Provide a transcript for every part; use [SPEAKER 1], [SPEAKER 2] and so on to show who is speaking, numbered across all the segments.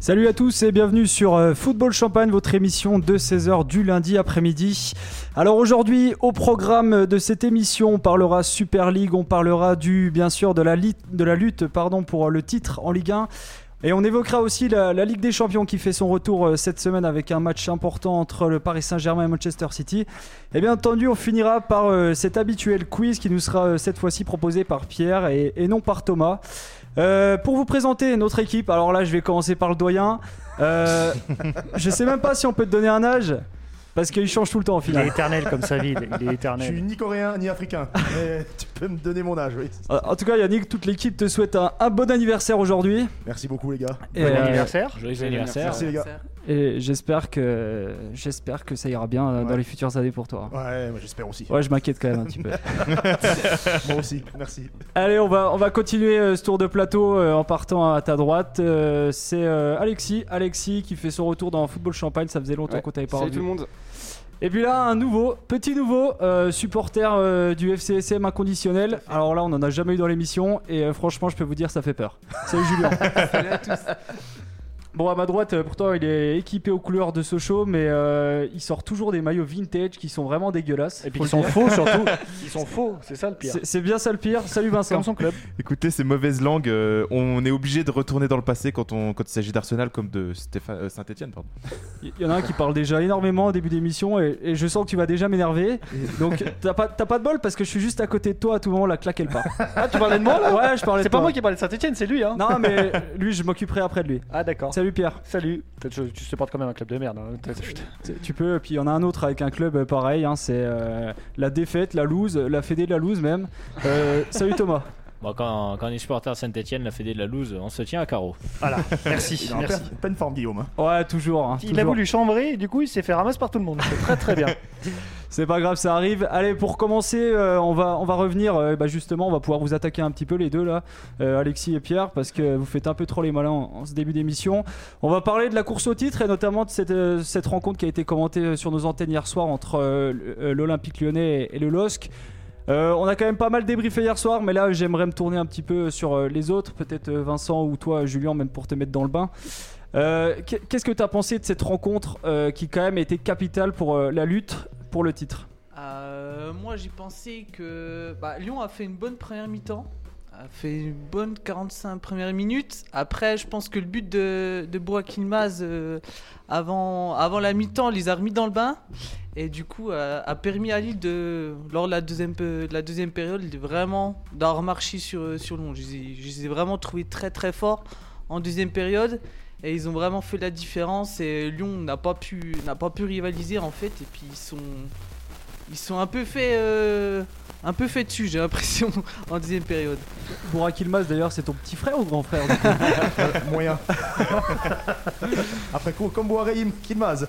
[SPEAKER 1] Salut à tous et bienvenue sur euh, Football Champagne, votre émission de 16h du lundi après-midi. Alors aujourd'hui, au programme de cette émission, on parlera Super League, on parlera du bien sûr de la, lit- de la lutte pardon, pour euh, le titre en Ligue 1. Et on évoquera aussi la, la Ligue des Champions qui fait son retour euh, cette semaine avec un match important entre le Paris Saint-Germain et Manchester City. Et bien entendu, on finira par euh, cet habituel quiz qui nous sera euh, cette fois-ci proposé par Pierre et, et non par Thomas. Euh, pour vous présenter notre équipe, alors là je vais commencer par le doyen. Euh, je sais même pas si on peut te donner un âge parce qu'il change tout le temps au
[SPEAKER 2] Il est
[SPEAKER 1] final.
[SPEAKER 2] éternel comme sa vie, il est- il est
[SPEAKER 3] Je suis
[SPEAKER 2] éternel.
[SPEAKER 3] ni coréen ni africain. mais tu peux me donner mon âge, oui.
[SPEAKER 1] Euh, En tout cas, Yannick, toute l'équipe te souhaite un, un bon anniversaire aujourd'hui.
[SPEAKER 3] Merci beaucoup, les gars.
[SPEAKER 1] Et,
[SPEAKER 2] Bon
[SPEAKER 1] euh,
[SPEAKER 2] anniversaire.
[SPEAKER 4] Ah, Joyeux anniversaire.
[SPEAKER 3] Merci, les gars.
[SPEAKER 1] et j'espère que j'espère que ça ira bien euh, dans
[SPEAKER 3] Ouais.
[SPEAKER 1] les futures années pour toi.
[SPEAKER 3] Ouais, moi, j'espère aussi.
[SPEAKER 1] Ouais, je m'inquiète quand même un petit peu.
[SPEAKER 3] Moi aussi, merci.
[SPEAKER 1] Allez, on va, on va continuer euh, ce tour de plateau euh, en partant à ta droite. Euh, c'est euh, Alexis. Alexis qui fait son retour dans Football Champagne. Ça faisait longtemps
[SPEAKER 4] Ouais.
[SPEAKER 1] qu'on t'avait pas
[SPEAKER 4] Salut tout
[SPEAKER 1] revu.
[SPEAKER 4] le monde.
[SPEAKER 1] Et puis là, un nouveau, petit nouveau, euh, supporter euh, du FCSM inconditionnel. Alors là, on en a jamais eu dans l'émission. Et euh, franchement, je peux vous dire, ça fait peur. Salut Julien. Bon, à ma droite, euh, pourtant, il est équipé aux couleurs de Sochaux, mais euh, il sort toujours des maillots vintage qui sont vraiment dégueulasses.
[SPEAKER 2] Et puis
[SPEAKER 1] Faut
[SPEAKER 2] ils
[SPEAKER 1] le
[SPEAKER 2] sont
[SPEAKER 1] dire.
[SPEAKER 2] faux surtout. Ils sont faux, c'est ça le pire.
[SPEAKER 1] C'est c'est bien ça le pire. Salut Vincent.
[SPEAKER 2] Comme son club.
[SPEAKER 5] Écoutez, ces mauvaises langues, euh, on est obligé de retourner dans le passé quand, on, quand il s'agit d'Arsenal comme de Stéphane- euh, Saint-Etienne. Pardon.
[SPEAKER 1] Il y en a un qui parle déjà énormément au début d'émission et, et je sens que tu vas déjà m'énerver. Donc t'as pas, t'as pas de bol parce que je suis juste à côté de toi à tout moment, la claque elle part.
[SPEAKER 2] Ah, tu parlais de moi là
[SPEAKER 1] Ouais, je parlais de
[SPEAKER 2] C'est pas
[SPEAKER 1] toi.
[SPEAKER 2] moi qui parlais de Saint-Etienne, c'est lui. Hein
[SPEAKER 1] Non mais lui je m'occuperai après de lui.
[SPEAKER 2] Ah, d'accord.
[SPEAKER 1] Salut Pierre.
[SPEAKER 2] Salut. Peut-être que Tu supportes quand même un club de merde. hein. T'as- t'as-
[SPEAKER 1] Tu- Tu peux, puis il y en a un autre avec un club euh, pareil, hein, c'est euh, la défaite, la lose, la fédé de la lose même. Euh, salut Thomas.
[SPEAKER 4] Bon, quand, quand on est supporter de Saint-Etienne, la fédé de la loose, on se tient à carreau.
[SPEAKER 2] Voilà, merci.
[SPEAKER 3] Il est en
[SPEAKER 2] merci.
[SPEAKER 3] pleine- pleine forme, Guillaume. hein.
[SPEAKER 1] Ouais toujours. hein,
[SPEAKER 2] Il a
[SPEAKER 1] toujours.
[SPEAKER 2] voulu chambrer et du coup il s'est fait ramasser par tout le monde. C'est très très bien.
[SPEAKER 1] C'est pas grave, ça arrive. Allez, pour commencer, euh, on, va, on va revenir. euh, bah, justement, on va pouvoir vous attaquer un petit peu les deux là, euh, Alexis et Pierre, parce que vous faites un peu trop les malins en, en ce début d'émission. On va parler de la course au titre et notamment de cette, euh, cette rencontre qui a été commentée euh, sur nos antennes hier soir entre euh, l- euh, l'Olympique lyonnais et le LOSC. Euh, on a quand même pas mal débriefé hier soir, mais là j'aimerais me tourner un petit peu sur euh, les autres, peut-être euh, Vincent ou toi Julien, même pour te mettre dans le bain. Euh, qu'est- Qu'est-ce que tu as pensé de cette rencontre euh, qui quand même a été capitale pour euh, la lutte pour le titre
[SPEAKER 6] Euh, moi, j'ai pensé que bah, Lyon a fait une bonne première mi-temps, a fait une bonne 45 premières minutes. Après, je pense que le but de, de Boakilmaz euh, avant, avant la mi-temps les a remis dans le bain et du coup euh, a permis à Lille de lors de la deuxième pe- de la deuxième période de vraiment d'en remarcher sur sur Lyon. Je les, ai- je les ai vraiment trouvés très très forts en deuxième période. Et ils ont vraiment fait la différence et Lyon n'a pas pu n'a pas pu rivaliser en fait et puis ils sont ils sont un peu fait, euh, un peu fait dessus, j'ai l'impression, en deuxième période.
[SPEAKER 1] Bourak Ilmaz d'ailleurs c'est ton petit frère ou grand frère du coup
[SPEAKER 3] Euh, moyen. Après, co- comme Boareim, Kilmaz.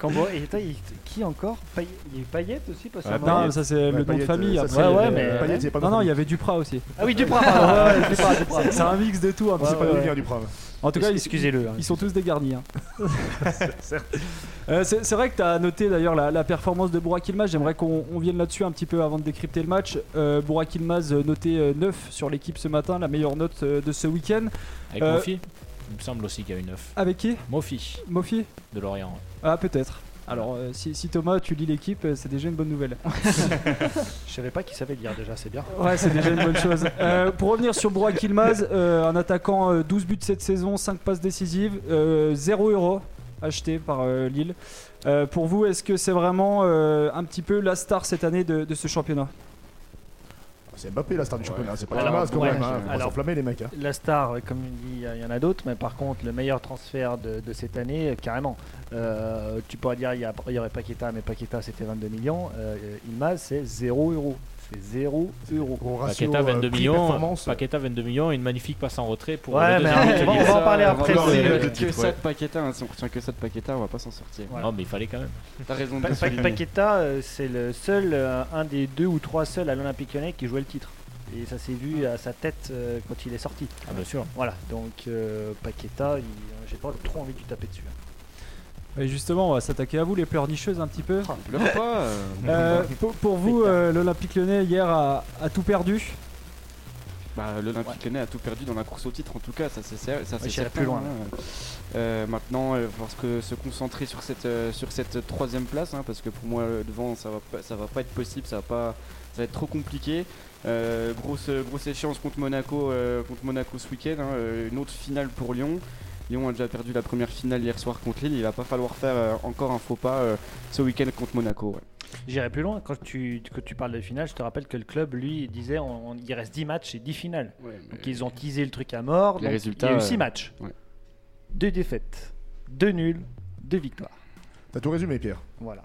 [SPEAKER 2] Cambo- et attends, il- qui encore Pay- Il y a eu Payet aussi parce que
[SPEAKER 5] Ah,
[SPEAKER 2] moment-
[SPEAKER 1] Non ça c'est le
[SPEAKER 3] Ouais,
[SPEAKER 1] nom de
[SPEAKER 3] Payet,
[SPEAKER 1] famille
[SPEAKER 3] euh, ça,
[SPEAKER 1] après,
[SPEAKER 2] ouais, ouais,
[SPEAKER 1] il y
[SPEAKER 2] mais-
[SPEAKER 1] avait-
[SPEAKER 3] Payet, il y a pas
[SPEAKER 1] Non non
[SPEAKER 3] de
[SPEAKER 1] il y avait Duprat aussi
[SPEAKER 2] Ah oui, Duprat. pardon. Ouais, ouais, Duprat, Duprat.
[SPEAKER 1] C'est un mix de tout un
[SPEAKER 3] On
[SPEAKER 1] petit
[SPEAKER 3] sait
[SPEAKER 1] peu.
[SPEAKER 3] pas d'où vient du prince.
[SPEAKER 1] En tout cas ils-
[SPEAKER 2] excusez-le. hein.
[SPEAKER 1] ils sont tous dégarnis hein. Euh, c'est c'est vrai que tu as noté d'ailleurs la, la performance de Bourak Ilmaz. J'aimerais qu'on on vienne là-dessus un petit peu avant de décrypter le match. Euh, Bourak Ilmaz euh, noté euh, 9 sur l'équipe ce matin, la meilleure note euh, de ce week-end.
[SPEAKER 4] Avec
[SPEAKER 1] Euh,
[SPEAKER 4] Mofi Il me semble aussi qu'il y a une 9.
[SPEAKER 1] Avec qui
[SPEAKER 4] Mofi
[SPEAKER 1] Mofi
[SPEAKER 4] de Lorient.
[SPEAKER 1] Ah peut-être. Alors euh, si, si Thomas tu lis l'équipe, euh, c'est déjà une bonne nouvelle.
[SPEAKER 2] Je savais pas qui savait lire déjà, c'est bien.
[SPEAKER 1] Ouais, c'est déjà une bonne chose. Euh, pour revenir sur Burak Ilmaz, euh, un attaquant euh, 12 buts cette saison, 5 passes décisives, euh, 0 euro acheté par euh, Lille. Euh, pour vous, est-ce que c'est vraiment euh, un petit peu la star cette année de, de ce championnat
[SPEAKER 3] C'est Mbappé, la star du championnat. C'est pas
[SPEAKER 2] Alors,
[SPEAKER 3] Kilmaz quand
[SPEAKER 2] ouais,
[SPEAKER 3] même. hein. On va
[SPEAKER 2] alors-
[SPEAKER 3] s'enflammer, les mecs. hein.
[SPEAKER 2] La star, ouais, comme il dit, il y en a d'autres, mais par contre, le meilleur transfert de, de cette année, euh, carrément. Euh, tu pourras dire, il y, a- il y aurait Paqueta, mais Paqueta c'était 22 millions. Euh, Ilmaz, c'est 0 euros. C'est 0 euros.
[SPEAKER 3] Gros ratio,
[SPEAKER 4] Paqueta
[SPEAKER 3] euh,
[SPEAKER 4] 22 millions.
[SPEAKER 3] prix-performance.
[SPEAKER 4] Paqueta 22 millions et une magnifique passe en retrait pour.
[SPEAKER 2] Ouais,
[SPEAKER 4] le
[SPEAKER 2] mais
[SPEAKER 4] deuxième but
[SPEAKER 2] on va-
[SPEAKER 4] de
[SPEAKER 2] on
[SPEAKER 4] Lille.
[SPEAKER 2] va en parler après.
[SPEAKER 5] encore
[SPEAKER 2] c'est-
[SPEAKER 5] les
[SPEAKER 7] que
[SPEAKER 5] deux titres,
[SPEAKER 7] ça
[SPEAKER 5] ouais.
[SPEAKER 7] de Paqueta, hein. si on retient que ça de Paqueta, on va pas s'en sortir.
[SPEAKER 2] Ouais.
[SPEAKER 4] Non, mais il fallait quand même.
[SPEAKER 7] T'as raison de
[SPEAKER 2] Pa-
[SPEAKER 7] le
[SPEAKER 2] Pa-
[SPEAKER 7] souligner.
[SPEAKER 2] Paqueta, euh, c'est le seul, euh, un des deux ou trois seuls à l'Olympique lyonnais qui jouait le titre. Et ça s'est vu à sa tête euh, quand il est sorti.
[SPEAKER 4] Ah, bien sûr.
[SPEAKER 2] Voilà, donc euh, Paqueta, il- j'ai pas trop envie de lui taper dessus. hein.
[SPEAKER 1] Et Justement, on va s'attaquer à vous, les pleurnicheuses, un petit peu.
[SPEAKER 2] Oh,
[SPEAKER 7] Pleure pas. euh,
[SPEAKER 1] Euh, pour, pour vous, euh, l'Olympique lyonnais hier a, a tout perdu.
[SPEAKER 7] bah, l'Olympique Lyonnais a tout perdu dans la course au titre en tout cas, ça c'est cer- ça, c'est
[SPEAKER 2] j'irai
[SPEAKER 7] certain,
[SPEAKER 2] plus loin,
[SPEAKER 7] hein. Euh, maintenant, il faut que se concentrer sur cette euh, sur cette troisième place hein, parce que pour moi euh, devant ça va pas, ça va pas être possible, ça va pas ça va être trop compliqué. Euh, grosse grosse échéance contre Monaco euh, contre Monaco ce week-end, hein, euh, une autre finale pour Lyon. Lyon a déjà perdu la première finale hier soir contre Lille, il va pas falloir faire euh, encore un faux pas euh, ce week-end contre Monaco. ouais.
[SPEAKER 2] J'irai plus loin. Quand tu, que tu parles de finale, je te rappelle que le club, lui, disait on, on- il reste 10 matchs et 10 finales. Donc ils ont teasé le truc à mort.
[SPEAKER 7] Euh, Les
[SPEAKER 2] Donc,
[SPEAKER 7] résultats,
[SPEAKER 2] Il y a eu
[SPEAKER 7] euh,
[SPEAKER 2] 6 matchs.
[SPEAKER 7] ouais.
[SPEAKER 2] 2 défaites, 2 nuls, 2 victoires.
[SPEAKER 3] T'as tout résumé, Pierre.
[SPEAKER 2] Voilà.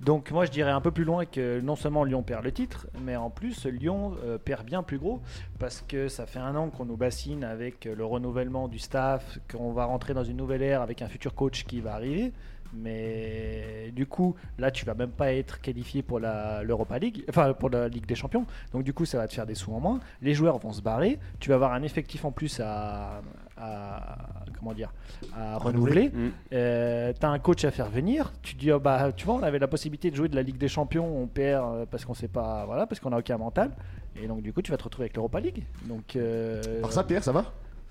[SPEAKER 2] Donc moi je dirais un peu plus loin que non seulement Lyon perd le titre, mais en plus Lyon euh, perd bien plus gros parce que ça fait un an qu'on nous bassine avec euh, le renouvellement du staff, qu'on va rentrer dans une nouvelle ère avec un futur coach qui va arriver. Mais du coup, là, tu vas même pas être qualifié pour la- l'Europa League, enfin pour la Ligue des Champions. Donc du coup, ça va te faire des sous en moins. Les joueurs vont se barrer. Tu vas avoir un effectif en plus à, à- comment dire, à renouveler.
[SPEAKER 7] Mm.
[SPEAKER 2] Euh, t'as un coach à faire venir, tu dis oh bah tu vois on avait la possibilité de jouer de la Ligue des Champions, on perd euh, parce qu'on sait pas voilà parce qu'on a aucun mental et donc du coup tu vas te retrouver avec l'Europa League. Donc euh,
[SPEAKER 3] Alors ça, Pierre, ça va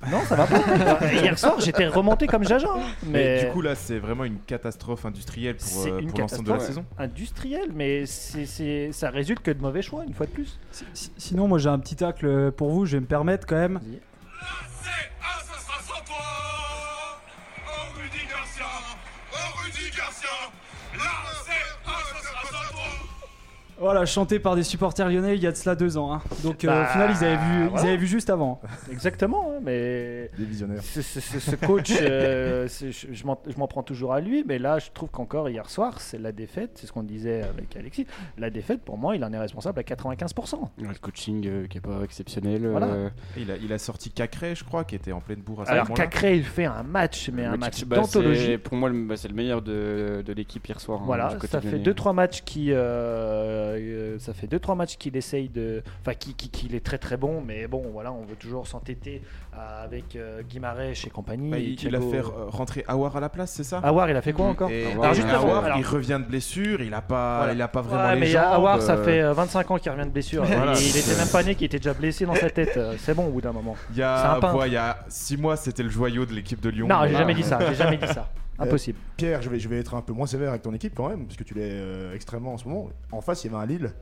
[SPEAKER 2] non ça va pas. Hier soir j'étais remonté comme Jaja, hein, mais,
[SPEAKER 5] Mais du coup, là, c'est vraiment une catastrophe industrielle pour,
[SPEAKER 2] C'est
[SPEAKER 5] euh,
[SPEAKER 2] une
[SPEAKER 5] pour l'ensemble de la
[SPEAKER 2] catastrophe.
[SPEAKER 5] saison.
[SPEAKER 2] industriel mais c'est, c'est- ça résulte que de mauvais choix une fois de plus.
[SPEAKER 1] Si- si- Sinon, moi j'ai un petit tacle pour vous, je vais me permettre quand même.
[SPEAKER 2] Vas-y.
[SPEAKER 8] Ah, ça sera sans toi Oh, Rudy Garcia Oh, Rudy Garcia Là, c'est... Ah, ça sera sans toi
[SPEAKER 1] Voilà, chanté par des supporters lyonnais il y a de cela deux ans. hein. Donc euh,
[SPEAKER 2] Bah,
[SPEAKER 1] au final, ils avaient vu, ils
[SPEAKER 2] voilà.
[SPEAKER 1] avaient vu juste avant.
[SPEAKER 2] Exactement hein, mais
[SPEAKER 3] Des visionnaires.
[SPEAKER 2] ce, ce- ce- ce coach, euh, c'est- je, je m'en- je m'en prends toujours à lui, mais là, je trouve qu'encore hier soir, c'est la défaite, c'est ce qu'on disait avec Alexis. La défaite, pour moi, il en est responsable à 95%.
[SPEAKER 7] Ouais, Le coaching euh, qui est pas exceptionnel.
[SPEAKER 2] Voilà.
[SPEAKER 7] euh,
[SPEAKER 5] Et Il a, il a sorti Cacré, je crois, qui était en pleine bourre à ce
[SPEAKER 2] Alors
[SPEAKER 5] moment-là.
[SPEAKER 2] Cacré, il fait un match, mais
[SPEAKER 7] le
[SPEAKER 2] un
[SPEAKER 7] match-
[SPEAKER 2] match
[SPEAKER 7] bah, c'est-
[SPEAKER 2] d'anthologie.
[SPEAKER 7] Pour moi, le- bah, c'est le meilleur de, de l'équipe hier soir. hein,
[SPEAKER 2] Voilà,
[SPEAKER 7] du côté
[SPEAKER 2] ça fait
[SPEAKER 7] lyonnais.
[SPEAKER 2] 2-3 matchs qui, euh, euh, ça fait deux trois matchs qu'il essaye de, enfin qui, qui- qu'il est très très bon, mais bon voilà, on veut toujours s'entêter euh, avec euh, Guimarães et compagnie.
[SPEAKER 5] Bah,
[SPEAKER 2] et
[SPEAKER 5] il, il a
[SPEAKER 2] Thiago.
[SPEAKER 5] fait euh, rentrer Awar à la place, c'est ça
[SPEAKER 2] Aouar, il a fait quoi encore
[SPEAKER 5] Et
[SPEAKER 7] Aouar,
[SPEAKER 5] alors,
[SPEAKER 2] juste
[SPEAKER 5] et
[SPEAKER 2] avant,
[SPEAKER 5] Aouar,
[SPEAKER 2] Ah, alors-
[SPEAKER 5] il revient de blessure, il a pas,
[SPEAKER 2] Voilà.
[SPEAKER 5] il a pas vraiment
[SPEAKER 2] Ouais,
[SPEAKER 5] les
[SPEAKER 2] mais
[SPEAKER 5] jambes.
[SPEAKER 2] Aouar, ça
[SPEAKER 5] euh,
[SPEAKER 2] fait euh, 25 ans qu'il revient de blessure.
[SPEAKER 5] Voilà,
[SPEAKER 2] il il était
[SPEAKER 5] c'est-
[SPEAKER 2] même pas né, qu'il était déjà blessé dans sa tête. Euh, C'est bon au bout d'un moment.
[SPEAKER 5] Il y
[SPEAKER 2] c'est un
[SPEAKER 5] a,
[SPEAKER 2] peintre.
[SPEAKER 5] ouais, il y a six mois, c'était le joyau de l'équipe de Lyon. Ah.
[SPEAKER 2] Non, j'ai
[SPEAKER 5] Voilà.
[SPEAKER 2] jamais dit ça. J'ai jamais dit ça. Impossible.
[SPEAKER 3] Pierre, je vais, je vais être un peu moins sévère avec ton équipe quand même, parce que tu l'es euh, extrêmement en ce moment. En face, il y avait un Lille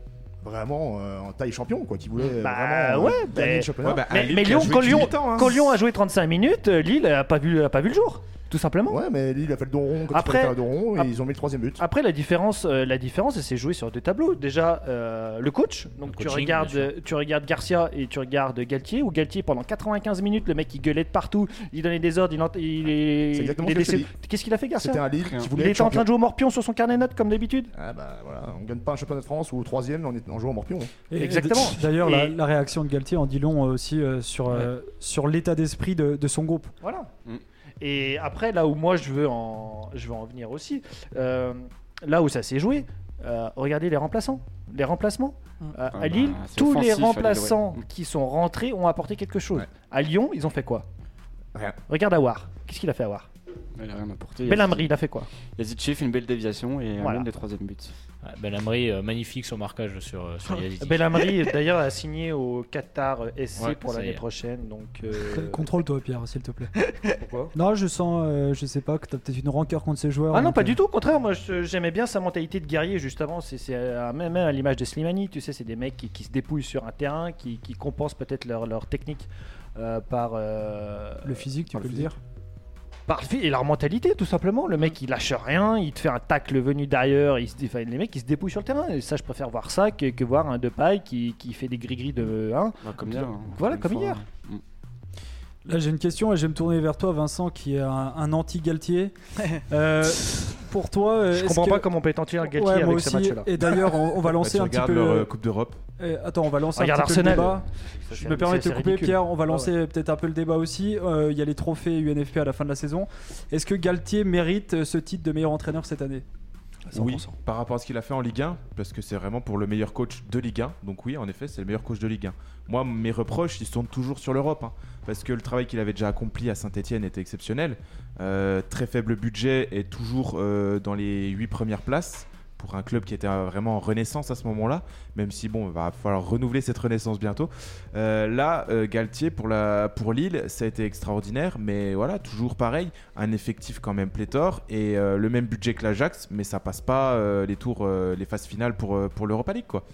[SPEAKER 3] vraiment euh, en taille champion, quoi, qui voulait euh,
[SPEAKER 2] Bah,
[SPEAKER 3] vraiment euh,
[SPEAKER 2] ouais,
[SPEAKER 3] gagner
[SPEAKER 2] mais-
[SPEAKER 3] le championnat.
[SPEAKER 5] Ouais, bah,
[SPEAKER 2] mais
[SPEAKER 5] Alli
[SPEAKER 2] mais
[SPEAKER 5] qui a
[SPEAKER 2] Lyon,
[SPEAKER 5] joué
[SPEAKER 2] quand Lyon,
[SPEAKER 5] 18 ans, hein.
[SPEAKER 2] quand Lyon a joué 35 minutes, euh, Lille a pas vu, a pas vu le jour, tout simplement.
[SPEAKER 3] Ouais, mais Lille a fait le don rond quand
[SPEAKER 2] Après-
[SPEAKER 3] ils fallait faire le don rond et
[SPEAKER 2] ap-
[SPEAKER 3] ils ont mis le troisième but.
[SPEAKER 2] Après la différence, euh, la différence, elle s'est jouée sur deux tableaux. Déjà euh, le coach, donc
[SPEAKER 4] Le
[SPEAKER 2] tu
[SPEAKER 4] coaching,
[SPEAKER 2] regardes,
[SPEAKER 4] bien
[SPEAKER 2] euh, tu regardes Garcia et tu regardes Galtier. Ou Galtier pendant 95 minutes, le mec il gueulait de partout, il donnait des ordres, il, ent- il est,
[SPEAKER 3] C'est exactement
[SPEAKER 2] il est
[SPEAKER 3] ce que je te
[SPEAKER 2] laissé- Qu'est-ce qu'il a fait Garcia
[SPEAKER 3] C'était un Lille
[SPEAKER 7] Rien.
[SPEAKER 3] qui
[SPEAKER 2] Il
[SPEAKER 3] voulait
[SPEAKER 2] était
[SPEAKER 3] être
[SPEAKER 2] en train
[SPEAKER 3] champion.
[SPEAKER 2] de jouer au morpion sur son carnet de notes comme d'habitude.
[SPEAKER 3] Ah bah voilà, on gagne pas un championnat de France ou au troisième, on est en jouant morpion. hein.
[SPEAKER 1] Et- et
[SPEAKER 2] Exactement.
[SPEAKER 1] d- D'ailleurs, la,
[SPEAKER 2] Et-
[SPEAKER 1] la réaction de Galtier en dit long euh, aussi euh, sur, euh, sur l'état d'esprit de, de son groupe.
[SPEAKER 2] Voilà.
[SPEAKER 7] Mm.
[SPEAKER 2] Et après, là où moi je veux en, je veux en venir aussi, euh, là où ça s'est joué, euh, regardez les remplaçants. Les remplacements.
[SPEAKER 6] Mm.
[SPEAKER 2] Euh,
[SPEAKER 7] Ah
[SPEAKER 2] à Lille,
[SPEAKER 7] bah, c'est
[SPEAKER 2] tous
[SPEAKER 7] offensif,
[SPEAKER 2] les
[SPEAKER 7] à Lille,
[SPEAKER 2] remplaçants
[SPEAKER 7] ouais. Mm.
[SPEAKER 2] qui sont rentrés ont apporté quelque chose.
[SPEAKER 5] Ouais.
[SPEAKER 2] À Lyon, ils ont fait quoi
[SPEAKER 5] Rien.
[SPEAKER 2] Regarde Awar. Qu'est-ce qu'il a fait Awar
[SPEAKER 7] Il a rien apporté.
[SPEAKER 2] Belhamri, il a fait quoi
[SPEAKER 7] Yazid Chief, une belle déviation et
[SPEAKER 2] Voilà.
[SPEAKER 7] un des troisième buts.
[SPEAKER 4] Ouais, Belhamri, euh, magnifique son marquage sur, euh, sur Yazidi.
[SPEAKER 2] Belhamri, d'ailleurs, a signé au Qatar euh, SC
[SPEAKER 4] Ouais,
[SPEAKER 2] pour
[SPEAKER 4] ça y
[SPEAKER 2] l'année
[SPEAKER 4] est.
[SPEAKER 2] prochaine. Donc, euh,
[SPEAKER 1] Contrôle-toi, Pierre, s'il te plaît. Pourquoi Non, je sens, euh, je sais pas, que t'as peut-être une rancœur contre ces joueurs.
[SPEAKER 2] Ah non,
[SPEAKER 1] donc,
[SPEAKER 2] pas
[SPEAKER 1] euh,
[SPEAKER 2] du tout. Au contraire, moi je- j'aimais bien sa mentalité de guerrier juste avant. C'est c'est, euh, même même à l'image de Slimani, tu sais, c'est des mecs qui, qui se dépouillent sur un terrain, qui, qui compensent peut-être leur, leur technique euh, par, euh,
[SPEAKER 1] Le physique, tu
[SPEAKER 3] Par
[SPEAKER 1] peux
[SPEAKER 3] le
[SPEAKER 1] le dire.
[SPEAKER 2] par le fi- et leur mentalité tout simplement. Le mec il lâche rien, il te fait un tacle venu d'ailleurs. il se- enfin, les mecs ils se dépouillent sur le terrain. Et ça, je préfère voir ça que, que voir un Depay qui, qui fait des gris-gris de 1.
[SPEAKER 7] comme hier. hein,
[SPEAKER 2] Voilà,
[SPEAKER 7] encore
[SPEAKER 2] comme
[SPEAKER 7] une
[SPEAKER 2] hier.
[SPEAKER 7] fois.
[SPEAKER 1] Là, j'ai une question et je vais me tourner vers toi, Vincent, qui est un, un anti-Galtier. Euh, pour toi, euh,
[SPEAKER 2] Je
[SPEAKER 1] est-ce
[SPEAKER 2] comprends
[SPEAKER 1] que-
[SPEAKER 2] pas comment on peut étantir
[SPEAKER 1] Ouais,
[SPEAKER 2] Galtier
[SPEAKER 1] moi
[SPEAKER 2] avec
[SPEAKER 1] aussi.
[SPEAKER 2] ce match-là.
[SPEAKER 1] Et d'ailleurs, on, on va
[SPEAKER 5] Bah,
[SPEAKER 1] lancer
[SPEAKER 5] tu
[SPEAKER 1] un petit
[SPEAKER 5] regardes
[SPEAKER 1] peu.
[SPEAKER 5] leur euh, Coupe d'europe.
[SPEAKER 1] Eh, attends, on va lancer
[SPEAKER 2] Regarde
[SPEAKER 1] un petit peu le
[SPEAKER 2] Arsenal.
[SPEAKER 1] débat. Je me permets de te
[SPEAKER 2] C'est
[SPEAKER 1] couper,
[SPEAKER 2] ridicule. Ah
[SPEAKER 1] Pierre. On va
[SPEAKER 2] Ouais,
[SPEAKER 1] lancer peut-être un peu le débat aussi. Euh, Il y a les trophées UNFP à la fin de la saison. Est-ce que Galtier mérite euh, ce titre de meilleur entraîneur cette année
[SPEAKER 5] Oui, par rapport à ce qu'il a fait en Ligue 1, parce que c'est vraiment pour le meilleur coach de Ligue 1. Donc oui, en effet, c'est le meilleur coach de Ligue 1. Moi, mes reproches, ils se tournent toujours sur l'Europe, hein, parce que le travail qu'il avait déjà accompli à Saint-Etienne était exceptionnel. Euh, très faible budget et toujours euh, dans les 8 premières places. pour un club qui était euh, vraiment en renaissance à ce moment-là, même si bon, va falloir renouveler cette renaissance bientôt. Euh, là, euh, Galtier pour, la, pour Lille, ça a été extraordinaire, mais voilà, toujours pareil, un effectif quand même pléthore et euh, le même budget que l'Ajax, mais ça passe pas euh, les tours, euh, les phases finales pour, euh, pour l'Europa League quoi.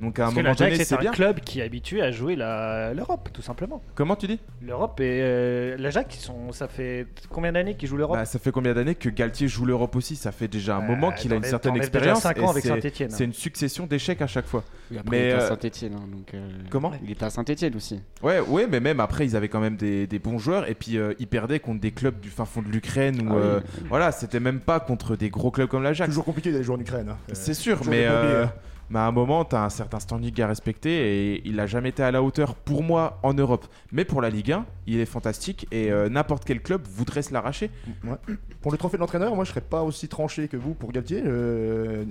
[SPEAKER 5] Donc à un
[SPEAKER 2] Parce que
[SPEAKER 5] moment
[SPEAKER 2] l'Ajax
[SPEAKER 5] donné,
[SPEAKER 2] est
[SPEAKER 5] c'est
[SPEAKER 2] un
[SPEAKER 5] bien.
[SPEAKER 2] club qui est habitué à jouer la- l'Europe, tout simplement.
[SPEAKER 5] Comment tu dis
[SPEAKER 2] L'Europe et euh, l'Ajax, ils sont, ça fait combien d'années qu'ils jouent l'Europe
[SPEAKER 5] Bah, ça fait combien d'années que Galtier joue l'Europe aussi Ça fait déjà un
[SPEAKER 2] Euh,
[SPEAKER 5] moment qu'il a une
[SPEAKER 2] t'enlèves-
[SPEAKER 5] certaine
[SPEAKER 2] t'enlèves déjà
[SPEAKER 5] expérience.
[SPEAKER 2] cinq
[SPEAKER 5] et
[SPEAKER 2] ans avec
[SPEAKER 5] c'est-
[SPEAKER 2] Saint-Étienne.
[SPEAKER 5] C'est une succession d'échecs à chaque fois.
[SPEAKER 7] Oui, après,
[SPEAKER 5] Mais,
[SPEAKER 7] il était
[SPEAKER 5] euh,
[SPEAKER 7] à Saint-Etienne. donc, euh,
[SPEAKER 5] Comment
[SPEAKER 7] Il était à Saint-Etienne aussi.
[SPEAKER 5] Ouais, ouais, mais même après, ils avaient quand même des, des bons joueurs et puis euh, ils perdaient contre des clubs du fin fond de l'Ukraine ou
[SPEAKER 7] Ah oui.
[SPEAKER 5] euh, voilà, c'était même pas contre des gros clubs comme l'Ajax.
[SPEAKER 3] Toujours compliqué d'aller jouer en Ukraine. hein. Euh,
[SPEAKER 5] C'est sûr,
[SPEAKER 3] toujours
[SPEAKER 5] mais,
[SPEAKER 3] les pompiers,
[SPEAKER 5] euh,
[SPEAKER 3] hein.
[SPEAKER 5] mais à un moment, t'as un certain standing à respecter et il a jamais été à la hauteur pour moi en Europe. Mais pour la Ligue 1, il est fantastique et euh, n'importe quel club voudrait se l'arracher.
[SPEAKER 3] Ouais. Pour le trophée de l'entraîneur, moi je serais pas aussi tranché que vous pour Galtier. Euh,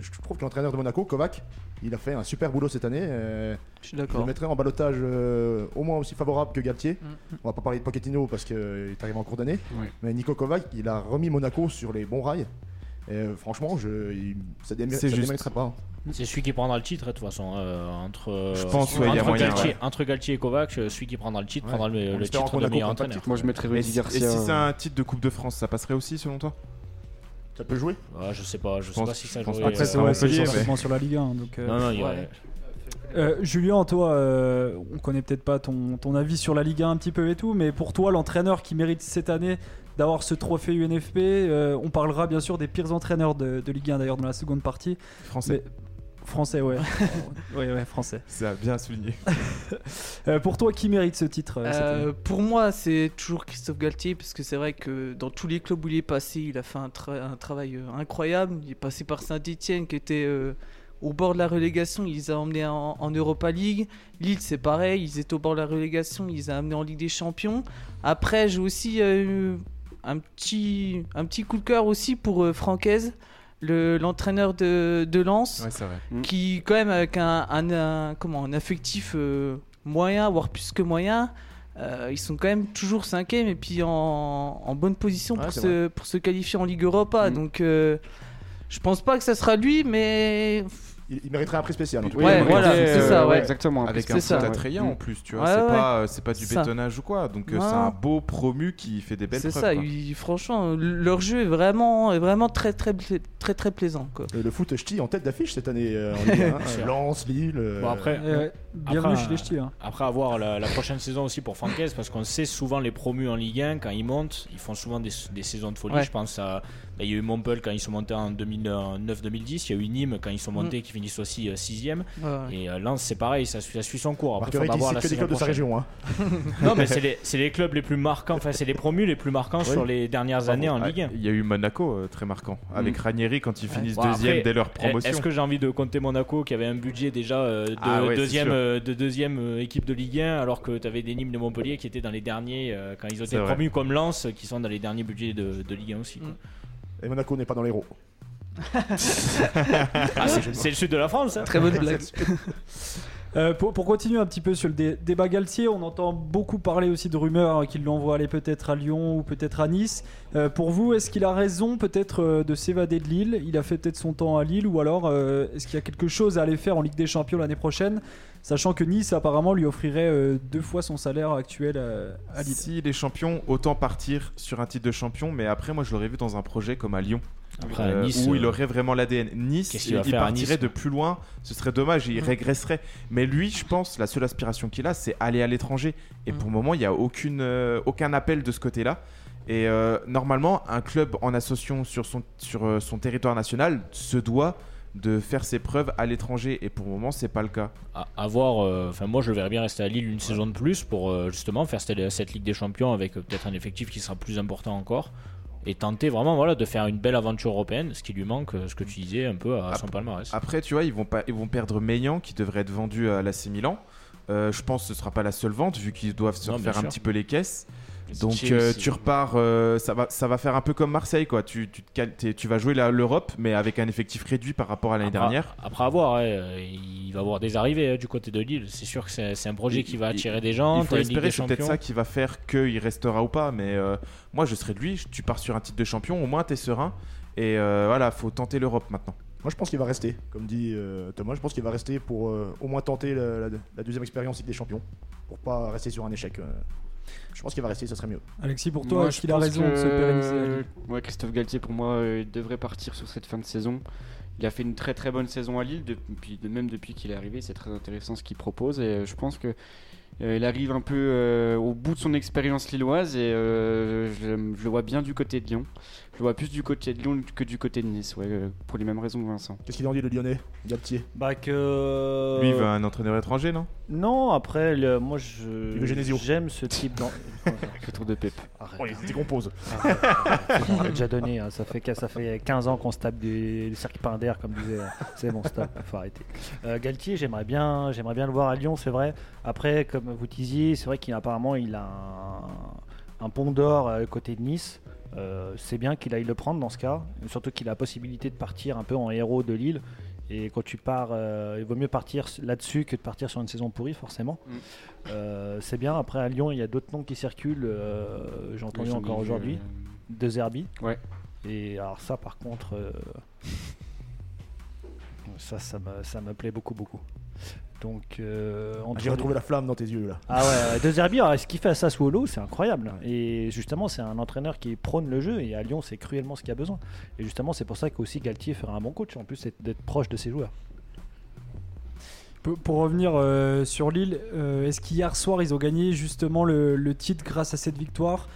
[SPEAKER 3] je trouve que l'entraîneur de Monaco, Kovac, il a fait un super boulot cette année. Euh,
[SPEAKER 6] Je suis
[SPEAKER 3] je le
[SPEAKER 6] d'accord.
[SPEAKER 3] mettrais en balotage euh, au moins aussi favorable que Galtier.
[SPEAKER 6] Mm.
[SPEAKER 3] On va pas parler de Pochettino parce qu'il est arrivé en cours d'année.
[SPEAKER 7] Ouais.
[SPEAKER 3] Mais Nico Kovac, il a remis Monaco sur les bons rails. Et, euh, franchement, je, il- ça démé-
[SPEAKER 5] C'est
[SPEAKER 3] ça
[SPEAKER 5] juste.
[SPEAKER 3] démériterait pas. hein.
[SPEAKER 4] C'est celui qui prendra le titre, de toute façon. euh, entre, euh,
[SPEAKER 5] Je pense,
[SPEAKER 4] entre,
[SPEAKER 5] ouais, il y a moyen,
[SPEAKER 4] Galtier,
[SPEAKER 5] ouais.
[SPEAKER 4] entre Galtier et Kovac, euh, celui qui prendra le titre
[SPEAKER 3] Ouais.
[SPEAKER 4] prendra le,
[SPEAKER 3] En
[SPEAKER 4] le
[SPEAKER 3] espérant
[SPEAKER 4] titre
[SPEAKER 3] qu'on
[SPEAKER 4] de
[SPEAKER 3] a
[SPEAKER 4] meilleur
[SPEAKER 3] compris le
[SPEAKER 4] entraîneur.
[SPEAKER 7] Moi, je mettrais
[SPEAKER 5] Et
[SPEAKER 7] Rudy
[SPEAKER 5] si, et si
[SPEAKER 7] Garcia. hein.
[SPEAKER 5] c'est un titre de Coupe de France, ça passerait aussi selon toi
[SPEAKER 3] Ça peut jouer
[SPEAKER 4] Ouais, je sais pas, je sais
[SPEAKER 5] pense-
[SPEAKER 4] pas si ça
[SPEAKER 5] je pense
[SPEAKER 4] jouerait.
[SPEAKER 5] pas que
[SPEAKER 4] euh,
[SPEAKER 1] Après, c'est
[SPEAKER 5] à
[SPEAKER 1] ouais, c'est
[SPEAKER 5] Montpellier,
[SPEAKER 1] essentiellement sur la Ligue 1. Donc, euh,
[SPEAKER 4] Non, non, il y aurait-
[SPEAKER 1] euh, Julien, toi, euh, on connaît peut-être pas ton, ton avis sur la Ligue 1 un petit peu et tout, mais pour toi, l'entraîneur qui mérite cette année d'avoir ce trophée UNFP, euh, on parlera bien sûr des pires entraîneurs de, de Ligue 1 d'ailleurs dans la seconde partie.
[SPEAKER 5] Français,
[SPEAKER 1] Français, ouais. ouais, ouais, français.
[SPEAKER 5] ça a bien souligné.
[SPEAKER 1] Euh, pour toi, qui mérite ce titre euh, cette année
[SPEAKER 6] Euh, pour moi, c'est toujours Christophe Galtier, parce que c'est vrai que dans tous les clubs où il est passé, il a fait un, tra- un travail euh, incroyable. Il est passé par Saint-Etienne, qui était euh, au bord de la relégation, il les a emmenés en, en Europa League. Lille, c'est pareil, ils étaient au bord de la relégation, il les a amenés en Ligue des Champions. Après, j'ai aussi euh, eu un petit, un petit coup de cœur aussi pour euh, Francaise, le- l'entraîneur de, de Lens
[SPEAKER 5] Ouais, c'est vrai.
[SPEAKER 6] qui quand même avec un, un- un- comment, un affectif euh, moyen, voire plus que moyen, euh, ils sont quand même toujours cinquième et puis en, en bonne position
[SPEAKER 3] Ouais,
[SPEAKER 6] pour,
[SPEAKER 3] c'est
[SPEAKER 6] se, pour se qualifier en Ligue Europa.
[SPEAKER 7] Mm.
[SPEAKER 6] Donc euh, je pense pas que ça sera lui, mais
[SPEAKER 3] il, il mériterait un prix spécial. en tout cas.
[SPEAKER 6] Oui, Ouais, voilà, c'est
[SPEAKER 3] euh,
[SPEAKER 6] ça, ouais.
[SPEAKER 7] Exactement.
[SPEAKER 5] Avec
[SPEAKER 6] c'est
[SPEAKER 5] un
[SPEAKER 6] ça,
[SPEAKER 5] foot
[SPEAKER 6] ouais.
[SPEAKER 5] attrayant en plus, tu vois.
[SPEAKER 6] Ouais,
[SPEAKER 5] c'est
[SPEAKER 6] ouais.
[SPEAKER 5] pas, euh, c'est pas du
[SPEAKER 6] Ça.
[SPEAKER 5] bétonnage ou quoi. Donc euh,
[SPEAKER 6] Non.
[SPEAKER 5] c'est un beau promu qui fait des belles
[SPEAKER 6] c'est
[SPEAKER 5] preuves.
[SPEAKER 6] ça.
[SPEAKER 5] quoi.
[SPEAKER 6] ils- franchement, leur jeu est vraiment, est vraiment très, très, pla- très, très plaisant. Quoi.
[SPEAKER 3] Euh, le foot ch'ti en tête d'affiche cette année euh, en Ligue 1, hein.
[SPEAKER 4] sûr.
[SPEAKER 3] Lens, Lille. euh,
[SPEAKER 4] Bon, après,
[SPEAKER 1] Euh, Bienvenue
[SPEAKER 4] Après,
[SPEAKER 1] chez les ch'tis. hein.
[SPEAKER 4] Après avoir la, la prochaine saison aussi pour Francaise, parce qu'on sait souvent les promus en Ligue 1, quand ils montent, ils font souvent des, des saisons de folie.
[SPEAKER 6] Ouais.
[SPEAKER 4] Je pense à. bah, il y a eu Montpellier quand ils sont montés en 2009-2010, il y a eu Nîmes quand ils
[SPEAKER 3] Mm.
[SPEAKER 4] sont montés qui finissent aussi 6ème.
[SPEAKER 6] Ouais.
[SPEAKER 4] Et euh, Lens, c'est pareil, ça, suit- ça suit son cours. Après,
[SPEAKER 3] Marc Aurèle
[SPEAKER 4] faudra
[SPEAKER 3] qui
[SPEAKER 4] voir
[SPEAKER 3] cite
[SPEAKER 4] la
[SPEAKER 3] que des
[SPEAKER 4] saison
[SPEAKER 3] clubs de sa
[SPEAKER 4] prochaine.
[SPEAKER 3] région. hein.
[SPEAKER 4] Non, mais c'est les, c'est les clubs les plus marquants, enfin, c'est les promus les plus marquants sur les dernières années en
[SPEAKER 5] Ah,
[SPEAKER 4] Ligue 1.
[SPEAKER 5] Il y a eu Monaco euh, très marquant avec Ranieri quand ils finissent
[SPEAKER 4] Bon,
[SPEAKER 5] deuxième
[SPEAKER 4] après,
[SPEAKER 5] dès leur
[SPEAKER 4] Eh,
[SPEAKER 5] promotion.
[SPEAKER 4] Est-ce que j'ai envie de compter Monaco qui avait un budget déjà euh, de,
[SPEAKER 5] Ah ouais, c'est
[SPEAKER 4] deuxième,
[SPEAKER 5] sûr.
[SPEAKER 4] euh, de deuxième euh, équipe de Ligue 1 alors que tu avais des Nîmes de Montpellier qui étaient dans les derniers euh, quand ils ont été
[SPEAKER 5] C'est vrai.
[SPEAKER 4] promus comme Lens euh, qui sont dans les derniers budgets de, de Ligue 1 aussi. quoi.
[SPEAKER 6] Mm.
[SPEAKER 3] Et Monaco n'est pas dans les roues.
[SPEAKER 4] Ah, c'est c'est le sud de la France. hein.
[SPEAKER 6] Très bonne blague.
[SPEAKER 1] Euh, pour, pour continuer un petit peu sur le dé- débat Galtier, on entend beaucoup parler aussi de rumeurs euh, qu'il l'envoie aller peut-être à Lyon ou peut-être à Nice. Euh, pour vous, est-ce qu'il a raison peut-être euh, de s'évader de Lille Il a fait peut-être son temps à Lille ou alors euh, est-ce qu'il y a quelque chose à aller faire en Ligue des Champions l'année prochaine Sachant que Nice apparemment lui offrirait euh, deux fois son salaire actuel euh, à Lille.
[SPEAKER 5] Si les champions, autant partir sur un titre de champion, mais après, moi je l'aurais vu dans un projet comme à Lyon,
[SPEAKER 4] Après,
[SPEAKER 5] euh,
[SPEAKER 4] Nice,
[SPEAKER 5] où
[SPEAKER 4] euh,
[SPEAKER 5] il aurait vraiment l'ADN. Nice,
[SPEAKER 4] qu'est-ce
[SPEAKER 5] il,
[SPEAKER 4] qu'il va
[SPEAKER 5] il
[SPEAKER 4] faire à
[SPEAKER 5] partirait
[SPEAKER 4] Nice
[SPEAKER 5] de plus loin, ce serait dommage, il
[SPEAKER 6] Mm.
[SPEAKER 5] régresserait. Mais lui, je pense, la seule aspiration qu'il a, c'est aller à l'étranger. Et
[SPEAKER 6] Mm.
[SPEAKER 5] pour le moment, il n'y a aucune, euh, aucun appel de ce côté-là. Et euh, normalement, un club en associant sur son, sur euh, son territoire national se doit de faire ses preuves à l'étranger. Et pour le moment, c'est pas le cas.
[SPEAKER 4] à, à voir, euh, enfin, moi je le verrais bien rester à Lille une saison de plus pour euh, justement faire cette, cette Ligue des Champions avec euh, peut-être un effectif qui sera plus important encore et tenter vraiment voilà, de faire une belle aventure européenne, ce qui lui manque, euh, ce que tu disais un peu à
[SPEAKER 5] Ap- Ah,
[SPEAKER 4] son palmarès.
[SPEAKER 5] Après, tu vois, ils vont, pas, ils vont perdre Maignan qui devrait être vendu à l'AC Milan. Euh, je pense que ce sera pas la seule vente vu qu'ils doivent se
[SPEAKER 4] Non, bien
[SPEAKER 5] refaire un
[SPEAKER 4] sûr.
[SPEAKER 5] petit peu les caisses.
[SPEAKER 4] C'est
[SPEAKER 5] Donc
[SPEAKER 4] Chelsea.
[SPEAKER 5] euh, tu repars, euh, ça, va, ça va faire un peu comme Marseille quoi. Tu, tu, te cal- t'es- tu vas jouer la- l'Europe mais avec un effectif réduit par rapport à l'année
[SPEAKER 4] Après-
[SPEAKER 5] dernière.
[SPEAKER 4] Après avoir, euh, il va avoir des arrivées hein, du côté de Lille. C'est sûr que c'est c'est un projet
[SPEAKER 5] Il-
[SPEAKER 4] qui va
[SPEAKER 5] il-
[SPEAKER 4] attirer des gens.
[SPEAKER 5] Il faut
[SPEAKER 4] ah, t'as une Ligue
[SPEAKER 5] espérer,
[SPEAKER 4] des
[SPEAKER 5] c'est peut-être
[SPEAKER 4] Champions.
[SPEAKER 5] ça qui va faire qu'il restera ou pas. Mais euh, moi, je serais de lui. Tu pars sur un titre de champion, au moins t'es serein. Et euh, voilà, faut tenter l'Europe maintenant.
[SPEAKER 3] Moi, je pense qu'il va rester, comme dit euh, Thomas. Je pense qu'il va rester pour euh, au moins tenter la, la- la deuxième expérience Ligue des Champions, pour pas rester sur un échec. euh. Je pense qu'il va rester, ça serait mieux.
[SPEAKER 1] Alexis, pour toi,
[SPEAKER 7] Moi,
[SPEAKER 1] est-ce
[SPEAKER 7] je
[SPEAKER 1] qu'il a
[SPEAKER 7] pense
[SPEAKER 1] raison de se
[SPEAKER 7] que-
[SPEAKER 1] pérenniser à Lille
[SPEAKER 7] Ouais, Christophe Galtier, pour moi, euh, il devrait partir sur cette fin de saison. Il a fait une très très bonne saison à Lille, depuis, de- même depuis qu'il est arrivé. C'est très intéressant ce qu'il propose et euh, je pense que euh, il arrive un peu euh, au bout de son expérience lilloise et euh, je, je le vois bien du côté de Lyon. Je le vois plus du côté de Lyon que du côté de Nice, ouais, euh, pour les mêmes raisons que Vincent.
[SPEAKER 3] Qu'est-ce qu'il en dit, le Lyonnais Galtier
[SPEAKER 2] Bah
[SPEAKER 4] Euh,
[SPEAKER 2] que.
[SPEAKER 5] Lui, il veut un entraîneur étranger, non
[SPEAKER 2] Non, après, le- moi je.
[SPEAKER 3] Il veut Genesio.
[SPEAKER 2] J'aime ce type d'en-
[SPEAKER 7] Le tour de Pep.
[SPEAKER 2] Arrête.
[SPEAKER 3] On les décompose.
[SPEAKER 2] On l'a déjà donné, hein. ça, fait, que- ça fait 15 ans qu'on se tape des des circuits par d'air, comme disait. euh, C'est bon, stop, faut arrêter. Euh, Galtier, j'aimerais bien, j'aimerais bien le voir à Lyon, c'est vrai. Après, comme vous disiez, c'est vrai qu'apparemment il a un, un pont d'or euh, côté de Nice. Euh, c'est bien qu'il aille le prendre dans ce cas, surtout qu'il a la possibilité de partir un peu en héros de Lille. Et quand tu pars, euh, il vaut mieux partir là-dessus que de partir sur une saison pourrie, forcément.
[SPEAKER 7] Mm.
[SPEAKER 2] Euh, c'est bien. Après, à Lyon, il y a d'autres noms qui circulent. euh, J'ai entendu encore aujourd'hui. De Zerbi.
[SPEAKER 7] Ouais.
[SPEAKER 2] Et alors ça par contre, euh, ça, ça me, ça me plaît beaucoup beaucoup. Donc euh, entre-
[SPEAKER 3] J'ai retrouvé la flamme dans tes yeux, là.
[SPEAKER 2] Ah ouais, De Zerbi, alors, ce qu'il fait à Sassuolo, c'est incroyable. Et justement, c'est un entraîneur qui prône le jeu et à Lyon, c'est cruellement ce qu'il y a besoin. Et justement, c'est pour ça qu'aussi Galtier fera un bon coach en plus c'est d'être proche de ses joueurs.
[SPEAKER 1] Pour- Pour revenir euh, sur Lille, euh, est-ce qu'hier soir ils ont gagné justement le, le titre grâce à cette victoire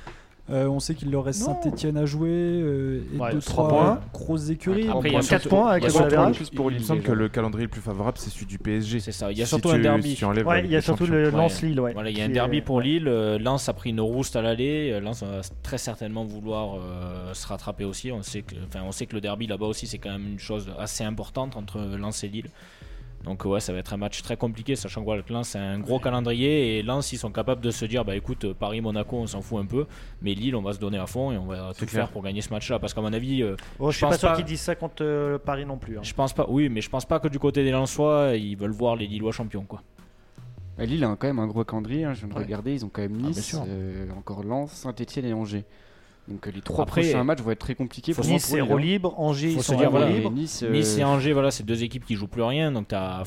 [SPEAKER 1] Euh, On sait qu'il leur reste
[SPEAKER 2] Non.
[SPEAKER 1] Saint-Etienne à jouer euh, et
[SPEAKER 2] Ouais,
[SPEAKER 1] deux
[SPEAKER 2] trois
[SPEAKER 1] trois
[SPEAKER 2] points.
[SPEAKER 1] grosses écuries.
[SPEAKER 4] Après, il y a
[SPEAKER 7] Trois
[SPEAKER 4] quatre
[SPEAKER 7] sur-
[SPEAKER 2] points avec
[SPEAKER 7] il y a
[SPEAKER 2] le
[SPEAKER 7] trois
[SPEAKER 2] Bayern.
[SPEAKER 7] points de plus pour
[SPEAKER 5] Il
[SPEAKER 7] Lille.
[SPEAKER 5] me semble
[SPEAKER 7] déjà.
[SPEAKER 5] que le calendrier le plus favorable, c'est celui du PSG.
[SPEAKER 4] C'est ça. Il y a
[SPEAKER 5] Si
[SPEAKER 4] surtout
[SPEAKER 5] tu-
[SPEAKER 4] un derby.
[SPEAKER 5] si tu enlèves la
[SPEAKER 2] Ouais,
[SPEAKER 5] Ligue
[SPEAKER 2] il y a
[SPEAKER 5] des
[SPEAKER 2] surtout
[SPEAKER 5] Champions.
[SPEAKER 2] le
[SPEAKER 4] Ouais.
[SPEAKER 2] Lance-Lille. Ouais,
[SPEAKER 4] Voilà, il y a un
[SPEAKER 2] qui est-
[SPEAKER 4] derby pour Lille. euh, Lens a pris une rouste à l'aller. euh, Lens va très certainement vouloir euh, se rattraper aussi. On sait que, enfin, on sait que le derby là-bas aussi, c'est quand même une chose assez importante entre Lens et Lille. Donc ouais, ça va être un match très compliqué, sachant que voilà, que Lens a un gros calendrier et Lens, ils sont capables de se dire, bah écoute, Paris, Monaco, on s'en fout un peu, mais Lille, on va se donner à fond et on va tout
[SPEAKER 5] clair.
[SPEAKER 4] faire pour gagner ce match-là. Parce qu'à mon avis, euh,
[SPEAKER 2] Bon, Oh, je
[SPEAKER 4] Je
[SPEAKER 2] suis pas
[SPEAKER 4] pense
[SPEAKER 2] sûr
[SPEAKER 4] pas-
[SPEAKER 2] qu'ils disent ça contre euh, le Paris non plus. hein.
[SPEAKER 4] je pense pas, oui, mais je pense pas que du côté des Lensois, ils veulent voir les Lillois champions, quoi.
[SPEAKER 7] Bah, Lille a quand même un gros calendrier, hein, je viens de
[SPEAKER 4] Ouais.
[SPEAKER 7] regarder, ils ont quand même
[SPEAKER 4] Ah, bien
[SPEAKER 7] Nice,
[SPEAKER 4] sûr.
[SPEAKER 7] euh, encore Lens, Saint-Etienne et Angers. Donc euh, les trois
[SPEAKER 4] Après,
[SPEAKER 7] prochains matchs vont être très compliqués pour
[SPEAKER 2] Nice c'est
[SPEAKER 7] moi, pour
[SPEAKER 2] roue
[SPEAKER 7] Lille, hein.
[SPEAKER 2] libre, Angers
[SPEAKER 4] Faut
[SPEAKER 2] ils
[SPEAKER 4] se
[SPEAKER 2] sont
[SPEAKER 4] dire,
[SPEAKER 2] roue
[SPEAKER 4] voilà,
[SPEAKER 2] libre.
[SPEAKER 7] Nice, euh,
[SPEAKER 4] Nice et Angers, voilà, c'est deux équipes qui jouent plus rien, donc tu as,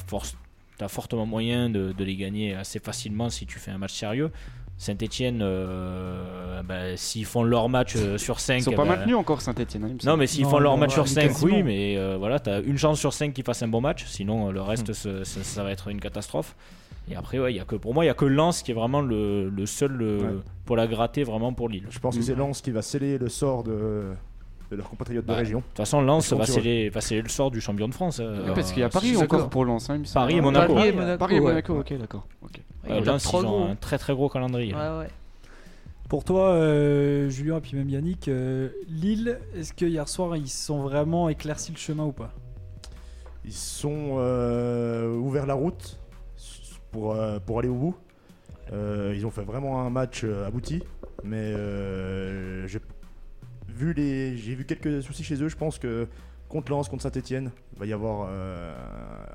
[SPEAKER 4] fortement moyen de, de les gagner assez facilement si tu fais un match sérieux. Saint-Etienne, euh, bah, s'ils font leur match euh, sur 5.
[SPEAKER 7] ils sont pas maintenus encore Saint-Etienne. hein, il
[SPEAKER 4] Non,
[SPEAKER 7] me semble.
[SPEAKER 4] mais s'ils
[SPEAKER 1] Non,
[SPEAKER 4] font leur
[SPEAKER 1] non,
[SPEAKER 4] match
[SPEAKER 1] ouais,
[SPEAKER 4] sur
[SPEAKER 1] mais
[SPEAKER 4] 5,
[SPEAKER 1] quasiment.
[SPEAKER 4] oui, mais euh, voilà, tu as une chance sur 5 qu'ils fassent un bon match, sinon euh, le reste,
[SPEAKER 1] Hmm.
[SPEAKER 4] ce- ce- ça va être une catastrophe. Et après, ouais, il y a que, pour moi, il n'y a que Lens qui est vraiment le, le seul euh,
[SPEAKER 3] Ouais.
[SPEAKER 4] pour la gratter vraiment pour Lille.
[SPEAKER 3] Je pense que c'est Lens qui va sceller le sort de, de leurs compatriotes
[SPEAKER 4] Bah,
[SPEAKER 3] de région.
[SPEAKER 4] De toute façon, Lens
[SPEAKER 3] Ils sont
[SPEAKER 4] va
[SPEAKER 3] sur-
[SPEAKER 4] sceller, va sceller le sort du champion de France. euh,
[SPEAKER 7] Ouais, parce qu'il y a
[SPEAKER 4] euh,
[SPEAKER 7] Paris
[SPEAKER 4] c'est-
[SPEAKER 7] encore pour Lens, hein, il me semble.
[SPEAKER 4] Paris et
[SPEAKER 7] Ah,
[SPEAKER 4] Monaco.
[SPEAKER 7] Paris
[SPEAKER 6] Paris
[SPEAKER 7] et
[SPEAKER 6] et Monaco,
[SPEAKER 7] Paris et
[SPEAKER 6] ouais.
[SPEAKER 7] Monaco, ok, d'accord. ok.
[SPEAKER 6] Ouais,
[SPEAKER 4] Euh,
[SPEAKER 6] il tape
[SPEAKER 4] Lens, ils
[SPEAKER 6] trois
[SPEAKER 4] ont
[SPEAKER 6] gros.
[SPEAKER 4] un très très gros calendrier.
[SPEAKER 6] Ouais, ouais.
[SPEAKER 1] Pour toi, euh, Julien et puis même Yannick, euh, Lille, est-ce que hier soir ils se sont vraiment éclaircis le chemin ou pas
[SPEAKER 3] Ils sont euh, ouverts la route s- pour, euh, pour aller au bout. Euh, ils ont fait vraiment un match euh, abouti, mais euh, j'ai vu les, j'ai vu quelques soucis chez eux. Je pense que contre Lens, contre Saint-Etienne, il va y avoir euh,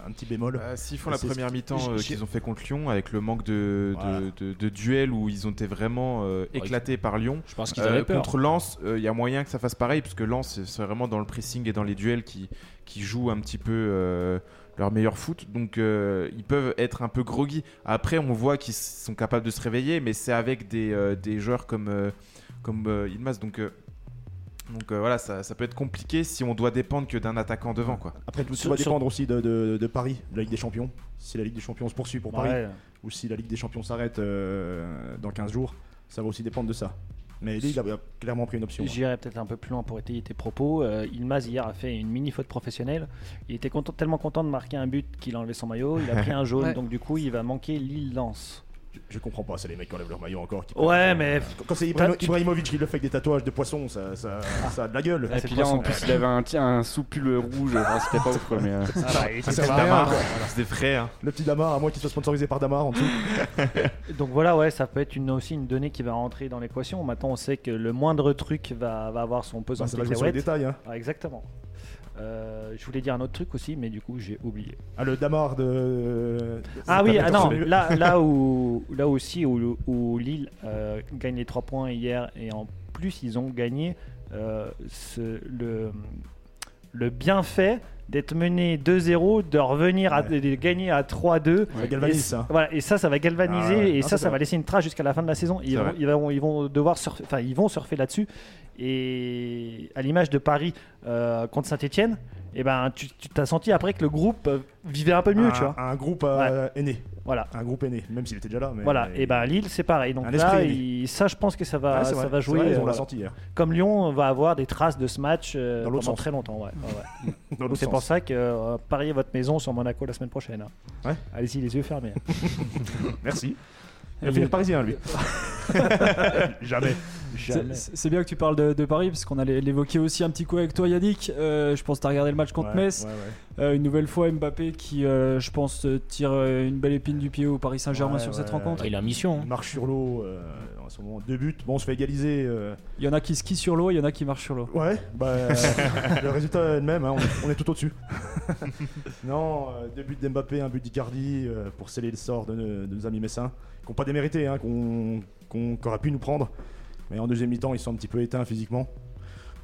[SPEAKER 3] un petit bémol.
[SPEAKER 5] Euh, S'ils font
[SPEAKER 3] Et
[SPEAKER 5] la
[SPEAKER 3] c'est-
[SPEAKER 5] première mi-temps
[SPEAKER 3] j'ai-
[SPEAKER 5] euh,
[SPEAKER 3] j'ai-
[SPEAKER 5] qu'ils ont fait contre Lyon, avec le manque de,
[SPEAKER 3] Voilà.
[SPEAKER 5] de, de- de duels où ils ont été vraiment euh, éclatés par Lyon,
[SPEAKER 4] Je pense qu'ils
[SPEAKER 5] euh,
[SPEAKER 4] avaient peur.
[SPEAKER 5] contre Lens, euh, il y a moyen que ça fasse pareil, puisque Lens, c'est vraiment dans le pressing et dans les duels qui, qui jouent un petit peu euh, leur meilleur foot. Donc euh, ils peuvent être un peu groggy. Après, on voit qu'ils sont capables de se réveiller, mais c'est avec des, euh, des joueurs comme, euh, comme euh, Ilmaz. Donc, euh, donc euh, voilà, ça, ça peut être compliqué si on doit dépendre que d'un attaquant devant. Quoi.
[SPEAKER 3] Après, tout, tout
[SPEAKER 2] sur-
[SPEAKER 3] va dépendre aussi de, de- de Paris, de la Ligue des Champions. Si la Ligue des Champions se poursuit pour Paris,
[SPEAKER 2] Ouais.
[SPEAKER 3] ou si la Ligue des Champions s'arrête euh, dans 15 jours, ça va aussi dépendre de ça. Mais Lille a clairement pris une option. hein.
[SPEAKER 2] J'irai peut-être un peu plus loin pour étayer tes propos. Euh, Ilmaz hier a fait une mini faute professionnelle. Il était content- tellement content de marquer un but qu'il a enlevé son maillot. Il a pris un jaune,
[SPEAKER 6] Ouais.
[SPEAKER 2] donc du coup il va manquer l'île Lance.
[SPEAKER 3] Je, je comprends pas, c'est les mecs qui enlèvent leur maillot encore. qui-
[SPEAKER 2] Ouais, mais
[SPEAKER 3] Quand- Quand c'est Ibrahimo- Ibrahimovic qui le fait avec des tatouages de poissons, ça, ça,
[SPEAKER 2] Ah.
[SPEAKER 3] ça a de la gueule.
[SPEAKER 7] Et puis là, en plus, il avait un, un sous-pull rouge, enfin, c'était pas ouf, quoi, mais. euh,
[SPEAKER 3] Ça sert à rien,
[SPEAKER 5] Damar,
[SPEAKER 3] quoi.
[SPEAKER 5] c'est des frais. hein.
[SPEAKER 3] Le petit Damar, à moins qu'il soit sponsorisé par Damar en dessous.
[SPEAKER 2] Ah, donc voilà, ouais, ça peut être une, aussi une donnée qui va rentrer dans l'équation. Maintenant, on sait que le moindre truc va, va avoir son pesant
[SPEAKER 3] Bah,
[SPEAKER 2] de
[SPEAKER 3] ça va jouer sur les
[SPEAKER 2] cacahuètes.
[SPEAKER 3] détails. hein.
[SPEAKER 2] Ah, exactement. Euh, je voulais dire un autre truc aussi, mais du coup j'ai oublié.
[SPEAKER 3] Ah, le Damar de.
[SPEAKER 2] Ah oui, ah non,
[SPEAKER 3] C'est-
[SPEAKER 2] là, là, où, là aussi où, où Lille euh, gagne les 3 points hier et en plus ils ont gagné euh, ce- le, le bienfait d'être mené 2-0, de revenir à, de, de gagner à 3-2.
[SPEAKER 3] Ça
[SPEAKER 2] Et
[SPEAKER 3] galvanise
[SPEAKER 2] c-
[SPEAKER 3] ça.
[SPEAKER 2] Voilà, et ça, ça va galvaniser
[SPEAKER 3] Ah ouais.
[SPEAKER 2] et
[SPEAKER 3] Ah,
[SPEAKER 2] ça,
[SPEAKER 3] c'est
[SPEAKER 2] ça va
[SPEAKER 3] vrai.
[SPEAKER 2] laisser une trace jusqu'à la fin de la saison. Ils
[SPEAKER 5] C'est
[SPEAKER 2] vont,
[SPEAKER 5] vrai.
[SPEAKER 2] ils vont, ils vont devoir surfer, enfin, ils vont surfer là-dessus. Et à l'image de Paris euh, contre Saint-Etienne, et ben, tu tu t'as senti après que le groupe euh, vivait un peu mieux,
[SPEAKER 3] un,
[SPEAKER 2] tu vois.
[SPEAKER 3] Un groupe euh, aîné.
[SPEAKER 2] Voilà.
[SPEAKER 3] Un groupe aîné, même s'il était déjà là. Mais
[SPEAKER 2] Voilà, et ben Lille c'est pareil. Donc
[SPEAKER 3] Un
[SPEAKER 2] là,
[SPEAKER 3] esprit
[SPEAKER 2] il- ça, je pense que ça va,
[SPEAKER 3] Ouais, c'est vrai.
[SPEAKER 2] ça va
[SPEAKER 3] C'est
[SPEAKER 2] jouer.
[SPEAKER 3] vrai, ils
[SPEAKER 2] euh,
[SPEAKER 3] ont la sortie hein, hier.
[SPEAKER 2] comme Lyon va avoir des traces de ce match euh,
[SPEAKER 3] Dans
[SPEAKER 2] pendant
[SPEAKER 3] l'autre sens.
[SPEAKER 2] très longtemps. ouais, ouais, ouais.
[SPEAKER 3] Dans
[SPEAKER 2] Donc
[SPEAKER 3] l'autre
[SPEAKER 2] c'est
[SPEAKER 3] sens.
[SPEAKER 2] pour ça que euh, pariez votre maison sur Monaco la semaine prochaine. hein.
[SPEAKER 3] Ouais.
[SPEAKER 2] Allez-y les yeux fermés.
[SPEAKER 3] Merci. Il va finir parisien, lui. Jamais.
[SPEAKER 1] C'est-
[SPEAKER 2] Jamais.
[SPEAKER 1] C'est c'est bien que tu parles de, de Paris, parce qu'on allait l'évoquer aussi un petit coup avec toi, Yannick. Euh, je pense que tu as regardé le match contre
[SPEAKER 3] Ouais,
[SPEAKER 1] Metz.
[SPEAKER 3] ouais, ouais.
[SPEAKER 1] Euh, une nouvelle fois, Mbappé qui, euh, je pense, euh, tire euh, une belle épine du pied au Paris Saint-Germain
[SPEAKER 3] Ouais,
[SPEAKER 1] sur cette
[SPEAKER 3] ouais.
[SPEAKER 1] rencontre.
[SPEAKER 4] Il a mission.
[SPEAKER 3] Il
[SPEAKER 4] hein.
[SPEAKER 3] marche sur l'eau euh, en ce moment. Deux buts. Bon, on se fait égaliser. euh,
[SPEAKER 1] Il y en a qui skient sur l'eau, il y en a qui marchent sur l'eau.
[SPEAKER 3] Ouais, bah, euh, le résultat est le même, hein, on, est, on est tout au-dessus. non, euh, deux buts d'Mbappé, un but d'Icardi euh, pour sceller le sort de, nos- de nos amis messins, qui n'ont pas démérité, hein, qu'on qu'on- qu'aurait pu nous prendre. Mais en deuxième mi-temps, ils sont un petit peu éteints physiquement.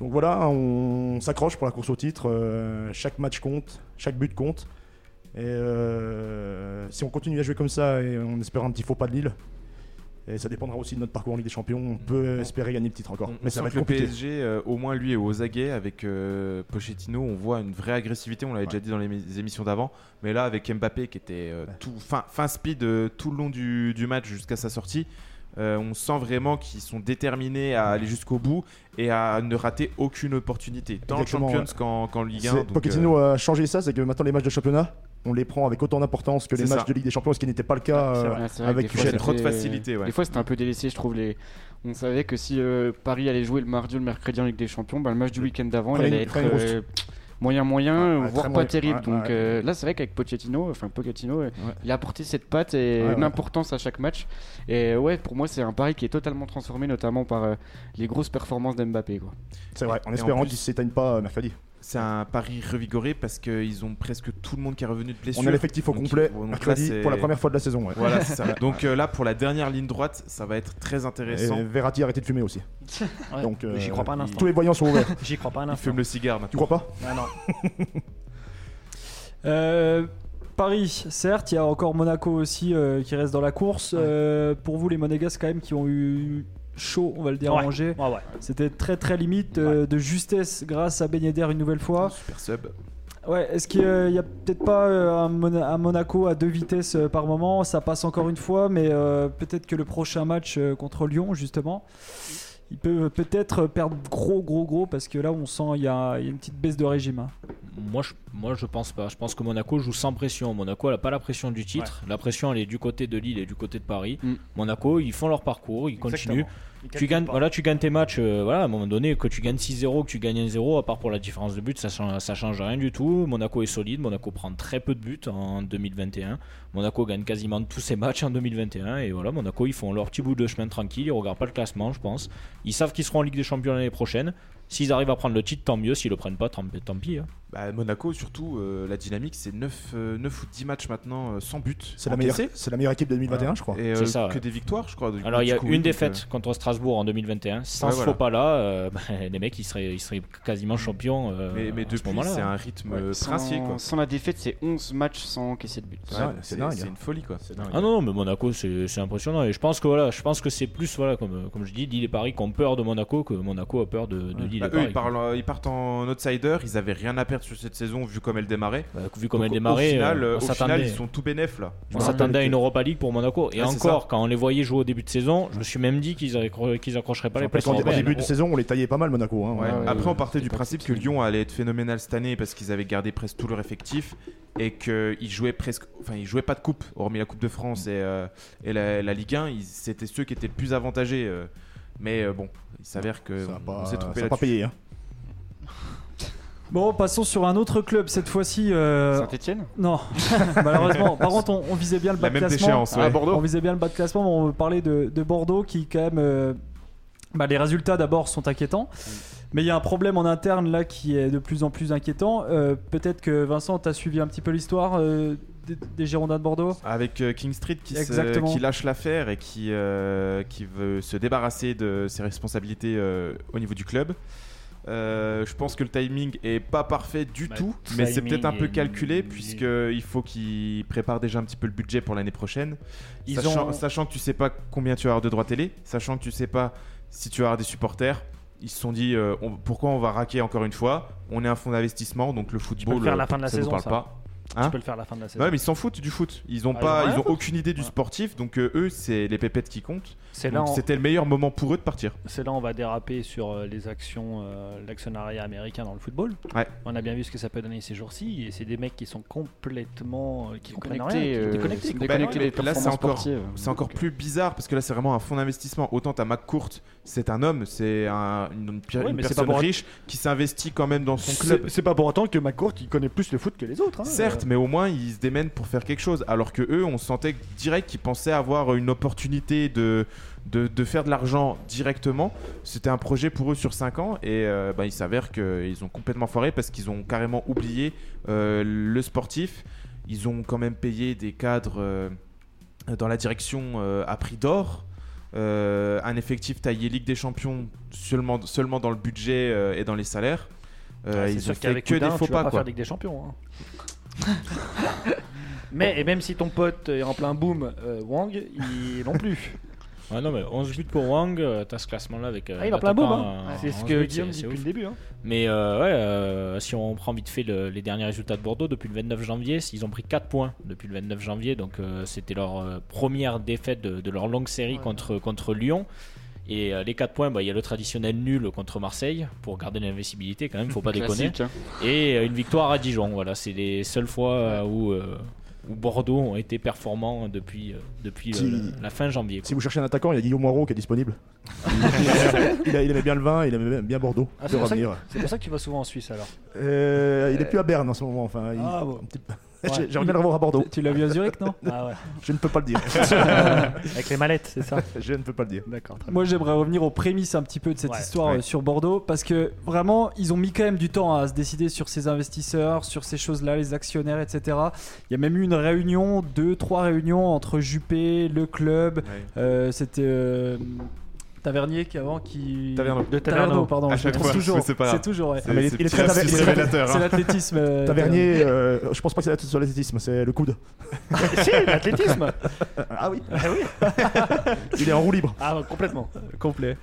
[SPEAKER 3] Donc voilà, on, s'accroche pour la course au titre. euh, chaque match compte, chaque but compte. Et euh, si on continue à jouer comme ça, et on espère un petit faux pas de Lille. Et ça dépendra aussi de notre parcours en Ligue des Champions. On peut espérer gagner le titre encore.
[SPEAKER 5] On- on
[SPEAKER 3] mais ça
[SPEAKER 5] sent
[SPEAKER 3] va
[SPEAKER 5] que
[SPEAKER 3] être
[SPEAKER 5] le
[SPEAKER 3] compliqué.
[SPEAKER 5] PSG, euh, au moins lui et aux aguets avec euh, Pochettino, on voit une vraie agressivité. On l'avait déjà dit dans les émi- émissions d'avant, mais là avec Mbappé qui était euh, tout fin, fin speed euh, tout le long du, du match jusqu'à sa sortie, euh, on sent vraiment qu'ils sont déterminés à aller jusqu'au bout et à ne rater aucune opportunité, tant en
[SPEAKER 3] Exactement,
[SPEAKER 5] Champions
[SPEAKER 3] ouais.
[SPEAKER 5] qu'en, qu'en Ligue 1.
[SPEAKER 3] C'est-
[SPEAKER 5] donc, euh,
[SPEAKER 3] Pochettino a changé ça, c'est que maintenant les matchs de championnat, on les prend avec autant d'importance que les
[SPEAKER 5] C'est
[SPEAKER 3] matchs
[SPEAKER 5] ça.
[SPEAKER 3] de Ligue des Champions, ce qui n'était pas le cas. euh,
[SPEAKER 7] Ouais, c'est vrai que
[SPEAKER 3] avec
[SPEAKER 7] des fois,
[SPEAKER 5] Tuchel.
[SPEAKER 7] c'était-
[SPEAKER 5] Trop de facilité, ouais.
[SPEAKER 7] Des fois, c'était un peu délaissé, je trouve. Les... On savait que si euh, Paris allait jouer le mardi ou le mercredi en Ligue des Champions, bah, le match du week-end d'avant, il
[SPEAKER 3] Prenez-
[SPEAKER 7] allait être
[SPEAKER 3] prenez une
[SPEAKER 7] euh, moyen, moyen,
[SPEAKER 3] Ouais, ouais,
[SPEAKER 7] voire
[SPEAKER 3] très
[SPEAKER 7] pas
[SPEAKER 3] moyen.
[SPEAKER 7] terrible.
[SPEAKER 3] Ouais,
[SPEAKER 7] Donc
[SPEAKER 3] ouais.
[SPEAKER 7] euh, là, c'est vrai qu'avec Pochettino, enfin Pochettino, euh, il a apporté cette patte et
[SPEAKER 3] Ouais, ouais.
[SPEAKER 7] une importance à chaque match. Et ouais, pour moi, c'est un Paris qui est totalement transformé, notamment par euh, les grosses performances d'Mbappé. quoi.
[SPEAKER 3] C'est vrai, en
[SPEAKER 5] Et
[SPEAKER 3] espérant
[SPEAKER 5] en plus-
[SPEAKER 3] qu'ils ne s'éteignent pas euh, mercredi.
[SPEAKER 5] c'est un pari revigoré parce qu'ils ont presque tout le monde qui est revenu de blessure.
[SPEAKER 3] On a l'effectif au
[SPEAKER 5] Donc,
[SPEAKER 3] complet
[SPEAKER 5] bon, donc
[SPEAKER 3] mercredi
[SPEAKER 5] là, c'est-
[SPEAKER 3] pour la première fois de la saison. ouais.
[SPEAKER 5] Voilà, c'est ça. Donc euh, là, pour la dernière ligne droite, ça va être très
[SPEAKER 3] Et
[SPEAKER 5] intéressant.
[SPEAKER 3] Verratti a arrêté de fumer aussi.
[SPEAKER 2] Ouais.
[SPEAKER 3] Donc, euh,
[SPEAKER 2] J'y crois pas un
[SPEAKER 5] il-
[SPEAKER 2] instant.
[SPEAKER 3] Tous les voyants sont ouverts.
[SPEAKER 2] J'y crois pas un
[SPEAKER 5] Il
[SPEAKER 2] instant.
[SPEAKER 5] fume le cigare maintenant.
[SPEAKER 3] tu crois pas
[SPEAKER 2] Ah non.
[SPEAKER 1] Euh, Paris, certes, il y a encore Monaco aussi euh, qui reste dans la course. Euh, pour vous, les Monégas, quand même, qui ont eu chaud, on va le dire, à
[SPEAKER 2] Ouais.
[SPEAKER 1] Angers.
[SPEAKER 2] Ah Ouais, ouais.
[SPEAKER 1] C'était très très limite euh, de justesse grâce à Ben Yedder une nouvelle fois.
[SPEAKER 5] Super sub.
[SPEAKER 1] Ouais, est-ce qu'il n'y a peut-être pas euh, un, Mona- un Monaco à deux vitesses euh, par moment Ça passe encore une fois, mais euh, peut-être que le prochain match euh, contre Lyon, justement, ils peuvent peut-être perdre gros, gros, gros, parce que là, on sent il y, a il y a une petite baisse de régime. hein.
[SPEAKER 4] Moi je, moi, je pense pas. Je pense que Monaco joue sans pression. Monaco n'a pas la pression du titre. La pression, elle est du côté de Lille et du côté de Paris.
[SPEAKER 7] Mm.
[SPEAKER 4] Monaco, ils font leur parcours, ils continuent.
[SPEAKER 2] Il
[SPEAKER 4] Tu
[SPEAKER 2] calcule
[SPEAKER 4] gagnes,
[SPEAKER 2] pas.
[SPEAKER 4] voilà, tu gagnes tes matchs. euh, voilà, à un moment donné, que tu gagnes 6-0, que tu gagnes 1-0, à part pour la différence de but, ça change, ça change rien du tout. Monaco est solide. Monaco prend très peu de buts en 2021. Monaco gagne quasiment tous ses matchs en 2021. Et voilà, Monaco, ils font leur petit bout de chemin tranquille. Ils regardent pas le classement, je pense. Ils savent qu'ils seront en Ligue des Champions l'année prochaine. S'ils arrivent à prendre le titre, tant mieux. S'ils le prennent pas, tant, tant pis. hein.
[SPEAKER 5] Bah, Monaco, surtout, euh, la dynamique, c'est 9, euh, 9 ou 10 matchs maintenant euh, sans but.
[SPEAKER 3] C'est la, meilleure...
[SPEAKER 5] encaissés.
[SPEAKER 3] c'est la meilleure équipe de 2021, je crois.
[SPEAKER 5] Et euh,
[SPEAKER 4] C'est ça,
[SPEAKER 5] que
[SPEAKER 4] ouais.
[SPEAKER 5] des victoires, je crois. du-
[SPEAKER 4] Alors,
[SPEAKER 5] du
[SPEAKER 4] il y a
[SPEAKER 5] coup, oui,
[SPEAKER 4] une
[SPEAKER 5] donc, euh,
[SPEAKER 4] défaite contre Strasbourg en 2021. Sans
[SPEAKER 5] Ouais,
[SPEAKER 4] ce
[SPEAKER 5] voilà.
[SPEAKER 4] faux pas-là, euh, bah, les mecs, ils seraient, ils seraient quasiment champions. euh,
[SPEAKER 5] euh, mais mais
[SPEAKER 4] à ce
[SPEAKER 5] depuis,
[SPEAKER 4] moment-là,
[SPEAKER 5] c'est
[SPEAKER 4] hein.
[SPEAKER 5] un rythme euh,
[SPEAKER 7] sans,
[SPEAKER 5] princier. Quoi.
[SPEAKER 7] sans la défaite, c'est 11 matchs sans encaisser de but.
[SPEAKER 3] C'est dingue, c'est dingue.
[SPEAKER 5] une folie. quoi.
[SPEAKER 4] Ah non, mais Monaco, c'est c'est impressionnant. Et je pense que voilà, je pense que c'est plus voilà, comme, comme je dis, Lille et Paris qui ont peur de Monaco que Monaco a peur de, de Lille
[SPEAKER 5] Bah,
[SPEAKER 4] et
[SPEAKER 5] eux,
[SPEAKER 4] Paris.
[SPEAKER 5] ils, parlent, euh, ils partent en outsider. Ils avaient rien à perdre sur cette saison vu comme elle démarrait.
[SPEAKER 4] Bah, vu comme
[SPEAKER 5] Donc,
[SPEAKER 4] elle
[SPEAKER 5] au-
[SPEAKER 4] démarrait,
[SPEAKER 5] au final,
[SPEAKER 4] euh,
[SPEAKER 5] euh,
[SPEAKER 4] on
[SPEAKER 5] au final,
[SPEAKER 4] s'attendait.
[SPEAKER 5] ils sont tout bénef là.
[SPEAKER 4] On s'attendait à une Europa League pour Monaco. Et
[SPEAKER 5] Ouais, c'est
[SPEAKER 4] encore,
[SPEAKER 5] ça.
[SPEAKER 4] quand on les voyait jouer au début de saison, je me suis même dit qu'ils accro- qu'ils accrocheraient pas
[SPEAKER 3] Je
[SPEAKER 4] les
[SPEAKER 3] rappelle
[SPEAKER 4] places
[SPEAKER 3] qu'en dé- en
[SPEAKER 4] européennes.
[SPEAKER 3] début de saison, on les taillait pas mal, Monaco. hein.
[SPEAKER 5] Ouais. Ah,
[SPEAKER 7] Ah Ouais, ouais,
[SPEAKER 5] Après,
[SPEAKER 7] ouais,
[SPEAKER 5] on partait
[SPEAKER 7] c'était
[SPEAKER 5] du
[SPEAKER 7] pas
[SPEAKER 5] principe que
[SPEAKER 7] exceptionnel.
[SPEAKER 5] Lyon allait être phénoménal cette année parce qu'ils avaient gardé presque tout leur effectif et qu'ils jouaient presque, enfin, ils jouaient pas de coupe, hormis la Coupe de France et, euh, et la, la Ligue 1. ils- C'était ceux qui étaient le plus avantagés. euh, mais euh, bon, il s'avère que
[SPEAKER 3] Ça n'a
[SPEAKER 5] on-
[SPEAKER 3] pas,
[SPEAKER 5] on s'est trompé
[SPEAKER 3] ça a pas
[SPEAKER 5] là-dessus.
[SPEAKER 3] payé. hein.
[SPEAKER 1] Bon, passons sur un autre club, cette fois-ci. euh,
[SPEAKER 7] Saint-Etienne
[SPEAKER 1] Non, malheureusement. Par contre, on, on visait bien le bas
[SPEAKER 5] La
[SPEAKER 1] de
[SPEAKER 5] même
[SPEAKER 1] classement.
[SPEAKER 5] déchéance, ouais.
[SPEAKER 7] Ah, Bordeaux
[SPEAKER 1] On visait bien le bas de classement, mais on veut parler de, de Bordeaux qui, quand même, euh, bah, les résultats d'abord sont inquiétants.
[SPEAKER 5] Mm.
[SPEAKER 1] Mais il y a un problème en interne là qui est de plus en plus inquiétant. Euh, Peut-être que Vincent, t'as suivi un petit peu l'histoire euh, des, des Girondins de Bordeaux.
[SPEAKER 5] Avec euh, King Street qui, se-
[SPEAKER 1] Exactement.
[SPEAKER 5] qui lâche l'affaire et qui, euh, qui veut se débarrasser de ses responsabilités euh, au niveau du club. Euh, je pense que le timing est pas parfait du
[SPEAKER 2] Bah,
[SPEAKER 5] tout, mais c'est
[SPEAKER 2] timing
[SPEAKER 5] peut-être un peu
[SPEAKER 2] est
[SPEAKER 5] calculé
[SPEAKER 2] nul.
[SPEAKER 5] puisqu'il faut qu'ils préparent déjà un petit peu le budget pour l'année prochaine.
[SPEAKER 2] Ils
[SPEAKER 5] sachant,
[SPEAKER 2] ont-
[SPEAKER 5] sachant que tu sais pas combien tu vas avoir de droits télé, sachant que tu sais pas si tu vas avoir des supporters, ils se sont dit euh, on- pourquoi on va raquer encore une fois On est un fonds d'investissement donc le football
[SPEAKER 2] le faire à la
[SPEAKER 5] euh,
[SPEAKER 2] fin de la
[SPEAKER 5] ça nous
[SPEAKER 2] saison,
[SPEAKER 5] parle
[SPEAKER 2] ça.
[SPEAKER 5] pas.
[SPEAKER 2] Tu
[SPEAKER 5] Hein
[SPEAKER 2] peux le faire à la fin de la saison.
[SPEAKER 5] Ouais, mais ils s'en foutent du foot. Ils ont
[SPEAKER 2] Ah, ils ont
[SPEAKER 5] pas,
[SPEAKER 2] rien
[SPEAKER 5] ils
[SPEAKER 2] à
[SPEAKER 5] ont aucune idée du
[SPEAKER 2] Ouais.
[SPEAKER 5] sportif, donc euh, eux c'est les pépettes qui comptent.
[SPEAKER 2] C'est là,
[SPEAKER 5] Donc,
[SPEAKER 2] on-
[SPEAKER 5] C'était le meilleur moment pour eux de partir.
[SPEAKER 2] c'est là on va déraper sur euh, les actions, euh, l'actionnariat américain dans le football.
[SPEAKER 5] Ouais.
[SPEAKER 2] On a bien vu ce que ça peut donner ces jours-ci, et c'est des mecs qui sont complètement, euh, qui comprennent rien,
[SPEAKER 7] Déconnecté,
[SPEAKER 2] qui-
[SPEAKER 7] euh,
[SPEAKER 2] déconnectés,
[SPEAKER 7] c'est
[SPEAKER 2] quoi.
[SPEAKER 7] déconnecté
[SPEAKER 5] Bah,
[SPEAKER 7] des
[SPEAKER 5] là, c'est
[SPEAKER 7] performances
[SPEAKER 5] encore-
[SPEAKER 7] sportives.
[SPEAKER 5] C'est encore plus bizarre parce que là, c'est vraiment un fonds d'investissement. Autant t'as McCourt, c'est un homme, c'est un- une, une pi-
[SPEAKER 2] Ouais,
[SPEAKER 5] une
[SPEAKER 2] mais c'est
[SPEAKER 5] personne
[SPEAKER 2] pas pour-
[SPEAKER 5] riche qui s'investit quand même dans son club.
[SPEAKER 2] C'est- C'est pas pour autant que McCourt il connaît plus le foot que les autres. hein.
[SPEAKER 5] Certes, mais au moins ils se démènent pour faire quelque chose. Alors que eux, on sentait direct qu'ils pensaient avoir une opportunité de, de, de faire de l'argent directement. C'était un projet pour eux sur 5 ans et euh, bah, il s'avère qu'ils ont complètement foiré parce qu'ils ont carrément oublié euh, le sportif. Ils ont quand même payé des cadres euh, dans la direction euh, à prix d'or. Euh, un effectif taillé Ligue des Champions seulement, seulement dans le budget euh, et dans les salaires. Euh,
[SPEAKER 2] Ah, c'est
[SPEAKER 5] ils
[SPEAKER 2] sûr
[SPEAKER 5] ont fait
[SPEAKER 2] qu'avec
[SPEAKER 5] que
[SPEAKER 2] Oudin,
[SPEAKER 5] des faux
[SPEAKER 2] tu vas
[SPEAKER 5] pas.
[SPEAKER 2] pas
[SPEAKER 5] quoi.
[SPEAKER 2] faire Ligue des Champions. hein. mais et même si ton pote est en plein boom, euh, Wang, ils l'ont plus. Euh,
[SPEAKER 4] Ouais, non, mais 11 buts pour Wang, euh, t'as ce classement-là avec. euh,
[SPEAKER 2] Ah, il a
[SPEAKER 4] un
[SPEAKER 2] plein boom.
[SPEAKER 4] attaquant,
[SPEAKER 2] hein.
[SPEAKER 4] euh,
[SPEAKER 2] C'est ce
[SPEAKER 4] 11
[SPEAKER 2] que
[SPEAKER 4] buts,
[SPEAKER 2] Guillaume
[SPEAKER 4] c'est-
[SPEAKER 2] dit
[SPEAKER 4] c'est
[SPEAKER 2] depuis le
[SPEAKER 4] ouf.
[SPEAKER 2] début. hein.
[SPEAKER 4] Mais euh, ouais, euh, si on prend vite fait le- les derniers résultats de Bordeaux depuis le 29 janvier, ils ont pris 4 points depuis le 29 janvier. Donc euh, c'était leur euh, première défaite de, de leur longue série
[SPEAKER 6] Ouais.
[SPEAKER 4] contre, contre Lyon. Et euh, les 4 points, bah, il y a le traditionnel nul contre Marseille pour garder l'investibilité quand même, faut pas déconner.
[SPEAKER 7] Classique, hein.
[SPEAKER 4] Et euh, une victoire à Dijon. Voilà, c'est les seules fois euh, où, euh, où Bordeaux ont été performants depuis, euh, depuis euh,
[SPEAKER 3] Si-
[SPEAKER 4] la fin janvier. quoi.
[SPEAKER 3] Si vous cherchez un attaquant, il y a Guillaume Moirot qui est disponible. il, a- il aimait bien le vin, il aimait bien Bordeaux.
[SPEAKER 2] Ah, c'est
[SPEAKER 3] peut
[SPEAKER 2] pour ça que-
[SPEAKER 3] revenir.
[SPEAKER 2] C'est pour ça que tu vas souvent en Suisse alors.
[SPEAKER 3] Euh, il est plus à Berne en ce moment. Enfin, il-
[SPEAKER 2] Ah, bon.
[SPEAKER 3] un petit-
[SPEAKER 2] Ouais.
[SPEAKER 3] J'aimerais bien le revoir à Bordeaux.
[SPEAKER 1] Tu l'as vu à Zurich, non
[SPEAKER 2] Ah ouais.
[SPEAKER 3] Je ne peux pas le dire.
[SPEAKER 2] Avec les mallettes, c'est ça
[SPEAKER 3] Je ne peux pas le dire.
[SPEAKER 2] D'accord. très bien.
[SPEAKER 1] Moi, j'aimerais revenir aux prémices un petit peu de cette
[SPEAKER 2] Ouais,
[SPEAKER 1] histoire
[SPEAKER 3] ouais.
[SPEAKER 1] euh, sur Bordeaux parce que vraiment, ils ont mis quand même du temps à se décider sur ces investisseurs, sur ces choses-là, les actionnaires, etc. Il y a même eu une réunion, deux, trois réunions entre Juppé, le club. euh, C'était euh, Tavernier qui avant qui.
[SPEAKER 5] Taverneau.
[SPEAKER 1] De Taverneau,
[SPEAKER 2] Taverneau.
[SPEAKER 1] pardon.
[SPEAKER 5] À
[SPEAKER 1] je le
[SPEAKER 5] chaque
[SPEAKER 1] trouve
[SPEAKER 5] fois,
[SPEAKER 1] toujours.
[SPEAKER 5] c'est pas grave.
[SPEAKER 1] toujours. ouais.
[SPEAKER 5] C'est-
[SPEAKER 3] Ah, mais il est-
[SPEAKER 5] c'est
[SPEAKER 3] il est
[SPEAKER 5] petit-
[SPEAKER 3] très
[SPEAKER 5] c'est
[SPEAKER 3] révélateur,
[SPEAKER 5] révélateur, hein.
[SPEAKER 1] C'est l'athlétisme. euh,
[SPEAKER 3] Tavernier, euh, je pense pas que c'est sur l'athlétisme, c'est le coude.
[SPEAKER 2] si, l'athlétisme
[SPEAKER 3] Ah oui,
[SPEAKER 2] Ah oui
[SPEAKER 3] il est en roue libre.
[SPEAKER 2] Ah, complètement.
[SPEAKER 1] complet.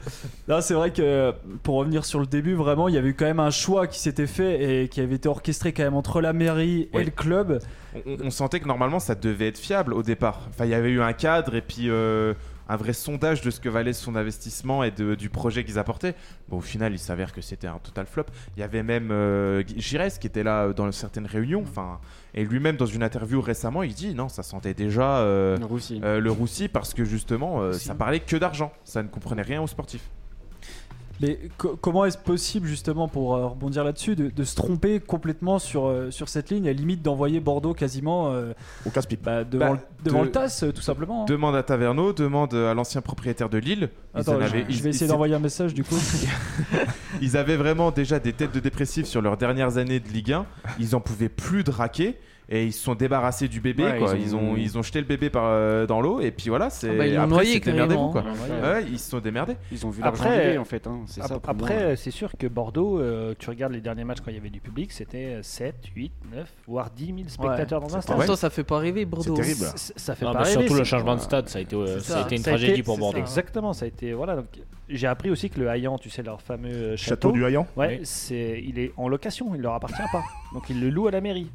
[SPEAKER 1] Là, c'est vrai que pour revenir sur le début, vraiment, il y avait eu quand même un choix qui s'était fait et qui avait été orchestré quand même entre la mairie et
[SPEAKER 5] Oui.
[SPEAKER 1] le club.
[SPEAKER 5] On, on sentait que normalement ça devait être fiable au départ. Enfin, il y avait eu un cadre et puis euh, un vrai sondage de ce que valait son investissement et de- du projet qu'ils apportaient. Bon, au final, il s'avère que c'était un total flop. Il y avait même euh, Guy Giresse qui était là euh, dans certaines réunions. Enfin, et lui-même dans une interview récemment, il dit non, ça sentait déjà euh,
[SPEAKER 7] En Russie.
[SPEAKER 5] euh, le roussi parce que justement, euh,
[SPEAKER 7] Si.
[SPEAKER 5] ça parlait que d'argent. Ça ne comprenait rien aux sportifs.
[SPEAKER 1] Mais co- comment est-ce possible, justement, pour euh, rebondir là-dessus, de, de se tromper complètement sur, euh, sur cette ligne, à la limite d'envoyer Bordeaux quasiment euh,
[SPEAKER 3] Au casse-pipe.
[SPEAKER 1] bah, devant,
[SPEAKER 5] Bah,
[SPEAKER 1] le, devant
[SPEAKER 5] de-
[SPEAKER 1] le TAS, euh, tout simplement hein.
[SPEAKER 5] Demande à Taverneau, demande à l'ancien propriétaire de Lille. Ils en
[SPEAKER 1] Attends, je,
[SPEAKER 5] avaient-
[SPEAKER 1] je
[SPEAKER 5] ils-
[SPEAKER 1] vais
[SPEAKER 5] ils
[SPEAKER 1] essayer
[SPEAKER 5] s'étaient-
[SPEAKER 1] d'envoyer un message du coup.
[SPEAKER 5] Ils avaient vraiment déjà des têtes de dépressifs sur leurs dernières années de Ligue 1. Ils en pouvaient plus draquer et ils se sont débarrassés du bébé.
[SPEAKER 7] Ouais,
[SPEAKER 5] quoi. Ils,
[SPEAKER 7] ils
[SPEAKER 5] ont...
[SPEAKER 7] ont-
[SPEAKER 5] Ils, ont, jeté le bébé par, euh, dans l'eau et puis voilà, c'est.
[SPEAKER 6] Ah bah, ils l'ont
[SPEAKER 5] après,
[SPEAKER 6] noyé,
[SPEAKER 5] c'est
[SPEAKER 6] carrément,
[SPEAKER 5] démerdez-vous, quoi.
[SPEAKER 6] hein.
[SPEAKER 5] Ouais, ouais, ils se sont démerdés.
[SPEAKER 7] Ils ont vu
[SPEAKER 2] Après-
[SPEAKER 7] l'argent arriver, en fait. hein. C'est ça.
[SPEAKER 2] Ap-
[SPEAKER 7] pour moi.
[SPEAKER 2] Après, euh, c'est sûr que Bordeaux, euh, tu regardes les derniers matchs quand il y avait du public, c'était euh, 7, 8, 9, voire 10 000 spectateurs dans un
[SPEAKER 6] En
[SPEAKER 2] stade.
[SPEAKER 6] même temps, ça fait pas rêver, Bordeaux.
[SPEAKER 3] Ah C'est terrible.
[SPEAKER 2] C- c- Ça fait
[SPEAKER 4] Non,
[SPEAKER 2] pas
[SPEAKER 4] mais
[SPEAKER 2] rêver,
[SPEAKER 4] surtout le
[SPEAKER 2] c'est-
[SPEAKER 4] changement de stade, ça a été, euh,
[SPEAKER 6] C'est
[SPEAKER 4] ça a
[SPEAKER 6] ça.
[SPEAKER 4] été une
[SPEAKER 2] Ça a été-
[SPEAKER 4] tragédie pour
[SPEAKER 6] c'est
[SPEAKER 4] Bordeaux.
[SPEAKER 6] ça.
[SPEAKER 2] Exactement, ça a été voilà. donc, j'ai appris aussi que le Hayan, tu sais leur fameux euh,
[SPEAKER 3] Château
[SPEAKER 2] château,
[SPEAKER 3] du Hayan.
[SPEAKER 2] ouais, c'est il est en location, il leur appartient pas, donc ils le louent à la mairie.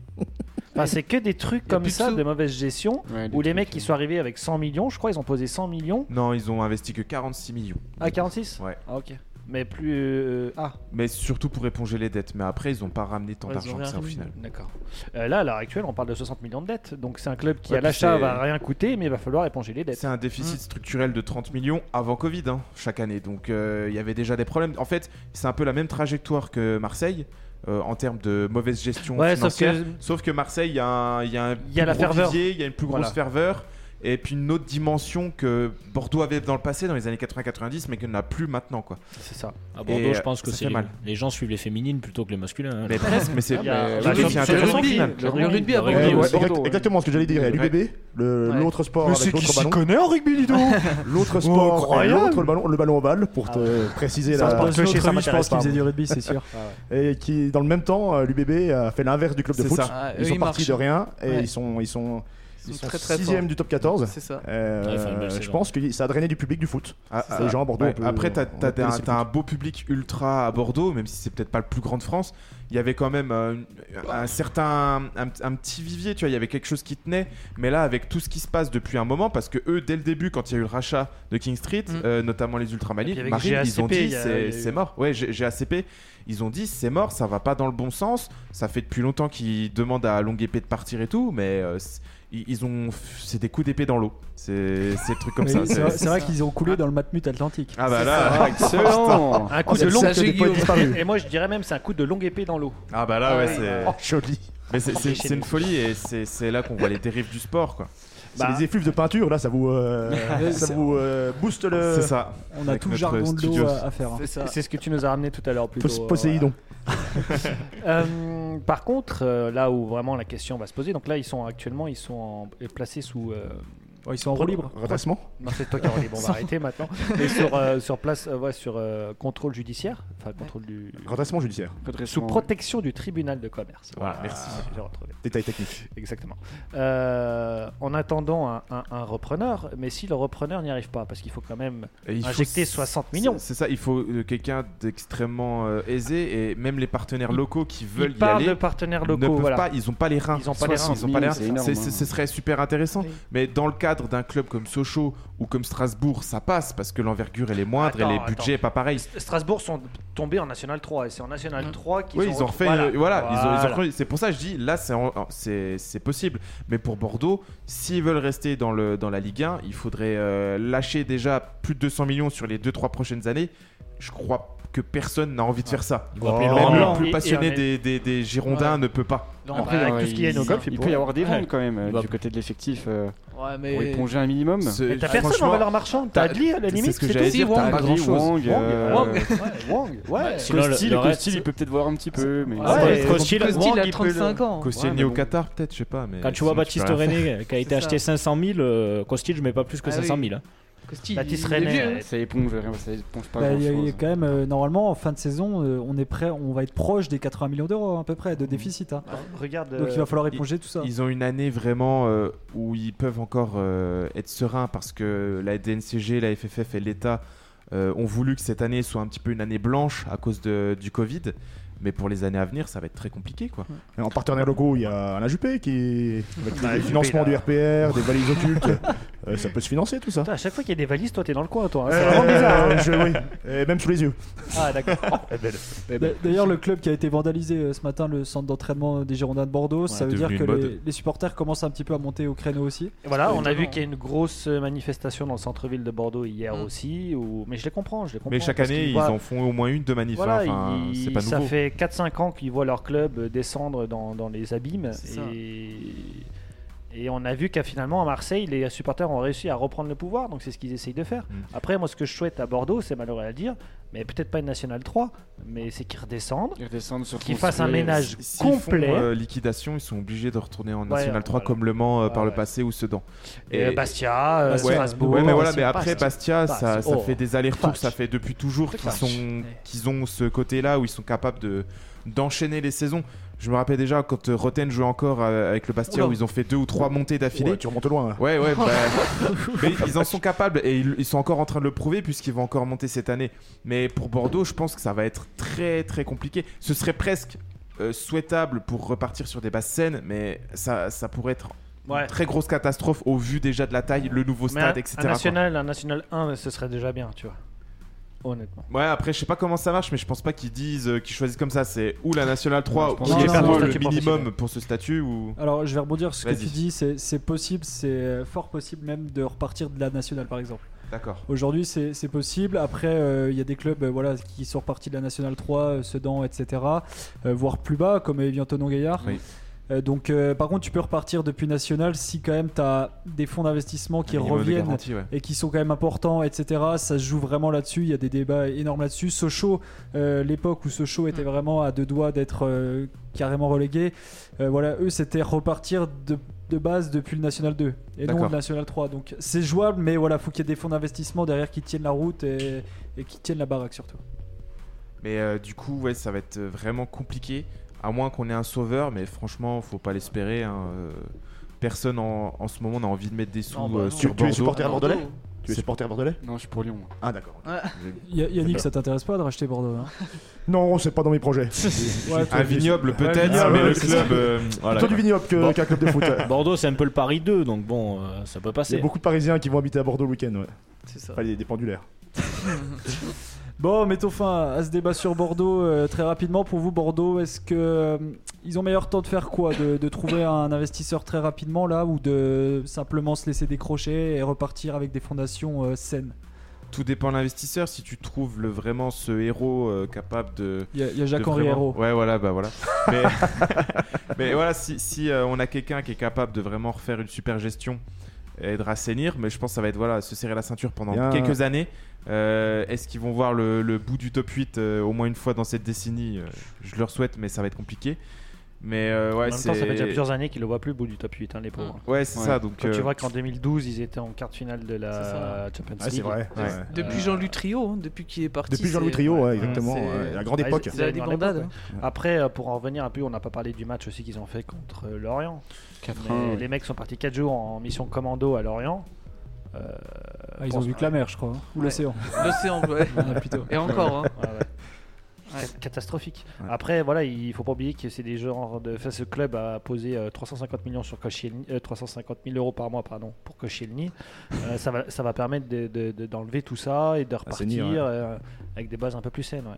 [SPEAKER 2] Enfin, c'est que des trucs
[SPEAKER 6] a
[SPEAKER 2] comme
[SPEAKER 6] plus de
[SPEAKER 2] ça,
[SPEAKER 6] sous.
[SPEAKER 2] de mauvaise gestion,
[SPEAKER 7] Ouais,
[SPEAKER 2] où les mecs
[SPEAKER 7] trucs,
[SPEAKER 2] qui sont arrivés avec 100 millions, je crois, ils ont posé 100 millions
[SPEAKER 5] Non, ils ont investi que 46 millions.
[SPEAKER 2] à 46.
[SPEAKER 5] Ouais.
[SPEAKER 2] Ah, ok. Mais plus euh, ah
[SPEAKER 5] Mais surtout pour éponger les dettes. Mais après, ils n'ont pas ramené tant
[SPEAKER 6] Ouais, ils
[SPEAKER 5] d'argent
[SPEAKER 6] ont
[SPEAKER 5] que
[SPEAKER 6] rien
[SPEAKER 5] ça au
[SPEAKER 6] ramené.
[SPEAKER 5] final.
[SPEAKER 2] D'accord. Euh, là, à l'heure actuelle, on parle de 60 millions de dettes. Donc c'est un club qui,
[SPEAKER 5] Ouais,
[SPEAKER 2] à
[SPEAKER 5] puis
[SPEAKER 2] l'achat,
[SPEAKER 5] c'est-
[SPEAKER 2] va rien coûter, mais il va falloir éponger les dettes.
[SPEAKER 5] C'est un déficit
[SPEAKER 6] Mmh.
[SPEAKER 5] structurel de 30 millions avant Covid, hein, chaque année. Donc euh, il y avait déjà des problèmes. En fait, c'est un peu la même trajectoire que Marseille euh, en termes de mauvaise gestion
[SPEAKER 2] Ouais, sauf
[SPEAKER 5] financière.
[SPEAKER 2] que-
[SPEAKER 5] Sauf que, Marseille, il y a, un, il y a, un
[SPEAKER 2] Il y a
[SPEAKER 5] plus
[SPEAKER 2] la
[SPEAKER 5] gros
[SPEAKER 2] ferveur.
[SPEAKER 5] vivier, il y a une plus grosse
[SPEAKER 2] Voilà.
[SPEAKER 5] ferveur. et puis une autre dimension que Bordeaux avait dans le passé, dans les années 80-90, mais qu'elle n'a plus maintenant. Quoi.
[SPEAKER 2] C'est ça.
[SPEAKER 4] À Bordeaux,
[SPEAKER 5] Et,
[SPEAKER 4] je pense que
[SPEAKER 5] ça
[SPEAKER 4] c'est
[SPEAKER 5] fait
[SPEAKER 4] les,
[SPEAKER 5] mal.
[SPEAKER 4] les gens suivent les féminines plutôt que les masculins. hein.
[SPEAKER 5] Mais presque, mais c'est
[SPEAKER 2] Il y a-
[SPEAKER 5] mais
[SPEAKER 2] bah,
[SPEAKER 5] oui,
[SPEAKER 2] le-
[SPEAKER 5] c'est
[SPEAKER 2] c'est le
[SPEAKER 5] intéressant au
[SPEAKER 2] rugby.
[SPEAKER 5] final.
[SPEAKER 2] Le
[SPEAKER 6] Le
[SPEAKER 2] rugby,
[SPEAKER 6] rugby à
[SPEAKER 2] ouais,
[SPEAKER 6] Bordeaux.
[SPEAKER 3] Euh, ouais,
[SPEAKER 2] ouais,
[SPEAKER 3] exact-
[SPEAKER 2] Bordeaux, ouais.
[SPEAKER 3] exactement ce que j'allais dire.
[SPEAKER 5] Ouais.
[SPEAKER 3] L'UBB, le-
[SPEAKER 2] Ouais.
[SPEAKER 3] l'autre sport
[SPEAKER 2] Mais
[SPEAKER 3] avec l'autre ballon.
[SPEAKER 2] connaît en rugby, dis donc Oh,
[SPEAKER 3] L'autre sport, et
[SPEAKER 2] incroyable. Ah
[SPEAKER 3] l'autre, le ballon, le ballon ovale, pour te préciser
[SPEAKER 2] Ça se
[SPEAKER 3] la.
[SPEAKER 2] porte
[SPEAKER 1] Dans une
[SPEAKER 2] chez
[SPEAKER 1] autre
[SPEAKER 2] ça
[SPEAKER 1] vie, je
[SPEAKER 2] m'intéresse
[SPEAKER 1] pense
[SPEAKER 2] pas,
[SPEAKER 1] qu'il faisait du rugby, c'est sûr.
[SPEAKER 3] Et qui, dans le même temps, euh, l'UBB a fait l'inverse du club de
[SPEAKER 5] C'est
[SPEAKER 3] foot.
[SPEAKER 5] ça.
[SPEAKER 6] Ah,
[SPEAKER 3] Ils
[SPEAKER 6] eux,
[SPEAKER 3] sont partis
[SPEAKER 6] marchent.
[SPEAKER 3] de rien et
[SPEAKER 6] Ouais.
[SPEAKER 3] ils sont, ils sont,
[SPEAKER 6] Ils
[SPEAKER 3] ils
[SPEAKER 6] sont
[SPEAKER 3] sont
[SPEAKER 6] très très
[SPEAKER 3] sixième
[SPEAKER 6] forts.
[SPEAKER 3] du top 14.
[SPEAKER 6] C'est ça.
[SPEAKER 3] Euh,
[SPEAKER 4] Ouais, fait une belle
[SPEAKER 3] je
[SPEAKER 4] saison.
[SPEAKER 3] pense que ça a drainé du public du foot.
[SPEAKER 5] Ah,
[SPEAKER 3] C'est
[SPEAKER 5] ah,
[SPEAKER 3] les gens à Bordeaux,
[SPEAKER 5] ouais.
[SPEAKER 3] on peut-
[SPEAKER 5] Après, t'as,
[SPEAKER 3] on
[SPEAKER 5] t'as-
[SPEAKER 3] peut
[SPEAKER 5] t'as
[SPEAKER 3] laisser
[SPEAKER 5] un,
[SPEAKER 3] le
[SPEAKER 5] t'as un beau public ultra à Bordeaux, même si c'est peut-être pas le plus grand de France. Il y avait quand même euh, une- un certain, un, un petit vivier, tu vois. Il y avait quelque chose qui tenait. Mais là, avec tout ce qui se passe depuis un moment, parce que eux, dès le début, quand il y a eu le rachat de King Street,
[SPEAKER 6] Mm.
[SPEAKER 5] euh, notamment les ultramarines,
[SPEAKER 2] Et puis avec
[SPEAKER 5] marines, ils ont
[SPEAKER 2] GACP,
[SPEAKER 5] dit
[SPEAKER 2] il y a- il
[SPEAKER 5] c'est,
[SPEAKER 2] y a
[SPEAKER 5] c'est
[SPEAKER 2] eu-
[SPEAKER 5] mort. Ouais, G- GACP, ils ont dit c'est mort, ça va pas dans le bon sens. Ça fait depuis longtemps qu'ils demandent à Longue Épée de partir et tout, mais euh, c'est- ils ils ont, c'est des coups d'épée dans l'eau. C'est, c'est des trucs comme
[SPEAKER 1] Mais
[SPEAKER 5] ça.
[SPEAKER 1] c'est vrai- C'est vrai
[SPEAKER 6] ça.
[SPEAKER 1] qu'ils ont coulé dans le Matmut Atlantique.
[SPEAKER 5] Ah bah là,
[SPEAKER 7] Excellent
[SPEAKER 2] Un coup de
[SPEAKER 6] c'est
[SPEAKER 2] longue
[SPEAKER 6] ça,
[SPEAKER 2] épée.
[SPEAKER 6] j'ai Guillaume.
[SPEAKER 2] Et moi, je dirais même, c'est un coup de longue épée dans l'eau.
[SPEAKER 5] Ah bah là,
[SPEAKER 6] Ah
[SPEAKER 5] ouais,
[SPEAKER 6] oui.
[SPEAKER 5] c'est.
[SPEAKER 3] public. Joli.
[SPEAKER 5] Mais c'est- c'est
[SPEAKER 2] c'est
[SPEAKER 5] c'est une folie et c'est c'est là qu'on voit les dérives du sport, quoi.
[SPEAKER 2] Bah.
[SPEAKER 3] C'est les effluves de peinture, là, ça vous, euh, ça vous euh, booste le.
[SPEAKER 5] C'est ça.
[SPEAKER 1] On a
[SPEAKER 5] Avec
[SPEAKER 1] tout le
[SPEAKER 5] notre
[SPEAKER 1] jargon de
[SPEAKER 5] studio.
[SPEAKER 1] l'eau à, à faire. hein.
[SPEAKER 6] C'est ça.
[SPEAKER 2] C'est ce que tu nous as ramené tout à l'heure. plus
[SPEAKER 3] Pos- Poséidon.
[SPEAKER 2] Euh, par contre, euh, là où vraiment la question va se poser, donc là ils sont actuellement ils sont en- placés sous. euh,
[SPEAKER 1] ils sont en roue libre.
[SPEAKER 3] Redressement.
[SPEAKER 2] non, c'est toi qui en libre, on va arrêter maintenant. Mais sur, euh, sur place, euh, ouais, sur euh, contrôle judiciaire, enfin contrôle du.
[SPEAKER 3] Redressement judiciaire.
[SPEAKER 2] Sous protection du tribunal de commerce. ah,
[SPEAKER 5] Voilà, merci.
[SPEAKER 2] J'ai retrouvé.
[SPEAKER 3] Détail technique.
[SPEAKER 2] Exactement. Euh, en attendant un, un- un repreneur, mais si le repreneur n'y arrive pas, parce qu'il faut quand même.
[SPEAKER 5] Et il faut-
[SPEAKER 2] Injecter 60 millions.
[SPEAKER 5] C'est c'est ça, il faut euh, quelqu'un d'extrêmement euh, aisé et même les partenaires
[SPEAKER 2] Ils-
[SPEAKER 5] locaux qui veulent
[SPEAKER 2] il
[SPEAKER 5] y
[SPEAKER 2] parle
[SPEAKER 5] aller.
[SPEAKER 2] de partenaires
[SPEAKER 5] ne
[SPEAKER 2] locaux,
[SPEAKER 5] peuvent
[SPEAKER 2] voilà.
[SPEAKER 5] pas, ils ont pas les reins.
[SPEAKER 2] Ils ont pas les reins.
[SPEAKER 5] Ils ont pas les reins.
[SPEAKER 7] C'est énorme,
[SPEAKER 5] C'est- c'est-
[SPEAKER 7] hein.
[SPEAKER 5] Ce serait super intéressant.
[SPEAKER 6] Oui.
[SPEAKER 5] Mais dans le cadre d'un club comme Sochaux ou comme Strasbourg, ça passe parce que l'envergure elle est moindre
[SPEAKER 2] Attends,
[SPEAKER 5] et les budgets pas pareils.
[SPEAKER 2] Strasbourg sont tombés en National 3 et c'est en National 3 qu'ils
[SPEAKER 5] Oui,
[SPEAKER 2] ont
[SPEAKER 5] ils ont refait.
[SPEAKER 2] Voilà.
[SPEAKER 5] euh, Voilà, ils ont- ils ont
[SPEAKER 2] Voilà.
[SPEAKER 5] refait- c'est pour ça que je dis là, c'est en- en- c'est c'est possible. Mais pour Bordeaux, s'ils veulent rester dans le dans la Ligue 1, il faudrait euh, lâcher déjà plus de 200 millions sur les 2-3 prochaines années. Je crois que personne n'a envie de faire ça.
[SPEAKER 4] Ils vont appeler
[SPEAKER 3] Oh,
[SPEAKER 5] Même
[SPEAKER 4] Laurent
[SPEAKER 5] le
[SPEAKER 2] Blanc.
[SPEAKER 5] plus
[SPEAKER 2] Et- et
[SPEAKER 5] passionné
[SPEAKER 2] on est-
[SPEAKER 5] des, des- des Girondins
[SPEAKER 6] Ouais.
[SPEAKER 5] ne peut pas.
[SPEAKER 6] Non,
[SPEAKER 2] Après, avec tout ce qu'il y a, nos golfs,
[SPEAKER 7] il peut
[SPEAKER 2] pourraient-
[SPEAKER 7] y avoir des
[SPEAKER 2] Ouais.
[SPEAKER 7] ventes quand même euh,
[SPEAKER 4] va-
[SPEAKER 7] du côté de l'effectif euh,
[SPEAKER 6] Ouais,
[SPEAKER 7] pour
[SPEAKER 6] mais.
[SPEAKER 7] éponger un minimum.
[SPEAKER 5] Ce-
[SPEAKER 2] Mais t'as
[SPEAKER 5] franchement,
[SPEAKER 2] personne en valeur marchande, t'as
[SPEAKER 5] t'as-
[SPEAKER 2] Adli à la
[SPEAKER 5] c'est
[SPEAKER 2] limite.
[SPEAKER 5] ce que
[SPEAKER 2] c'est
[SPEAKER 5] j'allais
[SPEAKER 2] tout.
[SPEAKER 5] dire,
[SPEAKER 6] Wang,
[SPEAKER 5] t'as pas
[SPEAKER 7] Agri,
[SPEAKER 5] grand chose.
[SPEAKER 7] Wang, euh,
[SPEAKER 2] Wang, Wang, ouais.
[SPEAKER 4] Sinon, le-
[SPEAKER 7] Costil,
[SPEAKER 4] le reste-
[SPEAKER 7] Costil, il peut peut-être voir un petit peu, mais
[SPEAKER 2] Ouais,
[SPEAKER 4] Ah, Ouais,
[SPEAKER 2] et-
[SPEAKER 4] Costil,
[SPEAKER 6] Costil,
[SPEAKER 2] Wang,
[SPEAKER 6] il a
[SPEAKER 2] il peut
[SPEAKER 6] 35 ans.
[SPEAKER 5] Koscielny
[SPEAKER 7] Ouais, mais
[SPEAKER 5] au
[SPEAKER 7] bon.
[SPEAKER 5] Qatar, peut-être, je sais pas. Mais
[SPEAKER 4] Quand tu vois
[SPEAKER 5] sinon,
[SPEAKER 4] Baptiste
[SPEAKER 5] peux rien
[SPEAKER 4] René euh, qui a été
[SPEAKER 6] C'est
[SPEAKER 4] acheté 500 000, euh, Costil, je mets pas plus que
[SPEAKER 6] Ah
[SPEAKER 4] 500 000.
[SPEAKER 6] oui.
[SPEAKER 4] hein.
[SPEAKER 6] Costil,
[SPEAKER 2] Baptiste
[SPEAKER 6] il est
[SPEAKER 2] René,
[SPEAKER 6] vieux, hein.
[SPEAKER 2] ouais.
[SPEAKER 7] ça éponge, rien, ça éponge pas
[SPEAKER 1] Bah, il y a- il y a
[SPEAKER 7] grand-chose.
[SPEAKER 1] quand même, euh, normalement, en fin de saison, euh, on est prêt, on va être proche des 80 millions d'euros à peu près de déficit. hein.
[SPEAKER 2] Regarde.
[SPEAKER 1] Donc il va falloir
[SPEAKER 5] Mmh. Euh, il-
[SPEAKER 1] éponger tout ça.
[SPEAKER 5] Ils ont une année vraiment euh, où ils peuvent encore euh, être sereins parce que la DNCG, la FFF et l'État euh, ont voulu que cette année soit un petit peu une année blanche à cause de- du Covid. Mais pour les années à venir, ça va être très compliqué. Quoi.
[SPEAKER 3] Et en partenaire locaux, il y a Alain Juppé qui. Avec
[SPEAKER 2] Alain
[SPEAKER 3] le
[SPEAKER 2] Juppé,
[SPEAKER 3] financement
[SPEAKER 2] là.
[SPEAKER 3] du RPR, des valises occultes. Euh, ça peut se financer tout ça.
[SPEAKER 2] Putain, à chaque fois qu'il y a des valises, toi t'es dans le coin, toi. hein. C'est
[SPEAKER 3] Euh,
[SPEAKER 2] vraiment bizarre. hein.
[SPEAKER 3] je- oui. Et même sous les yeux.
[SPEAKER 2] Ah, d'accord.
[SPEAKER 5] Eh ben,
[SPEAKER 1] D'a- D'ailleurs, le eh ben, club qui a été vandalisé euh, ce matin, le centre d'entraînement euh, des Girondins de Bordeaux, ça veut dire
[SPEAKER 5] devenu
[SPEAKER 1] que
[SPEAKER 5] une mode.
[SPEAKER 1] les, les supporters commencent un petit peu à monter au créneau aussi.
[SPEAKER 2] Et Voilà, on a vu qu'il y a une grosse manifestation dans le centre-ville de Bordeaux hier
[SPEAKER 6] Mm.
[SPEAKER 2] aussi. Où... Mais je les comprends, je les comprends.
[SPEAKER 5] Mais chaque
[SPEAKER 2] parce qu'ils
[SPEAKER 5] année, ils,
[SPEAKER 2] voient-
[SPEAKER 5] en font au moins une de manif.
[SPEAKER 2] Voilà,
[SPEAKER 5] enfin,
[SPEAKER 2] ils-
[SPEAKER 5] c'est pas
[SPEAKER 2] ça
[SPEAKER 5] nouveau.
[SPEAKER 2] fait 4-5 ans qu'ils voient leur club euh, descendre dans, dans les abîmes.
[SPEAKER 6] C'est ça.
[SPEAKER 2] Et... et on a vu qu'à finalement à Marseille, les supporters ont réussi à reprendre le pouvoir, donc c'est ce qu'ils essayent de faire.
[SPEAKER 5] Mm.
[SPEAKER 2] Après, moi, ce que je souhaite à Bordeaux, c'est malheureux à le dire, mais peut-être pas une nationale 3, mais c'est qu'ils redescendent,
[SPEAKER 7] Ils redescendent sur
[SPEAKER 2] qu'ils fassent un
[SPEAKER 7] construire.
[SPEAKER 2] ménage
[SPEAKER 5] S'ils font,
[SPEAKER 2] complet.
[SPEAKER 5] euh, liquidation, ils sont obligés de retourner en National 3
[SPEAKER 2] voilà.
[SPEAKER 5] comme Le Mans euh,
[SPEAKER 2] Ouais,
[SPEAKER 5] par le
[SPEAKER 2] ouais.
[SPEAKER 5] passé ou Sedan.
[SPEAKER 2] Et Bastia, euh,
[SPEAKER 1] Bastia,
[SPEAKER 5] ouais,
[SPEAKER 2] Strasbourg.
[SPEAKER 5] ouais, mais voilà,
[SPEAKER 2] c'est
[SPEAKER 5] mais après
[SPEAKER 2] Bastia.
[SPEAKER 5] Bastia, ça,
[SPEAKER 2] Bastia.
[SPEAKER 5] ça
[SPEAKER 2] Oh.
[SPEAKER 5] fait des allers-retours,
[SPEAKER 2] Bastia.
[SPEAKER 5] ça fait depuis toujours qu'ils
[SPEAKER 2] Bastia.
[SPEAKER 5] sont
[SPEAKER 6] Ouais.
[SPEAKER 5] qu'ils ont ce côté-là où ils sont capables de d'enchaîner les saisons. Je me rappelle déjà quand euh, Roten jouait encore euh, avec le Bastia
[SPEAKER 6] Oula.
[SPEAKER 5] où ils ont fait deux ou trois montées d'affilée.
[SPEAKER 3] Ouais, tu remontes loin. là.
[SPEAKER 5] Ouais, ouais, bah, mais ils en sont capables et ils, ils sont encore en train de le prouver puisqu'ils vont encore monter cette année. Mais pour Bordeaux, je pense que ça va être très très compliqué. Ce serait presque euh, souhaitable pour repartir sur des basses scènes, mais ça, ça pourrait être
[SPEAKER 2] Ouais.
[SPEAKER 5] une très grosse catastrophe au vu déjà de la taille, le nouveau
[SPEAKER 2] Mais
[SPEAKER 5] stade,
[SPEAKER 2] un-
[SPEAKER 5] etc.
[SPEAKER 2] Un national, un national 1, ce serait déjà bien, tu vois. Honnêtement.
[SPEAKER 5] Ouais, après, je sais pas comment ça marche, mais je pense pas qu'ils disent euh, qu'ils choisissent comme ça. C'est ou la Nationale 3
[SPEAKER 7] pense
[SPEAKER 5] ou
[SPEAKER 7] que
[SPEAKER 5] les
[SPEAKER 7] c'est
[SPEAKER 5] perdants
[SPEAKER 7] pour
[SPEAKER 5] le
[SPEAKER 2] le statut
[SPEAKER 5] minimum
[SPEAKER 2] professionnel.
[SPEAKER 5] pour ce statut ou.
[SPEAKER 1] Alors, je vais rebondir sur ce que
[SPEAKER 5] Vas-y.
[SPEAKER 1] tu dis, c'est c'est possible, c'est euh, fort possible même de repartir de la nationale par exemple.
[SPEAKER 5] D'accord.
[SPEAKER 1] Aujourd'hui, c'est c'est possible. Après, euh, il y a des clubs euh, voilà, qui sont repartis de la Nationale 3, euh, Sedan, etc., euh, voire plus bas, comme Evian Tonon Gaillard.
[SPEAKER 5] Oui.
[SPEAKER 1] Euh, donc, euh, par contre, tu peux repartir depuis national si quand même tu as des fonds d'investissement qui
[SPEAKER 5] Un minimum de
[SPEAKER 1] reviennent
[SPEAKER 5] garantie, ouais.
[SPEAKER 1] et qui sont quand même importants, etc. Ça se joue vraiment là-dessus. Il y a des débats énormes là-dessus. Sochaux, euh, l'époque où Sochaux était vraiment à deux doigts d'être euh, carrément relégué, euh, voilà, eux c'était repartir de, de base depuis le National 2 et non
[SPEAKER 5] D'accord.
[SPEAKER 1] le National 3. Donc c'est jouable, mais voilà, faut qu'il y ait des fonds d'investissement derrière qui tiennent la route et, et qui tiennent la baraque surtout.
[SPEAKER 5] Mais euh, du coup, ouais, ça va être euh, vraiment compliqué, à moins qu'on ait un sauveur, mais franchement, faut pas l'espérer. hein, euh, Personne en, en ce moment n'a envie de mettre des sous
[SPEAKER 4] Non, bah
[SPEAKER 5] euh,
[SPEAKER 4] non.
[SPEAKER 3] Tu-
[SPEAKER 5] sur
[SPEAKER 3] tu es
[SPEAKER 5] Bordeaux.
[SPEAKER 3] supporter bordelais Tu es
[SPEAKER 5] C'est-
[SPEAKER 3] supporter bordelais
[SPEAKER 7] Non, je suis pour Lyon. moi.
[SPEAKER 3] Ah d'accord. ok.
[SPEAKER 1] Ya- Yannick,
[SPEAKER 3] pas-
[SPEAKER 1] ça t'intéresse pas de racheter Bordeaux hein
[SPEAKER 3] Non, c'est pas dans mes projets.
[SPEAKER 1] Ouais,
[SPEAKER 5] Un
[SPEAKER 1] toi,
[SPEAKER 5] vignoble peut-être,
[SPEAKER 3] vignoble,
[SPEAKER 5] mais
[SPEAKER 3] ouais,
[SPEAKER 5] le
[SPEAKER 3] c'est
[SPEAKER 5] club. euh, voilà,
[SPEAKER 3] Plutôt
[SPEAKER 5] quoi.
[SPEAKER 3] du vignoble que-
[SPEAKER 5] Bon.
[SPEAKER 3] qu'un club de foot.
[SPEAKER 4] Bordeaux, c'est un peu le Paris 2, donc bon, euh, ça peut
[SPEAKER 3] Il y
[SPEAKER 4] passer.
[SPEAKER 3] a beaucoup de Parisiens qui vont habiter à Bordeaux le week-end. Ouais.
[SPEAKER 6] C'est ça.
[SPEAKER 3] Enfin, les- des pendulaires.
[SPEAKER 1] Bon, mettons fin à ce débat sur Bordeaux euh, très rapidement. Pour vous, Bordeaux, est-ce que euh, ils ont meilleur temps de faire quoi de, de trouver un investisseur très rapidement là ou de simplement se laisser décrocher et repartir avec des fondations euh, saines
[SPEAKER 5] Tout dépend de l'investisseur. Si tu trouves le, vraiment ce héros euh, capable de.
[SPEAKER 1] Il y a, il y a
[SPEAKER 5] de
[SPEAKER 1] Jacques-Henri
[SPEAKER 5] vraiment-
[SPEAKER 1] Hérault.
[SPEAKER 5] Ouais, voilà, bah voilà. Mais, mais voilà, si, si, euh, on a quelqu'un qui est capable de vraiment refaire une super gestion et de rassainir, mais je pense que ça va être voilà, se serrer la ceinture pendant
[SPEAKER 3] Il y a un-
[SPEAKER 5] quelques années. Euh, Est-ce qu'ils vont voir le, le bout du top 8 euh, au moins une fois dans cette décennie Euh, Je leur souhaite, mais ça va être compliqué. Mais euh,
[SPEAKER 2] En
[SPEAKER 5] ouais,
[SPEAKER 2] même temps, ça
[SPEAKER 5] c'est.
[SPEAKER 2] fait déjà plusieurs années qu'ils le voient plus, le bout du top 8, hein, les pauvres.
[SPEAKER 5] Ouais, c'est
[SPEAKER 7] Ouais.
[SPEAKER 5] ça. Donc,
[SPEAKER 2] Quand tu
[SPEAKER 5] euh,
[SPEAKER 2] vois qu'en 2012, ils étaient en quart de finale de
[SPEAKER 6] C'est
[SPEAKER 2] la
[SPEAKER 6] ça.
[SPEAKER 2] Champions
[SPEAKER 3] Ah, c'est
[SPEAKER 2] League.
[SPEAKER 3] vrai.
[SPEAKER 5] Ouais.
[SPEAKER 3] ouais.
[SPEAKER 6] Depuis
[SPEAKER 2] Euh,
[SPEAKER 6] Jean-Louis Trio, hein, depuis qu'il est parti.
[SPEAKER 3] Depuis Jean-Louis
[SPEAKER 6] c'est-
[SPEAKER 3] Trio, ouais,
[SPEAKER 6] Ouais.
[SPEAKER 3] exactement.
[SPEAKER 6] C'est-
[SPEAKER 3] ouais, La grande
[SPEAKER 2] Ah,
[SPEAKER 3] époque.
[SPEAKER 2] ils-
[SPEAKER 6] C'est la
[SPEAKER 2] ils avaient
[SPEAKER 6] débandade,
[SPEAKER 2] l'époque, ouais. Après, euh, pour en revenir un peu, on n'a pas parlé du match aussi qu'ils ont fait contre euh, Lorient. Mais
[SPEAKER 7] 4-1. Oh, ouais.
[SPEAKER 2] Les mecs sont partis 4 jours en mission commando à Lorient. Euh,
[SPEAKER 1] Ah, ils ont
[SPEAKER 2] pense-
[SPEAKER 1] vu que la mer, je crois, hein. ou
[SPEAKER 6] Ouais.
[SPEAKER 1] l'océan.
[SPEAKER 6] L'océan, ouais.
[SPEAKER 1] Ah, plutôt.
[SPEAKER 6] Et encore, hein.
[SPEAKER 2] Ouais, ouais.
[SPEAKER 6] Ouais.
[SPEAKER 2] Ca- catastrophique.
[SPEAKER 5] Ouais.
[SPEAKER 2] Après, voilà, il faut pas oublier que c'est des genres de. Enfin, ce club a posé euh, 350 millions sur Koscielny- euh, 350 000 euros par mois, pardon, pour Koscielny. Euh, ça va, ça va permettre de- de- de- d'enlever tout ça et de repartir
[SPEAKER 3] Assainir, ouais.
[SPEAKER 2] euh, avec des bases un peu plus saines. ouais.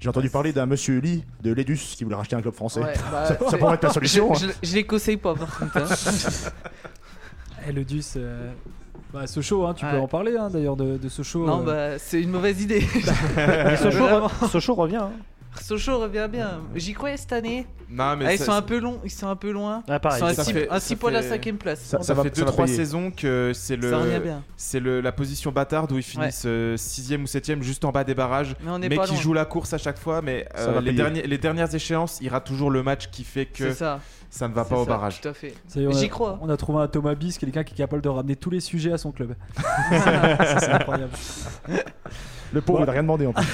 [SPEAKER 3] J'ai entendu parler d'un monsieur Lee de Ledus qui voulait racheter un club français.
[SPEAKER 6] Ouais, bah,
[SPEAKER 3] ça, ça
[SPEAKER 6] c'est-
[SPEAKER 3] pourrait être la
[SPEAKER 6] Je,
[SPEAKER 3] solution. hein.
[SPEAKER 6] je- je les conseille pas par contre. hein.
[SPEAKER 1] Et le Dus, euh, bah, Sochaux, hein, tu peux
[SPEAKER 6] Ouais.
[SPEAKER 1] en parler hein, d'ailleurs de, de Sochaux.
[SPEAKER 6] Non,
[SPEAKER 1] euh.
[SPEAKER 6] bah c'est une mauvaise idée.
[SPEAKER 2] Mais Sochaux,
[SPEAKER 6] Vraiment.
[SPEAKER 2] re- Sochaux revient. hein.
[SPEAKER 6] Sochaux revient bien. J'y croyais cette année.
[SPEAKER 5] non, mais
[SPEAKER 6] Ah, ils
[SPEAKER 5] ça-
[SPEAKER 6] sont un peu longs, ils sont un peu loin.
[SPEAKER 2] Ah, pareil,
[SPEAKER 6] ils sont à
[SPEAKER 5] ça
[SPEAKER 6] six-
[SPEAKER 5] fait-
[SPEAKER 6] à
[SPEAKER 5] ça
[SPEAKER 6] 6 points à la
[SPEAKER 5] fait-
[SPEAKER 6] cinquième place.
[SPEAKER 3] Ça,
[SPEAKER 5] ça,
[SPEAKER 3] va-
[SPEAKER 5] fait
[SPEAKER 3] ça va
[SPEAKER 5] 2-3
[SPEAKER 3] payer.
[SPEAKER 5] saisons que c'est le.
[SPEAKER 6] Ça revient bien.
[SPEAKER 5] C'est le- la position bâtarde où ils finissent 6 ou 7 juste en bas des barrages.
[SPEAKER 6] Mais on n'est
[SPEAKER 5] Mais
[SPEAKER 6] pas
[SPEAKER 5] qui
[SPEAKER 6] loin.
[SPEAKER 5] joue la course à chaque fois, mais
[SPEAKER 3] Ça
[SPEAKER 5] euh,
[SPEAKER 3] va
[SPEAKER 5] les,
[SPEAKER 3] payer.
[SPEAKER 5] derniers- les dernières échéances, il y aura toujours le match qui fait que
[SPEAKER 6] C'est
[SPEAKER 5] ça.
[SPEAKER 6] ça.
[SPEAKER 5] ne va
[SPEAKER 6] c'est
[SPEAKER 5] pas au
[SPEAKER 6] ça,
[SPEAKER 5] barrage.
[SPEAKER 6] Tout à fait.
[SPEAKER 1] Ça y est, on a-
[SPEAKER 6] J'y crois. hein.
[SPEAKER 1] On a trouvé un Thomas Bis, quelqu'un qui est capable de ramener tous les sujets à son club. Ça, c'est incroyable.
[SPEAKER 3] Le pauvre,
[SPEAKER 1] Bon.
[SPEAKER 3] il n'a rien demandé en plus.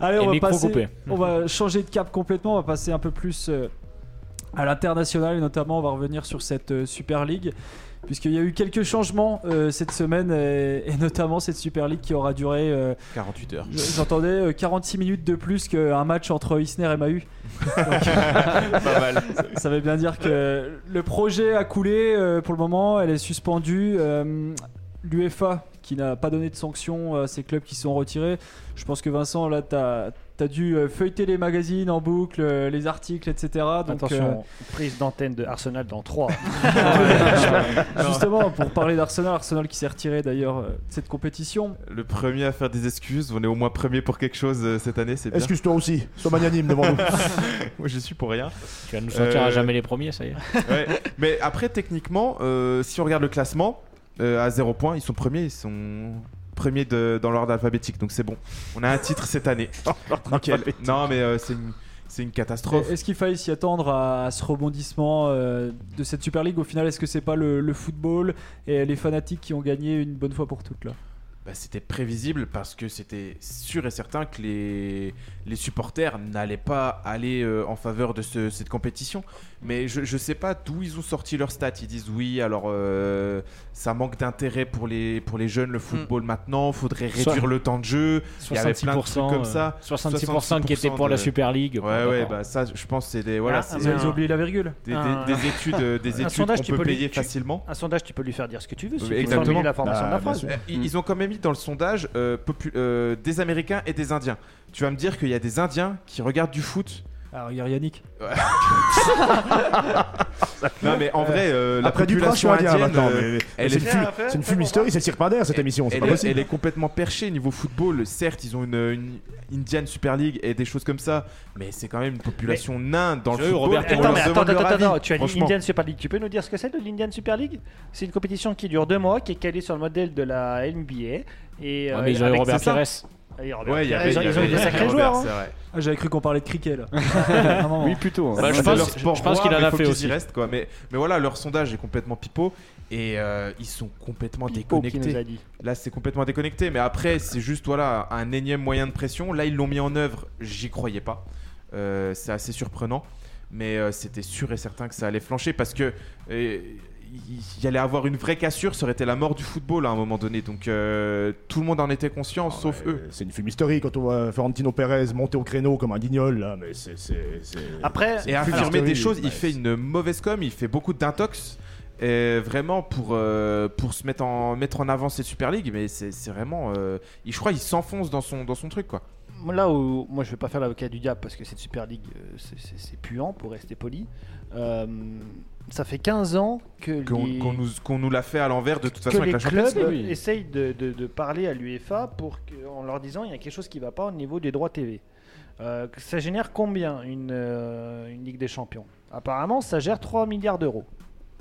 [SPEAKER 1] Allez,
[SPEAKER 4] Et
[SPEAKER 1] on va,
[SPEAKER 4] micro
[SPEAKER 1] passer-
[SPEAKER 4] coupé.
[SPEAKER 1] on va changer de cap complètement. On va passer un peu plus euh, à l'international et notamment on va revenir sur cette euh, Super League. Puisqu'il y a eu quelques changements euh, cette semaine et, et notamment cette Super League qui aura duré, euh,
[SPEAKER 5] 48 heures.
[SPEAKER 1] je- j'entendais, euh, 46 minutes de plus qu'un match entre Isner et Mahu.
[SPEAKER 5] pas mal.
[SPEAKER 1] Ça veut bien dire que le projet a coulé euh, pour le moment, elle est suspendue. Euh, L'UEFA qui n'a pas donné de sanctions à ces clubs qui sont retirés. Je pense que Vincent, là, t'as as dû euh, feuilleter les magazines en boucle, euh, les articles, etc. Donc,
[SPEAKER 2] Attention, euh, prise d'antenne de Arsenal dans 3.
[SPEAKER 1] euh, justement, pour parler d'Arsenal, Arsenal qui s'est retiré d'ailleurs euh, de cette compétition.
[SPEAKER 5] Le premier à faire des excuses, on est au moins premier pour quelque chose euh, cette année, c'est bien.
[SPEAKER 3] Excuse-toi aussi. Sois magnanime devant nous.
[SPEAKER 5] Moi, je suis pour rien.
[SPEAKER 4] Tu vas nous sortir
[SPEAKER 5] Euh,
[SPEAKER 4] à jamais les premiers, ça y est.
[SPEAKER 5] Ouais. Mais après, techniquement, euh, si on regarde le classement, euh, à 0 points, ils sont premiers, ils sont premiers de- dans l'ordre alphabétique, donc c'est bon. On a un titre cette année. Nickel. Non, mais euh, c'est une, c'est une catastrophe.
[SPEAKER 1] Est-ce qu'il fallait s'y attendre à, à ce rebondissement euh, de cette Super League Au final, est-ce que c'est pas le, le football et les fanatiques qui ont gagné une bonne fois pour toutes là
[SPEAKER 5] Bah, c'était prévisible parce que c'était sûr et certain que les, les supporters n'allaient pas aller euh, en faveur de ce- cette compétition. Mais je ne sais pas d'où ils ont sorti leurs stats. Ils disent oui, alors euh, ça manque d'intérêt pour les, pour les
[SPEAKER 2] Hmm.
[SPEAKER 5] jeunes, le football maintenant, faudrait
[SPEAKER 4] Soit-
[SPEAKER 5] réduire le temps de jeu. Il y avait plein de trucs
[SPEAKER 4] 66%,
[SPEAKER 5] comme
[SPEAKER 4] euh,
[SPEAKER 5] ça.
[SPEAKER 4] 66% qui étaient pour
[SPEAKER 5] de-
[SPEAKER 4] la Super
[SPEAKER 2] euh,
[SPEAKER 4] League. Bon,
[SPEAKER 5] Ouais, ouais,
[SPEAKER 4] d'accord.
[SPEAKER 5] bah ça, je pense, que c'est des, voilà,
[SPEAKER 2] Ah,
[SPEAKER 5] c'est
[SPEAKER 2] un
[SPEAKER 1] Ils ont- ils ont
[SPEAKER 2] un-
[SPEAKER 1] oublié la virgule
[SPEAKER 5] des, des-
[SPEAKER 2] un-
[SPEAKER 5] des études, euh, des études
[SPEAKER 2] sondage, tu
[SPEAKER 5] qu'on peut
[SPEAKER 2] peux les-
[SPEAKER 5] payer
[SPEAKER 2] tu-
[SPEAKER 5] facilement.
[SPEAKER 2] Un sondage, tu peux lui faire dire ce que tu veux. Si
[SPEAKER 5] Oui,
[SPEAKER 2] tu veux
[SPEAKER 5] exactement.
[SPEAKER 2] formuler la formation
[SPEAKER 3] Bah,
[SPEAKER 2] de la
[SPEAKER 3] bien
[SPEAKER 2] phrase.
[SPEAKER 3] sûr.
[SPEAKER 5] Euh, ils,
[SPEAKER 2] Mm.
[SPEAKER 5] ils ont quand même mis dans le sondage euh, popu- euh, des Américains et des Indiens. Tu vas me dire qu'il y a des Indiens qui regardent du foot
[SPEAKER 2] Ah, regarde Yannick.
[SPEAKER 5] Non, mais en vrai, euh, la
[SPEAKER 3] Après du trash,
[SPEAKER 5] population
[SPEAKER 3] on va dire
[SPEAKER 5] indienne,
[SPEAKER 3] maintenant.
[SPEAKER 5] euh,
[SPEAKER 3] mais- mais- mais
[SPEAKER 5] elle
[SPEAKER 3] C'est
[SPEAKER 5] est
[SPEAKER 3] une,
[SPEAKER 2] Rien
[SPEAKER 3] fu-
[SPEAKER 2] à faire,
[SPEAKER 3] c'est une
[SPEAKER 2] fais pour
[SPEAKER 3] fumisterie, c'est cirpadaire cette
[SPEAKER 5] Elle-
[SPEAKER 3] émission, c'est
[SPEAKER 5] elle
[SPEAKER 3] pas
[SPEAKER 5] est-
[SPEAKER 3] possible.
[SPEAKER 5] Elle est complètement perchée niveau football. Certes, ils ont une, une Indian Super League et des choses comme ça, mais c'est quand même une population nain dans le
[SPEAKER 4] Sérieux,
[SPEAKER 5] football.
[SPEAKER 4] Robert,
[SPEAKER 5] et on
[SPEAKER 2] Attends,
[SPEAKER 5] leur
[SPEAKER 2] mais attends,
[SPEAKER 5] demande
[SPEAKER 2] attends,
[SPEAKER 5] leur
[SPEAKER 2] attends,
[SPEAKER 5] avis,
[SPEAKER 2] tu as dit
[SPEAKER 5] franchement.
[SPEAKER 2] l'Indian Super League. Tu peux nous dire ce que c'est de l'Indian Super League C'est une compétition qui dure deux mois, qui est calée sur le modèle de la NBA. Et,
[SPEAKER 4] Ouais,
[SPEAKER 2] euh,
[SPEAKER 4] Ah, mais ils ont eu
[SPEAKER 2] avec-
[SPEAKER 4] Robert
[SPEAKER 2] c'est ça.
[SPEAKER 4] Pires.
[SPEAKER 2] Et Robert
[SPEAKER 5] Ouais, il y
[SPEAKER 2] Pires,
[SPEAKER 5] avait,
[SPEAKER 2] Ah, ils ont-
[SPEAKER 5] il y
[SPEAKER 2] ils ont eu
[SPEAKER 5] avait-
[SPEAKER 2] des sacrés
[SPEAKER 5] Robert,
[SPEAKER 2] joueurs. hein.
[SPEAKER 5] c'est vrai.
[SPEAKER 1] Ah, J'avais cru qu'on parlait de cricket là. Un moment.
[SPEAKER 7] Oui, plutôt. hein.
[SPEAKER 4] Bah, je
[SPEAKER 5] C'est
[SPEAKER 4] pense-
[SPEAKER 5] leur sport
[SPEAKER 4] je pense
[SPEAKER 5] roi,
[SPEAKER 4] qu'il en
[SPEAKER 5] mais
[SPEAKER 4] a
[SPEAKER 5] faut
[SPEAKER 4] fait
[SPEAKER 5] qu'ils y
[SPEAKER 4] aussi.
[SPEAKER 5] restent, quoi. Mais, mais voilà, leur sondage est complètement pipeau et euh, ils sont complètement
[SPEAKER 2] Pipo qui nous
[SPEAKER 5] déconnectés.
[SPEAKER 2] a dit.
[SPEAKER 5] Là, c'est complètement déconnecté, mais après, c'est juste voilà, un énième moyen de pression. Là, ils l'ont mis en œuvre, j'y croyais pas. Euh, c'est assez surprenant, mais euh, c'était sûr et certain que ça allait flancher parce que euh, il il y allait avoir une vraie cassure, ça aurait été la mort du football à un moment donné. Donc, euh, tout le monde en était conscient, sauf
[SPEAKER 3] Euh,
[SPEAKER 5] eux.
[SPEAKER 3] C'est une fumisterie quand on voit Florentino Pérez monter au créneau comme un guignol là, mais c'est. c'est- c'est-
[SPEAKER 2] Après,
[SPEAKER 3] Full
[SPEAKER 5] Et affirmer
[SPEAKER 3] story,
[SPEAKER 5] des choses,
[SPEAKER 3] ouais.
[SPEAKER 5] il fait une mauvaise com, il fait beaucoup d'intox. Et vraiment pour, euh, pour se mettre en, mettre en avant cette Super League, mais c'est c'est vraiment. euh, il- je crois il s'enfonce dans son, dans son truc quoi.
[SPEAKER 2] là où moi je vais pas faire l'avocat du diable parce que cette Super League euh, c'est- c'est c'est puant pour rester poli. Euh, ça fait 15 ans que,
[SPEAKER 5] Qu'on
[SPEAKER 2] les,
[SPEAKER 5] qu'on nous, qu'on nous l'a fait à l'envers de
[SPEAKER 2] que
[SPEAKER 5] toute façon
[SPEAKER 2] les
[SPEAKER 5] avec la Champions
[SPEAKER 2] clubs
[SPEAKER 5] League.
[SPEAKER 7] League, oui.
[SPEAKER 2] essayent de, de- de parler à l'UEFA pour que- en leur disant il y a quelque chose qui va pas au niveau des droits TV. Euh, ça génère combien une, euh, une Ligue des Champions Apparemment ça gère 3 milliards d'euros.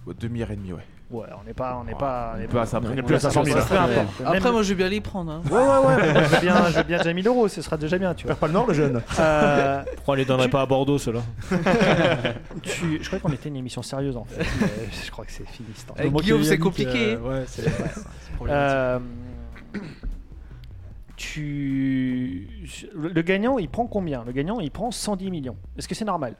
[SPEAKER 5] Bon, Deux milliards et demi, ouais.
[SPEAKER 2] Ouais, on n'est pas on n'est
[SPEAKER 5] Ouais,
[SPEAKER 2] pas on n'est
[SPEAKER 5] Peu à ça après.
[SPEAKER 3] On est plus à 500 000.
[SPEAKER 2] peu importe. Même-
[SPEAKER 6] Après, moi, je vais bien les prendre. hein.
[SPEAKER 2] Ouais, ouais, ouais, mais moi, je veux bien, je veux bien déjà 1000 euros, ce sera déjà bien, tu vois.
[SPEAKER 3] Perd pas le nord le jeune.
[SPEAKER 2] Euh,
[SPEAKER 4] Pourquoi on les donnerait pas à Bordeaux, ceux-là
[SPEAKER 2] Tu- Je crois qu'on était une émission sérieuse en fait. mais je crois que c'est fini ce temps.
[SPEAKER 6] Avec
[SPEAKER 1] Moi,
[SPEAKER 6] Guillaume,
[SPEAKER 1] qui ai
[SPEAKER 6] c'est
[SPEAKER 1] Yannick,
[SPEAKER 6] compliqué.
[SPEAKER 1] euh, ouais, c'est-
[SPEAKER 2] Euh, tu... Le gagnant, il prend combien Le gagnant, il prend 110 millions. Est-ce que c'est normal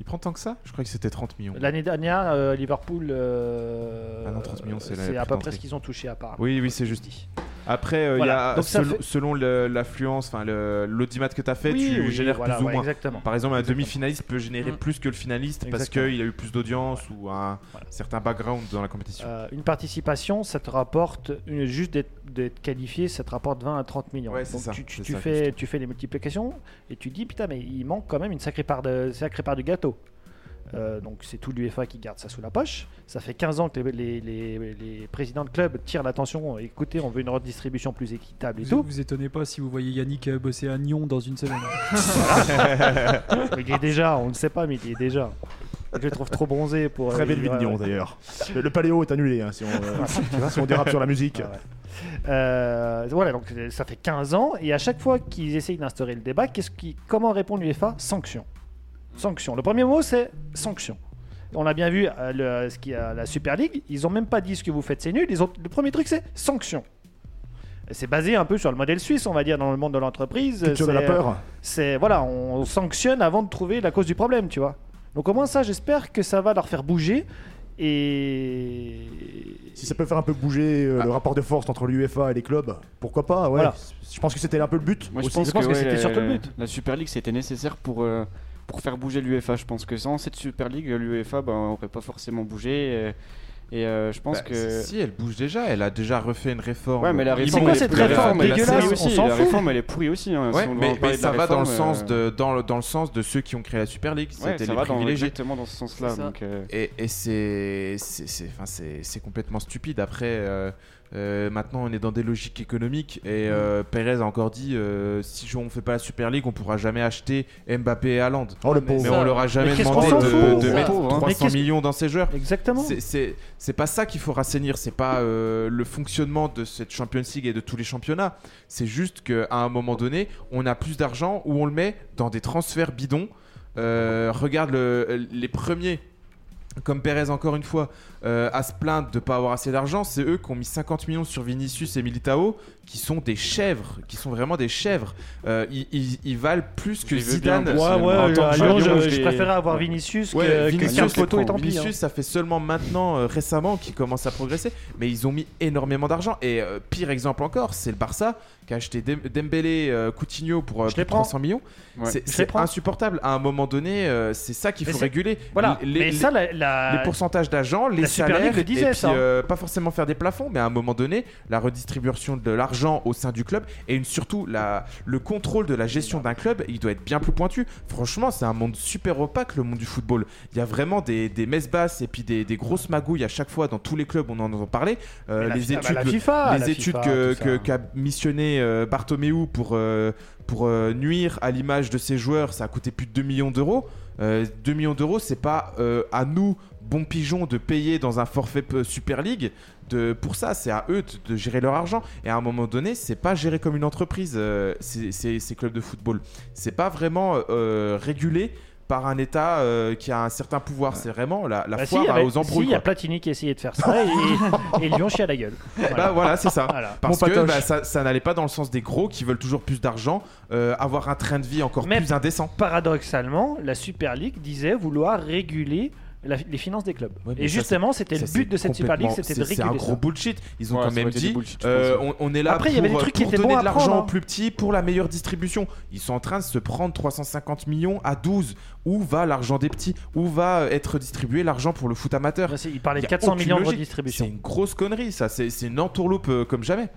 [SPEAKER 5] Il prend tant que ça Je crois que c'était 30 millions.
[SPEAKER 2] L'année dernière, euh, Liverpool. euh,
[SPEAKER 5] Ah non, 30 millions, c'est la
[SPEAKER 2] C'est à
[SPEAKER 5] plus
[SPEAKER 2] peu près
[SPEAKER 5] d'entrée.
[SPEAKER 2] ce qu'ils ont touché à part.
[SPEAKER 5] Oui, oui, c'est juste.
[SPEAKER 2] dit.
[SPEAKER 5] Après, euh, il
[SPEAKER 2] Voilà.
[SPEAKER 5] y a,
[SPEAKER 2] Donc ça
[SPEAKER 5] sel-
[SPEAKER 2] fait-
[SPEAKER 5] selon le- l'affluence, enfin le- l'audimat que tu as fait, tu génères plus ou moins.
[SPEAKER 2] Exactement. Mm.
[SPEAKER 5] Par exemple, un demi-finaliste peut générer plus que le finaliste parce
[SPEAKER 2] Exactement.
[SPEAKER 5] qu'il a eu plus d'audience ou un
[SPEAKER 2] Voilà.
[SPEAKER 5] certain background dans la compétition.
[SPEAKER 2] Euh, une participation, ça te rapporte, une- juste d'être- d'être qualifié, ça te rapporte 20 à 30 millions.
[SPEAKER 5] Ouais, c'est
[SPEAKER 2] Donc
[SPEAKER 5] ça,
[SPEAKER 2] tu, tu-
[SPEAKER 5] c'est
[SPEAKER 2] tu
[SPEAKER 5] ça,
[SPEAKER 2] fais, tu fais les multiplications et tu dis, putain, mais il manque quand même une sacrée part, de, sacrée part du gâteau. Euh, donc c'est tout l'UEFA qui garde ça sous la poche. Ça fait 15 ans que les, les- les- les présidents de club tirent l'attention, écoutez, on veut une redistribution plus équitable et
[SPEAKER 1] Vous
[SPEAKER 2] tout.
[SPEAKER 1] vous étonnez pas si vous voyez Yannick euh, bosser à Nyon dans une semaine.
[SPEAKER 2] il est déjà, on ne sait pas, mais il est déjà. Je le trouve trop bronzé pour... euh,
[SPEAKER 3] Très belle vie de
[SPEAKER 2] Ouais,
[SPEAKER 3] Lyon,
[SPEAKER 2] ouais.
[SPEAKER 3] d'ailleurs. Le, le paléo est annulé hein, si, on, euh, si on dérape sur la musique.
[SPEAKER 2] Ah ouais. Euh, voilà, donc euh, ça fait 15 ans, et à chaque fois qu'ils essayent d'instaurer le débat, qu'est-ce qui, comment répond l'UEFA Sanction. Sanction. Le premier mot, c'est sanction. On a bien vu euh, le- ce qu'il y a à la Super League, ils ont même pas dit ce que vous faites, c'est nul. Ils ont- le premier truc, c'est sanction. Et C'est basé un peu sur le modèle suisse, on va dire, dans le monde de l'entreprise.
[SPEAKER 3] Culture de la
[SPEAKER 2] C'est- euh,
[SPEAKER 3] peur.
[SPEAKER 2] c'est voilà, on sanctionne avant de trouver la cause du problème, tu vois. Donc au moins ça, j'espère que ça va leur faire bouger et
[SPEAKER 3] Si ça peut faire un peu bouger euh, le rapport de force entre l'UEFA et les clubs, pourquoi pas ouais.
[SPEAKER 2] Voilà.
[SPEAKER 3] Je pense que c'était un peu le but.
[SPEAKER 7] Moi,
[SPEAKER 3] aussi.
[SPEAKER 2] je pense que euh,
[SPEAKER 7] ouais,
[SPEAKER 2] c'était
[SPEAKER 7] la-
[SPEAKER 2] surtout le but.
[SPEAKER 7] La Super League, c'était nécessaire pour, euh, pour faire bouger l'UEFA. Je pense que sans cette Super League, l'UEFA ben, aurait pas forcément bougé. euh, Et, euh, je pense
[SPEAKER 5] Bah,
[SPEAKER 7] que.
[SPEAKER 5] Si, elle bouge déjà, elle a déjà refait une réforme.
[SPEAKER 7] Ouais, mais la réforme,
[SPEAKER 2] C'est quoi
[SPEAKER 7] elle est-
[SPEAKER 2] cette
[SPEAKER 7] la
[SPEAKER 2] réforme
[SPEAKER 7] elle est
[SPEAKER 2] dégueulasse
[SPEAKER 7] pourrie
[SPEAKER 2] On
[SPEAKER 7] aussi,
[SPEAKER 2] s'en
[SPEAKER 7] La
[SPEAKER 2] fout.
[SPEAKER 7] réforme, elle est pourrie aussi. hein, si
[SPEAKER 5] Ouais,
[SPEAKER 7] on veut en
[SPEAKER 5] mais,
[SPEAKER 7] parler
[SPEAKER 5] mais
[SPEAKER 7] de
[SPEAKER 5] ça
[SPEAKER 7] la
[SPEAKER 5] va dans le,
[SPEAKER 7] réforme,
[SPEAKER 5] sens de,
[SPEAKER 7] euh,
[SPEAKER 5] dans, le, dans le sens de ceux qui ont créé la Super League,
[SPEAKER 7] ouais,
[SPEAKER 5] c'était
[SPEAKER 7] ça
[SPEAKER 5] les
[SPEAKER 7] va dans-
[SPEAKER 5] privilégiés.
[SPEAKER 7] exactement dans ce sens-là.
[SPEAKER 6] C'est ça.
[SPEAKER 7] donc, euh,
[SPEAKER 5] Et, et c'est c'est- c'est- enfin, c'est- c'est complètement stupide. Après, euh, euh, maintenant, on est dans des logiques économiques. Et euh, Perez a encore dit euh, si je- on ne fait pas la Super League, on pourra jamais acheter Mbappé et Haaland.
[SPEAKER 3] Oh le
[SPEAKER 6] Mais
[SPEAKER 5] Mais
[SPEAKER 3] pauvre.
[SPEAKER 5] on
[SPEAKER 6] Ça.
[SPEAKER 5] leur a jamais
[SPEAKER 2] Mais qu'est-ce
[SPEAKER 5] demandé
[SPEAKER 2] qu'on s'en
[SPEAKER 5] de,
[SPEAKER 2] fout,
[SPEAKER 5] de
[SPEAKER 2] ça
[SPEAKER 5] mettre
[SPEAKER 7] Pauvre, hein.
[SPEAKER 2] Mais
[SPEAKER 5] 300
[SPEAKER 2] qu'est-ce-
[SPEAKER 5] millions dans ces joueurs.
[SPEAKER 2] exactement.
[SPEAKER 5] C'est- C'est c'est pas ça qu'il faut rassainir, c'est pas euh, le fonctionnement de cette Champions League et de tous les championnats. C'est juste qu'à un moment donné, on a plus d'argent où on le met dans des transferts bidons. Euh, regarde le- les premiers. Comme Perez, encore une fois, euh, à se plaindre de ne pas avoir assez d'argent, c'est eux qui ont mis 50 millions sur Vinicius et Militao, qui sont des chèvres, qui sont vraiment des chèvres. Euh, ils, ils- ils valent plus que
[SPEAKER 7] les veux bien,
[SPEAKER 5] Zidane.
[SPEAKER 7] moi,
[SPEAKER 2] Ouais, ouais,
[SPEAKER 7] En tant
[SPEAKER 2] à
[SPEAKER 7] que
[SPEAKER 2] Lyon,
[SPEAKER 7] Lyon,
[SPEAKER 2] je,
[SPEAKER 7] je
[SPEAKER 2] je
[SPEAKER 7] l'ai-
[SPEAKER 2] préférais avoir
[SPEAKER 7] ouais.
[SPEAKER 2] Vinicius
[SPEAKER 5] Ouais,
[SPEAKER 2] que, que
[SPEAKER 5] Vinicius,
[SPEAKER 2] Carl
[SPEAKER 5] je
[SPEAKER 2] Photo
[SPEAKER 5] comprends.
[SPEAKER 2] et tant pis. hein.
[SPEAKER 5] Vinicius, ça fait seulement maintenant, euh, récemment, qu'il commence à progresser. Mais ils ont mis énormément d'argent. Et euh, pire exemple encore, c'est le Barça qui a acheté Dem- Dembélé, euh, Coutinho pour, euh,
[SPEAKER 2] Je
[SPEAKER 5] plus
[SPEAKER 2] les
[SPEAKER 5] de
[SPEAKER 2] prends.
[SPEAKER 5] 300 millions.
[SPEAKER 7] Ouais.
[SPEAKER 5] C'est-
[SPEAKER 2] Je les
[SPEAKER 5] C'est
[SPEAKER 2] prends.
[SPEAKER 5] insupportable. À un moment donné, euh, c'est ça qu'il
[SPEAKER 2] Mais
[SPEAKER 5] faut
[SPEAKER 2] c'est-
[SPEAKER 5] réguler.
[SPEAKER 2] Voilà.
[SPEAKER 5] Les-
[SPEAKER 2] mais
[SPEAKER 5] les-
[SPEAKER 2] ça, la, la-
[SPEAKER 5] les pourcentages d'agents, les
[SPEAKER 2] la Super League
[SPEAKER 5] salaires,
[SPEAKER 2] le disait,
[SPEAKER 5] et puis,
[SPEAKER 2] ça. hein.
[SPEAKER 5] euh, pas forcément faire des plafonds, mais à un moment donné, la redistribution de d'argent au sein du club et une, surtout la, le contrôle de la gestion d'un club, il doit être bien plus pointu. Franchement, c'est un monde super opaque, le monde du football. Il y a vraiment des, des messes basses et puis des, des grosses magouilles à chaque fois dans tous les clubs, on en entend parler. Euh,
[SPEAKER 2] Mais la
[SPEAKER 5] les
[SPEAKER 2] FIFA, bah,
[SPEAKER 5] études,
[SPEAKER 2] la FIFA,
[SPEAKER 5] les
[SPEAKER 2] la
[SPEAKER 5] études
[SPEAKER 2] FIFA,
[SPEAKER 5] que-
[SPEAKER 2] tout ça.
[SPEAKER 5] que- qu'a missionné euh, Bartomeu pour, euh, pour euh, nuire à l'image de ses joueurs, ça a coûté plus de 2 millions d'euros. Euh, 2 millions d'euros, c'est pas euh, à nous, bons pigeons, de payer dans un forfait euh, Super League. De, pour ça, c'est à eux de, de gérer leur argent. Et à un moment donné, c'est pas géré comme une entreprise, euh, ces, ces- ces clubs de football. C'est pas vraiment euh, régulé par un État euh, qui a un certain pouvoir. C'est vraiment la, la
[SPEAKER 2] Bah si,
[SPEAKER 5] foire
[SPEAKER 2] il y avait-
[SPEAKER 5] aux
[SPEAKER 2] si,
[SPEAKER 5] embrouilles.
[SPEAKER 2] il y a
[SPEAKER 5] quoi.
[SPEAKER 2] Platini qui essayait de faire ça et, et Lyon chie à la gueule. Voilà.
[SPEAKER 5] Bah voilà, c'est ça.
[SPEAKER 2] Voilà.
[SPEAKER 5] Parce
[SPEAKER 1] Mon
[SPEAKER 5] que
[SPEAKER 1] patoche.
[SPEAKER 5] bah, ça, ça n'allait pas dans le sens des gros qui veulent toujours plus d'argent, euh, avoir un train de vie encore
[SPEAKER 2] Mais-
[SPEAKER 5] plus indécent.
[SPEAKER 2] Paradoxalement, la Super League disait vouloir réguler la- les finances des clubs.
[SPEAKER 5] Ouais, mais
[SPEAKER 2] et
[SPEAKER 5] ça,
[SPEAKER 2] justement, c'était le
[SPEAKER 5] Ça,
[SPEAKER 2] but
[SPEAKER 5] c'est
[SPEAKER 2] de cette Super League,
[SPEAKER 5] complètement-
[SPEAKER 2] c'était de
[SPEAKER 5] c'est- C'est un
[SPEAKER 2] réguler
[SPEAKER 5] gros
[SPEAKER 2] ça.
[SPEAKER 5] bullshit. Ils ont
[SPEAKER 7] Ouais,
[SPEAKER 5] quand
[SPEAKER 7] ça
[SPEAKER 5] même
[SPEAKER 7] aurait été
[SPEAKER 5] dit
[SPEAKER 7] du bullshit, je
[SPEAKER 5] euh,
[SPEAKER 7] pense,
[SPEAKER 5] on, on est là
[SPEAKER 2] Après, il
[SPEAKER 5] pour,
[SPEAKER 2] y avait des
[SPEAKER 5] euh,
[SPEAKER 2] trucs qui
[SPEAKER 5] pour
[SPEAKER 2] étaient
[SPEAKER 5] donner
[SPEAKER 2] bons à
[SPEAKER 5] de l'argent
[SPEAKER 2] prendre, hein.
[SPEAKER 5] aux plus petits, pour la meilleure distribution. Ils sont en train de se prendre 350 millions à 12. Où va l'argent des petits Où va euh, être distribué l'argent pour le foot amateur
[SPEAKER 2] Là, c'est- Bah, Il parlait
[SPEAKER 5] Il y
[SPEAKER 2] de
[SPEAKER 5] a
[SPEAKER 2] 400
[SPEAKER 5] aucune
[SPEAKER 2] millions de
[SPEAKER 5] logique. C'est
[SPEAKER 2] redistribution.
[SPEAKER 5] une grosse connerie, ça. C'est c'est une entourloupe euh, comme jamais.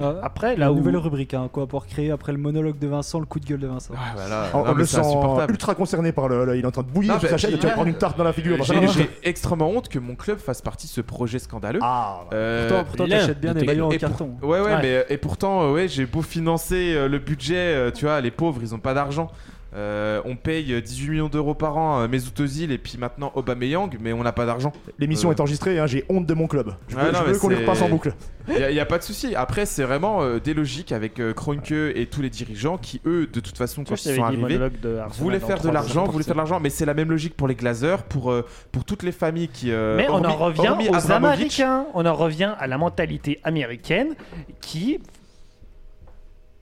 [SPEAKER 1] Ah,
[SPEAKER 2] Après,
[SPEAKER 1] La
[SPEAKER 2] là où.
[SPEAKER 1] nouvelle rubrique, hein, quoi, pour créer après le monologue de Vincent, le coup de gueule de Vincent.
[SPEAKER 5] Ah, voilà.
[SPEAKER 3] On,
[SPEAKER 5] Non,
[SPEAKER 3] on
[SPEAKER 5] mais
[SPEAKER 3] le
[SPEAKER 5] c'est
[SPEAKER 3] sent
[SPEAKER 5] insupportable.
[SPEAKER 3] ultra concerné par le. le- il est en train de bouillir
[SPEAKER 5] Non,
[SPEAKER 3] sur
[SPEAKER 5] bah,
[SPEAKER 3] sa chaise et tu vas
[SPEAKER 5] j'ai-
[SPEAKER 3] prendre une tarte dans la figure.
[SPEAKER 5] J'ai-
[SPEAKER 3] Ça va
[SPEAKER 5] J'ai extrêmement honte que mon club fasse partie de ce projet scandaleux.
[SPEAKER 3] Ah, ouais.
[SPEAKER 5] Euh,
[SPEAKER 1] Pourtant, pourtant,
[SPEAKER 4] l'un
[SPEAKER 1] t'achètes bien
[SPEAKER 4] de
[SPEAKER 1] des
[SPEAKER 4] tes-
[SPEAKER 1] maillots en
[SPEAKER 5] et pour-
[SPEAKER 1] carton.
[SPEAKER 5] Ouais, ouais,
[SPEAKER 2] Ouais.
[SPEAKER 5] mais euh, et pourtant, euh, ouais, j'ai beau financer euh, le budget, euh, tu vois, les pauvres, ils ont pas d'argent. Euh, on paye euh, 18 millions d'euros par an euh, Mesut Özil et puis maintenant Aubameyang, mais on n'a pas d'argent.
[SPEAKER 3] L'émission
[SPEAKER 5] Euh.
[SPEAKER 3] est enregistrée, hein, j'ai honte de mon club. Je
[SPEAKER 5] Ouais,
[SPEAKER 3] veux,
[SPEAKER 5] non,
[SPEAKER 3] je
[SPEAKER 5] mais
[SPEAKER 3] veux qu'on les
[SPEAKER 5] c'est-
[SPEAKER 3] repasse en boucle.
[SPEAKER 5] Il y, a- y a pas de souci. Après, c'est vraiment euh, des logiques avec euh, Kroenke et tous les dirigeants qui, eux, de toute façon,
[SPEAKER 2] Tu
[SPEAKER 5] quand
[SPEAKER 2] sais,
[SPEAKER 5] ils
[SPEAKER 2] je
[SPEAKER 5] sont
[SPEAKER 2] t'avais dit,
[SPEAKER 5] arrivés,
[SPEAKER 2] monologue de Arsenal
[SPEAKER 5] voulaient
[SPEAKER 2] dans
[SPEAKER 5] faire de
[SPEAKER 2] trois ans.
[SPEAKER 5] l'argent, voulaient faire de l'argent. Mais c'est la même logique pour les Glazers, pour euh, pour toutes les familles qui. euh,
[SPEAKER 2] Mais on en
[SPEAKER 5] hormis-
[SPEAKER 2] revient
[SPEAKER 5] hormis
[SPEAKER 2] aux
[SPEAKER 5] Abramovich,
[SPEAKER 2] Américains, on en revient à la mentalité américaine qui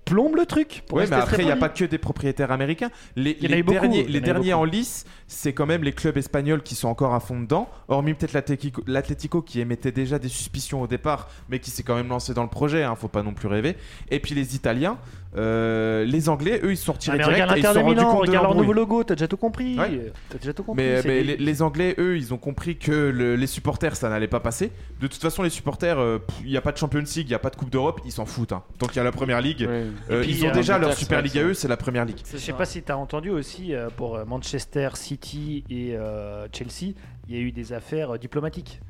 [SPEAKER 2] plombe le truc. pour
[SPEAKER 5] Ouais, mais
[SPEAKER 2] rester très
[SPEAKER 5] après, il n'y a
[SPEAKER 2] poli.
[SPEAKER 5] pas que des propriétaires américains. Les,
[SPEAKER 2] Il y en a
[SPEAKER 5] les
[SPEAKER 2] eu beaucoup,
[SPEAKER 5] derniers,
[SPEAKER 2] il y en
[SPEAKER 5] les
[SPEAKER 2] a eu
[SPEAKER 5] derniers
[SPEAKER 2] beaucoup.
[SPEAKER 5] en lice, c'est quand même les clubs espagnols qui sont encore à fond dedans, hormis peut-être l'Atlético- l'Atlético qui émettait déjà des suspicions au départ, mais qui s'est quand même lancé dans le projet, hein, faut pas non plus rêver. Et puis les Italiens, euh, les Anglais, eux, ils sont
[SPEAKER 2] Ah,
[SPEAKER 5] retirés
[SPEAKER 2] mais
[SPEAKER 5] direct
[SPEAKER 2] regarde
[SPEAKER 5] et ils se
[SPEAKER 2] l'Inter de
[SPEAKER 5] sont rendus
[SPEAKER 2] Milan,
[SPEAKER 5] compte de
[SPEAKER 2] regarde leur nouveau
[SPEAKER 5] l'embrouille.
[SPEAKER 2] logo, t'as déjà tout compris.
[SPEAKER 5] Ouais.
[SPEAKER 2] T'as déjà tout compris.
[SPEAKER 5] Mais,
[SPEAKER 2] c'est
[SPEAKER 5] mais
[SPEAKER 2] des-
[SPEAKER 5] les, les Anglais, eux, ils ont compris que le- les supporters, ça n'allait pas passer. De toute façon, les supporters, euh, pff, il n'y a pas de Champions League, il n'y a pas de Coupe d'Europe, ils s'en foutent. hein. Tant qu'il y a la Première Ligue,
[SPEAKER 7] Ouais.
[SPEAKER 5] euh,
[SPEAKER 2] puis,
[SPEAKER 5] ils ont
[SPEAKER 2] euh,
[SPEAKER 5] déjà leur
[SPEAKER 7] Angleterre,
[SPEAKER 5] Super
[SPEAKER 7] c'est
[SPEAKER 5] League
[SPEAKER 7] vrai,
[SPEAKER 5] à
[SPEAKER 7] c'est
[SPEAKER 5] eux, c'est la Première Ligue.
[SPEAKER 2] Je sais pas si t'as entendu aussi euh, pour euh, Manchester City et euh, Chelsea, il y a eu des affaires euh, diplomatiques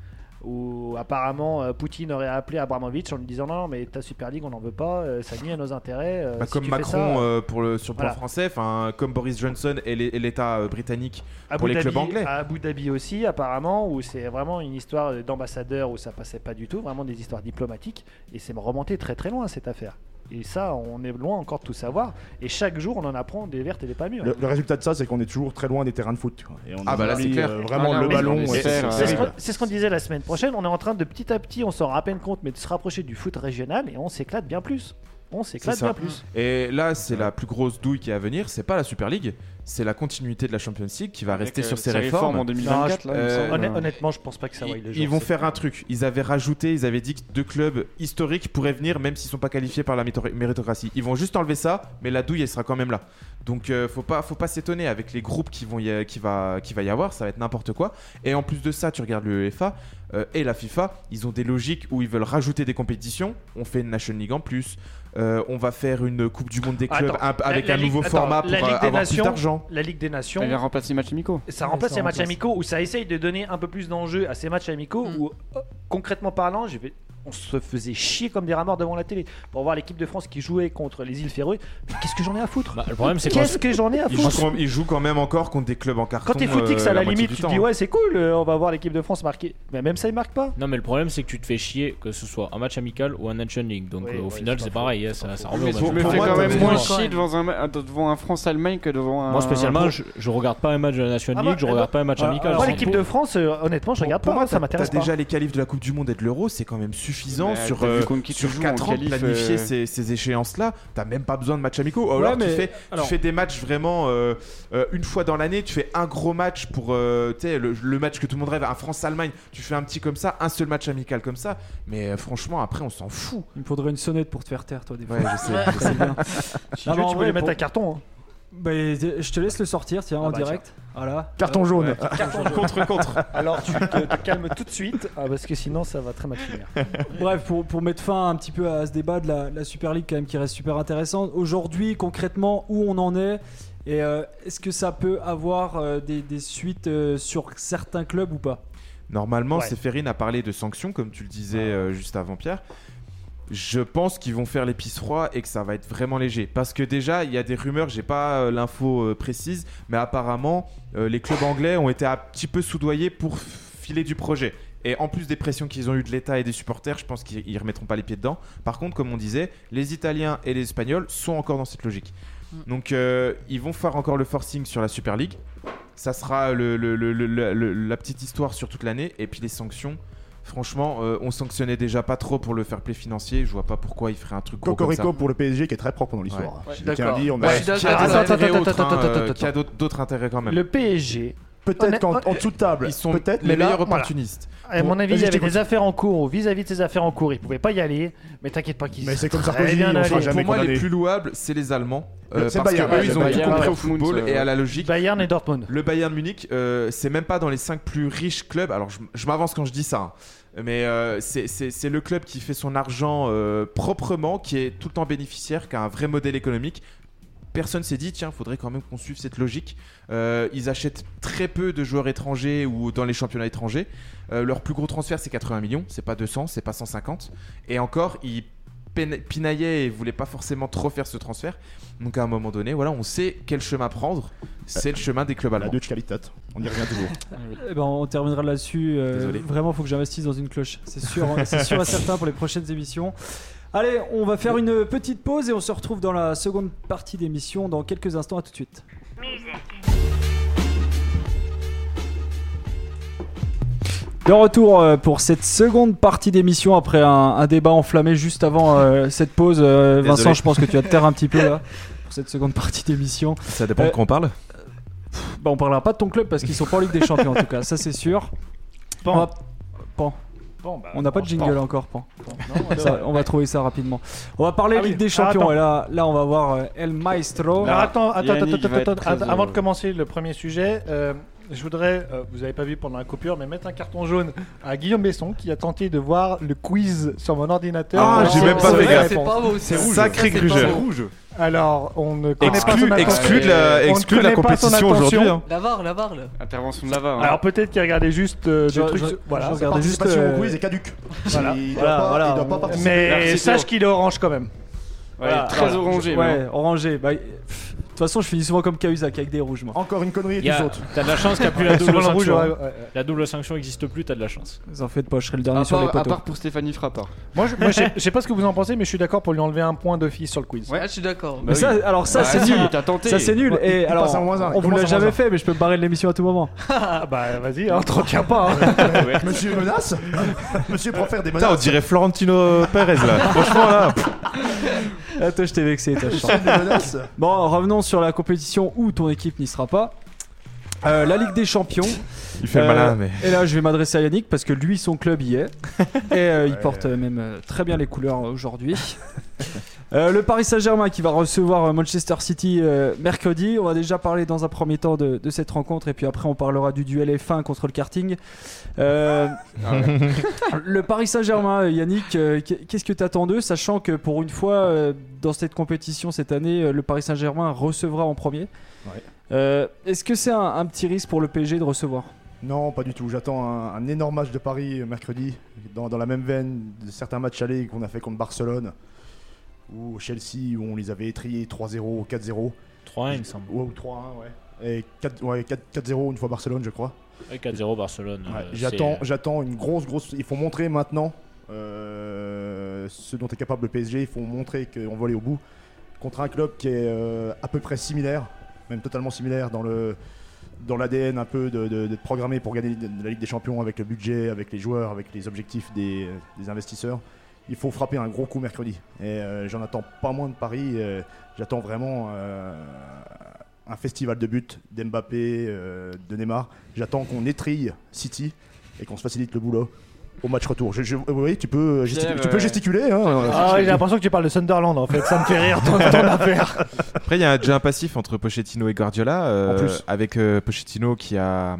[SPEAKER 2] où apparemment euh, Poutine aurait appelé Abramovich en lui disant non, non mais ta Super League on n'en veut pas, euh, ça nuit à nos intérêts. euh,
[SPEAKER 5] Bah,
[SPEAKER 2] si
[SPEAKER 5] comme
[SPEAKER 2] tu fais
[SPEAKER 5] Macron
[SPEAKER 2] ça,
[SPEAKER 5] euh, pour le, sur le plan
[SPEAKER 2] Voilà.
[SPEAKER 5] français, enfin, comme Boris Johnson et les- et l'État euh, britannique.
[SPEAKER 2] Abu
[SPEAKER 5] pour les
[SPEAKER 2] Dhabi-
[SPEAKER 5] clubs anglais.
[SPEAKER 2] À Abu Dhabi aussi, apparemment, où c'est vraiment une histoire d'ambassadeur où ça passait pas du tout, vraiment des histoires diplomatiques. Et c'est remonté très très loin cette affaire. Et ça, on est loin encore de tout savoir. Et chaque jour, on en apprend des vertes et des pas mûres.
[SPEAKER 3] Le, le résultat de ça, c'est qu'on est toujours très loin des terrains de foot. tu vois. Et on
[SPEAKER 5] Ah, bah là,
[SPEAKER 3] oublie,
[SPEAKER 5] c'est clair.
[SPEAKER 3] euh, vraiment
[SPEAKER 7] Ah, là,
[SPEAKER 3] le
[SPEAKER 7] oui,
[SPEAKER 3] ballon.
[SPEAKER 7] on
[SPEAKER 3] euh,
[SPEAKER 7] essaie, là.
[SPEAKER 5] Ah
[SPEAKER 2] C'est ce qu'on-
[SPEAKER 3] terrible.
[SPEAKER 2] c'est ce qu'on disait la semaine prochaine. On est en train de petit à petit, on s'en rend à peine compte, mais de se rapprocher du foot régional et on s'éclate bien plus. On s'éclate
[SPEAKER 5] C'est ça.
[SPEAKER 2] bien plus.
[SPEAKER 5] Et là, c'est la plus grosse douille qui est à venir. C'est pas la Super League, c'est la continuité de la Champions League qui va
[SPEAKER 7] Avec,
[SPEAKER 5] rester
[SPEAKER 7] euh,
[SPEAKER 5] sur ses
[SPEAKER 7] ces
[SPEAKER 5] réformes.
[SPEAKER 7] en 2024 là, il me
[SPEAKER 5] euh,
[SPEAKER 7] semble.
[SPEAKER 2] Honn- Honnêtement, je pense pas que ça vaille
[SPEAKER 5] Ils,
[SPEAKER 2] le
[SPEAKER 5] ils
[SPEAKER 2] jour.
[SPEAKER 5] vont
[SPEAKER 2] c'est-
[SPEAKER 5] faire un truc. Ils avaient rajouté, ils avaient dit que deux clubs historiques pourraient venir, même s'ils sont pas qualifiés par la méto- méritocratie. Ils vont juste enlever ça, mais la douille, elle sera quand même là. Donc, euh, faut pas, faut pas s'étonner avec les groupes qui vont, y- qui va, qui va y avoir. Ça va être n'importe quoi. Et en plus de ça, tu regardes le UEFA euh, et la FIFA. Ils ont des logiques où ils veulent rajouter des compétitions. On fait une National League en plus. Euh, on va faire une Coupe du Monde des clubs
[SPEAKER 2] Attends,
[SPEAKER 5] un- avec
[SPEAKER 2] la-
[SPEAKER 5] un
[SPEAKER 2] la
[SPEAKER 5] nouveau
[SPEAKER 2] Ligue- attends,
[SPEAKER 5] format pour
[SPEAKER 2] la
[SPEAKER 5] euh,
[SPEAKER 2] Ligue des
[SPEAKER 5] avoir plus
[SPEAKER 2] Nations-
[SPEAKER 5] d'argent.
[SPEAKER 2] La Ligue des Nations.
[SPEAKER 7] Elle vient remplacer les matchs amicaux.
[SPEAKER 2] ça
[SPEAKER 1] Ouais,
[SPEAKER 2] remplace
[SPEAKER 1] ça
[SPEAKER 2] les matchs
[SPEAKER 1] remplace.
[SPEAKER 2] amicaux où ça essaye de donner un peu plus d'enjeu à ces matchs amicaux
[SPEAKER 6] Mm.
[SPEAKER 2] où euh, concrètement parlant je vais- on se faisait chier comme des rats morts devant la télé pour voir l'équipe de France qui jouait contre les îles Féroé Mais qu'est-ce que j'en ai à foutre
[SPEAKER 4] Bah, le problème, c'est qu'on
[SPEAKER 2] qu'est-ce que j'en ai à
[SPEAKER 5] Ils jouent,
[SPEAKER 2] foutre
[SPEAKER 5] quand- ils jouent quand même encore contre des clubs en carton.
[SPEAKER 2] quand t'es footix
[SPEAKER 5] euh,
[SPEAKER 2] à la,
[SPEAKER 5] moitié
[SPEAKER 2] limite tu
[SPEAKER 5] du
[SPEAKER 2] te
[SPEAKER 5] temps,
[SPEAKER 2] dis
[SPEAKER 5] hein.
[SPEAKER 2] ouais c'est cool euh, on va voir l'équipe de France marquer mais même ça ils marquent pas
[SPEAKER 4] Non, mais le problème, c'est que tu te fais chier, que ce soit un match amical ou un Nation League. Donc,
[SPEAKER 2] Oui,
[SPEAKER 4] euh, au
[SPEAKER 2] ouais,
[SPEAKER 4] final,
[SPEAKER 2] c'est
[SPEAKER 4] c'est
[SPEAKER 2] pas
[SPEAKER 4] pareil,
[SPEAKER 2] faux,
[SPEAKER 4] hein,
[SPEAKER 2] c'est
[SPEAKER 4] ça,
[SPEAKER 2] pas
[SPEAKER 4] ça
[SPEAKER 5] Ah,
[SPEAKER 2] faux.
[SPEAKER 4] revient
[SPEAKER 7] Je me
[SPEAKER 4] au
[SPEAKER 7] fais
[SPEAKER 4] même
[SPEAKER 7] quand
[SPEAKER 4] point.
[SPEAKER 5] bah, moi, t'as
[SPEAKER 7] même
[SPEAKER 5] raison.
[SPEAKER 7] moins
[SPEAKER 6] Quand
[SPEAKER 7] chier
[SPEAKER 6] même.
[SPEAKER 7] devant un, ma- devant un France-Allemagne que devant un. Bah,
[SPEAKER 4] Moi, spécialement, je, je regarde pas un match de la Nation
[SPEAKER 2] Ah
[SPEAKER 4] League,
[SPEAKER 2] bah,
[SPEAKER 4] je
[SPEAKER 2] eh
[SPEAKER 4] regarde
[SPEAKER 2] bah,
[SPEAKER 4] pas un match
[SPEAKER 1] euh,
[SPEAKER 4] amical.
[SPEAKER 2] moi
[SPEAKER 1] alors,
[SPEAKER 4] c'est
[SPEAKER 2] l'équipe
[SPEAKER 4] tout.
[SPEAKER 2] de France euh, honnêtement je regarde
[SPEAKER 5] pour
[SPEAKER 2] pas
[SPEAKER 5] moi,
[SPEAKER 2] ça
[SPEAKER 5] t'as-
[SPEAKER 2] m'intéresse
[SPEAKER 5] T'as
[SPEAKER 2] pas
[SPEAKER 5] déjà les qualifs de la Coupe du Monde et de l'Euro, c'est quand même suffisant
[SPEAKER 7] Ouais,
[SPEAKER 5] sur,
[SPEAKER 7] t'as vu
[SPEAKER 5] euh,
[SPEAKER 7] contre qui tu
[SPEAKER 5] sur
[SPEAKER 7] joues en
[SPEAKER 5] 4 ans de
[SPEAKER 7] qualif,
[SPEAKER 5] planifier
[SPEAKER 7] euh,
[SPEAKER 5] ces, ces échéances-là. T'as même pas besoin de matchs amicaux. Ou
[SPEAKER 1] Ouais,
[SPEAKER 5] Alors,
[SPEAKER 1] mais-
[SPEAKER 5] tu, fais, tu
[SPEAKER 1] alors-
[SPEAKER 5] fais des matchs vraiment euh, euh, une fois dans l'année, tu fais un gros match pour euh, tu sais, le, le match que tout le monde rêve, un France-Allemagne. Tu fais un petit comme ça, un seul match amical comme ça. Mais euh, franchement, après, on s'en fout.
[SPEAKER 1] Il me faudrait une sonnette pour te faire taire, toi, des fois.
[SPEAKER 5] Ouais, je sais.
[SPEAKER 1] C'est bien.
[SPEAKER 2] si
[SPEAKER 1] Non, mais
[SPEAKER 2] tu veux
[SPEAKER 1] en
[SPEAKER 2] tu peux
[SPEAKER 1] vrai,
[SPEAKER 2] les mettre
[SPEAKER 1] pour-
[SPEAKER 2] à carton hein.
[SPEAKER 1] Bah, je te laisse le sortir, tiens,
[SPEAKER 2] Ah
[SPEAKER 1] en
[SPEAKER 2] bah,
[SPEAKER 1] direct. Voilà.
[SPEAKER 3] Carton jaune.
[SPEAKER 5] contre, contre.
[SPEAKER 2] Alors tu te, te calmes tout de suite ah, parce que sinon ça va très mal finir.
[SPEAKER 1] Bref, pour, pour mettre fin un petit peu à ce débat de la, la Super League, quand même, qui reste super intéressante. Aujourd'hui, concrètement, où on en est et euh, est-ce que ça peut avoir euh, des, des suites euh, sur certains clubs ou pas
[SPEAKER 5] Normalement,
[SPEAKER 2] Ouais.
[SPEAKER 5] Séphérine a parlé de sanctions, comme tu le disais euh, juste avant, Pierre. Je pense qu'ils vont faire l'épice froid et que ça va être vraiment léger. Parce que déjà, il y a des rumeurs, j'ai pas euh, l'info euh, précise, mais apparemment, euh, les clubs anglais ont été un petit peu soudoyés pour filer du projet. Et en plus des pressions qu'ils ont eues de l'État et des supporters, je pense qu'ils ils remettront pas les pieds dedans. Par contre, comme on disait, les Italiens et les Espagnols sont encore dans cette logique. Donc, euh, ils vont faire encore le forcing sur la Super League ça sera le- le- le- le- le- le- la petite histoire sur toute l'année. Et puis les sanctions, franchement, euh, on sanctionnait déjà pas trop pour le fair play financier. Je vois pas pourquoi il ferait un truc gros comme ça.
[SPEAKER 3] Cocorico pour le PSG qui est très propre dans l'histoire.
[SPEAKER 6] Ouais,
[SPEAKER 3] Je
[SPEAKER 6] d'accord.
[SPEAKER 3] tiens à le dire, on a-
[SPEAKER 6] Ouais, je suis
[SPEAKER 5] Qui
[SPEAKER 6] d'accord.
[SPEAKER 5] a des
[SPEAKER 6] Attends, attends,
[SPEAKER 5] intérêts
[SPEAKER 6] attends,
[SPEAKER 5] autres,
[SPEAKER 6] attends,
[SPEAKER 5] hein,
[SPEAKER 6] attends,
[SPEAKER 5] euh,
[SPEAKER 6] attends,
[SPEAKER 5] qui a d'autres- d'autres intérêts quand même.
[SPEAKER 2] Le PSG,
[SPEAKER 3] Peut-être qu'en
[SPEAKER 2] Honnêtement,
[SPEAKER 3] en dessous de table,
[SPEAKER 5] Ils sont
[SPEAKER 3] peut-être,
[SPEAKER 5] les
[SPEAKER 3] mais là,
[SPEAKER 5] meilleurs
[SPEAKER 2] voilà.
[SPEAKER 5] opportunistes.
[SPEAKER 2] à mon
[SPEAKER 3] Bon,
[SPEAKER 2] avis, il
[SPEAKER 3] vas-y,
[SPEAKER 2] y
[SPEAKER 3] je
[SPEAKER 2] avait
[SPEAKER 3] t'écoute.
[SPEAKER 2] des affaires en cours. ou Vis-à-vis de ces affaires en cours, il pouvait pas y aller. Mais t'inquiète pas qu'ils.
[SPEAKER 3] Mais c'est comme
[SPEAKER 2] très
[SPEAKER 3] Sarkozy,
[SPEAKER 2] bien
[SPEAKER 3] on
[SPEAKER 2] allés.
[SPEAKER 3] sera jamais-
[SPEAKER 5] Pour moi,
[SPEAKER 3] condamné.
[SPEAKER 5] les plus louables, c'est les Allemands. euh,
[SPEAKER 3] C'est
[SPEAKER 5] parce
[SPEAKER 7] Ah
[SPEAKER 3] Bayern,
[SPEAKER 7] bah
[SPEAKER 5] qu'eux,
[SPEAKER 3] ouais,
[SPEAKER 5] ils
[SPEAKER 3] c'est
[SPEAKER 5] ont tout
[SPEAKER 3] Bayern,
[SPEAKER 5] compris au
[SPEAKER 7] Dortmund,
[SPEAKER 5] football
[SPEAKER 7] euh,
[SPEAKER 5] et à la logique.
[SPEAKER 2] Bayern et Dortmund.
[SPEAKER 5] Le Bayern Munich, euh, c'est même pas dans les 5 plus riches clubs. Alors, je, je m'avance quand je dis ça. hein. Mais euh, c'est- c'est c'est le club qui fait son argent euh, proprement, qui est tout le temps bénéficiaire, qui a un vrai modèle économique. Personne s'est dit, tiens, faudrait quand même qu'on suive cette logique. Euh, ils achètent très peu de joueurs étrangers ou dans les championnats étrangers. Euh, leur plus gros transfert, c'est 80 millions. C'est pas 200, c'est pas 150. Et encore, ils peina- pinaillaient et voulaient pas forcément trop faire ce transfert. Donc, à un moment donné, voilà, on sait quel chemin prendre. C'est le chemin des clubs
[SPEAKER 3] la
[SPEAKER 2] Bah,
[SPEAKER 5] allemands.
[SPEAKER 3] Deutsche Qualität. On y revient toujours.
[SPEAKER 1] Eh ben, on terminera là-dessus. Euh,
[SPEAKER 5] Désolé.
[SPEAKER 1] vraiment, faut que j'investisse dans une cloche. C'est sûr, hein, c'est sûr à certain pour les prochaines émissions. Allez, on va faire une petite pause et on se retrouve dans la seconde partie d'émission dans quelques instants. À tout de suite. De retour euh, pour cette seconde partie d'émission après un, un débat enflammé juste avant euh, cette pause. Euh,
[SPEAKER 5] Désolé.
[SPEAKER 1] Vincent, je pense que tu vas te taire un petit peu là pour cette seconde partie d'émission.
[SPEAKER 5] Ça dépend
[SPEAKER 1] Euh,
[SPEAKER 5] de quoi on parle.
[SPEAKER 1] Bah, on parlera pas de ton club parce qu'ils sont pas en Ligue des Champions en tout cas, ça c'est sûr.
[SPEAKER 2] Pan.
[SPEAKER 1] On va- Pan.
[SPEAKER 2] Bon, bah,
[SPEAKER 1] On n'a pas
[SPEAKER 2] bon,
[SPEAKER 1] de jingle encore, Pan.
[SPEAKER 2] bon, non, alors-
[SPEAKER 1] Ça, on va trouver ça rapidement. On va parler
[SPEAKER 2] Ah oui.
[SPEAKER 1] Ligue des Champions.
[SPEAKER 2] Ah,
[SPEAKER 1] et là, là, on va voir euh, El Maestro.
[SPEAKER 2] Alors attends, attends,
[SPEAKER 7] Yannick
[SPEAKER 2] attends,
[SPEAKER 7] va être
[SPEAKER 2] attends,
[SPEAKER 7] très
[SPEAKER 2] attends, avant
[SPEAKER 7] heureux.
[SPEAKER 2] de commencer le premier sujet, euh, je voudrais, euh, vous avez pas vu pendant la coupure, mais mettre un carton jaune à Guillaume Besson qui a tenté de voir le quiz sur mon ordinateur.
[SPEAKER 5] Ah,
[SPEAKER 2] Alors,
[SPEAKER 5] j'ai
[SPEAKER 2] c'est-
[SPEAKER 5] même pas
[SPEAKER 2] c'est
[SPEAKER 5] fait
[SPEAKER 2] la
[SPEAKER 5] gaffe.
[SPEAKER 6] C'est
[SPEAKER 2] réponse.
[SPEAKER 6] pas beau, c'est rouge.
[SPEAKER 5] Sacré
[SPEAKER 6] Ça, c'est
[SPEAKER 5] grugeur.
[SPEAKER 6] pas beau.
[SPEAKER 2] Alors, on ne connaît
[SPEAKER 5] Exclu,
[SPEAKER 2] pas son attention.
[SPEAKER 5] exclu de la,
[SPEAKER 2] On
[SPEAKER 5] exclu de
[SPEAKER 2] ne
[SPEAKER 5] la
[SPEAKER 2] connaît pas son
[SPEAKER 5] compétition
[SPEAKER 2] attention.
[SPEAKER 5] aujourd'hui. hein.
[SPEAKER 6] La VAR, la VAR, là.
[SPEAKER 7] Intervention de Lava. hein.
[SPEAKER 2] Alors peut-être qu'il regardait juste euh,
[SPEAKER 1] Je-
[SPEAKER 2] des trucs.
[SPEAKER 1] je-
[SPEAKER 2] sur- voilà.
[SPEAKER 1] je
[SPEAKER 3] La
[SPEAKER 1] regarde. Regardez juste,
[SPEAKER 3] participation
[SPEAKER 1] euh,
[SPEAKER 3] au quiz est caduque.
[SPEAKER 2] Voilà.
[SPEAKER 3] Il doit
[SPEAKER 1] Voilà,
[SPEAKER 3] pas-
[SPEAKER 1] voilà,
[SPEAKER 3] il doit
[SPEAKER 1] on-
[SPEAKER 3] pas participer.
[SPEAKER 2] Mais
[SPEAKER 7] Merci,
[SPEAKER 2] sache
[SPEAKER 7] Théo.
[SPEAKER 2] qu'il est orange quand même.
[SPEAKER 7] Ouais, il est très
[SPEAKER 1] voilà.
[SPEAKER 7] orangé. mais
[SPEAKER 1] Ouais, orangé. Bah, pff, De toute façon, je finis souvent comme Cahuzac avec des rouges, moi.
[SPEAKER 3] Encore une connerie et
[SPEAKER 4] Il y
[SPEAKER 3] tu
[SPEAKER 4] a-
[SPEAKER 3] sautes.
[SPEAKER 4] T'as de la chance qu'il n'y a plus la
[SPEAKER 2] Souvent
[SPEAKER 4] double
[SPEAKER 2] le rouge,
[SPEAKER 4] sanction.
[SPEAKER 2] ouais, ouais, ouais.
[SPEAKER 4] La double sanction n'existe plus, t'as de la chance.
[SPEAKER 1] Vous en faites pas, je serai le dernier
[SPEAKER 7] À
[SPEAKER 1] sur les
[SPEAKER 7] part, à
[SPEAKER 1] poteaux.
[SPEAKER 7] part pour Stéphanie Frappard.
[SPEAKER 2] Moi, je, moi, je sais- je sais pas ce que vous en pensez, mais je suis d'accord pour lui enlever un point d'office sur le quiz.
[SPEAKER 7] Ouais.
[SPEAKER 6] Ah, je suis d'accord.
[SPEAKER 5] Bah.
[SPEAKER 7] Bah
[SPEAKER 1] Mais ça, alors
[SPEAKER 7] Ah,
[SPEAKER 1] ça, c'est nul.
[SPEAKER 7] T'as tenté.
[SPEAKER 1] Ça, c'est nul.
[SPEAKER 3] Ouais, il-
[SPEAKER 1] Et
[SPEAKER 3] il
[SPEAKER 1] alors,
[SPEAKER 3] passe à moins un,
[SPEAKER 1] on
[SPEAKER 3] il
[SPEAKER 1] vous
[SPEAKER 3] commence
[SPEAKER 1] l'a
[SPEAKER 3] à
[SPEAKER 1] jamais
[SPEAKER 3] moins
[SPEAKER 1] fait, mais je peux me barrer de l'émission à tout moment.
[SPEAKER 2] Ah bah vas-y, hein, te retiens pas. hein.
[SPEAKER 3] Monsieur menace Monsieur profère des
[SPEAKER 5] Putain, on
[SPEAKER 3] menaces.
[SPEAKER 5] dirait Florentino Perez là. Franchement là. pff.
[SPEAKER 1] Ah, toi, je t'ai vexé, toi, je sens.
[SPEAKER 3] Des menaces.
[SPEAKER 1] Bon, revenons sur la compétition où ton équipe n'y sera pas. Euh, la Ligue des Champions.
[SPEAKER 5] Il fait le
[SPEAKER 1] Euh,
[SPEAKER 5] malin, mais.
[SPEAKER 1] Et là, je vais m'adresser à Yannick parce que lui, son club y est. Et euh, il
[SPEAKER 3] Ouais.
[SPEAKER 1] porte euh, même euh, très bien les couleurs euh, aujourd'hui. Euh, le Paris Saint-Germain qui va recevoir euh, Manchester City euh, mercredi. On va déjà parler dans un premier temps de, de cette rencontre et puis après on parlera du duel F1 contre le karting. Euh,
[SPEAKER 3] Ah
[SPEAKER 1] le Paris Saint-Germain, euh, Yannick, euh, qu'est- qu'est-ce que tu attends d'eux Sachant que pour une fois euh, dans cette compétition cette année, euh, le Paris Saint-Germain recevra en premier.
[SPEAKER 3] Ouais.
[SPEAKER 1] Euh, Est-ce que c'est un, un petit risque pour le PSG de recevoir
[SPEAKER 3] Non, pas du tout. J'attends un, un énorme match de Paris euh, mercredi, dans, dans la même veine de certains matchs allés qu'on a fait contre Barcelone ou Chelsea, où on les avait étriés 3-0 ou 4-0.
[SPEAKER 4] 3-1, il me semble.
[SPEAKER 3] Ou ou 3-1, ouais. Et 4 ouais, 4 4-0 une fois Barcelone, je crois.
[SPEAKER 4] Ouais, 4-0 Barcelone.
[SPEAKER 3] Ouais,
[SPEAKER 4] euh,
[SPEAKER 3] J'attends
[SPEAKER 4] c'est-
[SPEAKER 3] j'attends une grosse, grosse. Il faut montrer maintenant euh, ce dont est capable le PSG. Il faut montrer qu'on va aller au bout contre un club qui est euh, à peu près similaire, même totalement similaire dans le dans l'ADN un peu de- de- d'être programmé pour gagner la Ligue des Champions avec le budget, avec les joueurs, avec les objectifs des, des investisseurs. Il faut frapper un gros coup mercredi. Et euh, j'en attends pas moins de Paris. euh, J'attends vraiment euh, un festival de buts d'Mbappé, euh, de Neymar. J'attends qu'on étrille City et qu'on se facilite le boulot au match retour. Je, je- oui, tu peux, gesticuler-
[SPEAKER 7] Pierre,
[SPEAKER 3] tu peux
[SPEAKER 7] euh,
[SPEAKER 3] gesticuler. hein.
[SPEAKER 2] Ah ouais, j'ai l'impression que tu parles de Sunderland en fait, ça me fait rire ton, ton affaire.
[SPEAKER 5] Après, il y a un- déjà un passif entre Pochettino et Guardiola. euh,
[SPEAKER 3] En plus.
[SPEAKER 5] Avec euh, Pochettino qui a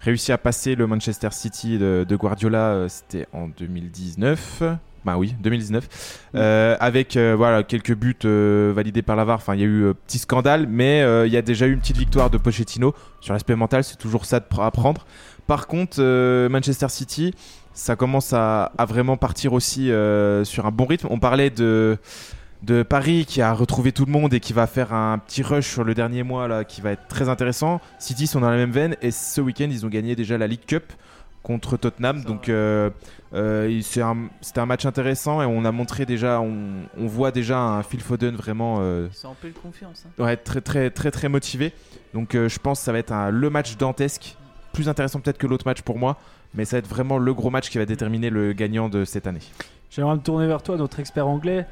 [SPEAKER 5] réussi à passer le Manchester City de, de Guardiola, euh, c'était en 2019. Bah oui, 2019. Euh, avec euh, voilà, quelques buts euh, validés par la VAR. Enfin, il y a eu euh, petit scandale, mais euh, il y a déjà eu une petite victoire de Pochettino. Sur l'aspect mental, c'est toujours ça de pr- à prendre. Par contre, euh, Manchester City, ça commence à, à vraiment partir aussi euh, sur un bon rythme. On parlait de de Paris qui a retrouvé tout le monde et qui va faire un petit rush sur le dernier mois là, qui va être très intéressant. City sont dans la même veine et ce week-end ils ont gagné déjà la League Cup contre Tottenham. Donc euh, euh, il- c'est un- c'était un, match intéressant et on a montré déjà, on, on voit déjà un Phil Foden vraiment euh,
[SPEAKER 6] C'est en pleine confiance. hein.
[SPEAKER 5] ouais, très très très très motivé. Donc euh, je pense que ça va être un- le match dantesque, plus intéressant peut-être que l'autre match pour moi, mais ça va être vraiment le gros match qui va déterminer le gagnant de cette année.
[SPEAKER 1] J'aimerais me tourner vers toi, notre expert anglais.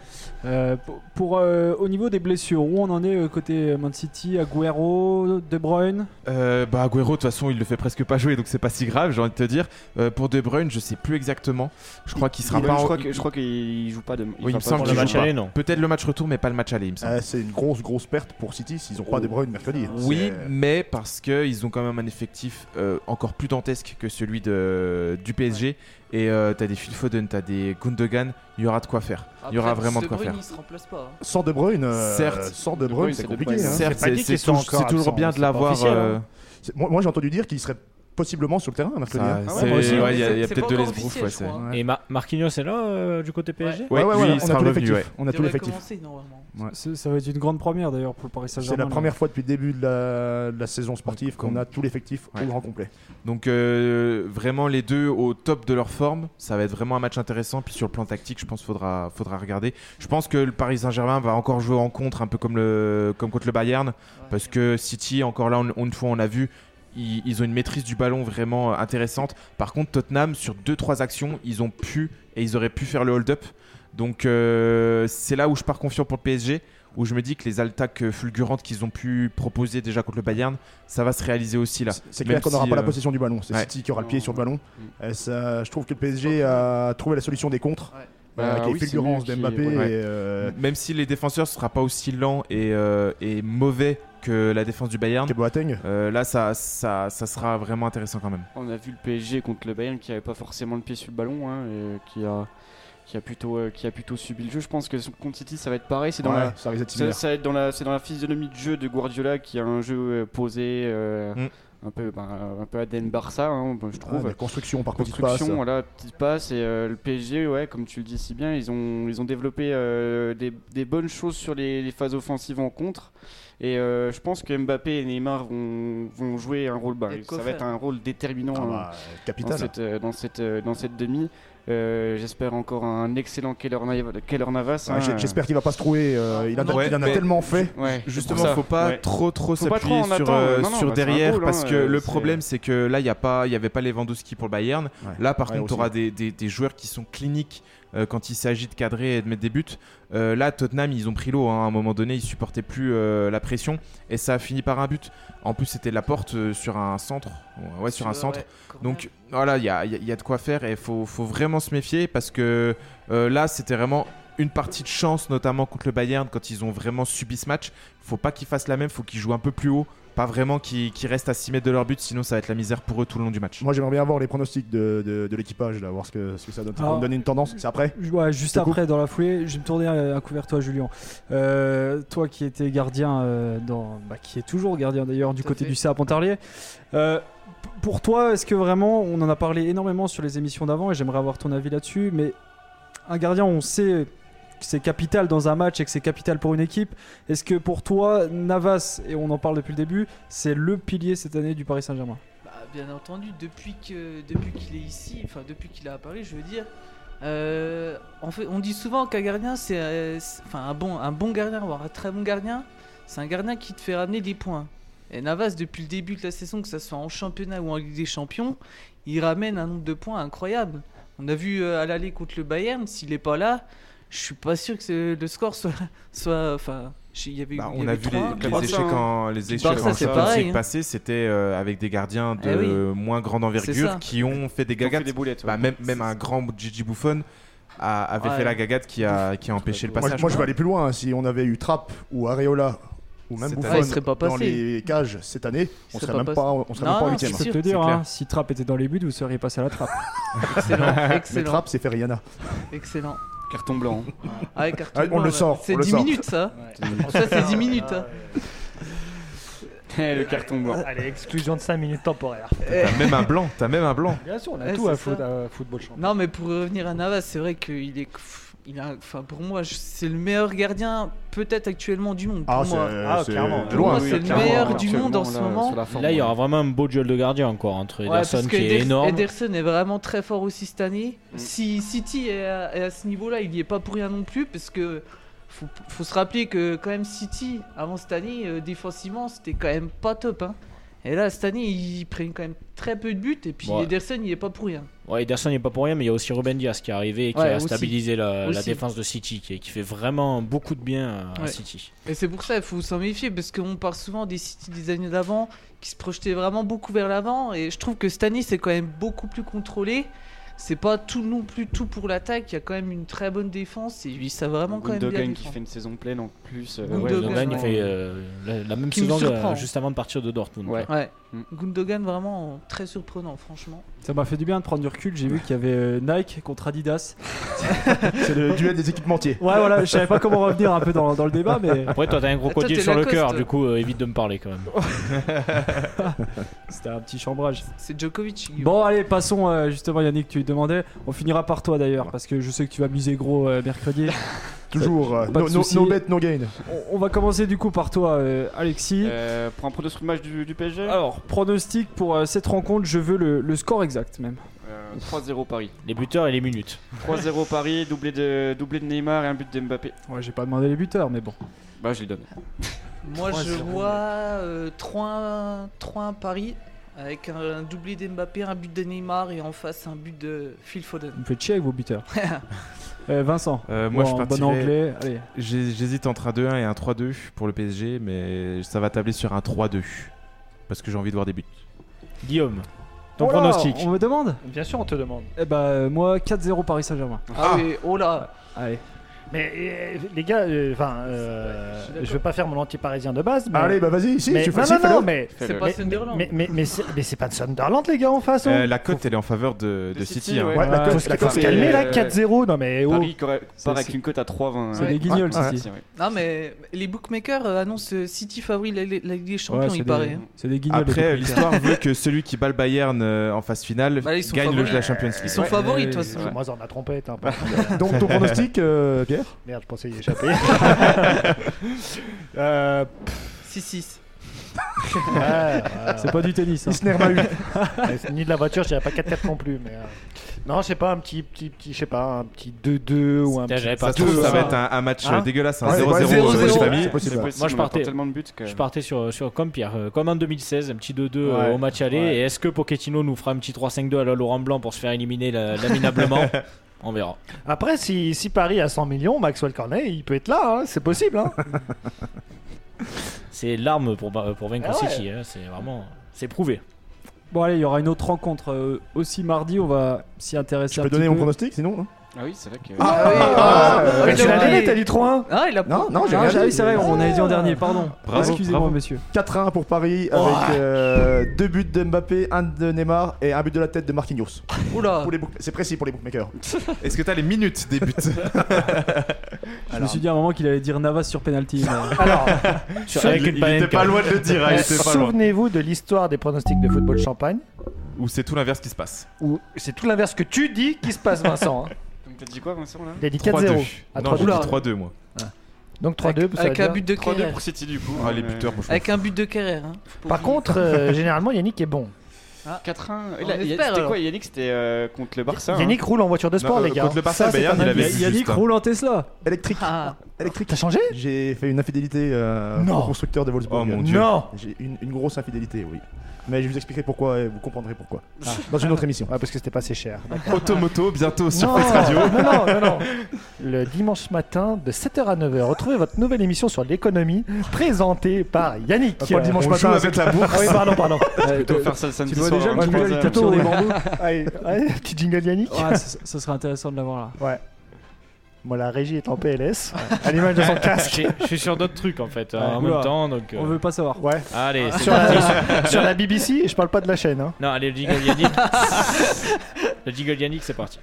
[SPEAKER 1] Euh, pour pour, euh, au niveau des blessures, où on en est euh, côté Man City, Agüero, De Bruyne
[SPEAKER 5] Euh, bah Agüero de toute façon il le fait presque pas jouer donc c'est pas si grave j'ai envie de te dire Euh, pour De Bruyne je sais plus exactement je crois qu'il sera
[SPEAKER 7] Il-
[SPEAKER 5] pas
[SPEAKER 7] je
[SPEAKER 5] en-
[SPEAKER 7] crois que- je crois qu'il joue pas de.
[SPEAKER 5] Oui, il me
[SPEAKER 7] va pas
[SPEAKER 5] semble
[SPEAKER 4] Pour
[SPEAKER 7] jouer.
[SPEAKER 4] le
[SPEAKER 5] qu'il
[SPEAKER 4] match
[SPEAKER 5] joue pas.
[SPEAKER 4] aller, non.
[SPEAKER 5] peut-être le match retour mais pas le match aller il me semble
[SPEAKER 3] Ah, c'est une grosse, grosse perte pour City s'ils n'ont pas De Bruyne mercredi.
[SPEAKER 7] Ah,
[SPEAKER 3] hein.
[SPEAKER 5] oui
[SPEAKER 3] C'est-
[SPEAKER 5] mais parce que ils ont quand même un effectif euh, encore plus dantesque que celui de, du PSG et euh, t'as des Phil Foden t'as des Gundogan il y aura de quoi faire il y aura
[SPEAKER 6] Après,
[SPEAKER 5] vraiment de
[SPEAKER 6] De
[SPEAKER 5] quoi
[SPEAKER 6] Bruyne,
[SPEAKER 5] faire
[SPEAKER 6] il se remplace pas. hein.
[SPEAKER 3] Sans De Bruyne, euh,
[SPEAKER 5] Certes.
[SPEAKER 3] sans De
[SPEAKER 7] De
[SPEAKER 3] Bruyne,
[SPEAKER 7] Bruyne,
[SPEAKER 3] c'est
[SPEAKER 7] c'est De
[SPEAKER 3] compliqué.
[SPEAKER 7] Bruyne.
[SPEAKER 3] hein.
[SPEAKER 5] Certes,
[SPEAKER 2] C'est pas
[SPEAKER 5] c'est
[SPEAKER 2] dit
[SPEAKER 5] c'est
[SPEAKER 2] qu'ils sont
[SPEAKER 5] tou-
[SPEAKER 2] encore
[SPEAKER 5] c'est toujours
[SPEAKER 2] absents,
[SPEAKER 5] bien
[SPEAKER 2] c'est
[SPEAKER 5] de
[SPEAKER 2] pas
[SPEAKER 5] l'avoir
[SPEAKER 2] officiel,
[SPEAKER 5] euh,
[SPEAKER 3] C'est- Moi, moi, j'ai entendu dire qu'il serait possiblement sur le terrain mercredi.
[SPEAKER 5] ça-
[SPEAKER 3] hein.
[SPEAKER 7] Ah ouais,
[SPEAKER 5] c'est-
[SPEAKER 7] moi aussi,
[SPEAKER 5] ouais, il y a,
[SPEAKER 6] mais
[SPEAKER 5] il y a
[SPEAKER 6] c'est-
[SPEAKER 5] peut-être
[SPEAKER 6] c'est
[SPEAKER 5] de
[SPEAKER 6] pas
[SPEAKER 5] l'esbrouf
[SPEAKER 6] officiel,
[SPEAKER 5] ouais,
[SPEAKER 6] je
[SPEAKER 5] c'est-
[SPEAKER 6] crois, hein.
[SPEAKER 3] Ouais.
[SPEAKER 4] euh, Et Ma- Marquinhos est là euh, du côté PSG
[SPEAKER 5] Ouais,
[SPEAKER 3] Ouais, ouais,
[SPEAKER 5] lui,
[SPEAKER 3] ouais,
[SPEAKER 5] il
[SPEAKER 3] on a
[SPEAKER 5] sera
[SPEAKER 3] tout
[SPEAKER 5] revenu,
[SPEAKER 3] l'effectif.
[SPEAKER 5] ouais.
[SPEAKER 3] On a tout
[SPEAKER 6] devrait
[SPEAKER 3] l'effectif.
[SPEAKER 6] commencer normalement.
[SPEAKER 1] Ça ça va être une grande première d'ailleurs pour le Paris Saint-Germain.
[SPEAKER 3] C'est la
[SPEAKER 1] là.
[SPEAKER 3] première fois depuis le début de la, de la saison sportive qu'on a tout l'effectif
[SPEAKER 5] Ouais.
[SPEAKER 3] au grand complet.
[SPEAKER 5] Donc euh, vraiment les deux au top de leur forme, ça va être vraiment un match intéressant. Puis sur le plan tactique, je pense faudra faudra regarder. Je pense que le Paris Saint-Germain va encore jouer en contre, un peu comme le comme contre le Bayern, parce que City encore là on- on- une fois on l'a vu, ils, ils ont une maîtrise du ballon vraiment euh, intéressante. Par contre Tottenham sur deux trois actions, ils ont pu et ils auraient pu faire le hold-up. Donc euh, c'est là où je pars confiant pour le PSG, où je me dis que les attaques euh, fulgurantes qu'ils ont pu proposer déjà contre le Bayern, ça va se réaliser aussi là.
[SPEAKER 3] C'est- C'est
[SPEAKER 5] Même
[SPEAKER 3] clair qu'on n'aura
[SPEAKER 5] si,
[SPEAKER 3] pas la
[SPEAKER 5] euh,
[SPEAKER 3] possession du ballon. C'est
[SPEAKER 5] ouais.
[SPEAKER 3] City qui aura le pied sur le ballon.
[SPEAKER 7] Mm.
[SPEAKER 3] Et ça, je trouve que le PSG a trouvé la solution des contres.
[SPEAKER 6] Ouais.
[SPEAKER 3] euh,
[SPEAKER 7] Bah
[SPEAKER 3] avec les
[SPEAKER 7] oui, c'est
[SPEAKER 3] fulgurances
[SPEAKER 7] lui qui-
[SPEAKER 3] d'Mbappé.
[SPEAKER 7] ouais. Mm.
[SPEAKER 3] et,
[SPEAKER 5] Ouais.
[SPEAKER 3] euh,
[SPEAKER 5] Même si les défenseurs ne sera pas aussi lent et, euh, et mauvais que la défense du Bayern,
[SPEAKER 3] que Boateng.
[SPEAKER 5] euh, là ça, ça, ça sera vraiment intéressant quand même.
[SPEAKER 7] On a vu le PSG contre le Bayern qui avait pas forcément le pied sur le ballon, hein, et qui a qui a plutôt euh, qui a plutôt subi le jeu. Je pense que contre City ça va être pareil. C'est dans
[SPEAKER 3] Ouais,
[SPEAKER 7] la
[SPEAKER 3] Ça risque d'être
[SPEAKER 7] ça,
[SPEAKER 3] similaire.
[SPEAKER 7] ça va être dans la c'est dans la physionomie de jeu de Guardiola qui a un jeu euh, posé euh,
[SPEAKER 5] Mm.
[SPEAKER 7] un peu bah, un peu Aden Barça, hein, bah, je
[SPEAKER 3] Ah,
[SPEAKER 7] trouve.
[SPEAKER 3] la construction par contre.
[SPEAKER 7] Construction, voilà, petite passe et euh, le PSG, ouais, comme tu le dis si bien, ils ont, ils ont développé euh, des, des bonnes choses sur les, les phases offensives en contre. Et euh, je pense que Mbappé et Neymar vont, vont jouer un rôle. bah,
[SPEAKER 6] Il y a de quoi
[SPEAKER 7] ça va être
[SPEAKER 6] faire.
[SPEAKER 7] un rôle déterminant
[SPEAKER 3] Ah
[SPEAKER 7] hein,
[SPEAKER 3] bah,
[SPEAKER 7] dans,
[SPEAKER 3] capital.
[SPEAKER 7] cette, euh, dans, cette, euh, dans cette demi. Euh, J'espère encore un excellent Keller, Nav- Keller Navas.
[SPEAKER 3] Ouais,
[SPEAKER 7] hein,
[SPEAKER 3] Ah, j'ai- J'espère qu'il va pas se trouer.
[SPEAKER 7] Ah,
[SPEAKER 3] euh, il, en a-
[SPEAKER 5] Ouais,
[SPEAKER 3] il en a
[SPEAKER 5] mais-
[SPEAKER 3] tellement fait.
[SPEAKER 7] euh, ouais,
[SPEAKER 5] Justement,
[SPEAKER 7] pour ça.
[SPEAKER 5] faut pas
[SPEAKER 7] Ouais.
[SPEAKER 5] trop trop
[SPEAKER 7] Faut pas
[SPEAKER 5] s'appuyer
[SPEAKER 7] trop en
[SPEAKER 5] sur,
[SPEAKER 7] attendre,
[SPEAKER 5] euh,
[SPEAKER 7] non, non,
[SPEAKER 5] sur
[SPEAKER 7] bah, c'est un
[SPEAKER 5] derrière
[SPEAKER 7] goal, hein,
[SPEAKER 5] parce que
[SPEAKER 7] euh,
[SPEAKER 5] le
[SPEAKER 7] c'est-
[SPEAKER 5] problème c'est que là il n'y a pas il y avait pas Lewandowski pour le Bayern.
[SPEAKER 3] Ouais.
[SPEAKER 5] Là par
[SPEAKER 3] Ouais,
[SPEAKER 5] contre,
[SPEAKER 3] aussi.
[SPEAKER 5] tu auras des, des- des joueurs qui sont cliniques euh, quand il s'agit de cadrer et de mettre des buts. Euh, là Tottenham, ils ont pris l'eau hein. à un moment donné, ils supportaient plus euh, la pression et ça a fini par un but. En plus, c'était la porte euh, sur un centre. Ouais, sur un centre. Donc voilà, il y a, il y a- il y a de quoi faire et il faut, faut vraiment se méfier parce que euh, là, c'était vraiment une partie de chance, notamment contre le Bayern, quand ils ont vraiment subi ce match. faut pas qu'ils fassent la même, faut qu'ils jouent un peu plus haut. Pas vraiment qu'ils qu'ils restent à 6 mètres de leur but, sinon ça va être la misère pour eux tout le long du match.
[SPEAKER 3] Moi j'aimerais bien avoir les pronostics de, de- de l'équipage, là, voir ce que, ce que ça donne. Ça
[SPEAKER 7] Ah.
[SPEAKER 1] Alors-
[SPEAKER 3] va me donner une tendance. C'est après
[SPEAKER 1] Ouais, juste
[SPEAKER 3] Je te coupe.
[SPEAKER 1] après, dans la foulée, je vais me tourner euh, un coup vers toi, Julien. Euh, toi qui étais gardien, euh, dans, bah, qui est toujours gardien d'ailleurs du
[SPEAKER 6] Tout à
[SPEAKER 1] côté
[SPEAKER 6] fait.
[SPEAKER 1] du CA Pontarlier. Euh, p- pour toi, est-ce que vraiment, on en a parlé énormément sur les émissions d'avant et j'aimerais avoir ton avis là-dessus, mais un gardien, on sait que c'est capital dans un match et que c'est capital pour une équipe. Est-ce que pour toi, Navas, et on en parle depuis le début, c'est le pilier cette année du Paris Saint-Germain
[SPEAKER 6] Bah, bien entendu, depuis que depuis qu'il est ici, enfin depuis qu'il est à Paris, je veux dire. euh, en fait, on dit souvent qu'un gardien, c'est euh, c'est- enfin un bon un bon gardien, voire un très bon gardien, c'est un gardien qui te fait ramener des points. Et Navas, depuis le début de la saison, que ce soit en championnat ou en Ligue des Champions, il ramène un nombre de points incroyable. On a vu euh, à l'aller contre le Bayern, s'il n'est pas là, je suis pas sûr que c'est- le score soit soit enfin J'ai- Il y avait, eu-
[SPEAKER 5] Bah,
[SPEAKER 6] il y
[SPEAKER 5] on a
[SPEAKER 6] avait
[SPEAKER 5] vu les,
[SPEAKER 6] trois,
[SPEAKER 5] les
[SPEAKER 6] quatre-
[SPEAKER 5] échecs
[SPEAKER 7] hein.
[SPEAKER 5] en, les échecs
[SPEAKER 6] Barça,
[SPEAKER 5] en
[SPEAKER 6] c'est
[SPEAKER 5] Champions
[SPEAKER 6] pareil,
[SPEAKER 5] League
[SPEAKER 6] hein.
[SPEAKER 5] passés, c'était euh, avec des gardiens de
[SPEAKER 6] Eh oui.
[SPEAKER 5] euh, moins grande
[SPEAKER 6] ça.
[SPEAKER 5] envergure qui ont fait des
[SPEAKER 7] Ils ont fait
[SPEAKER 5] gagates.
[SPEAKER 7] des boulettes. ouais.
[SPEAKER 5] Bah, même, même un grand Gigi Buffon a- avait
[SPEAKER 6] Ouais.
[SPEAKER 5] fait la gagate qui a, qui a empêché le
[SPEAKER 3] Moi,
[SPEAKER 5] passage.
[SPEAKER 3] moi, je
[SPEAKER 5] quoi.
[SPEAKER 3] vais aller plus loin. hein. Si on avait eu Trapp ou Areola ou même
[SPEAKER 5] Cette
[SPEAKER 3] Buffon
[SPEAKER 5] année,
[SPEAKER 6] il serait pas
[SPEAKER 3] dans
[SPEAKER 6] passé.
[SPEAKER 3] les cages cette année,
[SPEAKER 6] Il
[SPEAKER 3] on
[SPEAKER 6] serait
[SPEAKER 3] serait
[SPEAKER 6] pas
[SPEAKER 3] même
[SPEAKER 6] passé.
[SPEAKER 3] pas, on serait
[SPEAKER 6] Non,
[SPEAKER 3] même pas en
[SPEAKER 6] non,
[SPEAKER 1] Je
[SPEAKER 3] huitième.
[SPEAKER 1] peux
[SPEAKER 6] sûr,
[SPEAKER 1] te dire,
[SPEAKER 5] clair.
[SPEAKER 1] hein, si Trapp était dans les buts, vous seriez passé à la trappe.
[SPEAKER 6] Excellent,
[SPEAKER 3] Mais
[SPEAKER 6] excellent,
[SPEAKER 3] Trapp, c'est fait Rihanna.
[SPEAKER 6] excellent.
[SPEAKER 7] Carton blanc. hein.
[SPEAKER 6] Ah, ouais, carton
[SPEAKER 3] Ah, on
[SPEAKER 6] blanc,
[SPEAKER 3] le
[SPEAKER 6] là.
[SPEAKER 3] sort,
[SPEAKER 6] C'est
[SPEAKER 3] on le
[SPEAKER 6] 10
[SPEAKER 3] sort.
[SPEAKER 6] minutes ça.
[SPEAKER 2] Ouais.
[SPEAKER 6] Ça,
[SPEAKER 4] Ah
[SPEAKER 6] c'est 10 minutes, hein.
[SPEAKER 7] Eh, le carton blanc.
[SPEAKER 2] Euh, Allez, exclusion de 5 minutes Eh, temporaire.
[SPEAKER 5] T'as même un blanc, t'as même un blanc.
[SPEAKER 2] Bien sûr, on a
[SPEAKER 6] Ouais,
[SPEAKER 2] tout à,
[SPEAKER 6] c'est ça.
[SPEAKER 2] foot-
[SPEAKER 3] euh,
[SPEAKER 2] à football champion.
[SPEAKER 6] Non, mais pour revenir à Navas, c'est vrai qu'il est. pff, Il a, enfin, pour moi, je- c'est le meilleur gardien, peut-être actuellement, du monde. Pour
[SPEAKER 3] Ah, c'est
[SPEAKER 6] moi,
[SPEAKER 2] Ah,
[SPEAKER 3] c'est
[SPEAKER 2] clairement.
[SPEAKER 3] de
[SPEAKER 6] Pour
[SPEAKER 3] loin.
[SPEAKER 6] moi, c'est le
[SPEAKER 7] Clairement,
[SPEAKER 6] meilleur du
[SPEAKER 7] actuellement,
[SPEAKER 6] monde en
[SPEAKER 7] là,
[SPEAKER 6] ce moment.
[SPEAKER 7] sur la forme,
[SPEAKER 4] Là, il y
[SPEAKER 7] ouais.
[SPEAKER 4] aura vraiment un beau duel de gardien encore entre
[SPEAKER 6] Ouais,
[SPEAKER 4] Ederson
[SPEAKER 6] parce que
[SPEAKER 4] qui est
[SPEAKER 6] Eder-
[SPEAKER 4] énorme.
[SPEAKER 6] Ederson est vraiment très fort aussi cette année.
[SPEAKER 7] Mm.
[SPEAKER 6] Si City est à, est à ce niveau-là, il n'y est pas pour rien non plus, parce que faut, faut se rappeler que quand même City, avant cette année, euh, défensivement, c'était quand même pas top. hein. Et là, cette année, ils prennent quand même très peu de buts, et puis
[SPEAKER 4] Ouais.
[SPEAKER 6] Ederson, il n'y est pas pour rien.
[SPEAKER 4] Ouais, Ederson n'est pas pour rien, mais il y a aussi Ruben Diaz qui est arrivé et qui
[SPEAKER 6] Ouais,
[SPEAKER 4] a
[SPEAKER 6] aussi.
[SPEAKER 4] stabilisé la, la
[SPEAKER 6] Aussi.
[SPEAKER 4] défense de City, qui, qui fait vraiment beaucoup de bien à
[SPEAKER 6] Ouais.
[SPEAKER 4] City.
[SPEAKER 6] Et c'est pour ça il faut s'en méfier, parce qu'on parle souvent des City des années d'avant, qui se projetaient vraiment beaucoup vers l'avant, et je trouve que cette année, c'est quand même beaucoup plus contrôlé. C'est pas tout non plus tout pour l'attaque, il y a quand même une très bonne défense, et ils savent vraiment Ah quand même bien
[SPEAKER 7] Gundogan qui
[SPEAKER 6] défendre.
[SPEAKER 7] fait une saison pleine en plus. euh,
[SPEAKER 6] Gundogan,
[SPEAKER 4] Ouais,
[SPEAKER 6] Gundogan,
[SPEAKER 4] Logan, il
[SPEAKER 6] ouais.
[SPEAKER 4] fait euh, la, la même
[SPEAKER 6] Qui me
[SPEAKER 4] saison de-
[SPEAKER 6] surprend.
[SPEAKER 4] juste avant de partir de Dortmund.
[SPEAKER 7] Ouais.
[SPEAKER 4] quoi.
[SPEAKER 6] Ouais,
[SPEAKER 7] Mm.
[SPEAKER 6] Gundogan vraiment euh, très surprenant, franchement.
[SPEAKER 1] Ça m'a fait du bien de prendre du recul. J'ai vu qu'il y avait euh, Nike contre Adidas.
[SPEAKER 3] C'est le duel des équipementiers.
[SPEAKER 1] Ouais, voilà, je savais pas comment revenir un peu dans, dans le débat, mais
[SPEAKER 4] Après, toi, t'as un
[SPEAKER 6] Toi,
[SPEAKER 4] crocodile
[SPEAKER 6] t'es
[SPEAKER 4] sur le
[SPEAKER 6] Lacoste.
[SPEAKER 4] cœur, du coup, euh, évite de me parler quand même.
[SPEAKER 1] c'était un petit chambrage.
[SPEAKER 6] C'est Djokovic. il-
[SPEAKER 1] Bon, allez, passons euh, justement, Yannick, tu demandais. On finira par toi d'ailleurs, parce que je sais que tu vas muser gros euh, mercredi.
[SPEAKER 3] Toujours. euh,
[SPEAKER 1] Pas de
[SPEAKER 3] no, no,
[SPEAKER 1] soucis.
[SPEAKER 3] no bet, no gain.
[SPEAKER 1] On, on va commencer du coup par toi, euh, Alexis.
[SPEAKER 7] Euh, pour un pronostic match du, du PSG
[SPEAKER 1] Alors, pronostic pour euh, cette rencontre, je veux le, le score exact même.
[SPEAKER 7] Euh, 3-0 Paris.
[SPEAKER 4] Les buteurs et les minutes.
[SPEAKER 7] 3-0 Paris, doublé de, doublé de Neymar et un but de Mbappé.
[SPEAKER 1] Ouais, j'ai pas demandé les buteurs, mais bon.
[SPEAKER 7] Bah, je les donne.
[SPEAKER 6] Moi je vois euh, 3-1 3-1 Paris, avec un, un doublé d'Mbappé, un but de Neymar, et en face un but de Phil Foden.
[SPEAKER 1] Vous me faites chier avec vos buteurs. Euh, Vincent,
[SPEAKER 5] Euh, moi,
[SPEAKER 1] ou
[SPEAKER 5] je
[SPEAKER 1] en bon
[SPEAKER 5] partirais-
[SPEAKER 1] anglais. Allez.
[SPEAKER 5] J'ai- J'hésite entre un 2-1 et un 3-2 pour le PSG, mais ça va tabler sur un 3-2 parce que j'ai envie de voir des buts.
[SPEAKER 4] Guillaume, ton
[SPEAKER 1] Oh là,
[SPEAKER 4] pronostic
[SPEAKER 1] On me demande
[SPEAKER 2] Bien sûr, on te demande.
[SPEAKER 1] Eh bah, euh, moi, 4-0 Paris Saint-Germain.
[SPEAKER 6] Ah, oui, oh là
[SPEAKER 1] Allez.
[SPEAKER 2] Mais euh, les gars, euh, enfin, euh, je veux pas faire mon anti-parisien de base. Mais,
[SPEAKER 3] Allez, bah vas-y, si,
[SPEAKER 2] mais
[SPEAKER 3] tu fais
[SPEAKER 2] non,
[SPEAKER 3] si,
[SPEAKER 2] non,
[SPEAKER 3] fais-le.
[SPEAKER 2] non, mais
[SPEAKER 6] C'est
[SPEAKER 7] le-
[SPEAKER 6] pas
[SPEAKER 2] mais-
[SPEAKER 6] Sunderland.
[SPEAKER 2] mais mais mais c'est mais c'est pas de Sunderland les gars en face. hein.
[SPEAKER 5] Euh, la cote, elle est en faveur de,
[SPEAKER 7] De
[SPEAKER 5] de
[SPEAKER 7] City,
[SPEAKER 5] City. hein.
[SPEAKER 7] ouais.
[SPEAKER 3] Ouais, la
[SPEAKER 2] faut
[SPEAKER 3] cote,
[SPEAKER 2] se,
[SPEAKER 3] la
[SPEAKER 2] faut
[SPEAKER 3] cote,
[SPEAKER 2] se
[SPEAKER 7] c'est-
[SPEAKER 2] calmer là,
[SPEAKER 7] euh,
[SPEAKER 2] 4-0. Non mais oh.
[SPEAKER 7] Paris correct- part avec
[SPEAKER 1] c'est-
[SPEAKER 7] une cote à 3-20.
[SPEAKER 1] C'est
[SPEAKER 7] hein.
[SPEAKER 1] des guignols,
[SPEAKER 7] Ouais,
[SPEAKER 1] City.
[SPEAKER 7] c'est vrai.
[SPEAKER 6] Non mais les bookmakers euh, annoncent euh, City favori la, la- la Ligue des Champions,
[SPEAKER 1] c'est des-
[SPEAKER 6] il paraît. hein.
[SPEAKER 1] C'est des guignols. les
[SPEAKER 5] Après,
[SPEAKER 1] trucs.
[SPEAKER 5] l'histoire veut que celui qui bat le Bayern euh, en phase finale
[SPEAKER 6] Bah, ils sont
[SPEAKER 5] gagne le,
[SPEAKER 6] favoris.
[SPEAKER 5] la Champions League.
[SPEAKER 6] Ils sont favoris de toute façon.
[SPEAKER 2] Moi, en la trompette. hein, parce que-
[SPEAKER 3] Donc ton pronostic, euh, Pierre
[SPEAKER 2] Merde, je pensais y échapper. euh,
[SPEAKER 6] 6-6.
[SPEAKER 2] ouais, ouais.
[SPEAKER 1] C'est pas du tennis. hein.
[SPEAKER 3] Isner Mahu.
[SPEAKER 2] Ouais, c'est ni de la voiture, je dirais pas 4-4 non plus. Mais, euh, Non, je sais pas, un petit, petit, petit, je sais pas, un petit 2-2 ou un
[SPEAKER 4] Putain,
[SPEAKER 2] petit.
[SPEAKER 4] j'avais
[SPEAKER 5] Ça
[SPEAKER 4] pas
[SPEAKER 5] se trouve,
[SPEAKER 4] trouvé
[SPEAKER 5] ça
[SPEAKER 4] ça.
[SPEAKER 5] va être un, un match euh,
[SPEAKER 2] Hein
[SPEAKER 5] dégueulasse, un
[SPEAKER 3] Ouais,
[SPEAKER 5] 0-0
[SPEAKER 3] ouais,
[SPEAKER 5] euh, chez
[SPEAKER 6] 0-0,
[SPEAKER 5] les
[SPEAKER 6] ouais.
[SPEAKER 5] familles.
[SPEAKER 3] C'est possible.
[SPEAKER 7] C'est
[SPEAKER 3] ouais.
[SPEAKER 7] possible,
[SPEAKER 4] Moi, je
[SPEAKER 7] on attend
[SPEAKER 4] partais-
[SPEAKER 7] tellement de buts que.
[SPEAKER 4] Je partais sur, sur comme Pierre, euh, comme en 2016, un petit 2-2
[SPEAKER 2] Ouais.
[SPEAKER 4] euh, au match aller.
[SPEAKER 2] Ouais.
[SPEAKER 4] Et est-ce que Pochettino nous fera un petit 3-5-2 à la Laurent Blanc pour se faire éliminer la- laminablement On verra.
[SPEAKER 2] Après, si, si Paris a 100 millions, Maxwell Cornet, il peut être là, hein, c'est possible. Hein.
[SPEAKER 4] C'est l'arme pour, ba- pour vaincre
[SPEAKER 2] Ah ouais.
[SPEAKER 4] City. hein, c'est vraiment. C'est prouvé.
[SPEAKER 1] Bon, allez, il y aura une autre rencontre euh, aussi mardi. On va s'y intéresser
[SPEAKER 3] Tu
[SPEAKER 1] un
[SPEAKER 3] peux
[SPEAKER 1] petit
[SPEAKER 3] donner mon
[SPEAKER 1] peu.
[SPEAKER 3] pronostic sinon hein
[SPEAKER 7] Ah oui, c'est vrai que.
[SPEAKER 6] Ah, oui, ah,
[SPEAKER 3] ouais,
[SPEAKER 6] ah,
[SPEAKER 2] Mais tu
[SPEAKER 6] il a
[SPEAKER 2] l'as
[SPEAKER 6] oublié.
[SPEAKER 2] donné, t'as dit 3-1
[SPEAKER 6] Ah, il a
[SPEAKER 3] Non,
[SPEAKER 6] pas-
[SPEAKER 3] non, j'ai
[SPEAKER 1] Ah,
[SPEAKER 3] rien
[SPEAKER 1] ah oui,
[SPEAKER 3] dit.
[SPEAKER 1] c'est vrai, on avait dit en dernier, pardon.
[SPEAKER 5] Bravo,
[SPEAKER 1] Excusez-moi,
[SPEAKER 5] bravo.
[SPEAKER 1] monsieur.
[SPEAKER 3] 4-1 pour Paris avec euh, deux buts de Mbappé, un de Neymar et un but de la tête de Marquinhos.
[SPEAKER 6] Oula
[SPEAKER 3] Pour les book- C'est précis pour les bookmakers.
[SPEAKER 5] Est-ce que t'as les minutes des buts
[SPEAKER 1] Je me suis dit à un moment qu'il allait dire Navas sur penalty. mais- euh,
[SPEAKER 2] Alors,
[SPEAKER 4] Sur- avec une
[SPEAKER 5] Il était
[SPEAKER 4] panenka.
[SPEAKER 5] pas loin de le dire, hein, il était pas loin.
[SPEAKER 2] souvenez-vous de l'histoire des pronostics de football champagne,
[SPEAKER 5] Ou c'est tout l'inverse qui se passe.
[SPEAKER 2] où c'est tout l'inverse que tu dis qui se passe, Vincent. hein.
[SPEAKER 7] Donc t'as dit quoi, Vincent là
[SPEAKER 2] Il a dit
[SPEAKER 5] 3-2.
[SPEAKER 2] 4-0 à
[SPEAKER 5] Non,
[SPEAKER 2] 3
[SPEAKER 5] j'ai dit
[SPEAKER 6] Oula.
[SPEAKER 5] 3-2 moi.
[SPEAKER 2] Donc 3-2, ça veut
[SPEAKER 6] Avec un
[SPEAKER 2] dire-
[SPEAKER 6] but de
[SPEAKER 7] 3-2
[SPEAKER 6] Kerrer.
[SPEAKER 7] pour City du coup.
[SPEAKER 5] Ah, les
[SPEAKER 7] Euh,
[SPEAKER 5] buteurs, moi je
[SPEAKER 6] Avec un but de Kerrer. hein. Faut pas
[SPEAKER 2] Par
[SPEAKER 6] oublier.
[SPEAKER 2] contre, euh, généralement, Yannick est bon.
[SPEAKER 7] 4-1.
[SPEAKER 6] On
[SPEAKER 7] Il a- il-
[SPEAKER 6] espère,
[SPEAKER 7] C'était
[SPEAKER 6] alors.
[SPEAKER 7] quoi, Yannick C'était euh, contre le Barça. hein.
[SPEAKER 2] Yannick roule en voiture de sport,
[SPEAKER 5] Non, euh,
[SPEAKER 2] les gars.
[SPEAKER 5] contre le Barça,
[SPEAKER 2] Ça, c'est
[SPEAKER 5] Bayern,
[SPEAKER 2] un
[SPEAKER 5] il avait
[SPEAKER 2] indice.
[SPEAKER 5] dit
[SPEAKER 1] Yannick
[SPEAKER 5] juste, hein.
[SPEAKER 1] roule en Tesla.
[SPEAKER 3] Électrique.
[SPEAKER 6] Ah,
[SPEAKER 3] Électrique.
[SPEAKER 2] T'as changé
[SPEAKER 3] J'ai fait une infidélité euh,
[SPEAKER 2] Non.
[SPEAKER 3] au constructeur de Wolfsburg.
[SPEAKER 5] Oh, mon Dieu.
[SPEAKER 2] Non
[SPEAKER 3] J'ai une, une grosse infidélité, oui. Mais je vous expliquerai pourquoi et vous comprendrez pourquoi. Dans une autre émission.
[SPEAKER 2] Ah, parce que c'était pas assez cher.
[SPEAKER 5] Automoto, bientôt sur
[SPEAKER 2] Non,
[SPEAKER 5] France Radio.
[SPEAKER 2] Non, non, non, non. Le dimanche matin de 7h à 9h, retrouvez votre nouvelle émission sur l'économie présentée par Yannick.
[SPEAKER 3] Pas le dimanche
[SPEAKER 5] Ah, On
[SPEAKER 3] matin
[SPEAKER 5] joue avec la bourse.
[SPEAKER 2] Ah oui, pardon, pardon.
[SPEAKER 7] Plutôt faire ça le samedi
[SPEAKER 1] vois
[SPEAKER 7] soir. hein.
[SPEAKER 1] déjà
[SPEAKER 7] à
[SPEAKER 1] le
[SPEAKER 7] 23 heures.
[SPEAKER 1] Tito
[SPEAKER 2] Sur
[SPEAKER 1] au
[SPEAKER 2] les-
[SPEAKER 1] bambous.
[SPEAKER 2] Allez, allez, petit jingle Yannick.
[SPEAKER 1] Ouais, ce ce serait intéressant de l'avoir là.
[SPEAKER 2] Bon, la régie est en PLS, à l'image de son casque.
[SPEAKER 4] J'ai- Je suis sur d'autres trucs en fait euh, en
[SPEAKER 1] Ouais.
[SPEAKER 4] même temps donc. euh,
[SPEAKER 1] On veut pas savoir.
[SPEAKER 2] Ouais.
[SPEAKER 4] Allez, c'est
[SPEAKER 2] Sur
[SPEAKER 4] parti.
[SPEAKER 2] la, sur la BBC, et je parle pas de la chaîne. Hein.
[SPEAKER 4] Non, allez, le jingle Yannick. le jingle Yannick, c'est parti.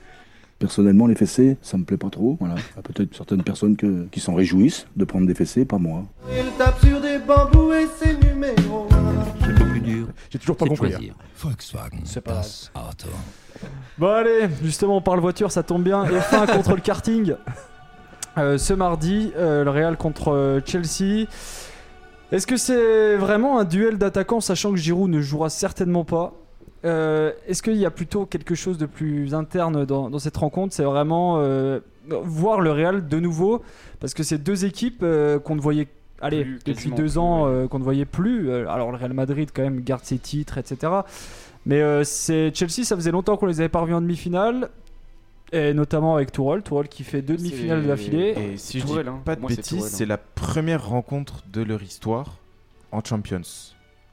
[SPEAKER 9] Personnellement, les fessées, ça me plaît pas trop. Voilà. Il y a Peut-être certaines personnes que- qui s'en réjouissent de prendre des fessées, pas moi.
[SPEAKER 10] Il tape sur des bambous et ses numéros.
[SPEAKER 3] J'ai toujours pas compris. hein.
[SPEAKER 2] C'est pas grave.
[SPEAKER 1] Bon allez, justement on parle voiture, ça tombe bien. Et fin contre le karting. Euh, ce mardi, euh, le Real contre euh, Chelsea. Est-ce que c'est vraiment un duel d'attaquants, sachant que Giroud ne jouera certainement pas Euh, Est-ce qu'il y a plutôt quelque chose de plus interne dans, dans cette rencontre C'est vraiment euh, voir le Real de nouveau, parce que c'est deux équipes euh, qu'on ne voyait allez,
[SPEAKER 7] Plus,
[SPEAKER 1] depuis
[SPEAKER 7] quasiment
[SPEAKER 1] deux
[SPEAKER 7] plus,
[SPEAKER 1] ans
[SPEAKER 7] ouais.
[SPEAKER 1] euh, qu'on ne voyait plus. Euh, Alors le Real Madrid quand même garde ses titres, etc. Mais euh, c'est Chelsea, ça faisait longtemps qu'on les avait pas revus en demi-finale, et notamment avec Tourol, Tourol qui fait deux
[SPEAKER 7] C'est-
[SPEAKER 1] demi-finales d'affilée.
[SPEAKER 5] Et si je dis
[SPEAKER 7] Tourelle, hein.
[SPEAKER 5] pas de
[SPEAKER 7] Pour moi, c'est
[SPEAKER 5] bêtises,
[SPEAKER 7] Tourelle, hein.
[SPEAKER 5] c'est la première rencontre de leur histoire en Champions.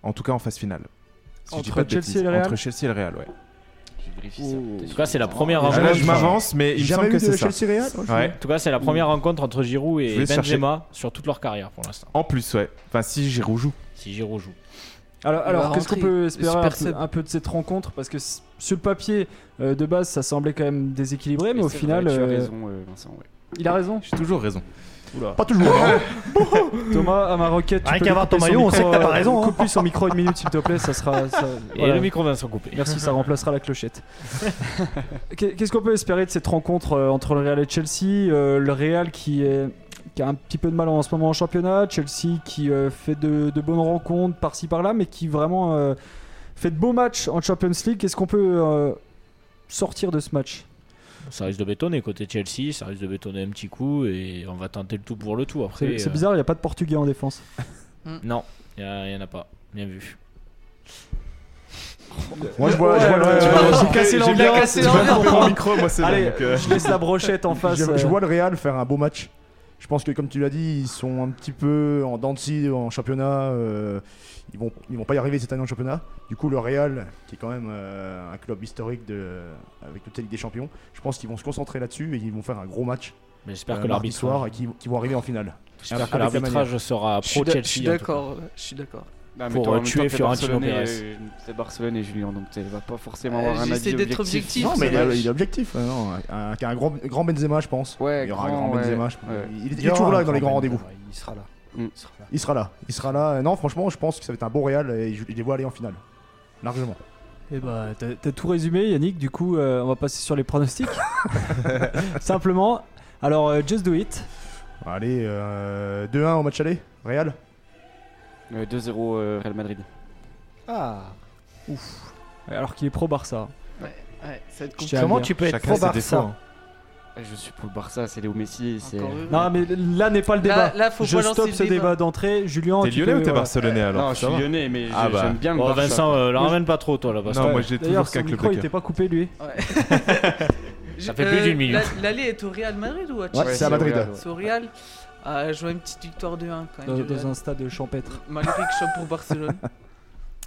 [SPEAKER 5] En tout cas en phase finale. Si je dis
[SPEAKER 1] Entre
[SPEAKER 5] pas de
[SPEAKER 1] Chelsea et le
[SPEAKER 5] bêtises.
[SPEAKER 1] Real
[SPEAKER 5] Entre Chelsea et le Real, ouais.
[SPEAKER 7] Je vérifie ça.
[SPEAKER 4] En tout cas, c'est la première
[SPEAKER 3] Ah,
[SPEAKER 5] Ah,
[SPEAKER 4] rencontre.
[SPEAKER 5] là, je m'avance, mais il me
[SPEAKER 3] Jamais
[SPEAKER 5] semble
[SPEAKER 3] eu
[SPEAKER 5] que
[SPEAKER 3] de
[SPEAKER 5] c'est ça.
[SPEAKER 3] Chelsea Real
[SPEAKER 5] Ouais.
[SPEAKER 4] En tout cas, c'est la première rencontre entre Giroud
[SPEAKER 5] Je
[SPEAKER 4] et
[SPEAKER 5] vais
[SPEAKER 4] Benzema
[SPEAKER 5] chercher.
[SPEAKER 4] sur toute leur carrière pour l'instant.
[SPEAKER 5] En plus, ouais. Enfin, si Giroud joue.
[SPEAKER 4] Si Giroud joue.
[SPEAKER 1] Alors,
[SPEAKER 6] Il
[SPEAKER 1] alors,
[SPEAKER 6] va
[SPEAKER 1] qu'est-ce qu'on
[SPEAKER 6] rentrer.
[SPEAKER 1] peut
[SPEAKER 6] Le
[SPEAKER 1] espérer
[SPEAKER 6] super
[SPEAKER 1] un
[SPEAKER 6] sub.
[SPEAKER 1] peu, un peu de cette rencontre Parce que s- sur le papier, euh, de base, ça semblait quand même déséquilibré, mais
[SPEAKER 7] Et
[SPEAKER 1] au
[SPEAKER 7] c'est
[SPEAKER 1] final,
[SPEAKER 7] vrai, tu as
[SPEAKER 1] euh,
[SPEAKER 7] raison, euh, Vincent. ouais.
[SPEAKER 1] il a raison.
[SPEAKER 5] J'ai toujours raison.
[SPEAKER 3] Pas toujours. hein.
[SPEAKER 1] Thomas, à ma requête, tu
[SPEAKER 2] Rien
[SPEAKER 1] peux
[SPEAKER 2] qu'à
[SPEAKER 1] lui
[SPEAKER 2] voir ton
[SPEAKER 1] couper son
[SPEAKER 2] maillot, on
[SPEAKER 1] micro,
[SPEAKER 2] sait que t'as pas
[SPEAKER 1] euh,
[SPEAKER 2] raison, hein.
[SPEAKER 1] Coupe-lui son micro une minute, s'il te plaît, ça sera. ça-
[SPEAKER 4] Et
[SPEAKER 1] voilà.
[SPEAKER 4] le micro va se couper.
[SPEAKER 1] Merci, ça remplacera la clochette. Qu'est- Qu'est-ce qu'on peut espérer de cette rencontre euh, entre le Real et Chelsea Euh, Le Real qui, est- qui a un petit peu de mal en ce moment en championnat, Chelsea qui euh, fait de, de bonnes rencontres par-ci par-là, mais qui vraiment euh, fait de beaux matchs en Champions League. Qu'est-ce qu'on peut euh, sortir de ce match
[SPEAKER 4] Ça risque de bétonner côté Chelsea, ça risque de bétonner un petit coup et on va tenter le tout pour le tout
[SPEAKER 1] C'est
[SPEAKER 4] après.
[SPEAKER 1] c'est
[SPEAKER 4] euh,
[SPEAKER 1] bizarre, il n'y a pas de Portugais en défense.
[SPEAKER 4] Non, il n'y en a pas. Bien vu.
[SPEAKER 3] Moi je vois. je
[SPEAKER 1] Ouais,
[SPEAKER 3] vois le-
[SPEAKER 1] ouais,
[SPEAKER 3] je
[SPEAKER 1] ouais,
[SPEAKER 3] vois-
[SPEAKER 1] ouais.
[SPEAKER 5] J'ai
[SPEAKER 1] cassé
[SPEAKER 5] bien
[SPEAKER 1] l'ambiance.
[SPEAKER 5] cassé
[SPEAKER 1] Tu vas
[SPEAKER 5] l'ambiance.
[SPEAKER 1] couper mon
[SPEAKER 5] micro, moi, c'est
[SPEAKER 1] Allez, je laisse la brochette en face.
[SPEAKER 3] euh, Je, je
[SPEAKER 1] euh,
[SPEAKER 3] vois le Real faire un beau match. Je pense que, comme tu l'as dit, ils sont un petit peu en dents de scie en championnat. euh, ils vont, ils vont pas y arriver cette année en championnat. Du coup, le Real, qui est quand même euh, un club historique de, avec toute la Ligue des Champions, je pense qu'ils vont se concentrer là-dessus et ils vont faire un gros match
[SPEAKER 4] Mais J'espère
[SPEAKER 3] euh,
[SPEAKER 4] que
[SPEAKER 3] mardi soir
[SPEAKER 4] l'arbitrage
[SPEAKER 3] et qu'ils qu'ils vont arriver en finale.
[SPEAKER 4] j'espère
[SPEAKER 3] avec
[SPEAKER 4] que
[SPEAKER 3] la
[SPEAKER 4] l'arbitrage sera
[SPEAKER 6] Je suis
[SPEAKER 4] pro
[SPEAKER 6] d'ac- je suis
[SPEAKER 4] Chelsea. en tout cas.
[SPEAKER 6] d'accord, je suis d'accord.
[SPEAKER 7] Bah, mais
[SPEAKER 4] Pour,
[SPEAKER 7] toi, en
[SPEAKER 4] euh,
[SPEAKER 7] même
[SPEAKER 4] tuer
[SPEAKER 7] temps, t'es
[SPEAKER 4] Fiorentino
[SPEAKER 7] Barcelonais,
[SPEAKER 4] Pérez.
[SPEAKER 7] euh, C'est Barcelone et Julien, donc tu vas pas forcément
[SPEAKER 6] Euh,
[SPEAKER 7] avoir un avis
[SPEAKER 6] J'essaie
[SPEAKER 7] objectif.
[SPEAKER 6] d'être objectif.
[SPEAKER 3] Non, mais il
[SPEAKER 6] ça
[SPEAKER 3] est,
[SPEAKER 6] marche.
[SPEAKER 3] il est objectif. euh, non, un, un grand, grand Benzema, je pense.
[SPEAKER 7] Ouais,
[SPEAKER 3] il y aura
[SPEAKER 7] grand,
[SPEAKER 3] un grand
[SPEAKER 7] ouais.
[SPEAKER 3] Benzema. je pense.
[SPEAKER 7] Ouais.
[SPEAKER 3] Il, il est toujours là dans les grands rendez-vous.
[SPEAKER 2] Il sera là.
[SPEAKER 7] Mm.
[SPEAKER 2] Il sera là.
[SPEAKER 3] Il sera là. Il sera là. Non, franchement, je pense que ça va être un beau Real et je, je les vois aller en finale. Largement.
[SPEAKER 1] Eh bah, t'as t'as tout résumé, Yannick. Du coup, euh, on va passer sur les pronostics. Simplement. Alors, euh, just do it.
[SPEAKER 3] Allez, euh, 2-1 au match aller, Real.
[SPEAKER 7] Euh, 2-0 euh, Real Madrid.
[SPEAKER 2] Ah,
[SPEAKER 1] Alors qu'il est pro Barça.
[SPEAKER 6] Ouais, ça va être
[SPEAKER 1] Je
[SPEAKER 6] compliqué.
[SPEAKER 1] tiens à
[SPEAKER 2] comment
[SPEAKER 1] le dire.
[SPEAKER 2] tu peux être
[SPEAKER 5] Chacun
[SPEAKER 2] pro
[SPEAKER 5] ses
[SPEAKER 2] Barça
[SPEAKER 5] défauts. hein.
[SPEAKER 7] Eh, Je suis pour le Barça, c'est Léo Messi. c'est-
[SPEAKER 6] Encore heureux.
[SPEAKER 1] Non, mais là n'est pas le débat.
[SPEAKER 6] Là, là, faut
[SPEAKER 1] Je
[SPEAKER 6] pas lancer
[SPEAKER 1] stoppe
[SPEAKER 6] le
[SPEAKER 1] ce débat, d'entrée. Julien,
[SPEAKER 5] T'es
[SPEAKER 1] Oh, tu peux-
[SPEAKER 5] lyonnais ou t'es
[SPEAKER 1] voilà.
[SPEAKER 5] barcelonais alors
[SPEAKER 7] Non, je suis
[SPEAKER 5] Ça va
[SPEAKER 7] lyonnais, mais je-
[SPEAKER 5] Ah bah.
[SPEAKER 7] j'aime bien le
[SPEAKER 4] Bon,
[SPEAKER 7] Barça.
[SPEAKER 4] Vincent, euh, la
[SPEAKER 1] Moi, je-
[SPEAKER 4] ramène pas trop toi là. parce
[SPEAKER 5] Non,
[SPEAKER 4] que-
[SPEAKER 5] moi j'ai
[SPEAKER 1] D'ailleurs,
[SPEAKER 5] toujours
[SPEAKER 1] son
[SPEAKER 5] qu'avec le
[SPEAKER 1] micro, il
[SPEAKER 5] Becker.
[SPEAKER 1] était pas coupé, lui.
[SPEAKER 6] Je-
[SPEAKER 4] fait plus d'une minute.
[SPEAKER 6] Euh, la- L'aller est au Real Madrid ou à
[SPEAKER 3] Ouais,
[SPEAKER 6] Chelsea
[SPEAKER 3] c'est à Madrid.
[SPEAKER 7] Real,
[SPEAKER 5] Euh,
[SPEAKER 7] ouais.
[SPEAKER 6] C'est au Real. Ah, je vois une petite victoire de 1 quand
[SPEAKER 1] Dans,
[SPEAKER 6] même. du
[SPEAKER 1] dans
[SPEAKER 6] Real.
[SPEAKER 1] un stade champêtre.
[SPEAKER 6] Malgré que je sois pour Barcelone.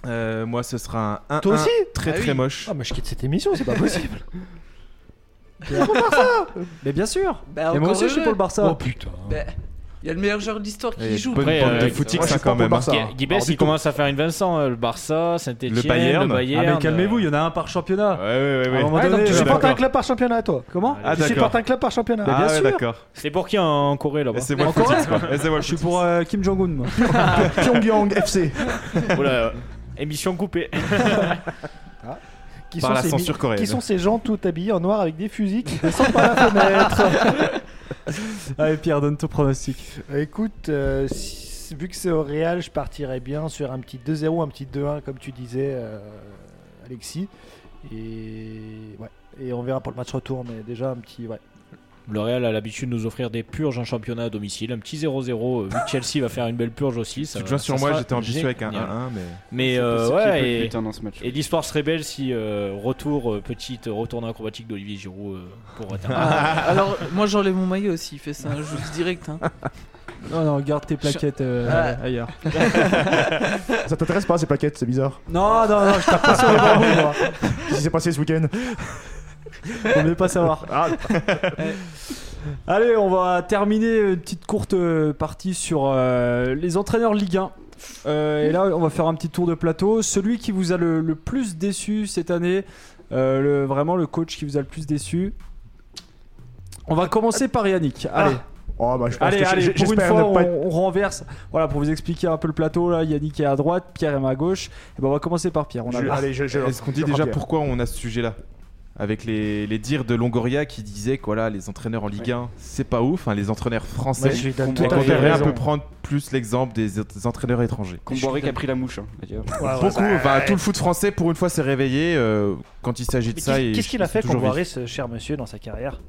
[SPEAKER 5] Euh, Moi, ce sera un 1
[SPEAKER 2] Toi aussi
[SPEAKER 5] très
[SPEAKER 6] Ah
[SPEAKER 5] très
[SPEAKER 6] oui.
[SPEAKER 5] moche.
[SPEAKER 2] Ah, mais je quitte cette émission, c'est pas possible.
[SPEAKER 1] Mais bien sûr
[SPEAKER 6] Bah,
[SPEAKER 1] Et moi
[SPEAKER 6] encore
[SPEAKER 1] aussi, je suis
[SPEAKER 6] heureux.
[SPEAKER 1] pour le Barça. Ah,
[SPEAKER 2] putain.
[SPEAKER 6] Bah, Il y a le meilleur joueur d'histoire
[SPEAKER 5] Et
[SPEAKER 6] qui joue.
[SPEAKER 5] bonne
[SPEAKER 4] Après,
[SPEAKER 5] bande de
[SPEAKER 4] euh,
[SPEAKER 5] footique,
[SPEAKER 3] moi, je
[SPEAKER 5] ça
[SPEAKER 3] suis pas
[SPEAKER 5] quand
[SPEAKER 3] pour
[SPEAKER 5] même. hein.
[SPEAKER 3] Barça.
[SPEAKER 4] Guy- Guy Bess,
[SPEAKER 3] Alors, du
[SPEAKER 4] il
[SPEAKER 3] coup-
[SPEAKER 4] commence à faire une Vincent, euh, le Barça, Saint-Etienne, le
[SPEAKER 5] Le Bayern.
[SPEAKER 4] Bayern.
[SPEAKER 1] Ah, mais calmez-vous, il y en a un par championnat.
[SPEAKER 5] Ouais, ouais, ouais,
[SPEAKER 1] À un moment
[SPEAKER 5] ouais.
[SPEAKER 1] donné,
[SPEAKER 2] donc tu
[SPEAKER 5] euh,
[SPEAKER 2] supportes un
[SPEAKER 5] d'accord.
[SPEAKER 2] club par championnat, toi
[SPEAKER 1] Comment
[SPEAKER 5] Ah,
[SPEAKER 2] Tu supportes
[SPEAKER 5] d'accord.
[SPEAKER 2] un club par championnat.
[SPEAKER 1] Mais
[SPEAKER 5] Ah,
[SPEAKER 1] bien
[SPEAKER 5] ouais,
[SPEAKER 1] sûr.
[SPEAKER 5] d'accord.
[SPEAKER 4] C'est pour qui en, en Corée là-bas
[SPEAKER 5] C'est moi le
[SPEAKER 1] Encore
[SPEAKER 5] footique, quoi. C'est moi le
[SPEAKER 1] Je suis
[SPEAKER 5] footique.
[SPEAKER 1] pour euh, Kim Jong-un, moi.
[SPEAKER 3] Pyongyang FC.
[SPEAKER 4] Oula, euh, Émission coupée.
[SPEAKER 2] Qui
[SPEAKER 5] Par
[SPEAKER 2] sont
[SPEAKER 5] la
[SPEAKER 2] ces
[SPEAKER 5] censure
[SPEAKER 2] mi-
[SPEAKER 5] coréenne.
[SPEAKER 2] Qui sont ces gens tout habillés en noir avec des fusils qui descendent par la fenêtre
[SPEAKER 5] Ah,
[SPEAKER 1] Allez, Pierre, donne ton pronostic.
[SPEAKER 2] Écoute, euh, si- vu que c'est au Real, je partirais bien sur un petit 2-0, un petit 2-1, comme tu disais, euh, Alexis. Et, ouais. et on verra pour le match retour, mais déjà un petit. Ouais.
[SPEAKER 4] Le Real a l'habitude de nous offrir des purges en championnat à domicile. Un petit 0-0, euh, vu que Chelsea va faire une belle purge aussi. ça
[SPEAKER 5] Tu te
[SPEAKER 4] va-
[SPEAKER 5] joins sur
[SPEAKER 4] ça
[SPEAKER 5] moi,
[SPEAKER 4] sera
[SPEAKER 5] j'étais hein. ambitieux avec un
[SPEAKER 4] génial.
[SPEAKER 5] 1-1, mais.
[SPEAKER 4] Mais
[SPEAKER 7] C'est
[SPEAKER 4] euh,
[SPEAKER 7] possible qu'il y ait peu de
[SPEAKER 4] ouais, et,
[SPEAKER 7] buts, hein, dans ce match.
[SPEAKER 4] et l'histoire se rébelle si euh, retour, euh, petite retourne acrobatique d'Olivier Giroud euh, pour atteindre.
[SPEAKER 6] Ah, Alors, moi j'enlève mon maillot aussi, il fait ça, je vous le dis direct. hein.
[SPEAKER 1] Non, non, garde tes plaquettes euh,
[SPEAKER 6] Ouais.
[SPEAKER 1] ailleurs.
[SPEAKER 3] Ça t'intéresse pas ces plaquettes, c'est bizarre.
[SPEAKER 1] Non, non, non, je tape pas sur le bambou, moi.
[SPEAKER 3] Qu'est-ce qui s'est passé ce week-end
[SPEAKER 1] Faut mieux pas savoir.
[SPEAKER 3] Ah.
[SPEAKER 1] Allez, on va terminer une petite courte euh, partie sur euh, les entraîneurs Ligue 1. Euh, et là, on va faire un petit tour de plateau. Celui qui vous a le, le plus déçu cette année, euh, le- vraiment le coach qui vous a le plus déçu. On va commencer par Yannick. Allez,
[SPEAKER 3] Oh bah je pense
[SPEAKER 1] allez,
[SPEAKER 3] que
[SPEAKER 1] allez.
[SPEAKER 3] j'ai-
[SPEAKER 1] Pour une
[SPEAKER 3] j'espère
[SPEAKER 1] fois,
[SPEAKER 3] ne
[SPEAKER 1] on,
[SPEAKER 3] pas être-
[SPEAKER 1] on renverse. Voilà, pour vous expliquer un peu le plateau. Là, Yannick est à droite, Pierre est à gauche. Et ben, on va commencer par Pierre. On a
[SPEAKER 3] Je- allez, je- je-
[SPEAKER 5] Est-ce qu'on dit
[SPEAKER 3] je-
[SPEAKER 5] déjà
[SPEAKER 3] je-
[SPEAKER 5] pourquoi on a ce sujet-là Avec les, les dires de Longoria qui disait que voilà, les entraîneurs en Ligue 1, c'est pas ouf, hein, les entraîneurs français.
[SPEAKER 2] Moi, je lui donne
[SPEAKER 5] et
[SPEAKER 2] tout
[SPEAKER 5] qu'on
[SPEAKER 2] à fait
[SPEAKER 5] devrait un
[SPEAKER 2] raison.
[SPEAKER 5] peu prendre plus l'exemple des, des entraîneurs étrangers.
[SPEAKER 7] Comboiré qui a pris la mouche. hein, d'ailleurs.
[SPEAKER 5] Beaucoup, enfin, tout le foot français pour une fois s'est réveillé euh, quand il s'agit de
[SPEAKER 2] Mais
[SPEAKER 5] ça.
[SPEAKER 2] qu'est-
[SPEAKER 5] et
[SPEAKER 2] Qu'est-ce qu'il a
[SPEAKER 5] c'est
[SPEAKER 2] fait
[SPEAKER 5] toujours
[SPEAKER 2] qu'on
[SPEAKER 5] vif.
[SPEAKER 2] voirait ce cher monsieur dans sa carrière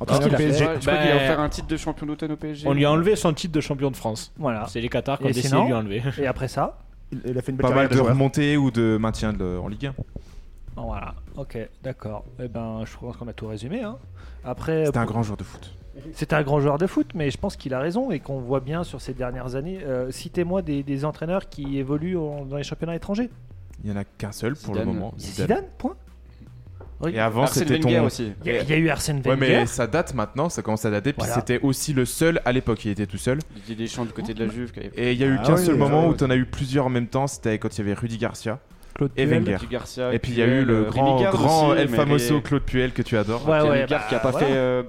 [SPEAKER 3] Entraîneur
[SPEAKER 2] qu'il a
[SPEAKER 3] PSG.
[SPEAKER 7] Je crois qu'il a
[SPEAKER 4] Ben,
[SPEAKER 7] offert un titre de champion d'automne au PSG.
[SPEAKER 4] On lui a enlevé son titre de champion de France.
[SPEAKER 2] Voilà.
[SPEAKER 4] Ah. C'est les Qatars qui ont
[SPEAKER 2] Et
[SPEAKER 4] décidé
[SPEAKER 2] sinon
[SPEAKER 4] de lui enlever.
[SPEAKER 2] Et après ça
[SPEAKER 3] Il- Il a fait une belle
[SPEAKER 5] Pas mal
[SPEAKER 3] carrière
[SPEAKER 5] de
[SPEAKER 3] de joueur.
[SPEAKER 5] remontées ou de maintien de- en Ligue 1.
[SPEAKER 2] Bon, Voilà. Ok, d'accord. Eh ben, je pense qu'on a tout résumé. hein. Après,
[SPEAKER 5] C'était un
[SPEAKER 2] pour-
[SPEAKER 5] grand joueur de foot.
[SPEAKER 2] C'était un grand joueur de foot, mais je pense qu'il a raison et qu'on voit bien sur ces dernières années. Euh, Citez-moi des, des entraîneurs qui évoluent en- dans les championnats étrangers.
[SPEAKER 5] Il n'y en a qu'un seul pour le
[SPEAKER 7] Zidane.
[SPEAKER 5] moment.
[SPEAKER 2] C'est
[SPEAKER 5] Zidane.
[SPEAKER 2] Zidane, point.
[SPEAKER 5] Et avant,
[SPEAKER 7] Arsène
[SPEAKER 5] c'était
[SPEAKER 7] Wenger
[SPEAKER 5] ton.
[SPEAKER 7] aussi.
[SPEAKER 2] Il y, a- il y a eu Arsène
[SPEAKER 5] Ouais,
[SPEAKER 2] Wenger.
[SPEAKER 5] mais ça date maintenant, ça commence à dater. Puis
[SPEAKER 2] Voilà.
[SPEAKER 5] c'était aussi le seul à l'époque, il était tout seul.
[SPEAKER 7] Didier Deschamps du côté de la Juve. qui avait-
[SPEAKER 5] Et il y a eu
[SPEAKER 3] Ah
[SPEAKER 5] qu'un
[SPEAKER 3] oui,
[SPEAKER 5] seul
[SPEAKER 3] ah
[SPEAKER 5] moment où
[SPEAKER 3] oui.
[SPEAKER 5] tu en as eu plusieurs en même temps, c'était quand il y avait Rudy Garcia
[SPEAKER 1] Claude
[SPEAKER 5] et
[SPEAKER 1] Puel.
[SPEAKER 5] Wenger.
[SPEAKER 7] Du Garcia,
[SPEAKER 5] Et puis il y a eu
[SPEAKER 7] Puel,
[SPEAKER 5] le
[SPEAKER 7] euh,
[SPEAKER 5] grand,
[SPEAKER 7] Rémi Garde
[SPEAKER 5] grand
[SPEAKER 7] aussi,
[SPEAKER 5] El
[SPEAKER 7] mais
[SPEAKER 5] Famoso
[SPEAKER 7] Ré-
[SPEAKER 5] Claude Puel que tu adores.
[SPEAKER 2] Ouais,
[SPEAKER 7] Rémi
[SPEAKER 2] ouais,
[SPEAKER 7] Garde qui a
[SPEAKER 2] bah,
[SPEAKER 7] pas
[SPEAKER 2] voilà.
[SPEAKER 7] fait euh,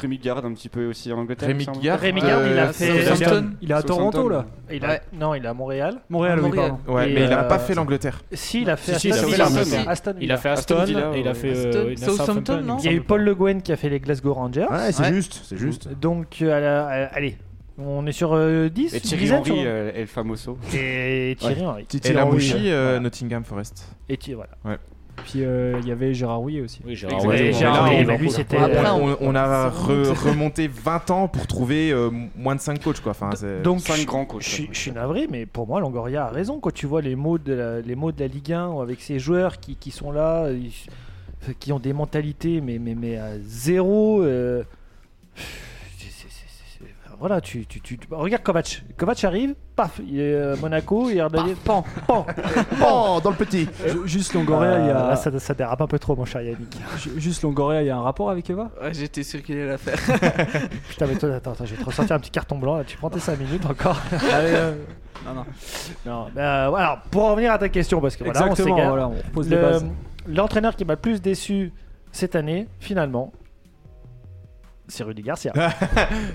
[SPEAKER 7] Rémi Garde un petit peu aussi en Angleterre.
[SPEAKER 5] Rémi
[SPEAKER 7] il me semble.
[SPEAKER 5] Garde,
[SPEAKER 2] bah, Rémi Garde, il a
[SPEAKER 5] Euh,
[SPEAKER 2] fait.
[SPEAKER 6] Southampton.
[SPEAKER 1] Il est à Toronto, là.
[SPEAKER 2] Il a-
[SPEAKER 6] Ouais.
[SPEAKER 2] Non, il est à Montréal.
[SPEAKER 1] Montréal, oui,
[SPEAKER 6] Montréal.
[SPEAKER 1] pardon.
[SPEAKER 5] Ouais,
[SPEAKER 2] Et,
[SPEAKER 5] mais il n'a
[SPEAKER 2] euh,
[SPEAKER 5] pas fait l'angleterre.
[SPEAKER 2] Si, il a fait
[SPEAKER 4] Si, si, il a
[SPEAKER 2] Aston
[SPEAKER 4] fait
[SPEAKER 2] Villa.
[SPEAKER 7] Southampton.
[SPEAKER 2] Aston
[SPEAKER 4] Il a
[SPEAKER 2] Villa.
[SPEAKER 4] fait
[SPEAKER 7] Aston
[SPEAKER 4] Aston,
[SPEAKER 7] Villa,
[SPEAKER 4] et il a
[SPEAKER 7] ouais.
[SPEAKER 4] fait euh,
[SPEAKER 6] Aston-
[SPEAKER 4] il a
[SPEAKER 6] Southampton,
[SPEAKER 4] Southampton,
[SPEAKER 6] non
[SPEAKER 2] Il y a eu Paul Le Guen qui a fait les Glasgow Rangers.
[SPEAKER 3] Ouais, c'est
[SPEAKER 6] Ouais.
[SPEAKER 3] juste, c'est juste.
[SPEAKER 2] Donc, euh, à la- à- allez, on est sur euh, 10
[SPEAKER 7] Et
[SPEAKER 2] une
[SPEAKER 7] Thierry
[SPEAKER 2] dizaine,
[SPEAKER 7] Henry,
[SPEAKER 2] sur-
[SPEAKER 7] euh, El Famoso.
[SPEAKER 2] Et Thierry Henry.
[SPEAKER 3] Titi
[SPEAKER 5] Et la
[SPEAKER 3] Henry.
[SPEAKER 5] mouchie, euh, Nottingham Forest.
[SPEAKER 2] Et Thierry, voilà.
[SPEAKER 1] Puis euh, il y avait Gérard Rouillet aussi.
[SPEAKER 4] Oui, Ah Gérard
[SPEAKER 7] Exactement.
[SPEAKER 4] Way.
[SPEAKER 2] Et
[SPEAKER 7] bon,
[SPEAKER 2] Gérard
[SPEAKER 5] là,
[SPEAKER 2] Henry,
[SPEAKER 5] on-
[SPEAKER 2] bah,
[SPEAKER 5] on-
[SPEAKER 2] lui, c'était.
[SPEAKER 6] Après,
[SPEAKER 5] on, on a re- remonté 20 ans pour trouver euh, moins de 5 coachs. Quoi. Enfin, c'est-
[SPEAKER 2] Donc,
[SPEAKER 7] Cinq grands
[SPEAKER 2] Je
[SPEAKER 7] coachs.
[SPEAKER 2] suis- je suis navré, mais pour moi, Longoria a raison. Quand tu vois les mots de la, les mots de la Ligue 1 avec ces joueurs qui, qui sont là, ils- qui ont des mentalités, mais, mais, mais à zéro. euh, c'est- c'est- c'est- c'est- c'est- voilà, tu, tu, tu- regarde Kovac. Kovac arrive, paf, il est à Monaco, il est Erdalier, pan, pan.
[SPEAKER 3] Oh, dans le petit.
[SPEAKER 1] Ju- Juste Longoria, il y
[SPEAKER 2] Là,
[SPEAKER 3] Ah,
[SPEAKER 1] a...
[SPEAKER 2] ça, ça dérape un peu trop, mon cher Yannick.
[SPEAKER 1] ju- Juste Longoria, il y a un rapport avec Eva
[SPEAKER 6] Ouais, j'étais sûr qu'il allait la faire.
[SPEAKER 2] Putain, mais toi, attends, attends, je vais te ressortir un petit carton blanc. Là, tu prends tes 5 minutes encore.
[SPEAKER 6] euh, Non, non.
[SPEAKER 2] Non, bah, voilà, alors, pour en revenir à ta question, parce que voilà, on
[SPEAKER 1] Exactement,
[SPEAKER 2] s'égare.
[SPEAKER 1] voilà, on repose les
[SPEAKER 2] Le-
[SPEAKER 1] bases.
[SPEAKER 2] L'entraîneur qui m'a le plus déçu cette année, finalement, c'est Rudy Garcia.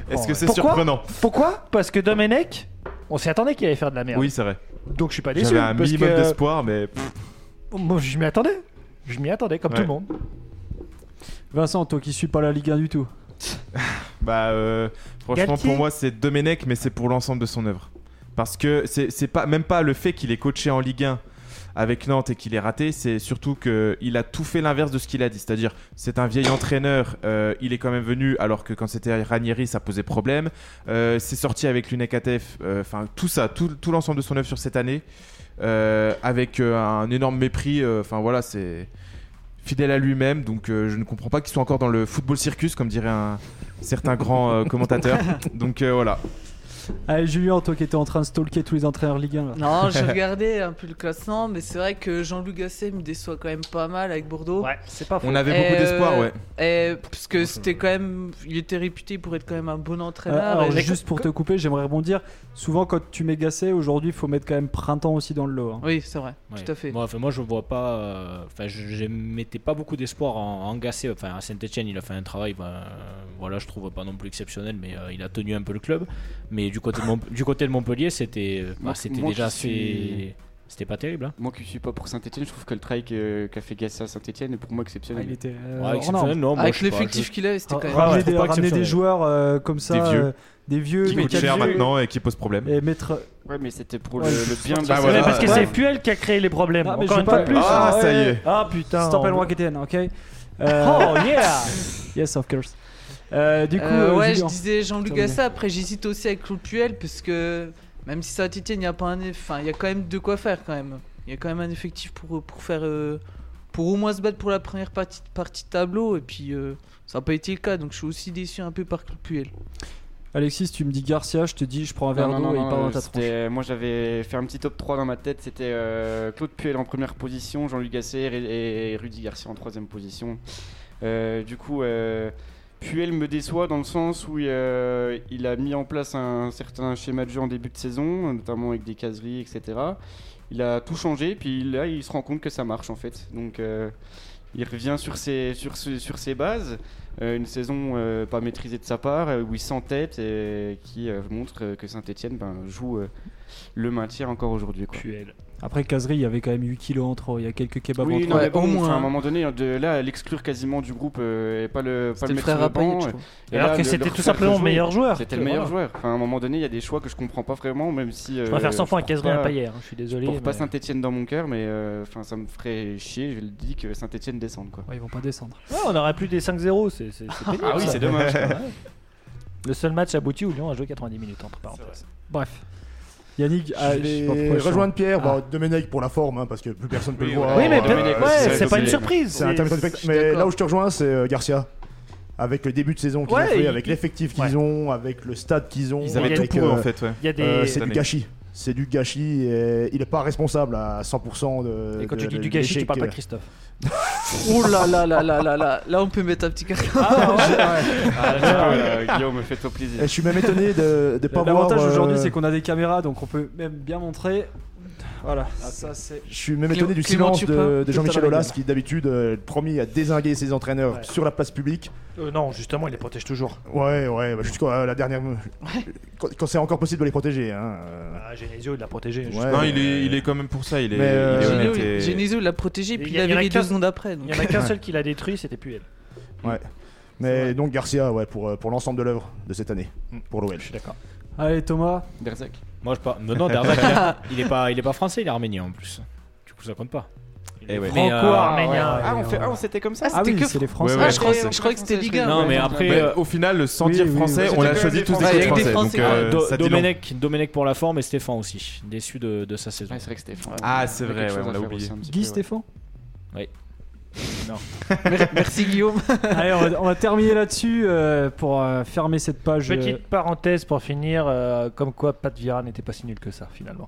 [SPEAKER 5] Est-ce que c'est
[SPEAKER 2] Pourquoi
[SPEAKER 5] surprenant
[SPEAKER 2] Pourquoi Parce que Domenech, on s'y attendait qu'il allait faire de la merde.
[SPEAKER 5] Oui, c'est vrai.
[SPEAKER 2] Donc je suis pas déçu.
[SPEAKER 5] J'avais un
[SPEAKER 2] parce
[SPEAKER 5] minimum
[SPEAKER 2] que- euh, Oh,
[SPEAKER 5] d'espoir, mais pff,
[SPEAKER 2] Moi, je m'y attendais. Je m'y attendais, comme
[SPEAKER 5] Ouais.
[SPEAKER 2] tout le monde.
[SPEAKER 1] Vincent, toi qui suis pas la Ligue 1 du tout.
[SPEAKER 5] bah, euh, franchement,
[SPEAKER 2] Galtier
[SPEAKER 5] pour moi, c'est Domenech, mais c'est pour l'ensemble de son œuvre. Parce que c'est c'est pas, même pas le fait qu'il est coaché en Ligue 1 avec Nantes et qu'il est raté, c'est surtout qu'il a tout fait l'inverse de ce qu'il a dit. C'est-à-dire, c'est un vieil entraîneur, euh, il est quand même venu alors que quand c'était Ranieri, ça posait problème. Euh, c'est sorti avec Lunakatef, euh, enfin tout ça, tout, tout l'ensemble de son œuvre sur cette année, euh, avec euh, un énorme mépris. euh, Enfin voilà, c'est fidèle à lui-même, donc euh, je ne comprends pas qu'il soit encore dans le football circus, comme dirait un certain grand euh, commentateur. Donc euh, voilà.
[SPEAKER 1] Allez, Ah, Julien, toi qui étais en train de stalker tous les entraîneurs Ligue 1. Là.
[SPEAKER 6] Non, je regardais un peu le classement, mais c'est vrai que Jean-Louis Gasset me déçoit quand même pas mal avec Bordeaux.
[SPEAKER 2] Ouais, c'est pas faux.
[SPEAKER 5] On avait beaucoup
[SPEAKER 6] Euh,
[SPEAKER 5] d'espoir, ouais.
[SPEAKER 6] Et parce que c'était quand même, il était réputé pour être quand même un bon
[SPEAKER 1] Ah,
[SPEAKER 6] entraîneur.
[SPEAKER 1] Alors,
[SPEAKER 6] et-
[SPEAKER 1] juste pour te couper, j'aimerais rebondir. Souvent, quand tu mets Gasset, aujourd'hui, il faut mettre quand même Printemps aussi dans le lot. hein.
[SPEAKER 6] Oui, c'est vrai, tout à fait.
[SPEAKER 4] Moi, enfin, moi, je vois pas. euh, Enfin, je je mettais pas beaucoup d'espoir en, en Gasset. Enfin, à Saint-Etienne, il a fait un travail. ben, euh, voilà, je trouve pas non plus exceptionnel, mais euh, il a tenu un peu le club. Mais du côté de, Mont- du côté de Montpellier, c'était euh, bah,
[SPEAKER 7] Moi-
[SPEAKER 4] c'était
[SPEAKER 7] moi
[SPEAKER 4] déjà
[SPEAKER 7] qui suis-
[SPEAKER 4] assez. C'était pas terrible. hein.
[SPEAKER 7] Moi qui suis pas pour Saint-Etienne, je trouve que le travail que- qu'a fait Gasset à Saint-Etienne est pour
[SPEAKER 1] Ah,
[SPEAKER 7] moi
[SPEAKER 1] il
[SPEAKER 7] exceptionnel.
[SPEAKER 1] était euh,
[SPEAKER 4] Ouais,
[SPEAKER 1] hors norme.
[SPEAKER 4] exceptionnel, non, moi, je
[SPEAKER 6] Avec
[SPEAKER 4] sais pas,
[SPEAKER 6] l'effectif qu'il avait, c'était quand même.
[SPEAKER 1] Ramener
[SPEAKER 4] ouais,
[SPEAKER 1] des,
[SPEAKER 4] faut pas
[SPEAKER 1] ramener des
[SPEAKER 4] exceptionnel.
[SPEAKER 1] joueurs euh, comme ça,
[SPEAKER 5] Des vieux.
[SPEAKER 1] euh, des vieux,
[SPEAKER 5] Qui
[SPEAKER 1] mais
[SPEAKER 5] coûte
[SPEAKER 1] qui a
[SPEAKER 5] cher
[SPEAKER 1] vu-
[SPEAKER 5] maintenant et qui pose problème.
[SPEAKER 1] Et mettre.
[SPEAKER 7] Ouais, mais c'était pour
[SPEAKER 1] Ouais,
[SPEAKER 7] le,
[SPEAKER 1] je-
[SPEAKER 7] le bien de
[SPEAKER 5] Bah
[SPEAKER 7] la
[SPEAKER 5] voilà.
[SPEAKER 2] Mais parce que
[SPEAKER 1] Ouais.
[SPEAKER 2] c'est Puel qui a créé les problèmes.
[SPEAKER 1] Ah, mais
[SPEAKER 2] Encore
[SPEAKER 1] je
[SPEAKER 2] une
[SPEAKER 1] veux
[SPEAKER 2] fois
[SPEAKER 1] pas-
[SPEAKER 2] de plus.
[SPEAKER 5] Ah, ça y est.
[SPEAKER 2] Ah, putain.
[SPEAKER 1] Stop and
[SPEAKER 5] Euh,
[SPEAKER 2] on-
[SPEAKER 1] walk it in, ok
[SPEAKER 2] Oh
[SPEAKER 1] Euh,
[SPEAKER 2] yeah
[SPEAKER 1] Yes, of course. Euh, du coup,
[SPEAKER 6] Euh,
[SPEAKER 1] euh,
[SPEAKER 6] ouais,
[SPEAKER 1] Julien.
[SPEAKER 6] je disais Jean-Luc
[SPEAKER 1] Terminé.
[SPEAKER 6] Gasset. Après, j'hésite aussi avec Claude Puel, parce que même si Saint-Etienne, il n'y a pas un. eff- Enfin, il y a quand même de quoi faire quand même. Il y a quand même un effectif pour, pour faire. euh, pour au moins se battre pour la première partie, partie de tableau. Et puis, euh, ça n'a pas été le cas. Donc, je suis aussi déçu un peu par Claude Puel.
[SPEAKER 1] Alexis, tu me dis Garcia, je te dis je prends un verre
[SPEAKER 7] Non, non,
[SPEAKER 1] d'eau
[SPEAKER 7] non,
[SPEAKER 1] et il
[SPEAKER 7] non,
[SPEAKER 1] part dans
[SPEAKER 7] euh,
[SPEAKER 1] ta
[SPEAKER 7] c'était-
[SPEAKER 1] tronche.
[SPEAKER 7] Moi, j'avais fait un petit top 3 dans ma tête. C'était euh, Claude Puel en première position, Jean-Luc Gasset et, et Rudy Garcia en troisième position. Euh, du coup, euh, Puel me déçoit dans le sens où euh, il a mis en place un certain schéma de jeu en début de saison, notamment avec des caseries, etc. Il a tout changé, puis là, il se rend compte que ça marche en fait. Donc, euh, il revient sur ses, sur, ses- sur ses bases. Euh, une saison euh, pas maîtrisée de sa part, euh, où il s'entête et qui euh, montre euh, que Saint-Etienne joue euh, le maintien encore aujourd'hui. quoi.
[SPEAKER 2] Puel.
[SPEAKER 1] Après, Casery, il y avait quand même 8 kilos en trop, il y a quelques kebabs en
[SPEAKER 7] Oui,
[SPEAKER 1] trop.
[SPEAKER 7] non,
[SPEAKER 6] Ouais,
[SPEAKER 7] mais bon,
[SPEAKER 6] au moins,
[SPEAKER 7] enfin, à un
[SPEAKER 6] hein.
[SPEAKER 7] moment donné, de là, l'exclure quasiment du groupe euh, et pas le,
[SPEAKER 6] C'était
[SPEAKER 7] pas le
[SPEAKER 6] le
[SPEAKER 7] mettre
[SPEAKER 6] frère
[SPEAKER 7] sur le
[SPEAKER 6] Rapayet,
[SPEAKER 7] banc.
[SPEAKER 6] je
[SPEAKER 7] euh,
[SPEAKER 6] crois.
[SPEAKER 7] et
[SPEAKER 2] Alors
[SPEAKER 7] là,
[SPEAKER 2] que
[SPEAKER 7] de- de
[SPEAKER 2] c'était tout
[SPEAKER 7] refaire
[SPEAKER 2] simplement le
[SPEAKER 7] jouer.
[SPEAKER 2] meilleur joueur.
[SPEAKER 7] C'était le meilleur joueur. Enfin, à un moment donné, il y a des choix que je comprends pas vraiment, même si.
[SPEAKER 2] Je préfère 100 fois à Casri à
[SPEAKER 7] pas-
[SPEAKER 2] Payet. hein, Je suis désolé.
[SPEAKER 7] Euh, Pour pas
[SPEAKER 2] mais-
[SPEAKER 7] Saint-Etienne dans mon cœur, mais euh, enfin, ça me ferait chier, je le dis, que Saint-Etienne descende. Quoi.
[SPEAKER 1] Ouais, ils vont pas descendre.
[SPEAKER 2] Ouais, on aurait plus des 5-0. c'est- c'est- c'est pénible,
[SPEAKER 7] Ah oui,
[SPEAKER 2] ça.
[SPEAKER 7] c'est dommage.
[SPEAKER 2] Ouais. Le seul match abouti où Lyon a joué 90 minutes, entre parenthèses.
[SPEAKER 1] Bref. Yannick,
[SPEAKER 3] Je vais
[SPEAKER 5] hein.
[SPEAKER 3] rejoindre Pierre,
[SPEAKER 1] Ah.
[SPEAKER 3] bah, Domenech pour la forme, hein, parce que plus personne peut
[SPEAKER 5] Oui,
[SPEAKER 3] le voir.
[SPEAKER 2] oui, mais
[SPEAKER 3] Euh,
[SPEAKER 2] peut- ouais,
[SPEAKER 7] c'est-
[SPEAKER 2] c'est pas une
[SPEAKER 7] c'est-
[SPEAKER 2] surprise.
[SPEAKER 3] C'est un terme
[SPEAKER 2] c'est-
[SPEAKER 3] de respect.
[SPEAKER 6] je suis
[SPEAKER 3] Mais
[SPEAKER 6] d'accord.
[SPEAKER 3] là où je te rejoins, c'est euh, Garcia. Avec le début de saison qu'ils
[SPEAKER 2] Ouais,
[SPEAKER 3] ont fait,
[SPEAKER 2] ils-
[SPEAKER 3] avec l'effectif qu'ils
[SPEAKER 2] ouais.
[SPEAKER 3] ont, avec le stade qu'ils ont.
[SPEAKER 5] Ils
[SPEAKER 2] avaient
[SPEAKER 5] avaient
[SPEAKER 2] tout
[SPEAKER 3] avec,
[SPEAKER 5] tout pour eux
[SPEAKER 3] euh,
[SPEAKER 5] en fait, ouais.
[SPEAKER 2] Il y a des.
[SPEAKER 3] euh,
[SPEAKER 5] cette
[SPEAKER 3] c'est du
[SPEAKER 5] année.
[SPEAKER 3] gâchis. C'est du gâchis. Et il n'est pas responsable à 100% de.
[SPEAKER 2] Et quand
[SPEAKER 3] Euh, de-
[SPEAKER 2] tu dis
[SPEAKER 3] de-
[SPEAKER 2] du gâchis, tu
[SPEAKER 3] l'échec,
[SPEAKER 2] parles pas de
[SPEAKER 3] euh.
[SPEAKER 2] Christophe.
[SPEAKER 6] Oh là là là là là là Là, on peut mettre un petit carton.
[SPEAKER 7] Ah, là, tu vois, là, Guillaume, fais-toi plaisir.
[SPEAKER 3] Et je suis même étonné de ne pas voir.
[SPEAKER 1] L'avantage
[SPEAKER 3] euh,
[SPEAKER 1] aujourd'hui, c'est qu'on a des caméras, donc on peut même bien montrer. Voilà,
[SPEAKER 7] Ah,
[SPEAKER 1] ça c'est.
[SPEAKER 3] Je suis même
[SPEAKER 6] Clément-
[SPEAKER 3] étonné du
[SPEAKER 6] Clément
[SPEAKER 3] silence
[SPEAKER 6] Turpin,
[SPEAKER 3] de, de
[SPEAKER 1] tout à
[SPEAKER 3] Jean-Michel
[SPEAKER 1] la
[SPEAKER 3] Aulas
[SPEAKER 1] gueule.
[SPEAKER 3] qui d'habitude euh, est le premier à désinguer ses entraîneurs
[SPEAKER 2] Ouais.
[SPEAKER 3] sur la place publique.
[SPEAKER 2] Euh, non, justement, il les protège toujours.
[SPEAKER 3] Ouais, ouais, bah, jusqu'à la dernière. Quand, quand c'est encore possible de les protéger. Hein. euh.
[SPEAKER 2] Ah, Genesio, il l'a protégé.
[SPEAKER 3] Ouais,
[SPEAKER 2] juste.
[SPEAKER 5] Non,
[SPEAKER 3] mais-
[SPEAKER 5] il est, il est quand même pour ça, il est,
[SPEAKER 3] Mais, euh,
[SPEAKER 5] il est honnête.
[SPEAKER 6] Genesio,
[SPEAKER 5] et-
[SPEAKER 6] Genesio, il l'a protégé, puis
[SPEAKER 2] Il
[SPEAKER 6] il
[SPEAKER 2] y a-
[SPEAKER 6] l'a
[SPEAKER 2] il y en a
[SPEAKER 6] viré deux
[SPEAKER 2] qu'un-
[SPEAKER 6] secondes après.
[SPEAKER 2] Il
[SPEAKER 6] donc.
[SPEAKER 2] n'y en a qu'un seul qui l'a détruit, c'était Puel.
[SPEAKER 3] Mais donc Garcia, ouais, pour, euh, pour l'ensemble de l'œuvre de cette année, pour l'OL.
[SPEAKER 2] Je suis d'accord.
[SPEAKER 1] Allez, Thomas.
[SPEAKER 7] Derzak.
[SPEAKER 4] Moi, je parle. Non, non, Darzac, il a- il, est pas, il est pas français, il est arménien en plus. Du coup, ça compte pas. Il
[SPEAKER 5] Eh
[SPEAKER 4] est
[SPEAKER 5] ouais.
[SPEAKER 4] mais, euh,
[SPEAKER 2] Franco-arménien.
[SPEAKER 7] Ah, on fait- ah, on s'était comme ça
[SPEAKER 6] Ah,
[SPEAKER 1] Ah
[SPEAKER 6] c'était
[SPEAKER 1] oui,
[SPEAKER 6] que
[SPEAKER 1] c'est les Français.
[SPEAKER 5] Français.
[SPEAKER 6] Ah,
[SPEAKER 5] Ouais,
[SPEAKER 6] je croyais-
[SPEAKER 7] français.
[SPEAKER 6] je croyais que c'était Ligue 1.
[SPEAKER 4] Non, mais
[SPEAKER 5] Mais
[SPEAKER 4] après, euh,
[SPEAKER 5] au final, sans
[SPEAKER 1] oui,
[SPEAKER 5] dire
[SPEAKER 1] oui,
[SPEAKER 5] français,
[SPEAKER 1] oui.
[SPEAKER 5] on a
[SPEAKER 7] C'était
[SPEAKER 5] choisi
[SPEAKER 7] quand
[SPEAKER 5] tous
[SPEAKER 7] même
[SPEAKER 5] des
[SPEAKER 7] des
[SPEAKER 5] clubs
[SPEAKER 7] Français,
[SPEAKER 5] français.
[SPEAKER 6] avec
[SPEAKER 4] Ah, Do-
[SPEAKER 5] Donc, euh,
[SPEAKER 6] des
[SPEAKER 5] ça dit long.
[SPEAKER 4] Domenech, Domenech pour la forme et Stéphane aussi, déçu de, de sa saison.
[SPEAKER 7] Ouais, c'est vrai que Stéphane.
[SPEAKER 5] Ah, c'est
[SPEAKER 7] Il y a
[SPEAKER 5] vrai,
[SPEAKER 7] quelque
[SPEAKER 5] ouais,
[SPEAKER 7] chose
[SPEAKER 5] on
[SPEAKER 7] à
[SPEAKER 5] l'a
[SPEAKER 7] faire
[SPEAKER 5] oublié.
[SPEAKER 7] aussi un petit
[SPEAKER 1] Guy,
[SPEAKER 7] peu, ouais.
[SPEAKER 1] Stéphane
[SPEAKER 6] Merci Guillaume.
[SPEAKER 1] Allez, on va, on va terminer là-dessus euh, pour euh, fermer cette page. euh,
[SPEAKER 2] Petite parenthèse pour finir, euh, comme quoi Pat Vira n'était pas si nul que ça finalement.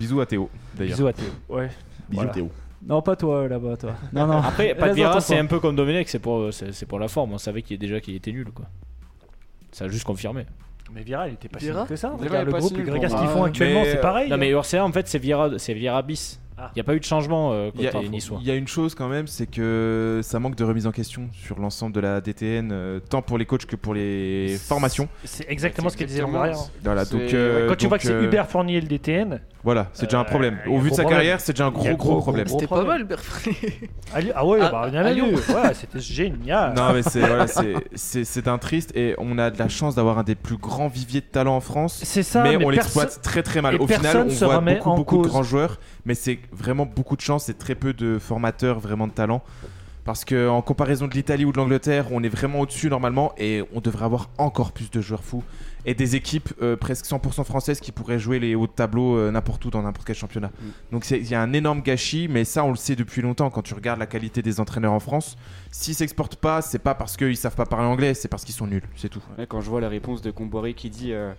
[SPEAKER 5] Bisous à Théo, d'ailleurs.
[SPEAKER 2] Bisous à Théo. Ouais.
[SPEAKER 3] Bisous
[SPEAKER 2] Voilà.
[SPEAKER 3] Théo.
[SPEAKER 1] Non, pas toi là-bas, toi. Non, non.
[SPEAKER 4] Après,
[SPEAKER 1] Laisse-en ton
[SPEAKER 4] Padvira, c'est
[SPEAKER 1] choix.
[SPEAKER 4] un peu comme Domenech, c'est pour, c'est c'est pour la forme. On savait qu'il déjà qu'il était nul, quoi. Ça a juste confirmé.
[SPEAKER 2] Mais Vira, il était pas
[SPEAKER 6] Vira
[SPEAKER 2] si nul que ça.
[SPEAKER 7] Vira
[SPEAKER 2] Regarde
[SPEAKER 7] est
[SPEAKER 2] le
[SPEAKER 7] pas
[SPEAKER 2] groupe,
[SPEAKER 7] si nul,
[SPEAKER 2] regarde
[SPEAKER 7] bon,
[SPEAKER 2] ce qu'ils
[SPEAKER 7] bah,
[SPEAKER 2] font
[SPEAKER 7] mais-
[SPEAKER 2] actuellement, c'est pareil.
[SPEAKER 4] Non, mais Ursa, en fait, c'est Vira, c'est Vira bis. Il
[SPEAKER 2] Ah.
[SPEAKER 4] n'y a pas eu de changement euh,
[SPEAKER 5] Il y, a,
[SPEAKER 4] contre les Niçois.
[SPEAKER 5] il y a une chose quand même, c'est que ça manque de remise en question sur l'ensemble de la DTN, euh, tant pour les coachs que pour les formations.
[SPEAKER 2] C'est exactement ce
[SPEAKER 7] C'est
[SPEAKER 2] qu'il disait
[SPEAKER 7] exactement
[SPEAKER 2] Longoria.
[SPEAKER 7] ça.
[SPEAKER 5] Voilà,
[SPEAKER 7] C'est-
[SPEAKER 5] donc, euh,
[SPEAKER 2] Quand tu
[SPEAKER 5] donc,
[SPEAKER 2] vois que c'est
[SPEAKER 5] euh,
[SPEAKER 2] Hubert Fournier le DTN,
[SPEAKER 5] Voilà, c'est déjà
[SPEAKER 2] Euh,
[SPEAKER 5] un problème.
[SPEAKER 2] il y a
[SPEAKER 5] Au vu
[SPEAKER 2] gros
[SPEAKER 5] de sa
[SPEAKER 2] problème.
[SPEAKER 5] carrière, c'est déjà un
[SPEAKER 2] Il y a
[SPEAKER 5] gros,
[SPEAKER 2] gros
[SPEAKER 5] gros problème.
[SPEAKER 2] gros
[SPEAKER 6] C'était pas
[SPEAKER 2] problème.
[SPEAKER 6] mal, Berfrey.
[SPEAKER 2] Ah, lui- ah ouais,
[SPEAKER 6] Ah,
[SPEAKER 2] bah, bien
[SPEAKER 6] ah,
[SPEAKER 2] à
[SPEAKER 6] Lyon.
[SPEAKER 2] lui. Ouais, c'était génial.
[SPEAKER 5] Non, mais c'est voilà, c'est- c'est- c'est un triste et on a de la chance d'avoir un des plus grands viviers de talent en France.
[SPEAKER 2] C'est ça,
[SPEAKER 5] mais, on
[SPEAKER 2] perso-
[SPEAKER 5] l'exploite très très mal.
[SPEAKER 2] et
[SPEAKER 5] Au final,
[SPEAKER 2] personne
[SPEAKER 5] on
[SPEAKER 2] se
[SPEAKER 5] voit
[SPEAKER 2] remet en
[SPEAKER 5] beaucoup, beaucoup de
[SPEAKER 2] cause.
[SPEAKER 5] grands joueurs, mais c'est vraiment beaucoup de chance et très peu de formateurs vraiment de talent. Parce que en comparaison de l'Italie ou de l'Angleterre, on est vraiment au-dessus normalement et on devrait avoir encore plus de joueurs fous et des équipes euh, presque 100% françaises qui pourraient jouer les hauts de tableau euh, n'importe où dans n'importe quel championnat.
[SPEAKER 7] Mm.
[SPEAKER 5] Donc c'est- il y a un énorme gâchis, mais ça on le sait depuis longtemps quand tu regardes la qualité des entraîneurs en France. S'ils s'exportent pas, c'est pas parce qu'ils savent pas parler anglais, c'est parce qu'ils sont nuls, c'est tout.
[SPEAKER 7] Ouais, quand je vois la réponse de Comboiré qui dit euh,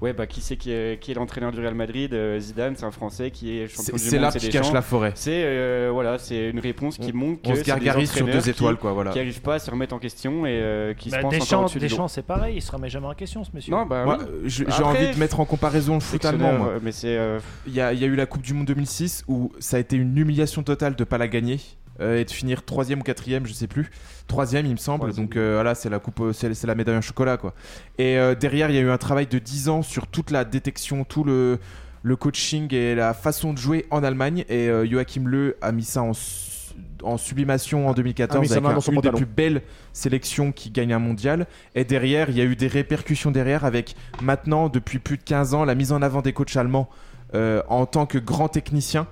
[SPEAKER 7] Ouais, bah qui c'est qui est, qui est l'entraîneur du Real Madrid Euh, Zidane, c'est un Français qui est champion
[SPEAKER 5] C'est
[SPEAKER 7] du
[SPEAKER 5] c'est
[SPEAKER 7] monde.
[SPEAKER 5] là qui
[SPEAKER 7] Deschamps.
[SPEAKER 5] cache la forêt.
[SPEAKER 7] C'est euh, voilà, c'est une réponse qui montre
[SPEAKER 5] On
[SPEAKER 7] que c'est
[SPEAKER 5] se
[SPEAKER 7] des
[SPEAKER 5] gargarise sur
[SPEAKER 7] entraîneurs
[SPEAKER 5] deux étoiles, quoi, voilà.
[SPEAKER 7] qui n'arrivent pas à se remettre en question et euh, qui
[SPEAKER 2] Bah,
[SPEAKER 7] se pensent encore
[SPEAKER 2] Deschamps,
[SPEAKER 7] au-dessus du lot.
[SPEAKER 2] Deschamps, c'est pareil, il se remet jamais en question ce monsieur.
[SPEAKER 7] Non, bah
[SPEAKER 5] Moi,
[SPEAKER 7] oui.
[SPEAKER 5] euh, je- j'ai
[SPEAKER 7] Après,
[SPEAKER 5] envie de mettre en comparaison le foot allemand. moi.
[SPEAKER 7] Sélectionneur, mais c'est euh,
[SPEAKER 5] Il y, a il y a eu la Coupe du Monde 2006 où ça a été une humiliation totale de pas la gagner euh, et de finir troisième ou quatrième, je sais plus. Troisième, il me semble.
[SPEAKER 7] Troisième.
[SPEAKER 5] Donc euh, voilà, c'est la coupe, euh, c'est c'est la médaille en chocolat, quoi. Et euh, derrière, il y a eu un travail de 10 ans sur toute la détection, tout le le coaching et la façon de jouer en Allemagne. Et euh, Joachim Leu a mis ça en su- en sublimation en
[SPEAKER 3] A
[SPEAKER 5] 2014
[SPEAKER 3] mis sa
[SPEAKER 5] avec
[SPEAKER 3] main
[SPEAKER 5] un-
[SPEAKER 3] dans son
[SPEAKER 5] une des
[SPEAKER 3] pantalon.
[SPEAKER 5] plus belles sélections qui gagne un mondial et derrière il y a eu des répercussions derrière avec maintenant depuis plus de 15 ans la mise en avant des coachs allemands euh, en tant que grand technicien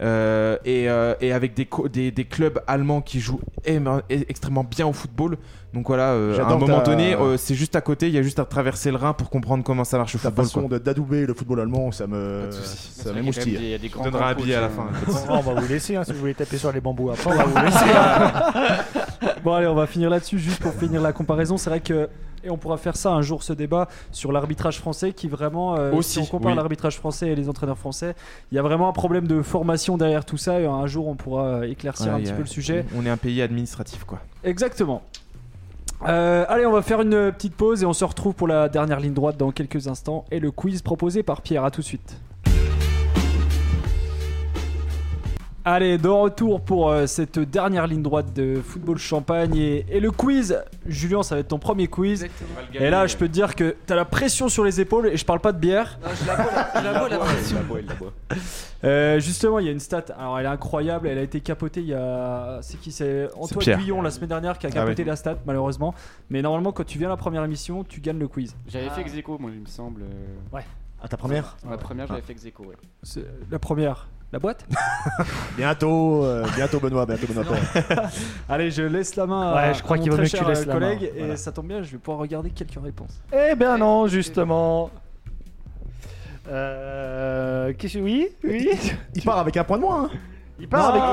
[SPEAKER 5] euh, et, euh, et avec des, co- des, des clubs allemands qui jouent éme- é- extrêmement bien au football. Donc voilà, euh, à
[SPEAKER 3] J'adore
[SPEAKER 5] un moment
[SPEAKER 3] ta-
[SPEAKER 5] donné, euh, c'est juste à côté, il y a juste à traverser le Rhin pour comprendre comment ça marche au
[SPEAKER 3] Ta
[SPEAKER 5] football.
[SPEAKER 3] façon de- d'adouber le football allemand, ça me,
[SPEAKER 5] Pas de souci.
[SPEAKER 3] ça
[SPEAKER 7] Il y a quand même des-
[SPEAKER 3] m'émoustille.
[SPEAKER 7] il y a des
[SPEAKER 5] quoi.
[SPEAKER 7] grands
[SPEAKER 5] Je donnerai un
[SPEAKER 7] coachs,
[SPEAKER 5] billet à la
[SPEAKER 7] hein.
[SPEAKER 5] fin.
[SPEAKER 2] on va vous laisser, hein, si vous voulez taper sur les bambous après, on va vous laisser.
[SPEAKER 1] Bon allez, on va finir là-dessus juste pour finir la comparaison. C'est vrai que et on pourra faire ça un jour ce débat sur l'arbitrage français qui vraiment euh,
[SPEAKER 5] Aussi,
[SPEAKER 1] si on compare
[SPEAKER 5] oui.
[SPEAKER 1] l'arbitrage français et les entraîneurs français, il y a vraiment un problème de formation derrière tout ça et un jour on pourra euh, éclaircir
[SPEAKER 5] Voilà,
[SPEAKER 1] un
[SPEAKER 5] il y
[SPEAKER 1] petit
[SPEAKER 5] a-
[SPEAKER 1] peu le sujet.
[SPEAKER 5] On est un pays administratif, quoi.
[SPEAKER 1] Exactement. Euh, allez, on va faire une petite pause et on se retrouve pour la dernière ligne droite dans quelques instants et le quiz proposé par Pierre. À tout de suite. Allez, de retour pour euh, cette dernière ligne droite de football champagne et, et le quiz. Julien, ça va être ton premier quiz.
[SPEAKER 6] Exactement.
[SPEAKER 1] Et là, je peux te dire que t'as la pression sur les épaules et je parle pas de bière.
[SPEAKER 6] Non, je la bois, la- je la bois, la pression.
[SPEAKER 1] Euh, justement, il y a une stat. Alors, elle est incroyable. Elle a été capotée il y a. C'est qui C'est Antoine
[SPEAKER 5] Pierre.
[SPEAKER 1] Guyon la semaine dernière qui a
[SPEAKER 5] Ah
[SPEAKER 1] capoté
[SPEAKER 5] ouais.
[SPEAKER 1] la stat, malheureusement. Mais normalement, quand tu viens à la première émission, tu gagnes le quiz.
[SPEAKER 7] J'avais fait Execo, moi, il me semble. euh,
[SPEAKER 3] À ta première
[SPEAKER 7] Ma première, j'avais fait Execo, ouais.
[SPEAKER 1] C'est la première. La boîte
[SPEAKER 3] Bientôt, euh, bientôt Benoît, bientôt Benoît. Paire.
[SPEAKER 1] Allez, je laisse la main à
[SPEAKER 2] Ouais, je crois
[SPEAKER 1] à mon
[SPEAKER 2] qu'il vaut
[SPEAKER 1] très
[SPEAKER 2] mieux que tu
[SPEAKER 1] cher,
[SPEAKER 2] laisses
[SPEAKER 1] euh,
[SPEAKER 2] la
[SPEAKER 1] collègue
[SPEAKER 2] main.
[SPEAKER 1] et
[SPEAKER 2] Voilà.
[SPEAKER 1] ça tombe bien, je vais pouvoir regarder quelques réponses.
[SPEAKER 2] Eh ben non, justement. Euh, qu'est-ce que oui, oui.
[SPEAKER 3] Il part avec un point de moins. hein.
[SPEAKER 2] Il part avec.
[SPEAKER 6] Ah,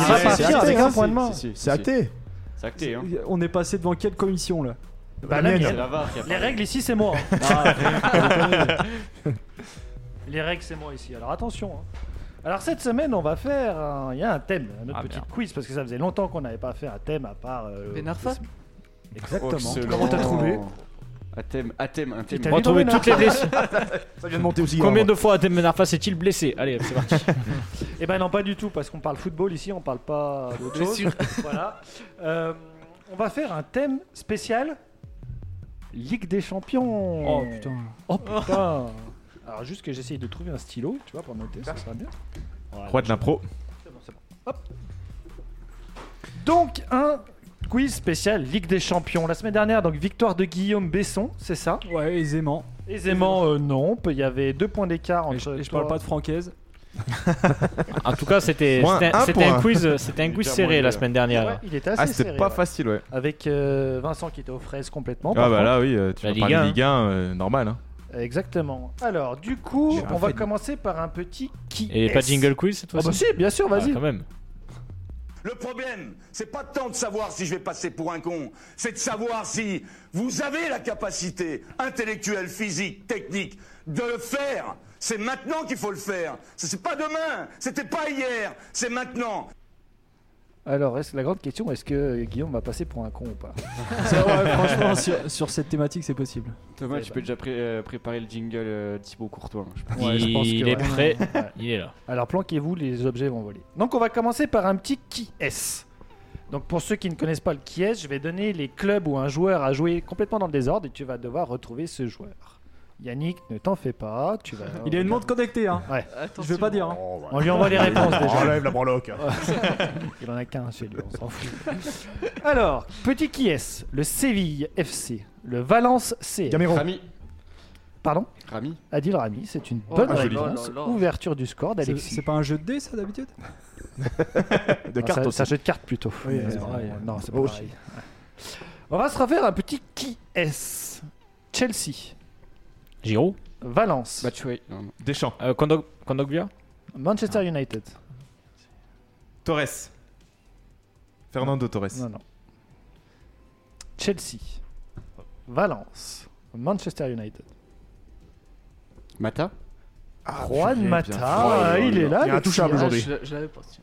[SPEAKER 2] il
[SPEAKER 6] si,
[SPEAKER 2] va
[SPEAKER 6] si,
[SPEAKER 3] si,
[SPEAKER 2] partir avec
[SPEAKER 3] si,
[SPEAKER 2] un
[SPEAKER 3] si,
[SPEAKER 2] point de main.
[SPEAKER 7] Si, si, si,
[SPEAKER 3] C'est
[SPEAKER 7] si.
[SPEAKER 3] acté.
[SPEAKER 7] C'est acté, hein.
[SPEAKER 1] On est passé devant quelle commission là
[SPEAKER 2] Bah,
[SPEAKER 3] La
[SPEAKER 2] la
[SPEAKER 3] mienne.
[SPEAKER 7] C'est
[SPEAKER 2] mienne.
[SPEAKER 7] la VAR qui a
[SPEAKER 2] Les
[SPEAKER 7] parlé.
[SPEAKER 2] règles ici, c'est moi. hein. Les règles, c'est moi ici. Alors attention. hein. Alors cette semaine, on va faire. un- Il y a un thème, un autre
[SPEAKER 4] Ah,
[SPEAKER 2] petit
[SPEAKER 4] merde.
[SPEAKER 2] quiz parce que ça faisait longtemps qu'on n'avait pas fait un thème à part. euh,
[SPEAKER 6] Ben Arfa
[SPEAKER 2] Exactement.
[SPEAKER 7] Excellent.
[SPEAKER 2] Comment t'as trouvé
[SPEAKER 7] À thème, à thème, un
[SPEAKER 2] Et
[SPEAKER 7] thème.
[SPEAKER 2] t'as
[SPEAKER 4] On va
[SPEAKER 2] vu dans
[SPEAKER 4] trouver
[SPEAKER 2] Ben
[SPEAKER 4] toutes les
[SPEAKER 2] Arfa
[SPEAKER 4] blessures.
[SPEAKER 3] Ça vient de monter aussi.
[SPEAKER 4] Combien
[SPEAKER 3] hein.
[SPEAKER 4] de fois Atem Benarfa s'est-il blessé Allez, c'est parti.
[SPEAKER 2] Eh ben non, pas du tout, parce qu'on parle football ici, on parle pas d'autre chose. voilà. Euh, on va faire un thème spécial Ligue des Champions.
[SPEAKER 1] Oh putain.
[SPEAKER 2] Oh putain. Alors juste que j'essaye de trouver un stylo, tu vois, pour noter, ça sera bien. Voilà.
[SPEAKER 5] Roi de l'impro.
[SPEAKER 2] C'est bon, c'est bon. Hop. Donc un quiz spécial Ligue des Champions. La semaine dernière, donc victoire de Guillaume Besson, c'est ça
[SPEAKER 1] Ouais, aisément.
[SPEAKER 2] Aisément euh, non, il y avait deux points d'écart
[SPEAKER 1] Et
[SPEAKER 2] entre.
[SPEAKER 1] je, et je parle
[SPEAKER 2] toi-
[SPEAKER 1] pas de francaise.
[SPEAKER 4] En tout cas, c'était
[SPEAKER 5] Moins
[SPEAKER 4] c'était-
[SPEAKER 5] un
[SPEAKER 4] c'était un
[SPEAKER 5] point.
[SPEAKER 4] quiz, euh, c'était un quiz
[SPEAKER 7] Déjà
[SPEAKER 4] serré
[SPEAKER 7] moins
[SPEAKER 4] la
[SPEAKER 7] deux.
[SPEAKER 4] semaine
[SPEAKER 2] Ouais,
[SPEAKER 4] dernière.
[SPEAKER 2] il était assez
[SPEAKER 5] Ah, c'était
[SPEAKER 2] serré,
[SPEAKER 5] pas
[SPEAKER 2] ouais.
[SPEAKER 5] facile, ouais.
[SPEAKER 2] Avec euh, Vincent qui était aux fraises complètement.
[SPEAKER 5] Ah
[SPEAKER 2] par
[SPEAKER 5] bah là, oui, euh, tu
[SPEAKER 4] La
[SPEAKER 5] vas
[SPEAKER 4] Ligue
[SPEAKER 5] parler de
[SPEAKER 4] 1.
[SPEAKER 5] Ligue 1, euh, normal. Hein.
[SPEAKER 2] contre. Exactement. Alors, du coup,
[SPEAKER 5] J'ai rien
[SPEAKER 2] on va
[SPEAKER 5] fait de-
[SPEAKER 2] commencer par un petit qui.
[SPEAKER 4] Et
[SPEAKER 2] est-ce
[SPEAKER 4] pas de jingle quiz cette
[SPEAKER 2] Ah bah
[SPEAKER 4] fois-ci
[SPEAKER 2] si, bien sûr,
[SPEAKER 4] Ah,
[SPEAKER 2] vas-y.
[SPEAKER 4] quand même.
[SPEAKER 8] Le problème, c'est pas tant de savoir si je vais passer pour un con, c'est de savoir si vous avez la capacité intellectuelle, physique, technique de le faire. C'est maintenant qu'il faut le faire. C'est c'est pas demain, c'était pas hier, c'est maintenant.
[SPEAKER 2] Alors, est-ce la grande question, est-ce que Guillaume va passer pour un con ou pas
[SPEAKER 1] Ça, ouais, franchement, sur, sur cette thématique, c'est possible.
[SPEAKER 7] Thomas, tu
[SPEAKER 2] C'est
[SPEAKER 7] peux déjà pré- euh, préparer le jingle euh, Thibaut Courtois. hein, je pense.
[SPEAKER 2] Ouais, je pense que
[SPEAKER 4] il
[SPEAKER 2] ouais.
[SPEAKER 4] est prêt,
[SPEAKER 2] Ouais.
[SPEAKER 4] il est là.
[SPEAKER 2] Alors, planquez-vous, les objets vont voler. Donc, on va commencer par un petit qui est-ce. Donc, pour ceux qui ne connaissent pas le qui est-ce, je vais donner les clubs où un joueur a joué complètement dans le désordre et tu vas devoir retrouver ce joueur. Yannick, ne t'en fais pas. Tu vas...
[SPEAKER 1] Il a une montre connectée, hein.
[SPEAKER 6] Attention.
[SPEAKER 1] Je vais pas dire. hein.
[SPEAKER 3] Oh, ouais.
[SPEAKER 2] On lui envoie les réponses déjà.
[SPEAKER 4] Oh
[SPEAKER 3] Enlève la breloque.
[SPEAKER 2] Il en a qu'un chez lui, on s'en fout. Alors, petit qui est Le Séville FC, le Valence C.
[SPEAKER 3] Gamero.
[SPEAKER 7] Rami.
[SPEAKER 2] Pardon
[SPEAKER 7] Rami.
[SPEAKER 2] Adil Rami, c'est une bonne
[SPEAKER 6] là là
[SPEAKER 2] réponse.
[SPEAKER 6] ah, Oh là là.
[SPEAKER 2] Ouverture du score
[SPEAKER 1] C'est
[SPEAKER 2] d'Alexis.
[SPEAKER 1] c'est pas un jeu de dés, ça d'habitude
[SPEAKER 3] De
[SPEAKER 2] Non,
[SPEAKER 3] carte
[SPEAKER 2] c'est-
[SPEAKER 3] aussi.
[SPEAKER 2] C'est un jeu de cartes plutôt.
[SPEAKER 1] Oui,
[SPEAKER 2] Mais,
[SPEAKER 1] c'est
[SPEAKER 2] euh,
[SPEAKER 1] pareil.
[SPEAKER 2] Non, c'est pas
[SPEAKER 3] Aussi.
[SPEAKER 2] pareil. Ouais. On va se refaire un petit qui est Chelsea,
[SPEAKER 4] Giroud
[SPEAKER 2] Valence,
[SPEAKER 7] Batshuayi. Non, non.
[SPEAKER 5] Deschamps.
[SPEAKER 4] euh, Kondog- Kondogbia
[SPEAKER 2] Manchester United.
[SPEAKER 5] Torres. Fernando Torres.
[SPEAKER 2] Non, non. Chelsea, Valence, Manchester United.
[SPEAKER 7] Mata.
[SPEAKER 2] Juan
[SPEAKER 5] purée,
[SPEAKER 2] Mata,
[SPEAKER 5] bien
[SPEAKER 2] il,
[SPEAKER 5] sûr.
[SPEAKER 2] est là.
[SPEAKER 3] Il est intouchable
[SPEAKER 2] le petit. hein.
[SPEAKER 3] aujourd'hui.
[SPEAKER 6] Ah, je- je l'avais pas. tiens.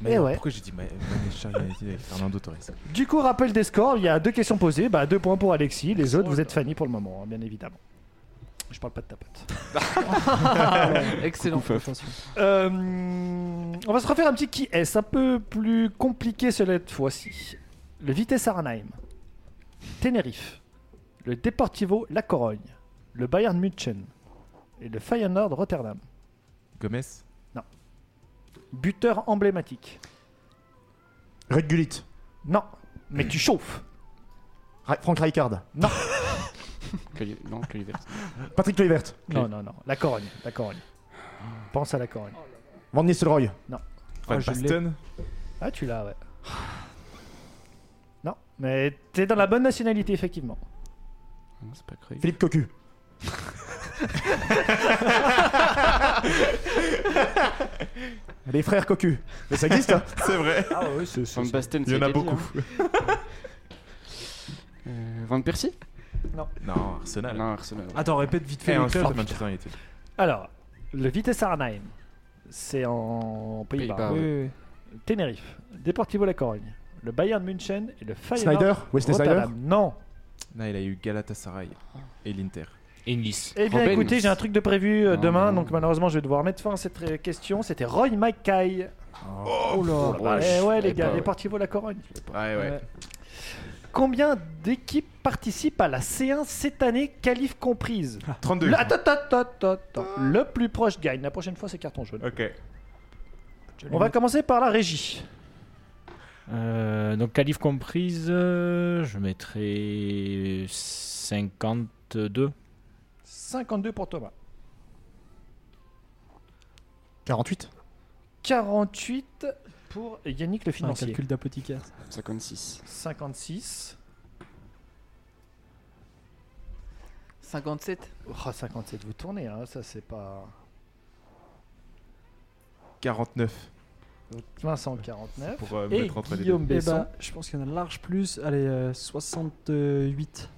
[SPEAKER 5] Mais
[SPEAKER 2] Eh ouais.
[SPEAKER 5] Pourquoi j'ai dit Ma- Manchester United avec Fernando Torres
[SPEAKER 2] Du coup, rappel des scores, il y a deux questions posées, bah, deux points pour Alexis, les autres vous êtes Fanny pour le moment, hein, bien évidemment. Je parle pas de ta pote.
[SPEAKER 6] Ah, Excellent.
[SPEAKER 2] Euh, on va se refaire un petit qui est un peu plus compliqué cette fois-ci. Le Vitesse Arnhem, Tenerife, le Deportivo La Corogne, le Bayern München et le Feyenoord Rotterdam.
[SPEAKER 5] Gomez.
[SPEAKER 2] Buteur emblématique.
[SPEAKER 3] Red Gullit.
[SPEAKER 2] Non, mais tu chauffes.
[SPEAKER 3] Ra- Frank Rijkaard.
[SPEAKER 7] Cali- Non, Calivert.
[SPEAKER 3] Patrick Kluivert.
[SPEAKER 2] Non, non, non, La Corogne, La Corogne. Pense à La Corogne.
[SPEAKER 3] Van Nistelrooy.
[SPEAKER 5] Fred
[SPEAKER 1] je l'ai.
[SPEAKER 5] Basten.
[SPEAKER 2] Ah, tu l'as, ouais. Non, mais t'es dans la bonne nationalité, effectivement.
[SPEAKER 7] C'est pas cru.
[SPEAKER 3] Philippe Cocu. Les frères Cocu. Mais ça existe, hein
[SPEAKER 5] C'est vrai.
[SPEAKER 2] Ah oui, c'est
[SPEAKER 7] Van Basten,
[SPEAKER 5] Il y
[SPEAKER 7] ça
[SPEAKER 5] en a
[SPEAKER 7] été dit,
[SPEAKER 5] beaucoup.
[SPEAKER 7] hein. Euh, Van Persie
[SPEAKER 5] Non, Arsenal.
[SPEAKER 7] Non, Arsenal. ouais.
[SPEAKER 1] Attends, répète vite
[SPEAKER 5] Et
[SPEAKER 1] fait. les
[SPEAKER 5] un
[SPEAKER 1] clubs.
[SPEAKER 5] Ford Manchester United.
[SPEAKER 2] Alors, le Vitesse Arnhem, c'est en Pays-Bas.
[SPEAKER 7] Pays-Bas,
[SPEAKER 2] Bah Oui, oui, oui. Tenerife, Deportivo La Corogne, le Bayern München et le Feyenoord.
[SPEAKER 3] Snyder Wesley Snyder
[SPEAKER 2] Rotterdam. Non.
[SPEAKER 5] Non, il a eu Galatasaray et l'Inter.
[SPEAKER 4] Et Nice.
[SPEAKER 2] Eh bien,
[SPEAKER 7] Robben.
[SPEAKER 2] écoutez, j'ai un truc de prévu euh,
[SPEAKER 7] Non,
[SPEAKER 2] demain,
[SPEAKER 7] non.
[SPEAKER 2] donc malheureusement, je vais devoir mettre fin à cette euh, question. C'était Roy McKay.
[SPEAKER 1] Oh là.
[SPEAKER 2] Eh ouais, les
[SPEAKER 7] Eh
[SPEAKER 2] gars,
[SPEAKER 7] bah, ouais.
[SPEAKER 2] Deportivo La Corogne.
[SPEAKER 5] Ouais, ouais.
[SPEAKER 2] Ouais. Combien d'équipes participent à la C1 cette année, qualif comprise
[SPEAKER 5] 32.
[SPEAKER 2] le, attends, attends, attends, attends. le plus proche gagne. La prochaine fois, c'est carton jaune.
[SPEAKER 5] Ok.
[SPEAKER 2] On va commencer par la régie.
[SPEAKER 4] Euh, donc, Calif comprise, euh, je mettrais 52.
[SPEAKER 2] 52 pour Thomas.
[SPEAKER 3] 48.
[SPEAKER 2] 48 pour Yannick le
[SPEAKER 1] Un
[SPEAKER 2] financier.
[SPEAKER 1] calcul d'apothicaire.
[SPEAKER 7] 56.
[SPEAKER 2] 56.
[SPEAKER 6] 57.
[SPEAKER 2] Oh, 57, vous tournez, hein, ça c'est pas.
[SPEAKER 5] 49.
[SPEAKER 2] Vincent 49.
[SPEAKER 5] Pour euh,
[SPEAKER 2] Et
[SPEAKER 5] mettre entre les deux.
[SPEAKER 2] Guillaume
[SPEAKER 1] Eh
[SPEAKER 2] Besson.
[SPEAKER 1] ben, je pense qu'il y en a large plus. Allez, euh, 68.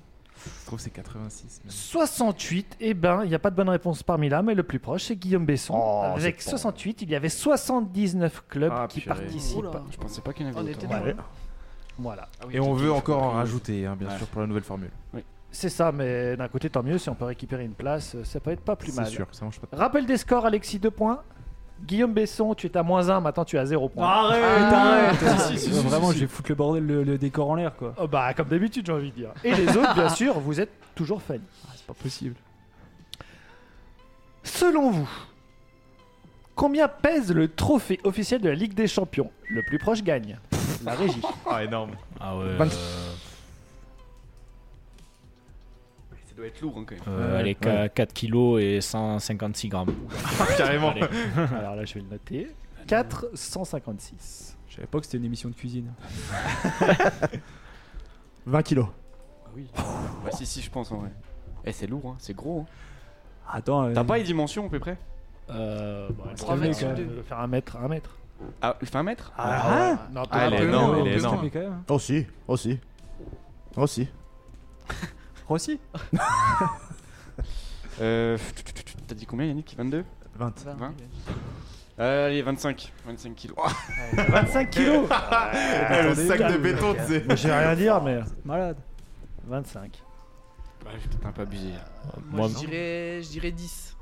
[SPEAKER 5] Je trouve que c'est 86. même.
[SPEAKER 2] 68, eh ben, il n'y a pas de bonne réponse parmi là, mais le plus proche, c'est Guillaume Besson.
[SPEAKER 5] Oh,
[SPEAKER 2] Avec
[SPEAKER 5] c'est pas-
[SPEAKER 2] 68, il y avait 79 clubs
[SPEAKER 5] Ah,
[SPEAKER 2] qui
[SPEAKER 5] purée.
[SPEAKER 2] participent.
[SPEAKER 6] Oula.
[SPEAKER 7] Je pensais pas qu'il y en avait
[SPEAKER 6] On
[SPEAKER 7] autant.
[SPEAKER 6] était
[SPEAKER 2] Ouais.
[SPEAKER 6] dans le-
[SPEAKER 2] Voilà.
[SPEAKER 5] Et on veut encore en
[SPEAKER 7] compris.
[SPEAKER 5] rajouter, hein, bien
[SPEAKER 7] Ouais.
[SPEAKER 5] sûr, pour la nouvelle formule.
[SPEAKER 2] C'est ça, mais d'un côté, tant mieux, si on peut récupérer une place, euh, ça peut être pas plus
[SPEAKER 5] C'est
[SPEAKER 2] mal.
[SPEAKER 5] sûr, ça mange pas de
[SPEAKER 2] Rappel des scores, Alexis, 2 points. Guillaume Besson, tu es à moins 1, maintenant tu es à 0 points.
[SPEAKER 5] Ah.
[SPEAKER 1] Arrête, Ah, arrête
[SPEAKER 5] Si, si, si, si,
[SPEAKER 1] Vraiment,
[SPEAKER 5] si.
[SPEAKER 1] je vais foutre le bordel, le, le décor en l'air, quoi.
[SPEAKER 2] Oh, bah, comme d'habitude, j'ai envie de dire. Et les autres, bien sûr, vous êtes toujours Fanny.
[SPEAKER 1] c'est pas possible.
[SPEAKER 2] Selon vous, combien pèse le trophée officiel de la Ligue des Champions Le plus proche gagne. La régie.
[SPEAKER 5] Ah, énorme.
[SPEAKER 4] Ah ouais.
[SPEAKER 3] Vingt-
[SPEAKER 4] euh,
[SPEAKER 7] Ça doit être lourd hein, quand même.
[SPEAKER 4] euh, allez, qu- 4 kilos et 156 grammes.
[SPEAKER 5] Carrément.
[SPEAKER 4] Allez.
[SPEAKER 2] Alors Ah, là, je vais le noter. 456.
[SPEAKER 1] Je savais pas que c'était une émission de cuisine.
[SPEAKER 3] 20 kilos.
[SPEAKER 7] Ouais, Ah Bah, si, si, je pense en vrai. Eh, c'est lourd, hein, c'est gros. hein.
[SPEAKER 1] Attends, euh,
[SPEAKER 7] T'as pas les dimensions à peu près
[SPEAKER 2] Euh, bon, elle
[SPEAKER 1] Trois
[SPEAKER 2] doit
[SPEAKER 1] mètres,
[SPEAKER 2] faire,
[SPEAKER 1] quand
[SPEAKER 2] euh,
[SPEAKER 6] même.
[SPEAKER 2] faire un mètre, un mètre.
[SPEAKER 7] Ah, il fait un mètre
[SPEAKER 1] Ah,
[SPEAKER 2] non,
[SPEAKER 5] Ah, elle est
[SPEAKER 1] ouais,
[SPEAKER 5] énorme,
[SPEAKER 1] ouais,
[SPEAKER 5] elle est
[SPEAKER 1] ouais,
[SPEAKER 5] énorme.
[SPEAKER 1] mais quand même. hein.
[SPEAKER 3] Oh si, oh si. Oh si.
[SPEAKER 1] Rossi
[SPEAKER 7] Euh, tu- tu- tu- tu- T'as dit combien Yannick 22
[SPEAKER 3] 20.
[SPEAKER 6] Vingt.
[SPEAKER 7] Vingt. Euh, Allez, 25. 25 kilos.
[SPEAKER 2] 25 kilos.
[SPEAKER 5] Eh, le
[SPEAKER 1] attendez,
[SPEAKER 5] sac
[SPEAKER 1] là,
[SPEAKER 5] de
[SPEAKER 1] le-
[SPEAKER 5] béton, tu sais.
[SPEAKER 2] Moi, j'ai rien à dire, mais
[SPEAKER 1] Malade.
[SPEAKER 2] 25.
[SPEAKER 7] Ouais, j'ai Bah, peut-être un peu abusé. hein.
[SPEAKER 4] Moi,
[SPEAKER 6] Moi, je dirais, je dirais 10.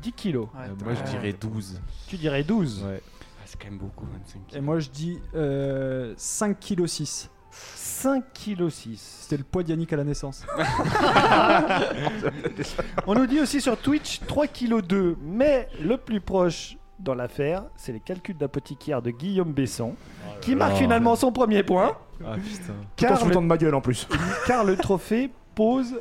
[SPEAKER 2] 10 kilos.
[SPEAKER 6] Ouais.
[SPEAKER 5] Euh, Moi, je dirais 12.
[SPEAKER 2] Tu dirais 12.
[SPEAKER 5] Ouais.
[SPEAKER 7] Ah, c'est quand même beaucoup, 25
[SPEAKER 1] Et
[SPEAKER 7] kilos.
[SPEAKER 1] moi, je dis euh, 5 kg 6.
[SPEAKER 2] 5 kilos 6.
[SPEAKER 1] C'était le poids de Yannick à la naissance.
[SPEAKER 2] On nous dit aussi sur Twitch 3 kg 2, mais le plus proche dans l'affaire, c'est les calculs d'apothicaire de Guillaume Besson,
[SPEAKER 3] Oh
[SPEAKER 2] qui marque
[SPEAKER 4] là.
[SPEAKER 2] finalement son premier point,
[SPEAKER 5] Ah,
[SPEAKER 3] Tout en se
[SPEAKER 5] putain.
[SPEAKER 2] car le,
[SPEAKER 3] foutant de ma gueule en plus.
[SPEAKER 2] car le trophée pose,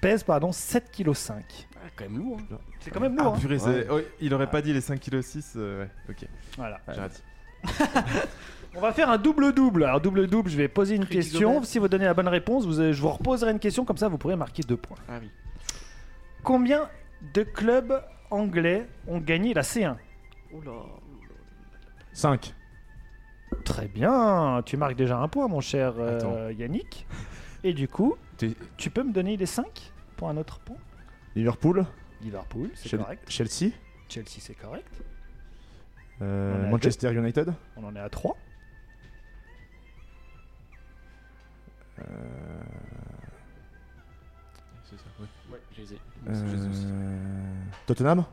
[SPEAKER 2] pèse pardon, 7 kg 5.
[SPEAKER 7] Ah, quand même lourd. hein.
[SPEAKER 2] C'est quand même
[SPEAKER 5] Ah,
[SPEAKER 2] lourd. hein.
[SPEAKER 5] purée, c'est- oh, il aurait pas dit les 5 kg 6. euh, ouais, ok.
[SPEAKER 2] Voilà.
[SPEAKER 5] J'arrête.
[SPEAKER 2] On va faire un double-double. Alors, double-double, je vais poser une
[SPEAKER 6] Critique
[SPEAKER 2] question.
[SPEAKER 6] globale.
[SPEAKER 2] Si vous donnez la bonne réponse, vous, je vous reposerai une question, comme ça vous pourrez marquer deux points.
[SPEAKER 7] Ah oui.
[SPEAKER 2] Combien de clubs anglais ont gagné la C1
[SPEAKER 6] Oula.
[SPEAKER 3] 5.
[SPEAKER 2] Très bien, tu marques déjà un point, mon cher euh,
[SPEAKER 5] Attends.
[SPEAKER 2] Yannick. Et du coup,
[SPEAKER 5] T'es-
[SPEAKER 2] tu peux me donner les 5 pour un autre point
[SPEAKER 3] Liverpool.
[SPEAKER 2] Liverpool, c'est
[SPEAKER 3] Chel-
[SPEAKER 2] correct.
[SPEAKER 3] Chelsea.
[SPEAKER 2] Chelsea, c'est correct.
[SPEAKER 3] euh,
[SPEAKER 2] On a
[SPEAKER 3] Manchester United.
[SPEAKER 2] On en est à 3.
[SPEAKER 5] C'est ça, ouais.
[SPEAKER 7] Ouais, je les ai.
[SPEAKER 3] Euh, Tottenham.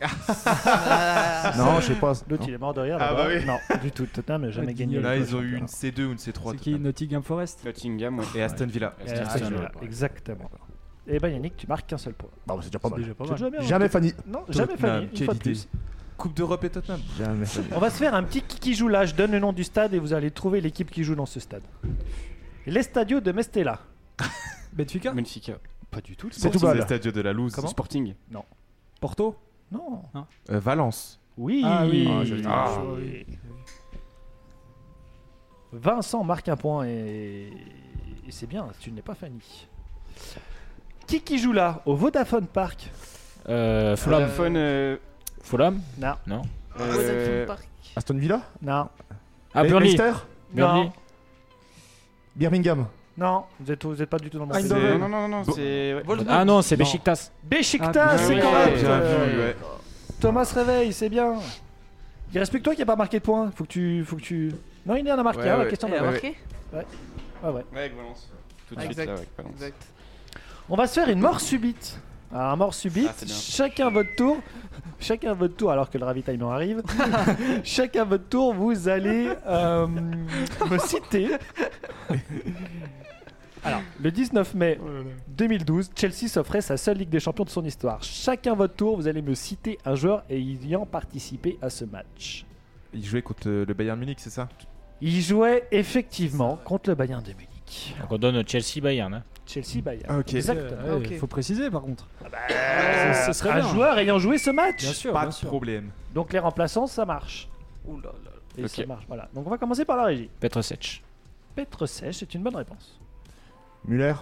[SPEAKER 6] Ah,
[SPEAKER 3] Non, je sais pas.
[SPEAKER 2] L'autre, il est mort derrière.
[SPEAKER 5] Ah,
[SPEAKER 2] là-bas.
[SPEAKER 5] bah oui.
[SPEAKER 2] Non, du tout. Tottenham n'a jamais
[SPEAKER 1] Ouais,
[SPEAKER 2] gagné.
[SPEAKER 5] Là,
[SPEAKER 2] le
[SPEAKER 5] ils ont eu une
[SPEAKER 2] championnat.
[SPEAKER 5] C2 ou une C3.
[SPEAKER 1] C'est qui
[SPEAKER 5] totalement.
[SPEAKER 1] Nottingham Forest
[SPEAKER 7] Nottingham, ouais. Ah,
[SPEAKER 5] Et Aston Villa.
[SPEAKER 2] Et
[SPEAKER 7] Aston
[SPEAKER 2] Aston
[SPEAKER 7] Villa.
[SPEAKER 2] Villa, Euh, Exactement. Et ben Yannick, tu marques qu'un seul point.
[SPEAKER 3] Bah, c'est déjà pas mal.
[SPEAKER 2] C'est déjà bien. hein.
[SPEAKER 3] Jamais Fanny.
[SPEAKER 2] Non, jamais Fanny, une
[SPEAKER 5] quelle
[SPEAKER 2] fois de
[SPEAKER 5] idée.
[SPEAKER 2] plus.
[SPEAKER 5] Coupe d'Europe et Tottenham.
[SPEAKER 3] Jamais Fanny.
[SPEAKER 2] On va se faire un petit qui qui joue là. Je donne le nom du stade et vous allez trouver l'équipe qui joue dans ce stade. L'Estadio de Mestella.
[SPEAKER 1] Benfica
[SPEAKER 7] Benfica.
[SPEAKER 2] Pas du tout.
[SPEAKER 3] C'est tout
[SPEAKER 5] C'est
[SPEAKER 3] bal.
[SPEAKER 5] le stade de la loose.
[SPEAKER 7] Sporting.
[SPEAKER 1] Porto
[SPEAKER 2] Non.
[SPEAKER 5] Euh, Valence.
[SPEAKER 2] Oui.
[SPEAKER 5] Ah oui. Ah, joli. Ah.
[SPEAKER 2] Vincent marque un point et, et c'est bien, tu n'es pas Fanny. Qui qui joue là au Vodafone Park
[SPEAKER 4] Euh, Fulham.
[SPEAKER 7] Vodafone, euh,
[SPEAKER 4] Fulham
[SPEAKER 2] Non.
[SPEAKER 4] Non.
[SPEAKER 6] Ah,
[SPEAKER 7] euh,
[SPEAKER 3] Aston Villa
[SPEAKER 2] Non.
[SPEAKER 4] Ah,
[SPEAKER 3] Le-
[SPEAKER 4] Burnley.
[SPEAKER 3] Leicester
[SPEAKER 4] Burnley.
[SPEAKER 3] Birmingham
[SPEAKER 2] Non, vous êtes, vous êtes pas du tout dans mon
[SPEAKER 7] c'est-
[SPEAKER 2] pays.
[SPEAKER 7] non, non, non, non, c'est. ouais.
[SPEAKER 6] Wolfsburg.
[SPEAKER 4] Ah non, c'est
[SPEAKER 2] Non.
[SPEAKER 4] Besiktas.
[SPEAKER 2] Beşiktaş,
[SPEAKER 1] Ah,
[SPEAKER 2] c'est
[SPEAKER 7] ouais,
[SPEAKER 2] correct.
[SPEAKER 7] bien
[SPEAKER 2] euh,
[SPEAKER 5] vu, ouais.
[SPEAKER 2] Thomas réveille, c'est bien. Il reste plus que toi qui n'as pas marqué de points. Faut que tu, faut que tu. Non, il y en a marqué.
[SPEAKER 5] Ouais,
[SPEAKER 2] hein, La
[SPEAKER 5] ouais.
[SPEAKER 2] question
[SPEAKER 6] Elle a
[SPEAKER 2] d'avant.
[SPEAKER 6] marqué
[SPEAKER 2] Ouais, ouais.
[SPEAKER 7] Ouais, avec Valence. Tout de
[SPEAKER 6] Ah,
[SPEAKER 7] suite,
[SPEAKER 6] exact.
[SPEAKER 7] là, avec Valence.
[SPEAKER 6] Exact.
[SPEAKER 2] On va se faire une mort subite. Alors, un mort subite,
[SPEAKER 7] Ah, c'est bien.
[SPEAKER 2] chacun votre tour. Chacun votre tour, alors que le ravitaillement arrive. chacun votre tour, vous allez euh, me citer. Alors, le 19 mai 2012, Chelsea s'offrait sa seule Ligue des Champions de son histoire. Chacun votre tour, vous allez me citer un joueur et ayant participé à ce match.
[SPEAKER 5] Il jouait contre euh, le Bayern Munich, c'est ça
[SPEAKER 2] Il jouait effectivement contre le Bayern de Munich.
[SPEAKER 4] Donc on donne Chelsea-Bayern. hein.
[SPEAKER 2] Chelsea-Bayern.
[SPEAKER 5] Ah, ok.
[SPEAKER 2] Exactement.
[SPEAKER 1] Ah ouais,
[SPEAKER 6] ok.
[SPEAKER 1] Faut préciser par contre. ce serait
[SPEAKER 2] Euh, Un
[SPEAKER 1] bien. hein.
[SPEAKER 2] joueur ayant joué ce match.
[SPEAKER 1] Bien sûr,
[SPEAKER 5] Pas
[SPEAKER 1] bien
[SPEAKER 5] de
[SPEAKER 1] sûr.
[SPEAKER 5] problème.
[SPEAKER 2] Donc les remplaçants, ça marche.
[SPEAKER 6] Ouh là là.
[SPEAKER 2] Et
[SPEAKER 7] Ok.
[SPEAKER 2] ça marche, voilà. Donc on va commencer par la régie.
[SPEAKER 4] Petr Sech.
[SPEAKER 2] Petre Sèche, c'est une bonne réponse.
[SPEAKER 3] Muller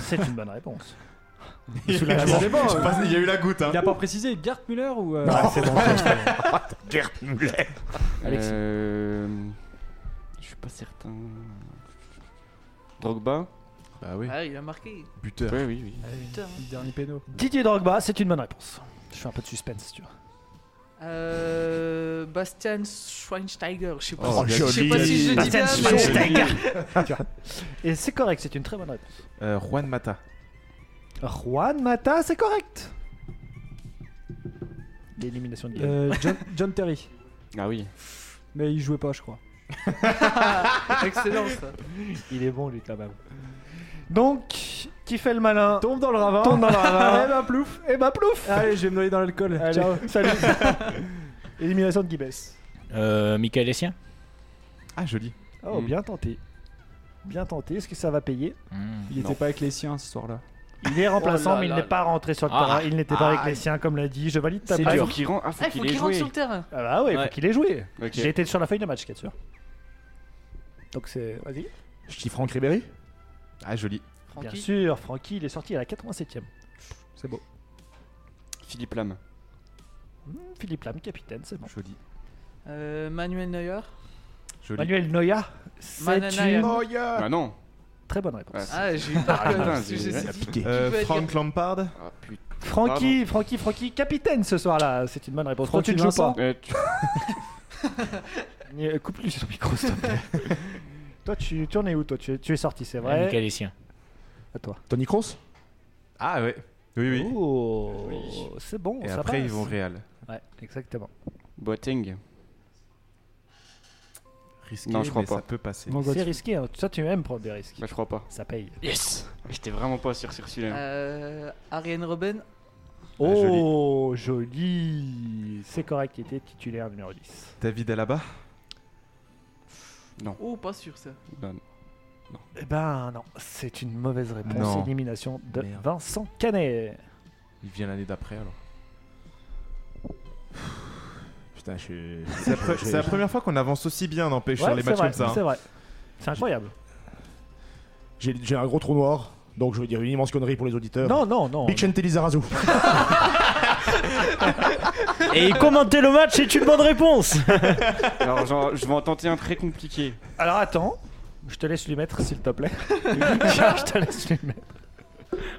[SPEAKER 2] C'est une bonne réponse. Ah,
[SPEAKER 3] Soulagement.
[SPEAKER 5] Il y a eu la goutte. hein.
[SPEAKER 1] Il a pas précisé Gert Müller ou. euh,
[SPEAKER 3] Ah, c'est bon, c'est bon.
[SPEAKER 2] Alexis.
[SPEAKER 7] Euh, Je suis pas certain. Drogba
[SPEAKER 5] Bah oui,
[SPEAKER 6] Ah, il a marqué.
[SPEAKER 5] buteur.
[SPEAKER 7] Oui, oui, oui.
[SPEAKER 6] Putain.
[SPEAKER 1] Dernier péno.
[SPEAKER 2] Didier Drogba, c'est une bonne réponse. Je fais un peu de suspense, si tu vois.
[SPEAKER 6] Euh, Bastian Schweinsteiger, je sais pas.
[SPEAKER 3] Oh,
[SPEAKER 6] si- je sais pas
[SPEAKER 3] joli.
[SPEAKER 6] si je dis
[SPEAKER 7] Ah,
[SPEAKER 6] bien, mais
[SPEAKER 2] Et c'est correct, c'est une très bonne réponse.
[SPEAKER 5] Euh, Juan Mata.
[SPEAKER 2] Juan Mata, c'est correct. L'élimination de Gaël.
[SPEAKER 1] Euh, John, John Terry.
[SPEAKER 7] Ah oui.
[SPEAKER 1] Mais il jouait pas, je crois.
[SPEAKER 6] excellent ça. Ah,
[SPEAKER 2] Euh, Il est bon, lui, quand même. Donc, qui fait le malin
[SPEAKER 1] Tombe dans le ravin.
[SPEAKER 2] Tombe dans le ravin.
[SPEAKER 1] Eh ben, plouf.
[SPEAKER 2] Eh bah, plouf
[SPEAKER 1] Allez, je vais me noyer dans l'alcool.
[SPEAKER 2] Allez,
[SPEAKER 1] Ciao.
[SPEAKER 2] salut Élimination de Gibès.
[SPEAKER 4] Euh, Michael Essien.
[SPEAKER 5] Ah, joli.
[SPEAKER 2] Oh,
[SPEAKER 7] Mm.
[SPEAKER 2] bien tenté. Bien tenté. Est-ce que ça va payer
[SPEAKER 4] Hmm.
[SPEAKER 1] Il était pas avec les siens ce soir-là.
[SPEAKER 2] Il est remplaçant,
[SPEAKER 6] là
[SPEAKER 2] mais il
[SPEAKER 6] là
[SPEAKER 2] n'est
[SPEAKER 6] là.
[SPEAKER 2] pas rentré sur le terrain. Il n'était pas avec les siens, comme l'a dit. Je valide ta
[SPEAKER 1] C'est
[SPEAKER 2] passe.
[SPEAKER 7] Ah,
[SPEAKER 1] dur.
[SPEAKER 7] faut qu'il rend- ah, faut
[SPEAKER 6] Ah, il
[SPEAKER 7] qu'il
[SPEAKER 6] faut
[SPEAKER 7] ait
[SPEAKER 6] qu'il rentre
[SPEAKER 7] joué.
[SPEAKER 6] sur le terrain.
[SPEAKER 2] Ah bah ouais, il
[SPEAKER 7] Ouais.
[SPEAKER 2] faut qu'il ait joué.
[SPEAKER 7] Ok.
[SPEAKER 2] J'ai été sur la feuille de match, 4 sûr. Donc c'est. Vas-y.
[SPEAKER 3] Je dis Franck Ribéry
[SPEAKER 5] Ah, joli.
[SPEAKER 2] Bien
[SPEAKER 6] Francky.
[SPEAKER 2] sûr, Francky, il est sorti à la 87ème.
[SPEAKER 1] C'est beau.
[SPEAKER 7] Philippe Lam.
[SPEAKER 2] Philippe Lam, capitaine, c'est bon.
[SPEAKER 5] Joli.
[SPEAKER 6] Euh, Manuel Neuer.
[SPEAKER 5] Joli.
[SPEAKER 2] Manuel Noya, c'est
[SPEAKER 6] Mananaya.
[SPEAKER 2] une
[SPEAKER 7] Ah non.
[SPEAKER 2] très bonne réponse.
[SPEAKER 7] Ah,
[SPEAKER 6] Ah, j'ai eu peur
[SPEAKER 7] Ah,
[SPEAKER 6] quand même,
[SPEAKER 7] putain,
[SPEAKER 6] parce que
[SPEAKER 7] j'ai-
[SPEAKER 6] je sais-
[SPEAKER 7] j'ai
[SPEAKER 3] Piqué.
[SPEAKER 5] Euh,
[SPEAKER 6] peut être-
[SPEAKER 5] Frank Lampard.
[SPEAKER 7] Ah, putain.
[SPEAKER 2] Francky, Francky, Francky, capitaine ce soir-là, c'est une bonne réponse. Toi, tu ne joues pas.
[SPEAKER 7] Euh, tu-
[SPEAKER 2] Euh, Coupe-lui son micro, s'il te plaît. Toi, tu, tu en es où, toi tu es, tu es sorti, c'est vrai.
[SPEAKER 4] Michael Essien.
[SPEAKER 2] À toi.
[SPEAKER 3] Tony Kroos
[SPEAKER 5] Ah ouais. Oui, oui.
[SPEAKER 2] Oh, c'est bon,
[SPEAKER 5] Et
[SPEAKER 2] ça
[SPEAKER 5] après,
[SPEAKER 2] passe.
[SPEAKER 5] ils vont au Real.
[SPEAKER 2] Ouais, exactement.
[SPEAKER 7] Boateng.
[SPEAKER 5] Risqué,
[SPEAKER 7] Non, je crois
[SPEAKER 5] mais
[SPEAKER 7] pas.
[SPEAKER 5] ça peut passer.
[SPEAKER 2] C'est risqué, hein. ça tu aimes prendre des risques.
[SPEAKER 7] Bah, je crois pas.
[SPEAKER 2] Ça paye.
[SPEAKER 7] Yes. J'étais vraiment pas sûr sur celui-là.
[SPEAKER 6] Euh, Ariane Robben.
[SPEAKER 2] Oh, Ah, joli. C'est correct, il était titulaire numéro 10.
[SPEAKER 5] David Alaba.
[SPEAKER 6] Oh, pas sûr ça.
[SPEAKER 7] Non.
[SPEAKER 2] Eh ben non, c'est une mauvaise réponse.
[SPEAKER 5] Non.
[SPEAKER 2] Élimination de
[SPEAKER 5] Merde.
[SPEAKER 2] Vincent Canet.
[SPEAKER 5] Il vient l'année d'après alors.
[SPEAKER 3] Putain, je suis.
[SPEAKER 5] C'est la, pre-
[SPEAKER 3] je-
[SPEAKER 5] c'est la première fois qu'on avance aussi bien n'empêche
[SPEAKER 2] Ouais,
[SPEAKER 5] sur les
[SPEAKER 2] c'est
[SPEAKER 5] matchs
[SPEAKER 2] vrai,
[SPEAKER 5] comme ça. hein.
[SPEAKER 2] C'est vrai. C'est incroyable.
[SPEAKER 3] J'ai j'ai un gros trou noir, donc je vais dire une immense connerie pour les auditeurs.
[SPEAKER 2] Non, non, non.
[SPEAKER 3] Vicente Lizarazu.
[SPEAKER 4] Et commenter le match est une bonne réponse.
[SPEAKER 7] Alors, genre, je vais en tenter un très compliqué.
[SPEAKER 2] Alors attends, je te laisse lui mettre s'il te plaît. je te laisse lui mettre.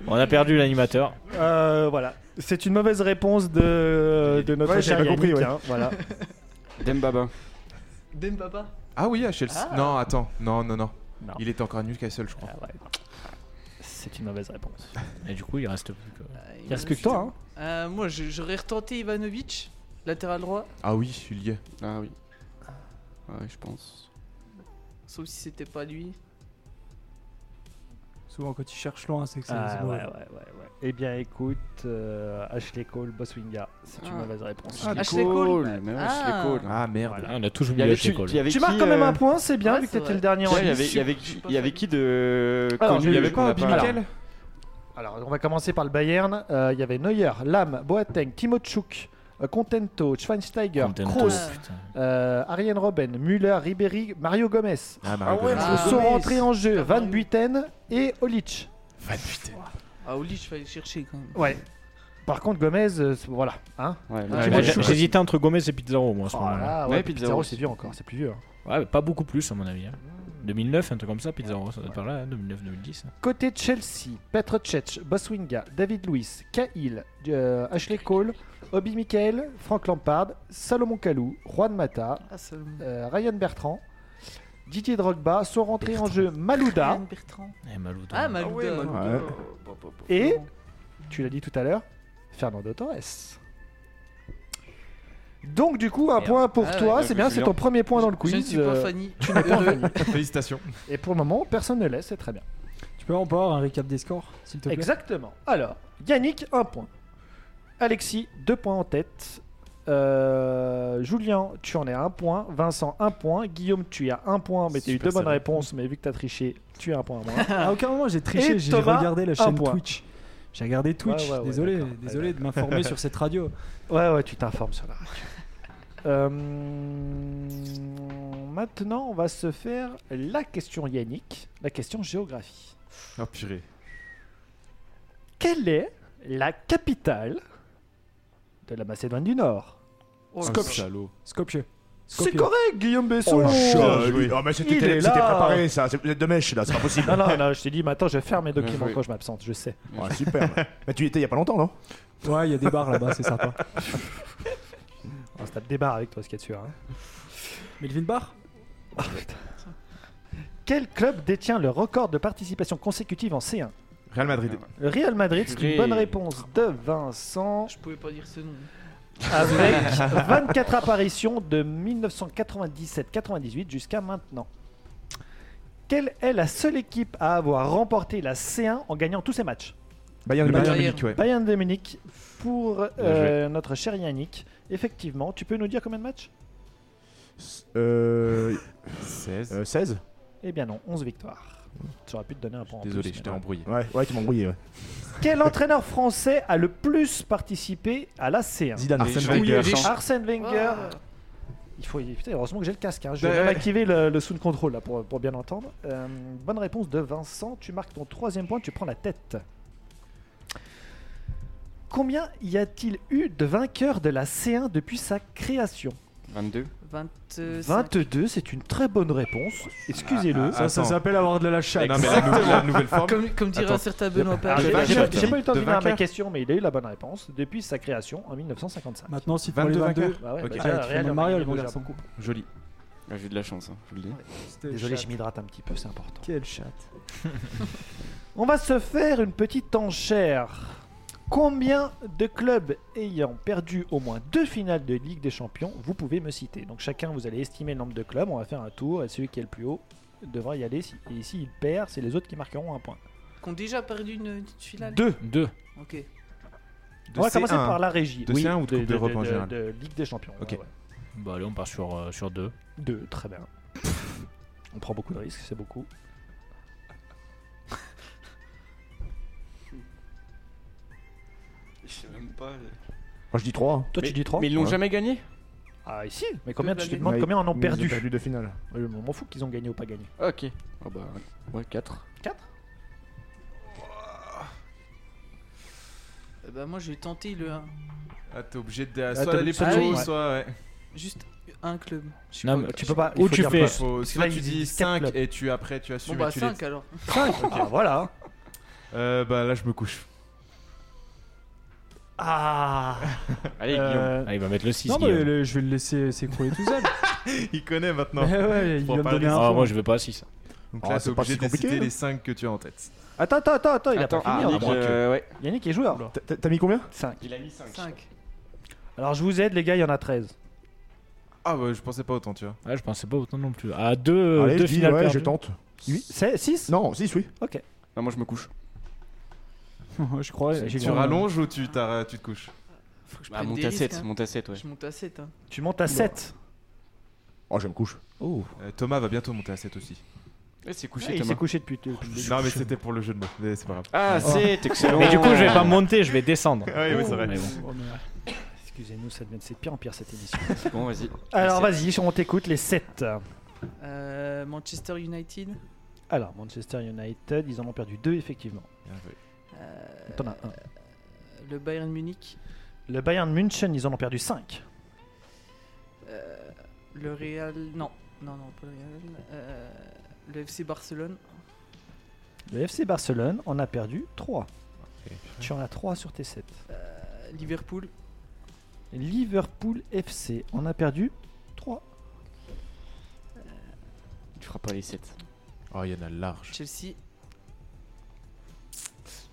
[SPEAKER 4] On a perdu l'animateur.
[SPEAKER 2] Euh, voilà. C'est une mauvaise réponse
[SPEAKER 1] Euh,
[SPEAKER 2] de, de notre
[SPEAKER 3] Ouais,
[SPEAKER 2] cher
[SPEAKER 3] j'avais pas compris,
[SPEAKER 2] Yannick,
[SPEAKER 3] ouais.
[SPEAKER 2] hein, voilà.
[SPEAKER 7] Dembaba.
[SPEAKER 6] Dembaba.
[SPEAKER 5] Ah oui, à Chelsea.
[SPEAKER 6] Ah.
[SPEAKER 5] Non, attends. Non, non, non,
[SPEAKER 2] Non.
[SPEAKER 5] Il était encore à Newcastle, je crois.
[SPEAKER 2] Ah ouais. C'est une mauvaise réponse.
[SPEAKER 4] Et du coup, il reste plus que.
[SPEAKER 6] Ah,
[SPEAKER 2] Il reste que toi, hein.
[SPEAKER 6] Euh, moi, je- j'aurais retenté Ivanovic, latéral droit,
[SPEAKER 5] Ah oui, il y est.
[SPEAKER 7] Ah oui. Ouais, je pense.
[SPEAKER 6] sauf si c'était pas lui.
[SPEAKER 1] hein. Souvent, quand ils cherchent loin, c'est que c'est.
[SPEAKER 2] Ah
[SPEAKER 1] c'est
[SPEAKER 2] ouais, ouais,
[SPEAKER 1] mauvais.
[SPEAKER 2] ouais, ouais. Eh bien, écoute, euh, Ashley Cole, Boswinga, c'est une
[SPEAKER 6] Ah.
[SPEAKER 2] mauvaise réponse.
[SPEAKER 6] Ah, Ashley Cole.
[SPEAKER 7] Mais ouais,
[SPEAKER 6] Ah.
[SPEAKER 7] Ashley Cole.
[SPEAKER 5] Ah merde.
[SPEAKER 4] Voilà, on a tous
[SPEAKER 7] Il y avait
[SPEAKER 4] oublié
[SPEAKER 7] qui-
[SPEAKER 4] chez Cole.
[SPEAKER 7] il y avait
[SPEAKER 2] Tu
[SPEAKER 7] qui,
[SPEAKER 2] marques quand même
[SPEAKER 7] euh,
[SPEAKER 2] un point, c'est bien,
[SPEAKER 6] ouais,
[SPEAKER 2] vu que
[SPEAKER 6] c'est
[SPEAKER 2] t'étais
[SPEAKER 6] vrai.
[SPEAKER 2] le dernier en
[SPEAKER 7] tiens, Il y
[SPEAKER 2] ligne.
[SPEAKER 7] avait- il y avait qui- il y avait qui de.
[SPEAKER 2] Alors,
[SPEAKER 7] connu
[SPEAKER 5] Il y
[SPEAKER 2] je-
[SPEAKER 5] avait
[SPEAKER 7] qu'on
[SPEAKER 5] pas
[SPEAKER 7] a
[SPEAKER 5] Abby
[SPEAKER 7] parlé
[SPEAKER 5] Mikel
[SPEAKER 2] Alors, on va commencer par le Bayern. Euh, Il y avait Neuer, Lam, Boateng, Timochuk, euh, Contento, Schweinsteiger,
[SPEAKER 4] Contento,
[SPEAKER 2] Kroos,
[SPEAKER 4] putain.
[SPEAKER 2] euh, Ariane Robben, Müller, Ribéry, Mario Gomez.
[SPEAKER 5] Ah, Mario
[SPEAKER 10] Ah ouais,
[SPEAKER 5] Gomez.
[SPEAKER 6] Ah,
[SPEAKER 2] sont
[SPEAKER 6] Gomez.
[SPEAKER 2] rentrés en jeu
[SPEAKER 6] Putain,
[SPEAKER 2] Van
[SPEAKER 6] Mario.
[SPEAKER 2] Buiten et Olic.
[SPEAKER 6] Ah, au lit, je vais aller chercher quand même.
[SPEAKER 2] Ouais. Par contre, Gomez, euh, c'est- voilà. Hein
[SPEAKER 7] Ouais,
[SPEAKER 2] Ah, Oh
[SPEAKER 7] tu
[SPEAKER 4] Ouais,
[SPEAKER 7] vois,
[SPEAKER 4] mais
[SPEAKER 2] je
[SPEAKER 4] j'ai-
[SPEAKER 2] suis-
[SPEAKER 4] J'hésitais entre Gomez et Pizarro, moi, à ce moment-là.
[SPEAKER 2] Voilà,
[SPEAKER 7] Ouais,
[SPEAKER 2] ouais,
[SPEAKER 7] Pizarro,
[SPEAKER 2] Pizarro,
[SPEAKER 7] c'est-
[SPEAKER 2] c'est vieux encore, c'est plus vieux. hein.
[SPEAKER 4] Ouais, mais pas beaucoup plus, à mon avis. hein. 2009, un truc comme ça, Pizarro, ça doit être par là, hein, 2009-2010.
[SPEAKER 2] Côté Chelsea, Petr Cech, Boswinga, David Luiz, Cahill, euh, Ashley Cole, Obi Mikel, Frank Lampard, Salomon Kalou, Juan Mata,
[SPEAKER 6] Ah, ça me-
[SPEAKER 2] euh, Ryan Bertrand, Didier Drogba sont rentrés en jeu
[SPEAKER 6] Ryan
[SPEAKER 2] Malouda
[SPEAKER 6] Bertrand.
[SPEAKER 4] Eh, Malou,
[SPEAKER 6] Ah,
[SPEAKER 4] toi.
[SPEAKER 6] Malouda.
[SPEAKER 3] Malouda.
[SPEAKER 6] Ouais.
[SPEAKER 2] et, tu l'as dit tout à l'heure, Fernando Torres. Donc du coup, un
[SPEAKER 4] Merde.
[SPEAKER 2] point pour
[SPEAKER 6] Ah ouais,
[SPEAKER 2] toi,
[SPEAKER 7] ouais,
[SPEAKER 2] c'est
[SPEAKER 7] je
[SPEAKER 2] bien,
[SPEAKER 7] me
[SPEAKER 2] c'est
[SPEAKER 7] souviens.
[SPEAKER 2] ton premier point dans le
[SPEAKER 6] Je- Je ne
[SPEAKER 2] quiz.
[SPEAKER 6] suis pas
[SPEAKER 2] euh,
[SPEAKER 6] Fanny. Tu n'es heureux.
[SPEAKER 5] Félicitations.
[SPEAKER 2] Et pour le moment, personne ne l'est, c'est très bien.
[SPEAKER 1] Tu peux en avoir un récap des scores, s'il te plaît
[SPEAKER 2] Exactement. Alors, Yannick, un point. Alexis, deux points en tête. Euh, Julien, tu en es à un point. Vincent, un point. Guillaume, tu as un point, mais tu as eu
[SPEAKER 5] Super
[SPEAKER 2] deux bonnes
[SPEAKER 5] serré.
[SPEAKER 2] réponses, mais vu que tu as triché, tu as un point à moins.
[SPEAKER 1] À Ah, aucun moment j'ai triché,
[SPEAKER 2] Et
[SPEAKER 1] j'ai
[SPEAKER 2] Thomas,
[SPEAKER 1] regardé la
[SPEAKER 2] un
[SPEAKER 1] chaîne
[SPEAKER 2] point.
[SPEAKER 1] Twitch. J'ai regardé Twitch,
[SPEAKER 2] Ouais, ouais, ouais,
[SPEAKER 1] désolé,
[SPEAKER 2] d'accord.
[SPEAKER 1] désolé de m'informer sur cette radio.
[SPEAKER 2] ouais, ouais, tu t'informes sur la radio. Euh, maintenant, on va se faire la question Yannick, la question géographie.
[SPEAKER 5] Oh purée.
[SPEAKER 2] Quelle est la capitale de la Macédoine du Nord
[SPEAKER 6] Oh,
[SPEAKER 5] Un salaud.
[SPEAKER 1] Skopje.
[SPEAKER 2] C'est
[SPEAKER 1] Skopje.
[SPEAKER 2] correct, Guillaume Besson Oh,
[SPEAKER 3] Ah,
[SPEAKER 5] joué.
[SPEAKER 3] lui. Ah, mais
[SPEAKER 2] Il est
[SPEAKER 3] c'était c'était
[SPEAKER 2] là.
[SPEAKER 3] préparé ça, C'est- vous êtes de mèche là, c'est pas possible.
[SPEAKER 2] Non, non, non, je t'ai dit, maintenant je vais faire mes
[SPEAKER 7] Bien
[SPEAKER 2] documents
[SPEAKER 7] joué.
[SPEAKER 2] quand je m'absente, je sais.
[SPEAKER 3] Ouais, super. mais tu y étais il y a pas longtemps, non
[SPEAKER 1] Ouais, il y a des bars là-bas, c'est sympa.
[SPEAKER 2] On se tape des barres avec toi, ce qu'il y a dessus. hein.
[SPEAKER 1] Melvin Bar
[SPEAKER 2] Quel club détient le record de participation consécutive en C1
[SPEAKER 5] Real Madrid.
[SPEAKER 2] Le Real Madrid, c'est une
[SPEAKER 7] Purée.
[SPEAKER 2] bonne réponse de Vincent,
[SPEAKER 6] Je pouvais pas dire ce nom.
[SPEAKER 2] avec 24 apparitions de 1997-98 jusqu'à maintenant. Quelle est la seule équipe à avoir remporté la C1 en gagnant tous ses matchs
[SPEAKER 5] Bayern,
[SPEAKER 6] Bayern.
[SPEAKER 5] Munich, ouais.
[SPEAKER 2] Bayern de Munich pour euh,
[SPEAKER 5] Bien
[SPEAKER 2] notre cher Yannick. Effectivement, tu peux nous dire combien de matchs
[SPEAKER 3] euh,
[SPEAKER 5] 16.
[SPEAKER 3] euh, 16
[SPEAKER 2] Eh bien non, 11 victoires. J'aurais pu te donner un point en
[SPEAKER 5] Désolé,
[SPEAKER 2] plus,
[SPEAKER 5] je
[SPEAKER 2] mais
[SPEAKER 5] t'ai
[SPEAKER 2] non.
[SPEAKER 5] embrouillé.
[SPEAKER 3] Ouais, ouais, tu m'as embrouillé. Ouais.
[SPEAKER 2] Quel entraîneur français a le plus participé à la C1
[SPEAKER 3] Zidane.
[SPEAKER 5] Arsène
[SPEAKER 7] Wenger.
[SPEAKER 5] Wenger.
[SPEAKER 7] Deschamps.
[SPEAKER 2] Arsène Wenger.
[SPEAKER 6] Ah,
[SPEAKER 2] Il faut, putain, heureusement que j'ai le casque. hein. Je vais même activer le, le sound control là, pour, pour bien entendre. Euh, bonne réponse de Vincent. Tu marques ton troisième point, tu prends la tête. Combien y a-t-il eu de vainqueurs de la C1 depuis sa création
[SPEAKER 7] 22.
[SPEAKER 6] 25.
[SPEAKER 2] 22, c'est une très bonne
[SPEAKER 5] Oh,
[SPEAKER 2] réponse. Excusez-le.
[SPEAKER 5] Ah, ah,
[SPEAKER 1] Ça
[SPEAKER 5] Attends.
[SPEAKER 1] s'appelle avoir de la chatte.
[SPEAKER 5] Non, mais la, nou- la nouvelle forme.
[SPEAKER 6] Comme, comme dirait un certain Benoît
[SPEAKER 2] Alors,
[SPEAKER 6] Page.
[SPEAKER 2] Ah, J'ai pas, j'ai pas- j'ai pas eu le temps de
[SPEAKER 5] De
[SPEAKER 2] finir ma
[SPEAKER 5] vainqueur.
[SPEAKER 2] question, mais il a eu la bonne réponse depuis sa création en 1955.
[SPEAKER 1] Maintenant, si tu prends les 22,
[SPEAKER 5] 22 vainqueurs.
[SPEAKER 2] Bah ouais,
[SPEAKER 5] Ok.
[SPEAKER 2] bah
[SPEAKER 1] ah,
[SPEAKER 2] déjà,
[SPEAKER 1] tu fais
[SPEAKER 2] Real,
[SPEAKER 1] mal
[SPEAKER 2] on
[SPEAKER 1] Mario,
[SPEAKER 2] gagne
[SPEAKER 1] le bon
[SPEAKER 2] déjà
[SPEAKER 1] garçon.
[SPEAKER 2] beaucoup.
[SPEAKER 5] Joli.
[SPEAKER 7] Ah, J'ai eu de la chance, hein, je vous le dis.
[SPEAKER 1] C'était
[SPEAKER 2] Désolé,
[SPEAKER 1] chatte.
[SPEAKER 2] je m'hydrate un petit peu, c'est important.
[SPEAKER 1] Quelle chatte.
[SPEAKER 2] On va se faire une petite enchère. Combien de clubs ayant perdu au moins deux finales de Ligue des Champions, vous pouvez me citer Donc chacun, vous allez estimer le nombre de clubs, on va faire un tour, et celui qui est le plus haut devra y aller. Si- Et s'il perd, c'est les autres qui marqueront un point.
[SPEAKER 6] Qui ont déjà perdu une, une finale.
[SPEAKER 2] Deux
[SPEAKER 4] Deux.
[SPEAKER 6] Ok. Eh
[SPEAKER 5] De
[SPEAKER 2] On va
[SPEAKER 5] C1.
[SPEAKER 2] commencer par la régie.
[SPEAKER 5] De C1 ou de Coupe d'Europe en général
[SPEAKER 2] de Ligue des Champions.
[SPEAKER 5] Ok.
[SPEAKER 2] ouais, ouais.
[SPEAKER 4] Bah, allez, on part sur, euh, sur deux.
[SPEAKER 2] Deux, très bien. On prend beaucoup de risques, c'est beaucoup.
[SPEAKER 7] Je sais même pas.
[SPEAKER 3] Moi je dis hein. 3.
[SPEAKER 2] Toi,
[SPEAKER 7] mais,
[SPEAKER 2] tu dis trois
[SPEAKER 7] Mais ils l'ont
[SPEAKER 3] Ouais.
[SPEAKER 7] jamais gagné
[SPEAKER 2] Ah, ici Mais combien,
[SPEAKER 6] Deux
[SPEAKER 2] tu te
[SPEAKER 6] balles.
[SPEAKER 2] demandes combien en ont perdu
[SPEAKER 3] perdu de finale.
[SPEAKER 2] Euh, Je m'en fous qu'ils ont gagné ou pas gagné.
[SPEAKER 7] Ok. Ah bah, ouais, 4.
[SPEAKER 6] Eh ben, moi, j'ai tenté le 1.
[SPEAKER 5] Ah, t'es obligé de.
[SPEAKER 2] t'es
[SPEAKER 5] Soit aller
[SPEAKER 2] obligé
[SPEAKER 5] plus
[SPEAKER 6] de-
[SPEAKER 5] haut,
[SPEAKER 6] Ah oui.
[SPEAKER 5] soit. ouais.
[SPEAKER 6] Juste un club. Je sais
[SPEAKER 4] Non,
[SPEAKER 6] pas.
[SPEAKER 4] mais
[SPEAKER 2] Tu peux pas.
[SPEAKER 4] Ou tu fais.
[SPEAKER 5] Faut-
[SPEAKER 2] là,
[SPEAKER 5] Soit tu
[SPEAKER 2] ils
[SPEAKER 5] dis
[SPEAKER 2] disent quatre
[SPEAKER 5] 5
[SPEAKER 2] clubs.
[SPEAKER 5] et tu après tu assumes.
[SPEAKER 6] Bon,
[SPEAKER 5] et
[SPEAKER 6] bah,
[SPEAKER 5] tu
[SPEAKER 6] 5 alors.
[SPEAKER 2] Ah, voilà.
[SPEAKER 5] les- Euh, bah là je me couche.
[SPEAKER 2] Ah.
[SPEAKER 7] Allez, Guillaume.
[SPEAKER 1] Euh,
[SPEAKER 4] Ah, il va mettre le 6.
[SPEAKER 1] Non, mais le- je vais le laisser euh, s'écrouler tout seul.
[SPEAKER 5] Il connaît maintenant.
[SPEAKER 1] Mais ouais, il
[SPEAKER 5] Faut
[SPEAKER 1] va me
[SPEAKER 5] pas
[SPEAKER 1] donner
[SPEAKER 5] le
[SPEAKER 1] un
[SPEAKER 4] Ah,
[SPEAKER 1] point.
[SPEAKER 4] moi, je vais pas à 6.
[SPEAKER 5] Donc
[SPEAKER 3] Ah,
[SPEAKER 5] là
[SPEAKER 3] c'est
[SPEAKER 5] t'es
[SPEAKER 3] pas
[SPEAKER 5] obligé
[SPEAKER 3] si
[SPEAKER 5] de
[SPEAKER 3] compliqué,
[SPEAKER 5] citer
[SPEAKER 3] hein.
[SPEAKER 5] les 5 que tu as en tête.
[SPEAKER 2] Attends, attends, attends, attends, il a
[SPEAKER 7] Attends,
[SPEAKER 2] pas fini.
[SPEAKER 7] ah,
[SPEAKER 2] hein.
[SPEAKER 7] Yannick, euh, ouais.
[SPEAKER 2] Yannick est joueur.
[SPEAKER 3] T'as- T'as t'as mis combien
[SPEAKER 2] 5.
[SPEAKER 7] Il a mis 5.
[SPEAKER 6] 5.
[SPEAKER 2] Alors je vous aide, les gars, il y en a 13.
[SPEAKER 5] Ah bah je pensais pas autant tu vois.
[SPEAKER 4] Ah, je pensais pas autant non plus. À deux,
[SPEAKER 3] Allez,
[SPEAKER 4] Euh, deux
[SPEAKER 3] je dis,
[SPEAKER 4] finales
[SPEAKER 3] ouais, je
[SPEAKER 4] perdues.
[SPEAKER 3] tente.
[SPEAKER 2] 6
[SPEAKER 3] Non, 6, oui.
[SPEAKER 7] Non, moi je me couche.
[SPEAKER 1] je crois. j'ai
[SPEAKER 5] Tu
[SPEAKER 1] cru-
[SPEAKER 5] rallonges ou tu, t'arr- tu te couches
[SPEAKER 6] Faut que je
[SPEAKER 7] Ah,
[SPEAKER 6] prenne
[SPEAKER 7] monte
[SPEAKER 6] des
[SPEAKER 7] à
[SPEAKER 6] risques.
[SPEAKER 7] 7,
[SPEAKER 6] hein.
[SPEAKER 7] monte à 7, ouais.
[SPEAKER 6] Je monte à 7. Hein.
[SPEAKER 2] Tu montes à 7.
[SPEAKER 3] Oh, je me couche.
[SPEAKER 5] Euh, Thomas va bientôt monter à 7 aussi.
[SPEAKER 7] Eh, C'est couché,
[SPEAKER 2] Ouais, il
[SPEAKER 7] Thomas.
[SPEAKER 2] s'est couché depuis. depuis le début.
[SPEAKER 5] Non, mais c'était pour le jeu de mots. Mais C'est pas grave.
[SPEAKER 7] Ah, c'est excellent.
[SPEAKER 4] Mais du coup, je vais pas monter, je vais descendre.
[SPEAKER 5] Oui, oui, c'est vrai.
[SPEAKER 4] Mais bon.
[SPEAKER 2] Oh, merde. Excusez-nous, ça devient c'est de pire en pire cette émission.
[SPEAKER 7] Bon, vas-y.
[SPEAKER 2] Alors vas-y, on t'écoute les 7.
[SPEAKER 6] Euh, Manchester United.
[SPEAKER 2] Alors Manchester United, ils en ont perdu deux effectivement. Euh,
[SPEAKER 5] Bien joué.
[SPEAKER 2] T'en as un.
[SPEAKER 6] Le Bayern Munich.
[SPEAKER 2] Le Bayern München, ils en ont perdu 5.
[SPEAKER 6] Euh, le Real. Non, non, non, pas le Real. Euh, le FC Barcelone.
[SPEAKER 2] Le FC Barcelone en a perdu 3. Tu en as 3 sur tes 7.
[SPEAKER 6] euh, Liverpool.
[SPEAKER 2] Liverpool FC en a perdu 3.
[SPEAKER 7] Tu feras pas les 7.
[SPEAKER 5] Oh, il y en a large.
[SPEAKER 6] Chelsea.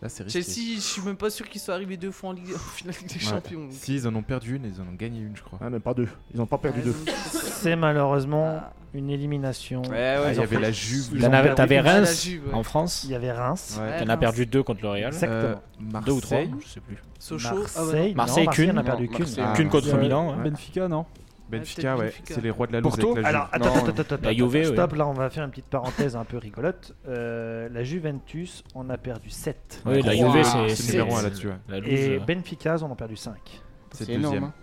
[SPEAKER 5] Là, c'est risqué.
[SPEAKER 6] Chelsea, je suis même pas sûr qu'ils soient arrivés deux fois en Ligue, en finale Ligue des
[SPEAKER 5] Ouais.
[SPEAKER 6] Champions. donc.
[SPEAKER 5] Si, ils en ont perdu une, ils en ont gagné une, je crois.
[SPEAKER 3] Ah, même pas deux. Ils ont pas perdu
[SPEAKER 6] Ouais,
[SPEAKER 3] deux.
[SPEAKER 6] donc, c'est-
[SPEAKER 2] C'est malheureusement
[SPEAKER 6] Ah.
[SPEAKER 2] une élimination.
[SPEAKER 7] Ouais, ouais,
[SPEAKER 5] Ah, il y
[SPEAKER 7] j'en
[SPEAKER 5] avait
[SPEAKER 7] fais-
[SPEAKER 5] la Juve.
[SPEAKER 2] Ils ont perdu
[SPEAKER 4] T'avais
[SPEAKER 6] Ah, la
[SPEAKER 4] Reims
[SPEAKER 6] Juve, ouais.
[SPEAKER 4] en France,
[SPEAKER 2] Il y avait Reims.
[SPEAKER 5] Ouais.
[SPEAKER 6] Ouais,
[SPEAKER 4] t'en as
[SPEAKER 6] Reims.
[SPEAKER 4] perdu deux contre le Real.
[SPEAKER 5] Euh,
[SPEAKER 2] Exactement.
[SPEAKER 5] Marseille.
[SPEAKER 4] Deux ou trois, je sais plus.
[SPEAKER 6] Sochaux. Ah, bah non.
[SPEAKER 2] Marseille, non,
[SPEAKER 4] Marseille,
[SPEAKER 2] Marseille,
[SPEAKER 4] qu'une.
[SPEAKER 2] on a perdu
[SPEAKER 7] Non,
[SPEAKER 2] qu'une.
[SPEAKER 7] Marseille.
[SPEAKER 5] Ah,
[SPEAKER 4] Qu'une contre
[SPEAKER 1] Euh,
[SPEAKER 4] Milan. hein.
[SPEAKER 1] Benfica, non
[SPEAKER 5] Benfica, ouais.
[SPEAKER 6] Ouais, Ah, peut-être Benfica.
[SPEAKER 5] C'est les rois de la loose
[SPEAKER 1] Porto.
[SPEAKER 5] avec la Juve.
[SPEAKER 2] Alors, attends,
[SPEAKER 7] Non.
[SPEAKER 2] attends, attends, attends,
[SPEAKER 4] La Juve,
[SPEAKER 2] attends,
[SPEAKER 4] oui.
[SPEAKER 2] stop, là on va faire une petite parenthèse un peu rigolote. Euh, la Juventus en a perdu 7.
[SPEAKER 4] Oui, la
[SPEAKER 7] Ouah,
[SPEAKER 4] Juve,
[SPEAKER 7] c'est
[SPEAKER 4] c'est
[SPEAKER 5] euh, C'est
[SPEAKER 4] c'est-
[SPEAKER 5] numéro 1 là-dessus. ouais.
[SPEAKER 4] La loose,
[SPEAKER 2] Et
[SPEAKER 4] euh,
[SPEAKER 2] Benfica, ils en ont perdu 5.
[SPEAKER 5] C'est
[SPEAKER 7] C'est
[SPEAKER 5] le
[SPEAKER 7] énorme.
[SPEAKER 5] deuxième.
[SPEAKER 7] hein.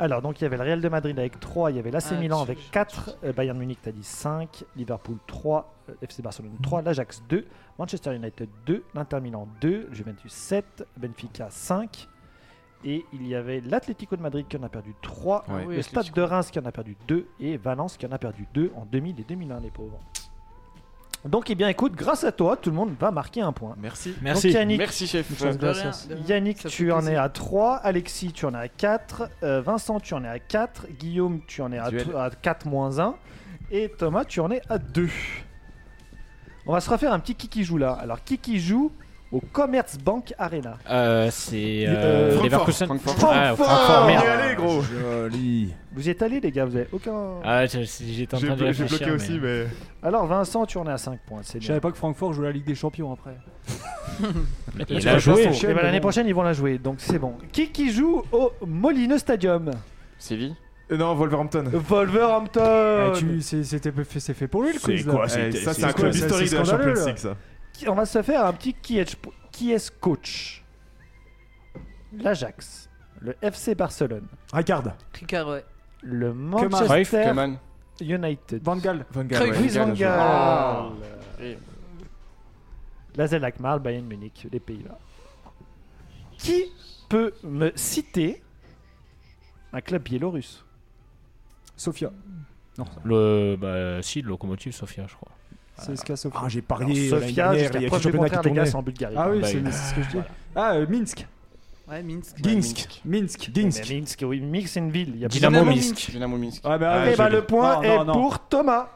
[SPEAKER 2] Alors, donc il y avait le Real de Madrid avec 3, il y avait l'AC
[SPEAKER 6] Ah,
[SPEAKER 2] Milan
[SPEAKER 6] je-
[SPEAKER 2] avec
[SPEAKER 6] je-
[SPEAKER 2] 4, Bayern Munich, t'as dit 5, Liverpool 3, euh, FC Barcelone 3, l'Ajax 2, Manchester United 2, l'Inter Milan 2, Juventus 7, Benfica 5. Et il y avait l'Atlético de Madrid qui en a perdu 3,
[SPEAKER 5] Ouais.
[SPEAKER 2] le Stade de Reims qui en a perdu 2 et Valence qui en a perdu 2 en 2000 et 2001, les pauvres. Donc, eh bien, écoute, grâce à toi, tout le monde va marquer un point.
[SPEAKER 5] Merci.
[SPEAKER 4] Merci.
[SPEAKER 2] Donc, Yannick,
[SPEAKER 7] Merci, chef.
[SPEAKER 6] De rien, de rien.
[SPEAKER 2] Yannick,
[SPEAKER 6] Ça
[SPEAKER 2] tu
[SPEAKER 6] fait
[SPEAKER 2] en
[SPEAKER 6] plaisir.
[SPEAKER 2] es à 3, Alexis, tu en es à 4, Vincent, tu en es à 4, Guillaume, tu en es à,
[SPEAKER 5] Duel.
[SPEAKER 2] tr- à 4 moins 1, et Thomas, tu en es à 2. On va se refaire un petit qui qui joue là. Alors, qui qui joue au Commerzbank Arena
[SPEAKER 4] Euh, c'est
[SPEAKER 2] Euh,
[SPEAKER 4] euh,
[SPEAKER 2] Francfort,
[SPEAKER 4] Leverkusen.
[SPEAKER 7] Francfort.
[SPEAKER 4] Ah, Francfort, merde.
[SPEAKER 5] allez, gros.
[SPEAKER 9] Joli.
[SPEAKER 2] Vous y êtes allés, les gars, vous avez aucun.
[SPEAKER 4] Ah, j'ai- j'étais en
[SPEAKER 5] J'ai
[SPEAKER 4] train de
[SPEAKER 5] blo- j'ai
[SPEAKER 4] réfléchir.
[SPEAKER 5] bloqué aussi,
[SPEAKER 4] mais-
[SPEAKER 5] mais.
[SPEAKER 2] Alors, Vincent, tu en es à 5 points, c'est
[SPEAKER 1] Je
[SPEAKER 2] bien.
[SPEAKER 1] savais pas que Francfort jouait la Ligue des Champions après.
[SPEAKER 4] Il
[SPEAKER 1] Tu
[SPEAKER 4] a
[SPEAKER 1] vas
[SPEAKER 4] joué.
[SPEAKER 1] passer.
[SPEAKER 2] Eh ben, L'année prochaine, ils vont la jouer, donc c'est bon. Qui qui joue au Molineux Stadium
[SPEAKER 7] Séville.
[SPEAKER 5] Euh, Non, Wolverhampton.
[SPEAKER 2] Wolverhampton
[SPEAKER 4] Ah,
[SPEAKER 1] Eh, tu- c'est- C'était fait, c'est fait pour lui le
[SPEAKER 3] C'est
[SPEAKER 1] quiz. là.
[SPEAKER 3] quoi,
[SPEAKER 5] Eh,
[SPEAKER 3] c'était-
[SPEAKER 5] Ça, c'est un
[SPEAKER 1] c'est-
[SPEAKER 5] club
[SPEAKER 1] c'est-
[SPEAKER 5] historique
[SPEAKER 1] c'est
[SPEAKER 5] de la
[SPEAKER 1] scandaleux,
[SPEAKER 5] Champions
[SPEAKER 1] là.
[SPEAKER 5] League, ça.
[SPEAKER 2] Qui- On va se faire un petit qui est, qui est coach L'Ajax, le FC Barcelone,
[SPEAKER 1] Rijkaard,
[SPEAKER 6] Ricard, ouais.
[SPEAKER 2] le
[SPEAKER 4] Cruyff,
[SPEAKER 2] Manchester
[SPEAKER 7] Kaman.
[SPEAKER 2] United,
[SPEAKER 1] Van Gaal,
[SPEAKER 5] Van
[SPEAKER 6] Cruyff,
[SPEAKER 5] Gaal. ouais.
[SPEAKER 2] Louis Van
[SPEAKER 7] Van Gaal, Ah,
[SPEAKER 2] Gaal,
[SPEAKER 7] Et-
[SPEAKER 2] l'Azel Akmar, le Bayern Munich, les Pays-Bas. Qui peut me citer un club biélorusse
[SPEAKER 1] Sofia.
[SPEAKER 4] Le, bah, si, le locomotive Sofia, je crois.
[SPEAKER 1] CSKA Sofia.
[SPEAKER 3] Ah, j'ai
[SPEAKER 2] Alors,
[SPEAKER 3] parié. l'année
[SPEAKER 2] Sofia,
[SPEAKER 3] dernière,
[SPEAKER 2] jusqu'à
[SPEAKER 3] il y a
[SPEAKER 2] preuve
[SPEAKER 3] que le
[SPEAKER 2] du
[SPEAKER 3] championnat
[SPEAKER 2] contraire,
[SPEAKER 3] qui
[SPEAKER 2] les gars,
[SPEAKER 3] tournait.
[SPEAKER 2] c'est en Bulgarie.
[SPEAKER 1] Ah oui,
[SPEAKER 4] Bah,
[SPEAKER 1] c'est
[SPEAKER 4] il-
[SPEAKER 1] c'est ce que je dis. Ah, euh, Minsk.
[SPEAKER 6] Ouais, Minsk.
[SPEAKER 3] Ginsk.
[SPEAKER 1] Minsk.
[SPEAKER 2] Minsk. Minsk, oui, Minsk, c'est une ville. il y a plus-
[SPEAKER 4] Dynamo
[SPEAKER 6] Dynamo
[SPEAKER 4] Minsk.
[SPEAKER 7] Dynamo Minsk.
[SPEAKER 1] Ah, bah,
[SPEAKER 5] Ah,
[SPEAKER 2] Eh
[SPEAKER 1] ouais,
[SPEAKER 2] ben,
[SPEAKER 5] j'ai-
[SPEAKER 2] le point
[SPEAKER 1] Non,
[SPEAKER 2] est
[SPEAKER 1] non, non.
[SPEAKER 2] pour Thomas.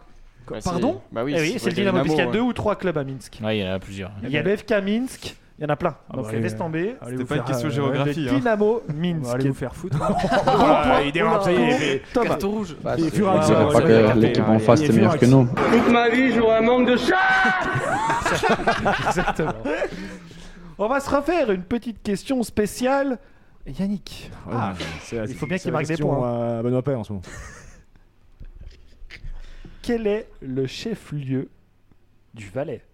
[SPEAKER 7] Bah, c'est-
[SPEAKER 2] Pardon
[SPEAKER 7] Bah
[SPEAKER 2] Eh
[SPEAKER 7] oui,
[SPEAKER 2] oui, c'est le Dynamo, puisqu'il y a
[SPEAKER 7] ouais.
[SPEAKER 2] deux ou trois clubs à Minsk.
[SPEAKER 4] Ouais, il y en a plusieurs. Ah,
[SPEAKER 2] Il y a le FK Minsk, il y en a plein.
[SPEAKER 1] Ah
[SPEAKER 2] Donc
[SPEAKER 1] bah,
[SPEAKER 2] les
[SPEAKER 1] oui,
[SPEAKER 2] laisse
[SPEAKER 1] oui.
[SPEAKER 2] tomber.
[SPEAKER 1] Allez
[SPEAKER 5] C'était
[SPEAKER 1] vous
[SPEAKER 5] pas une
[SPEAKER 1] faire,
[SPEAKER 5] question
[SPEAKER 1] euh,
[SPEAKER 5] géographie. hein.
[SPEAKER 2] Dynamo
[SPEAKER 1] Bon,
[SPEAKER 2] Minsk.
[SPEAKER 1] allez vous faire foutre.
[SPEAKER 3] Ah, il dérape, ça y est.
[SPEAKER 2] Pour Thomas.
[SPEAKER 6] Oh, Carton rouge.
[SPEAKER 1] Et Furax.
[SPEAKER 9] Je crois que l'équipe en face était meilleure que nous.
[SPEAKER 2] Exactement. On va se refaire une petite question spéciale. Yannick,
[SPEAKER 3] Ah, c'est-
[SPEAKER 2] Il faut bien
[SPEAKER 3] c'est
[SPEAKER 2] qu'il
[SPEAKER 3] la
[SPEAKER 2] marque des
[SPEAKER 3] question à euh, Benoît Paire en ce moment.
[SPEAKER 2] quel est le chef-lieu du Valais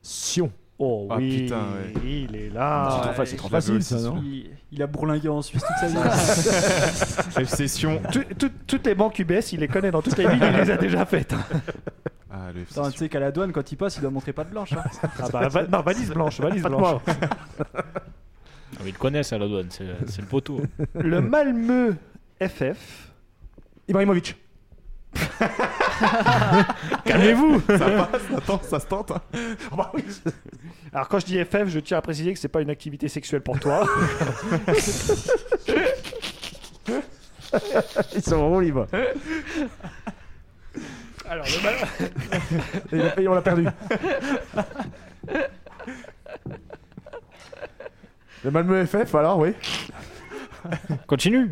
[SPEAKER 3] Sion.
[SPEAKER 2] Oh
[SPEAKER 5] Ah,
[SPEAKER 2] oui,
[SPEAKER 5] putain, ouais.
[SPEAKER 2] il est
[SPEAKER 3] C'est
[SPEAKER 2] là.
[SPEAKER 3] trop facile, c'est trop
[SPEAKER 5] je l'avais
[SPEAKER 3] Ah, facile,
[SPEAKER 5] aussi,
[SPEAKER 3] ça, non
[SPEAKER 1] Il, il a bourlingué en Suisse toute sa vie.
[SPEAKER 5] FC Sion.
[SPEAKER 1] Ah.
[SPEAKER 2] Tout- tout- toutes les banques UBS, il les connaît dans toutes les villes, il les a déjà hein. faites.
[SPEAKER 5] Ah, le FC
[SPEAKER 1] Putain, tu sais qu'à la douane, quand il passe, il doit montrer pas de blanche. hein.
[SPEAKER 2] Ah bah, va- non, valise blanche, valise blanche.
[SPEAKER 4] Ah, mais ils le connaissent à la douane, c'est c'est le poteau.
[SPEAKER 2] Le Malmö FF.
[SPEAKER 3] Ibrahimovic.
[SPEAKER 2] Calmez-vous
[SPEAKER 5] Attends, ça se tente. hein.
[SPEAKER 2] Alors quand je dis FF, je tiens à préciser que c'est pas une activité sexuelle pour toi.
[SPEAKER 3] Ils sont vraiment libres.
[SPEAKER 2] Alors le Mal-
[SPEAKER 3] Et il a payé, on l'a perdu. Le Malmö FF, alors, oui.
[SPEAKER 4] Continue.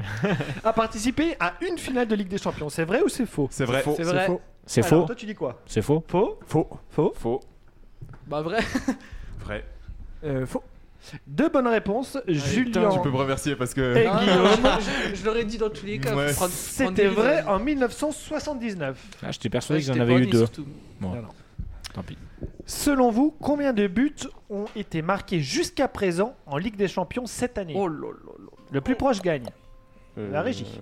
[SPEAKER 2] a participé à une finale de Ligue des Champions. C'est vrai ou c'est faux
[SPEAKER 5] C'est vrai.
[SPEAKER 6] C'est vrai.
[SPEAKER 3] faux.
[SPEAKER 4] C'est
[SPEAKER 2] Alors,
[SPEAKER 4] faux.
[SPEAKER 2] Toi tu dis quoi
[SPEAKER 4] C'est faux.
[SPEAKER 2] Faux
[SPEAKER 3] Faux.
[SPEAKER 2] Faux
[SPEAKER 7] Faux.
[SPEAKER 6] Bah, vrai.
[SPEAKER 5] Vrai.
[SPEAKER 1] Euh, faux.
[SPEAKER 2] Deux bonnes réponses. Julien
[SPEAKER 5] Putain, tu peux me remercier parce
[SPEAKER 2] et
[SPEAKER 5] que.
[SPEAKER 6] Ah,
[SPEAKER 2] Guillaume.
[SPEAKER 6] je je l'aurais dit dans tous les cas.
[SPEAKER 5] Ouais.
[SPEAKER 6] Prendre- prendre
[SPEAKER 2] C'était
[SPEAKER 6] des
[SPEAKER 2] vrai
[SPEAKER 6] risques.
[SPEAKER 2] en 1979.
[SPEAKER 4] Ah, J'étais persuadé
[SPEAKER 6] Ouais,
[SPEAKER 4] qu'ils en
[SPEAKER 6] j'étais
[SPEAKER 4] avaient
[SPEAKER 6] pas
[SPEAKER 4] eu
[SPEAKER 6] né,
[SPEAKER 4] deux.
[SPEAKER 6] surtout.
[SPEAKER 4] Tant pis.
[SPEAKER 2] Selon vous, combien de buts ont été marqués jusqu'à présent en Ligue des Champions cette année
[SPEAKER 6] Oh là là là.
[SPEAKER 2] Le plus proche gagne. La
[SPEAKER 7] Euh,
[SPEAKER 2] régie.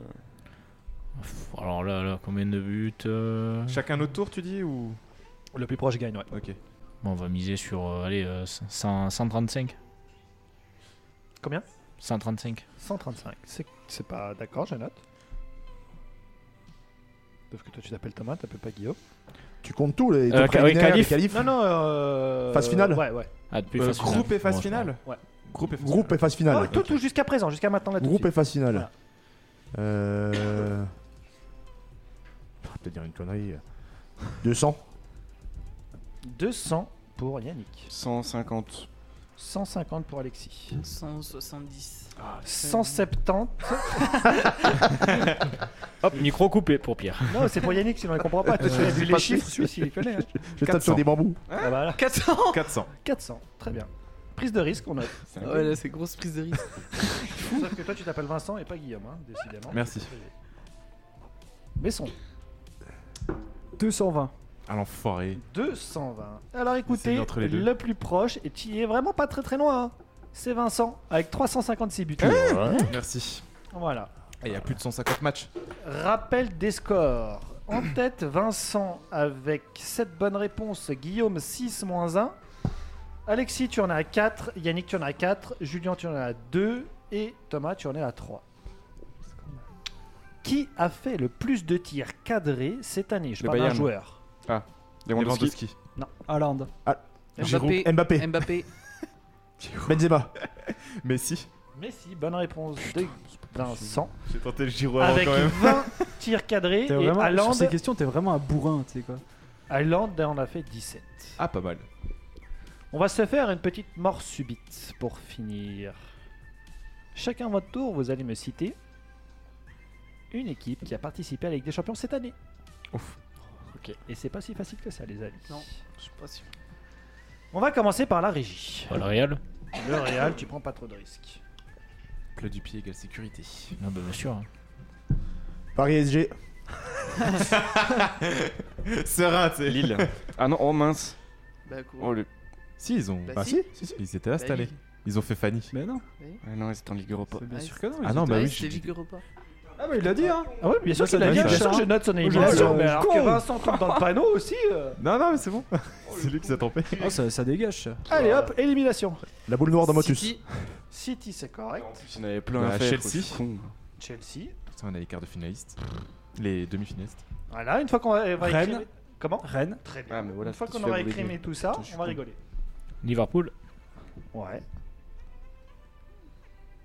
[SPEAKER 4] Pff, Alors là, là, combien de buts euh,
[SPEAKER 5] Chacun notre tour, tu dis ou
[SPEAKER 2] Le plus proche gagne, ouais.
[SPEAKER 5] Ok.
[SPEAKER 4] bon, On va miser sur euh, allez, euh, 100 135.
[SPEAKER 2] Combien
[SPEAKER 4] 135.
[SPEAKER 2] 135. C'est- C'est pas d'accord, je note. Sauf que toi tu t'appelles Thomas, t'appelles pas Guillaume.
[SPEAKER 3] Tu comptes tout, les deux
[SPEAKER 4] Euh, ca- oui,
[SPEAKER 3] préliminaires, les
[SPEAKER 4] qualif.
[SPEAKER 3] qualifs
[SPEAKER 2] Non, non. euh,
[SPEAKER 3] Phase finale
[SPEAKER 2] Ouais, ouais.
[SPEAKER 4] Ah, depuis
[SPEAKER 5] Euh,
[SPEAKER 4] phase finale.
[SPEAKER 5] Groupe et phase
[SPEAKER 4] Bon, c'est pas grave.
[SPEAKER 5] finale
[SPEAKER 2] Ouais.
[SPEAKER 5] Groupe et phase
[SPEAKER 3] Groupe et phase
[SPEAKER 2] Oh,
[SPEAKER 3] finale.
[SPEAKER 2] tout, tout jusqu'à présent, jusqu'à maintenant là. tout de
[SPEAKER 3] Groupe
[SPEAKER 2] suite.
[SPEAKER 3] et phase finale.
[SPEAKER 2] Voilà.
[SPEAKER 3] Euh. Je vais peut-être dire une connerie. 200
[SPEAKER 2] 200 pour Yannick,
[SPEAKER 7] 150.
[SPEAKER 2] 150 pour Alexis,
[SPEAKER 6] 170.
[SPEAKER 5] Ah,
[SPEAKER 2] 170.
[SPEAKER 4] Hop, micro coupé pour Pierre.
[SPEAKER 2] Non, c'est pour Yannick, sinon il comprend pas. Parce qu'il a vu les chiffres, celui il connaît. hein.
[SPEAKER 3] Je tape sur
[SPEAKER 5] 400.
[SPEAKER 3] des bambous.
[SPEAKER 2] Ah, voilà.
[SPEAKER 6] 400
[SPEAKER 5] 400.
[SPEAKER 2] 400, très bien. Prise de risque, on a.
[SPEAKER 6] Ouais, là, c'est grosse prise de risque.
[SPEAKER 2] Sauf que toi, tu t'appelles Vincent et pas Guillaume, hein, décidément.
[SPEAKER 5] Merci.
[SPEAKER 2] Besson,
[SPEAKER 1] 220.
[SPEAKER 5] À l'enfoiré.
[SPEAKER 2] 220. Alors
[SPEAKER 5] C'est
[SPEAKER 2] écoutez,
[SPEAKER 5] entre les deux.
[SPEAKER 2] le plus proche, et tu y es vraiment pas très très loin, hein, c'est Vincent, avec 356 buts.
[SPEAKER 5] Merci.
[SPEAKER 2] Voilà.
[SPEAKER 5] Et il y a plus de 150 matchs.
[SPEAKER 2] Rappel des scores. En tête, Vincent avec 7 bonnes réponses, Guillaume 6 moins 1. Alexis, tu en as 4, Yannick, tu en as 4, Julien, tu en as 2 et Thomas, tu en es à 3. Qui a fait le plus de tirs cadrés cette année Je
[SPEAKER 7] Le
[SPEAKER 2] parle d'un
[SPEAKER 7] Bayern.
[SPEAKER 2] joueur.
[SPEAKER 7] Lewandowski.
[SPEAKER 5] Lewandowski.
[SPEAKER 1] Haaland.
[SPEAKER 6] Mbappé.
[SPEAKER 3] Mbappé,
[SPEAKER 6] Mbappé.
[SPEAKER 3] Benzema.
[SPEAKER 5] Messi.
[SPEAKER 2] Messi, bonne réponse de Vincent.
[SPEAKER 5] J'ai tenté le Giro avant
[SPEAKER 2] Avec
[SPEAKER 5] quand même.
[SPEAKER 2] 20 tirs cadrés
[SPEAKER 1] T'es
[SPEAKER 2] et
[SPEAKER 1] vraiment, sur
[SPEAKER 2] Haaland,
[SPEAKER 1] ces questions, t'es vraiment un bourrin, tu sais quoi.
[SPEAKER 2] Haaland en a fait 17.
[SPEAKER 5] Ah, pas mal.
[SPEAKER 2] On va se faire une petite mort subite pour finir. Chacun votre tour, vous allez me citer une équipe qui a participé à la Ligue des Champions cette année.
[SPEAKER 5] Ouf.
[SPEAKER 2] Ok. Et c'est pas si facile que ça, les amis.
[SPEAKER 6] Non, je suis pas sûr.
[SPEAKER 2] On va commencer par la régie.
[SPEAKER 4] Real
[SPEAKER 2] Le Real, tu prends pas trop de risques.
[SPEAKER 5] Plat du pied égale sécurité.
[SPEAKER 4] Ah bah bien sûr. hein.
[SPEAKER 3] Paris SG.
[SPEAKER 5] Serein, tu sais.
[SPEAKER 7] Lille. Ah non, oh mince.
[SPEAKER 6] Bah, quoi.
[SPEAKER 7] Oh, le...
[SPEAKER 5] Si, ils ont.
[SPEAKER 6] Bah,
[SPEAKER 5] Bah,
[SPEAKER 6] si.
[SPEAKER 5] si, si. Ils étaient là
[SPEAKER 6] Bah,
[SPEAKER 5] cette année.
[SPEAKER 6] Ligue.
[SPEAKER 5] Ils ont fait Fanny.
[SPEAKER 1] Mais non,
[SPEAKER 7] Ah non, c'est en Ligue Europa.
[SPEAKER 1] bien
[SPEAKER 6] Ah,
[SPEAKER 1] sûr que non.
[SPEAKER 5] Ah non, bah
[SPEAKER 6] Ouais,
[SPEAKER 5] oui.
[SPEAKER 6] c'était
[SPEAKER 5] j'ai-
[SPEAKER 6] Ligue Europa.
[SPEAKER 1] Ah, mais il l'a dit, hein.
[SPEAKER 2] Ah oui, bien sûr
[SPEAKER 1] Moi, ça hein.
[SPEAKER 2] qu'il a
[SPEAKER 1] me
[SPEAKER 2] bien.
[SPEAKER 1] dit
[SPEAKER 2] Bien
[SPEAKER 1] ça,
[SPEAKER 2] sûr,
[SPEAKER 1] hein.
[SPEAKER 2] je note son
[SPEAKER 1] je
[SPEAKER 2] élimination.
[SPEAKER 1] suis
[SPEAKER 2] Mais
[SPEAKER 1] un
[SPEAKER 2] alors
[SPEAKER 1] con.
[SPEAKER 2] que Vincent tombe dans le panneau aussi. euh.
[SPEAKER 5] Non, non, mais c'est bon. c'est lui qui s'est trompé.
[SPEAKER 1] Oh, ça, ça dégage. ça.
[SPEAKER 2] Allez hop, élimination.
[SPEAKER 3] La boule noire de Motus.
[SPEAKER 6] City.
[SPEAKER 2] City, c'est
[SPEAKER 7] En
[SPEAKER 2] correct.
[SPEAKER 7] plus, il y en avait plein
[SPEAKER 5] Bah,
[SPEAKER 7] à faire.
[SPEAKER 5] Chelsea.
[SPEAKER 7] quoi, c'est con.
[SPEAKER 2] Chelsea.
[SPEAKER 5] Putain, on a les quarts de finalistes. Les demi-finalistes.
[SPEAKER 2] Voilà, une fois qu'on va, on va
[SPEAKER 1] Rennes.
[SPEAKER 2] écrimer- Comment
[SPEAKER 1] Rennes.
[SPEAKER 2] Très bien.
[SPEAKER 7] Ah, mais voilà,
[SPEAKER 2] une fois
[SPEAKER 7] c'était
[SPEAKER 2] qu'on aura
[SPEAKER 7] celui-là, vous
[SPEAKER 2] écrémé tout ça,
[SPEAKER 7] Putain, je suis
[SPEAKER 2] on va
[SPEAKER 7] con.
[SPEAKER 2] rigoler.
[SPEAKER 4] Liverpool.
[SPEAKER 2] Ouais,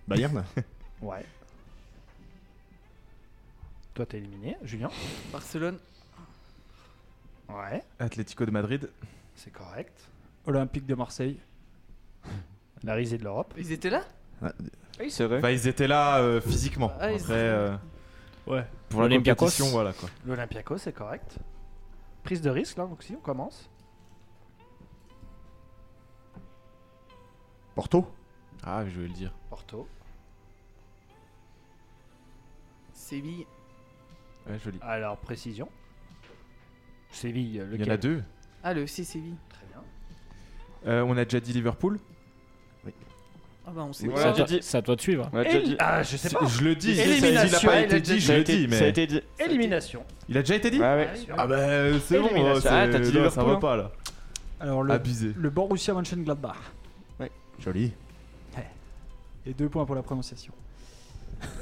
[SPEAKER 3] Bayern.
[SPEAKER 2] ouais. Toi, t'es éliminé, Julien.
[SPEAKER 6] Barcelone.
[SPEAKER 2] Ouais,
[SPEAKER 5] Atlético de Madrid.
[SPEAKER 2] c'est correct.
[SPEAKER 1] Olympique de Marseille.
[SPEAKER 2] La risée de l'Europe.
[SPEAKER 6] Ils étaient là
[SPEAKER 7] Ah oui, c'est vrai.
[SPEAKER 5] Bah, ils étaient là euh, physiquement.
[SPEAKER 6] Ah, ils
[SPEAKER 5] Après,
[SPEAKER 6] étaient-
[SPEAKER 5] euh,
[SPEAKER 1] Ouais.
[SPEAKER 5] pour la
[SPEAKER 4] Olympiakos.
[SPEAKER 5] compétition, voilà quoi.
[SPEAKER 2] L'Olympiaco, c'est correct. Prise de risque, là, donc si on commence.
[SPEAKER 3] Porto.
[SPEAKER 5] Ah, mais je voulais le dire.
[SPEAKER 2] Porto.
[SPEAKER 6] Séville.
[SPEAKER 5] Ouais, joli.
[SPEAKER 2] Alors, précision. Séville, lequel
[SPEAKER 5] Il y en a deux.
[SPEAKER 6] Ah, le FC Séville.
[SPEAKER 2] Très bien.
[SPEAKER 5] Euh, on a déjà dit Liverpool.
[SPEAKER 6] Ah bah, on sait
[SPEAKER 7] Oui,
[SPEAKER 6] pas.
[SPEAKER 4] C'est à
[SPEAKER 7] voilà.
[SPEAKER 4] toi- c'est à toi de suivre.
[SPEAKER 7] On l'a déjà
[SPEAKER 2] Et-
[SPEAKER 7] dit.
[SPEAKER 2] Ah, je sais pas.
[SPEAKER 5] Je le dis.
[SPEAKER 2] Élimination.
[SPEAKER 5] ça- Il a
[SPEAKER 2] Ah,
[SPEAKER 5] pas
[SPEAKER 2] il
[SPEAKER 5] été
[SPEAKER 2] a
[SPEAKER 5] dit, je
[SPEAKER 7] Ça a
[SPEAKER 5] le
[SPEAKER 7] été-
[SPEAKER 5] dis,
[SPEAKER 7] Ça a
[SPEAKER 5] mais.
[SPEAKER 7] été dit.
[SPEAKER 2] Élimination.
[SPEAKER 5] Il a déjà été dit
[SPEAKER 7] Ouais,
[SPEAKER 2] Ah,
[SPEAKER 7] ouais.
[SPEAKER 2] oui,
[SPEAKER 5] Ah bah euh, c'est bon,
[SPEAKER 2] Élimination.
[SPEAKER 5] euh, c'est-
[SPEAKER 7] Ah, t'as dit
[SPEAKER 5] non, ça
[SPEAKER 7] Liverpool,
[SPEAKER 5] va
[SPEAKER 7] hein.
[SPEAKER 5] pas là.
[SPEAKER 1] Alors,
[SPEAKER 7] Ah,
[SPEAKER 1] le,
[SPEAKER 5] Abusé.
[SPEAKER 1] le Borussia Mönchengladbach.
[SPEAKER 3] Joli.
[SPEAKER 1] Et deux points pour la prononciation.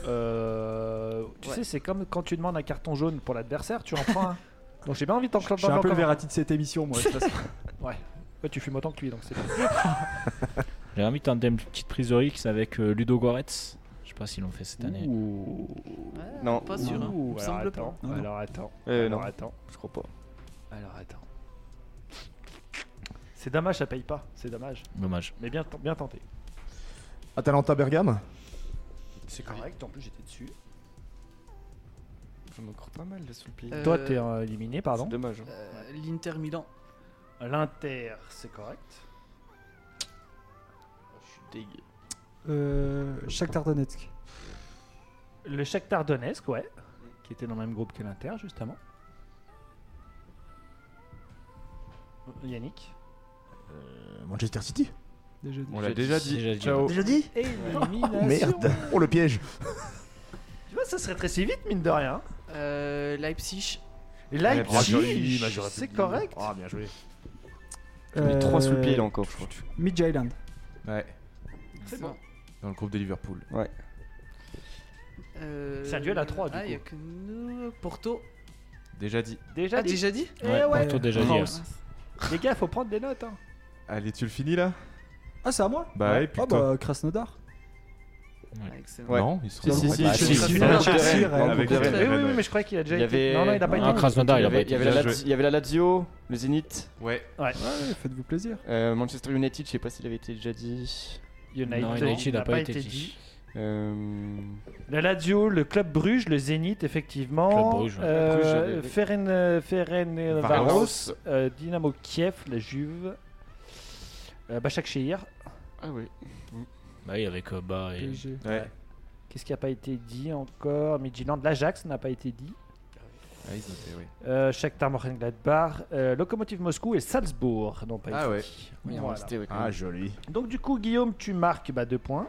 [SPEAKER 2] Euh, tu
[SPEAKER 6] Ouais.
[SPEAKER 2] sais, c'est comme quand tu demandes un carton jaune pour l'adversaire, tu en prends un. Donc j'ai bien envie de t'en
[SPEAKER 1] Je suis un peu le Verratti de cette émission, moi. de toute façon.
[SPEAKER 2] Ouais, tu fumes autant que lui, donc c'est bien.
[SPEAKER 4] J'ai envie de tenter une petite prise de risque avec euh, Ludo Goretz. Je sais pas s'ils l'ont fait cette année.
[SPEAKER 6] Ouais,
[SPEAKER 7] Non.
[SPEAKER 6] Pas sûr. Hein.
[SPEAKER 2] Ouh,
[SPEAKER 6] Il me
[SPEAKER 2] alors,
[SPEAKER 6] semble
[SPEAKER 2] attends,
[SPEAKER 6] pas.
[SPEAKER 1] Non, non.
[SPEAKER 2] alors attends.
[SPEAKER 7] Euh,
[SPEAKER 2] alors
[SPEAKER 7] non.
[SPEAKER 2] attends.
[SPEAKER 7] Je crois pas.
[SPEAKER 2] Alors attends. C'est dommage, ça paye pas. C'est dommage.
[SPEAKER 4] Dommage.
[SPEAKER 2] Mais bien, bien tenté.
[SPEAKER 3] Atalanta Bergame.
[SPEAKER 2] C'est correct, en plus j'étais dessus.
[SPEAKER 7] Je m'en pas mal là sous le pied.
[SPEAKER 6] Euh,
[SPEAKER 2] Toi, t'es euh, éliminé, pardon.
[SPEAKER 7] C'est dommage. hein.
[SPEAKER 6] Euh, L'Inter Milan.
[SPEAKER 2] L'Inter, c'est correct.
[SPEAKER 7] Je suis dégueu.
[SPEAKER 1] Euh, Shakhtar Donetsk.
[SPEAKER 2] Le Shakhtar Donetsk, ouais. Qui était dans le même groupe que l'Inter, justement. Yannick.
[SPEAKER 3] Euh, Manchester City
[SPEAKER 1] Déjà dit.
[SPEAKER 5] On l'a déjà dit.
[SPEAKER 4] Déjà dit.
[SPEAKER 5] Ciao.
[SPEAKER 2] Déjà dit Élimination.
[SPEAKER 3] Merde Oh le piège
[SPEAKER 2] Tu vois, ça serait très si vite, mine de rien.
[SPEAKER 6] Euh, Leipzig.
[SPEAKER 5] bien joué,
[SPEAKER 2] Leipzig,
[SPEAKER 3] bah, j'aurais pu
[SPEAKER 2] c'est
[SPEAKER 3] le dire.
[SPEAKER 2] correct.
[SPEAKER 3] Ah, bien joué.
[SPEAKER 7] J'en ai trois sous le pied
[SPEAKER 1] Euh,
[SPEAKER 7] là encore, je crois.
[SPEAKER 1] Midge Island.
[SPEAKER 5] Ouais,
[SPEAKER 6] C'est bon.
[SPEAKER 5] dans le groupe de Liverpool.
[SPEAKER 6] Euh,
[SPEAKER 2] C'est un duel à trois, du
[SPEAKER 6] ah,
[SPEAKER 2] coup.
[SPEAKER 6] y a que nous. Porto.
[SPEAKER 5] Déjà dit.
[SPEAKER 2] Déjà
[SPEAKER 6] Ah,
[SPEAKER 2] dit.
[SPEAKER 6] déjà dit Oh,
[SPEAKER 2] Eh
[SPEAKER 4] Ouais,
[SPEAKER 2] ouais.
[SPEAKER 4] Porto déjà dit. hein.
[SPEAKER 2] Non,
[SPEAKER 4] ouais.
[SPEAKER 2] Les gars, faut prendre des notes. Hein.
[SPEAKER 5] Allez, tu le finis là
[SPEAKER 1] Ah, c'est à moi
[SPEAKER 5] Bah ouais,
[SPEAKER 1] Ah,
[SPEAKER 5] putain.
[SPEAKER 1] bah, Krasnodar.
[SPEAKER 6] Ah, excellent.
[SPEAKER 7] Ouais.
[SPEAKER 5] Non, ils
[SPEAKER 1] Si,
[SPEAKER 5] sont
[SPEAKER 1] si,
[SPEAKER 5] Ouais,
[SPEAKER 1] si,
[SPEAKER 5] bah,
[SPEAKER 1] si,
[SPEAKER 5] si,
[SPEAKER 1] si,
[SPEAKER 5] si,
[SPEAKER 1] si, si,
[SPEAKER 5] si, si,
[SPEAKER 1] si,
[SPEAKER 5] si,
[SPEAKER 1] si,
[SPEAKER 5] Rennes,
[SPEAKER 7] avec
[SPEAKER 5] contre
[SPEAKER 7] Rennes.
[SPEAKER 2] Oui,
[SPEAKER 5] Rennes,
[SPEAKER 2] oui, oui,
[SPEAKER 5] ouais.
[SPEAKER 2] mais je croyais qu'il a déjà
[SPEAKER 7] Il y
[SPEAKER 2] été.
[SPEAKER 7] avait-
[SPEAKER 2] Non, non, il a pas
[SPEAKER 4] Non,
[SPEAKER 2] été.
[SPEAKER 4] Ah, Krasnodar,
[SPEAKER 7] il, y
[SPEAKER 4] il a pas
[SPEAKER 7] avait, il y
[SPEAKER 4] été.
[SPEAKER 7] avait
[SPEAKER 5] Bien
[SPEAKER 7] la
[SPEAKER 5] joué.
[SPEAKER 7] Lazio- il y avait la Lazio, le Zénith,
[SPEAKER 5] Ouais.
[SPEAKER 1] Ouais, faites-vous plaisir.
[SPEAKER 7] euh, Manchester United, je sais pas s'il avait été déjà dit.
[SPEAKER 2] United,
[SPEAKER 4] Non, United n'a pas été dit.
[SPEAKER 7] Euh,
[SPEAKER 2] La Lazio, le Club Bruges, le Zénith, effectivement.
[SPEAKER 4] Club Bruges, ouais.
[SPEAKER 2] Euh,
[SPEAKER 7] Bruges, j'avais-
[SPEAKER 2] Feren, euh, Ferencvaros,
[SPEAKER 5] Varos.
[SPEAKER 2] euh, Dynamo Kiev, la Juve, euh, Başakşehir.
[SPEAKER 7] Ah oui.
[SPEAKER 4] Bah oui, avec euh, Ba et.
[SPEAKER 1] PSG.
[SPEAKER 5] Ouais.
[SPEAKER 2] Qu'est-ce qui n'a pas été dit encore Midtjylland, l'Ajax n'a pas été dit.
[SPEAKER 5] Ah, ils étaient, oui.
[SPEAKER 2] Euh, Shakhtar Mönchengladbach, euh, Lokomotiv Moscou et Salzbourg n'ont pas
[SPEAKER 5] Ah
[SPEAKER 2] été
[SPEAKER 5] ouais.
[SPEAKER 2] dit.
[SPEAKER 7] Oui, en
[SPEAKER 2] Voilà.
[SPEAKER 7] restait, ouais, quand
[SPEAKER 3] Ah,
[SPEAKER 7] même.
[SPEAKER 3] joli.
[SPEAKER 2] Donc du coup, Guillaume, tu marques bah, deux points.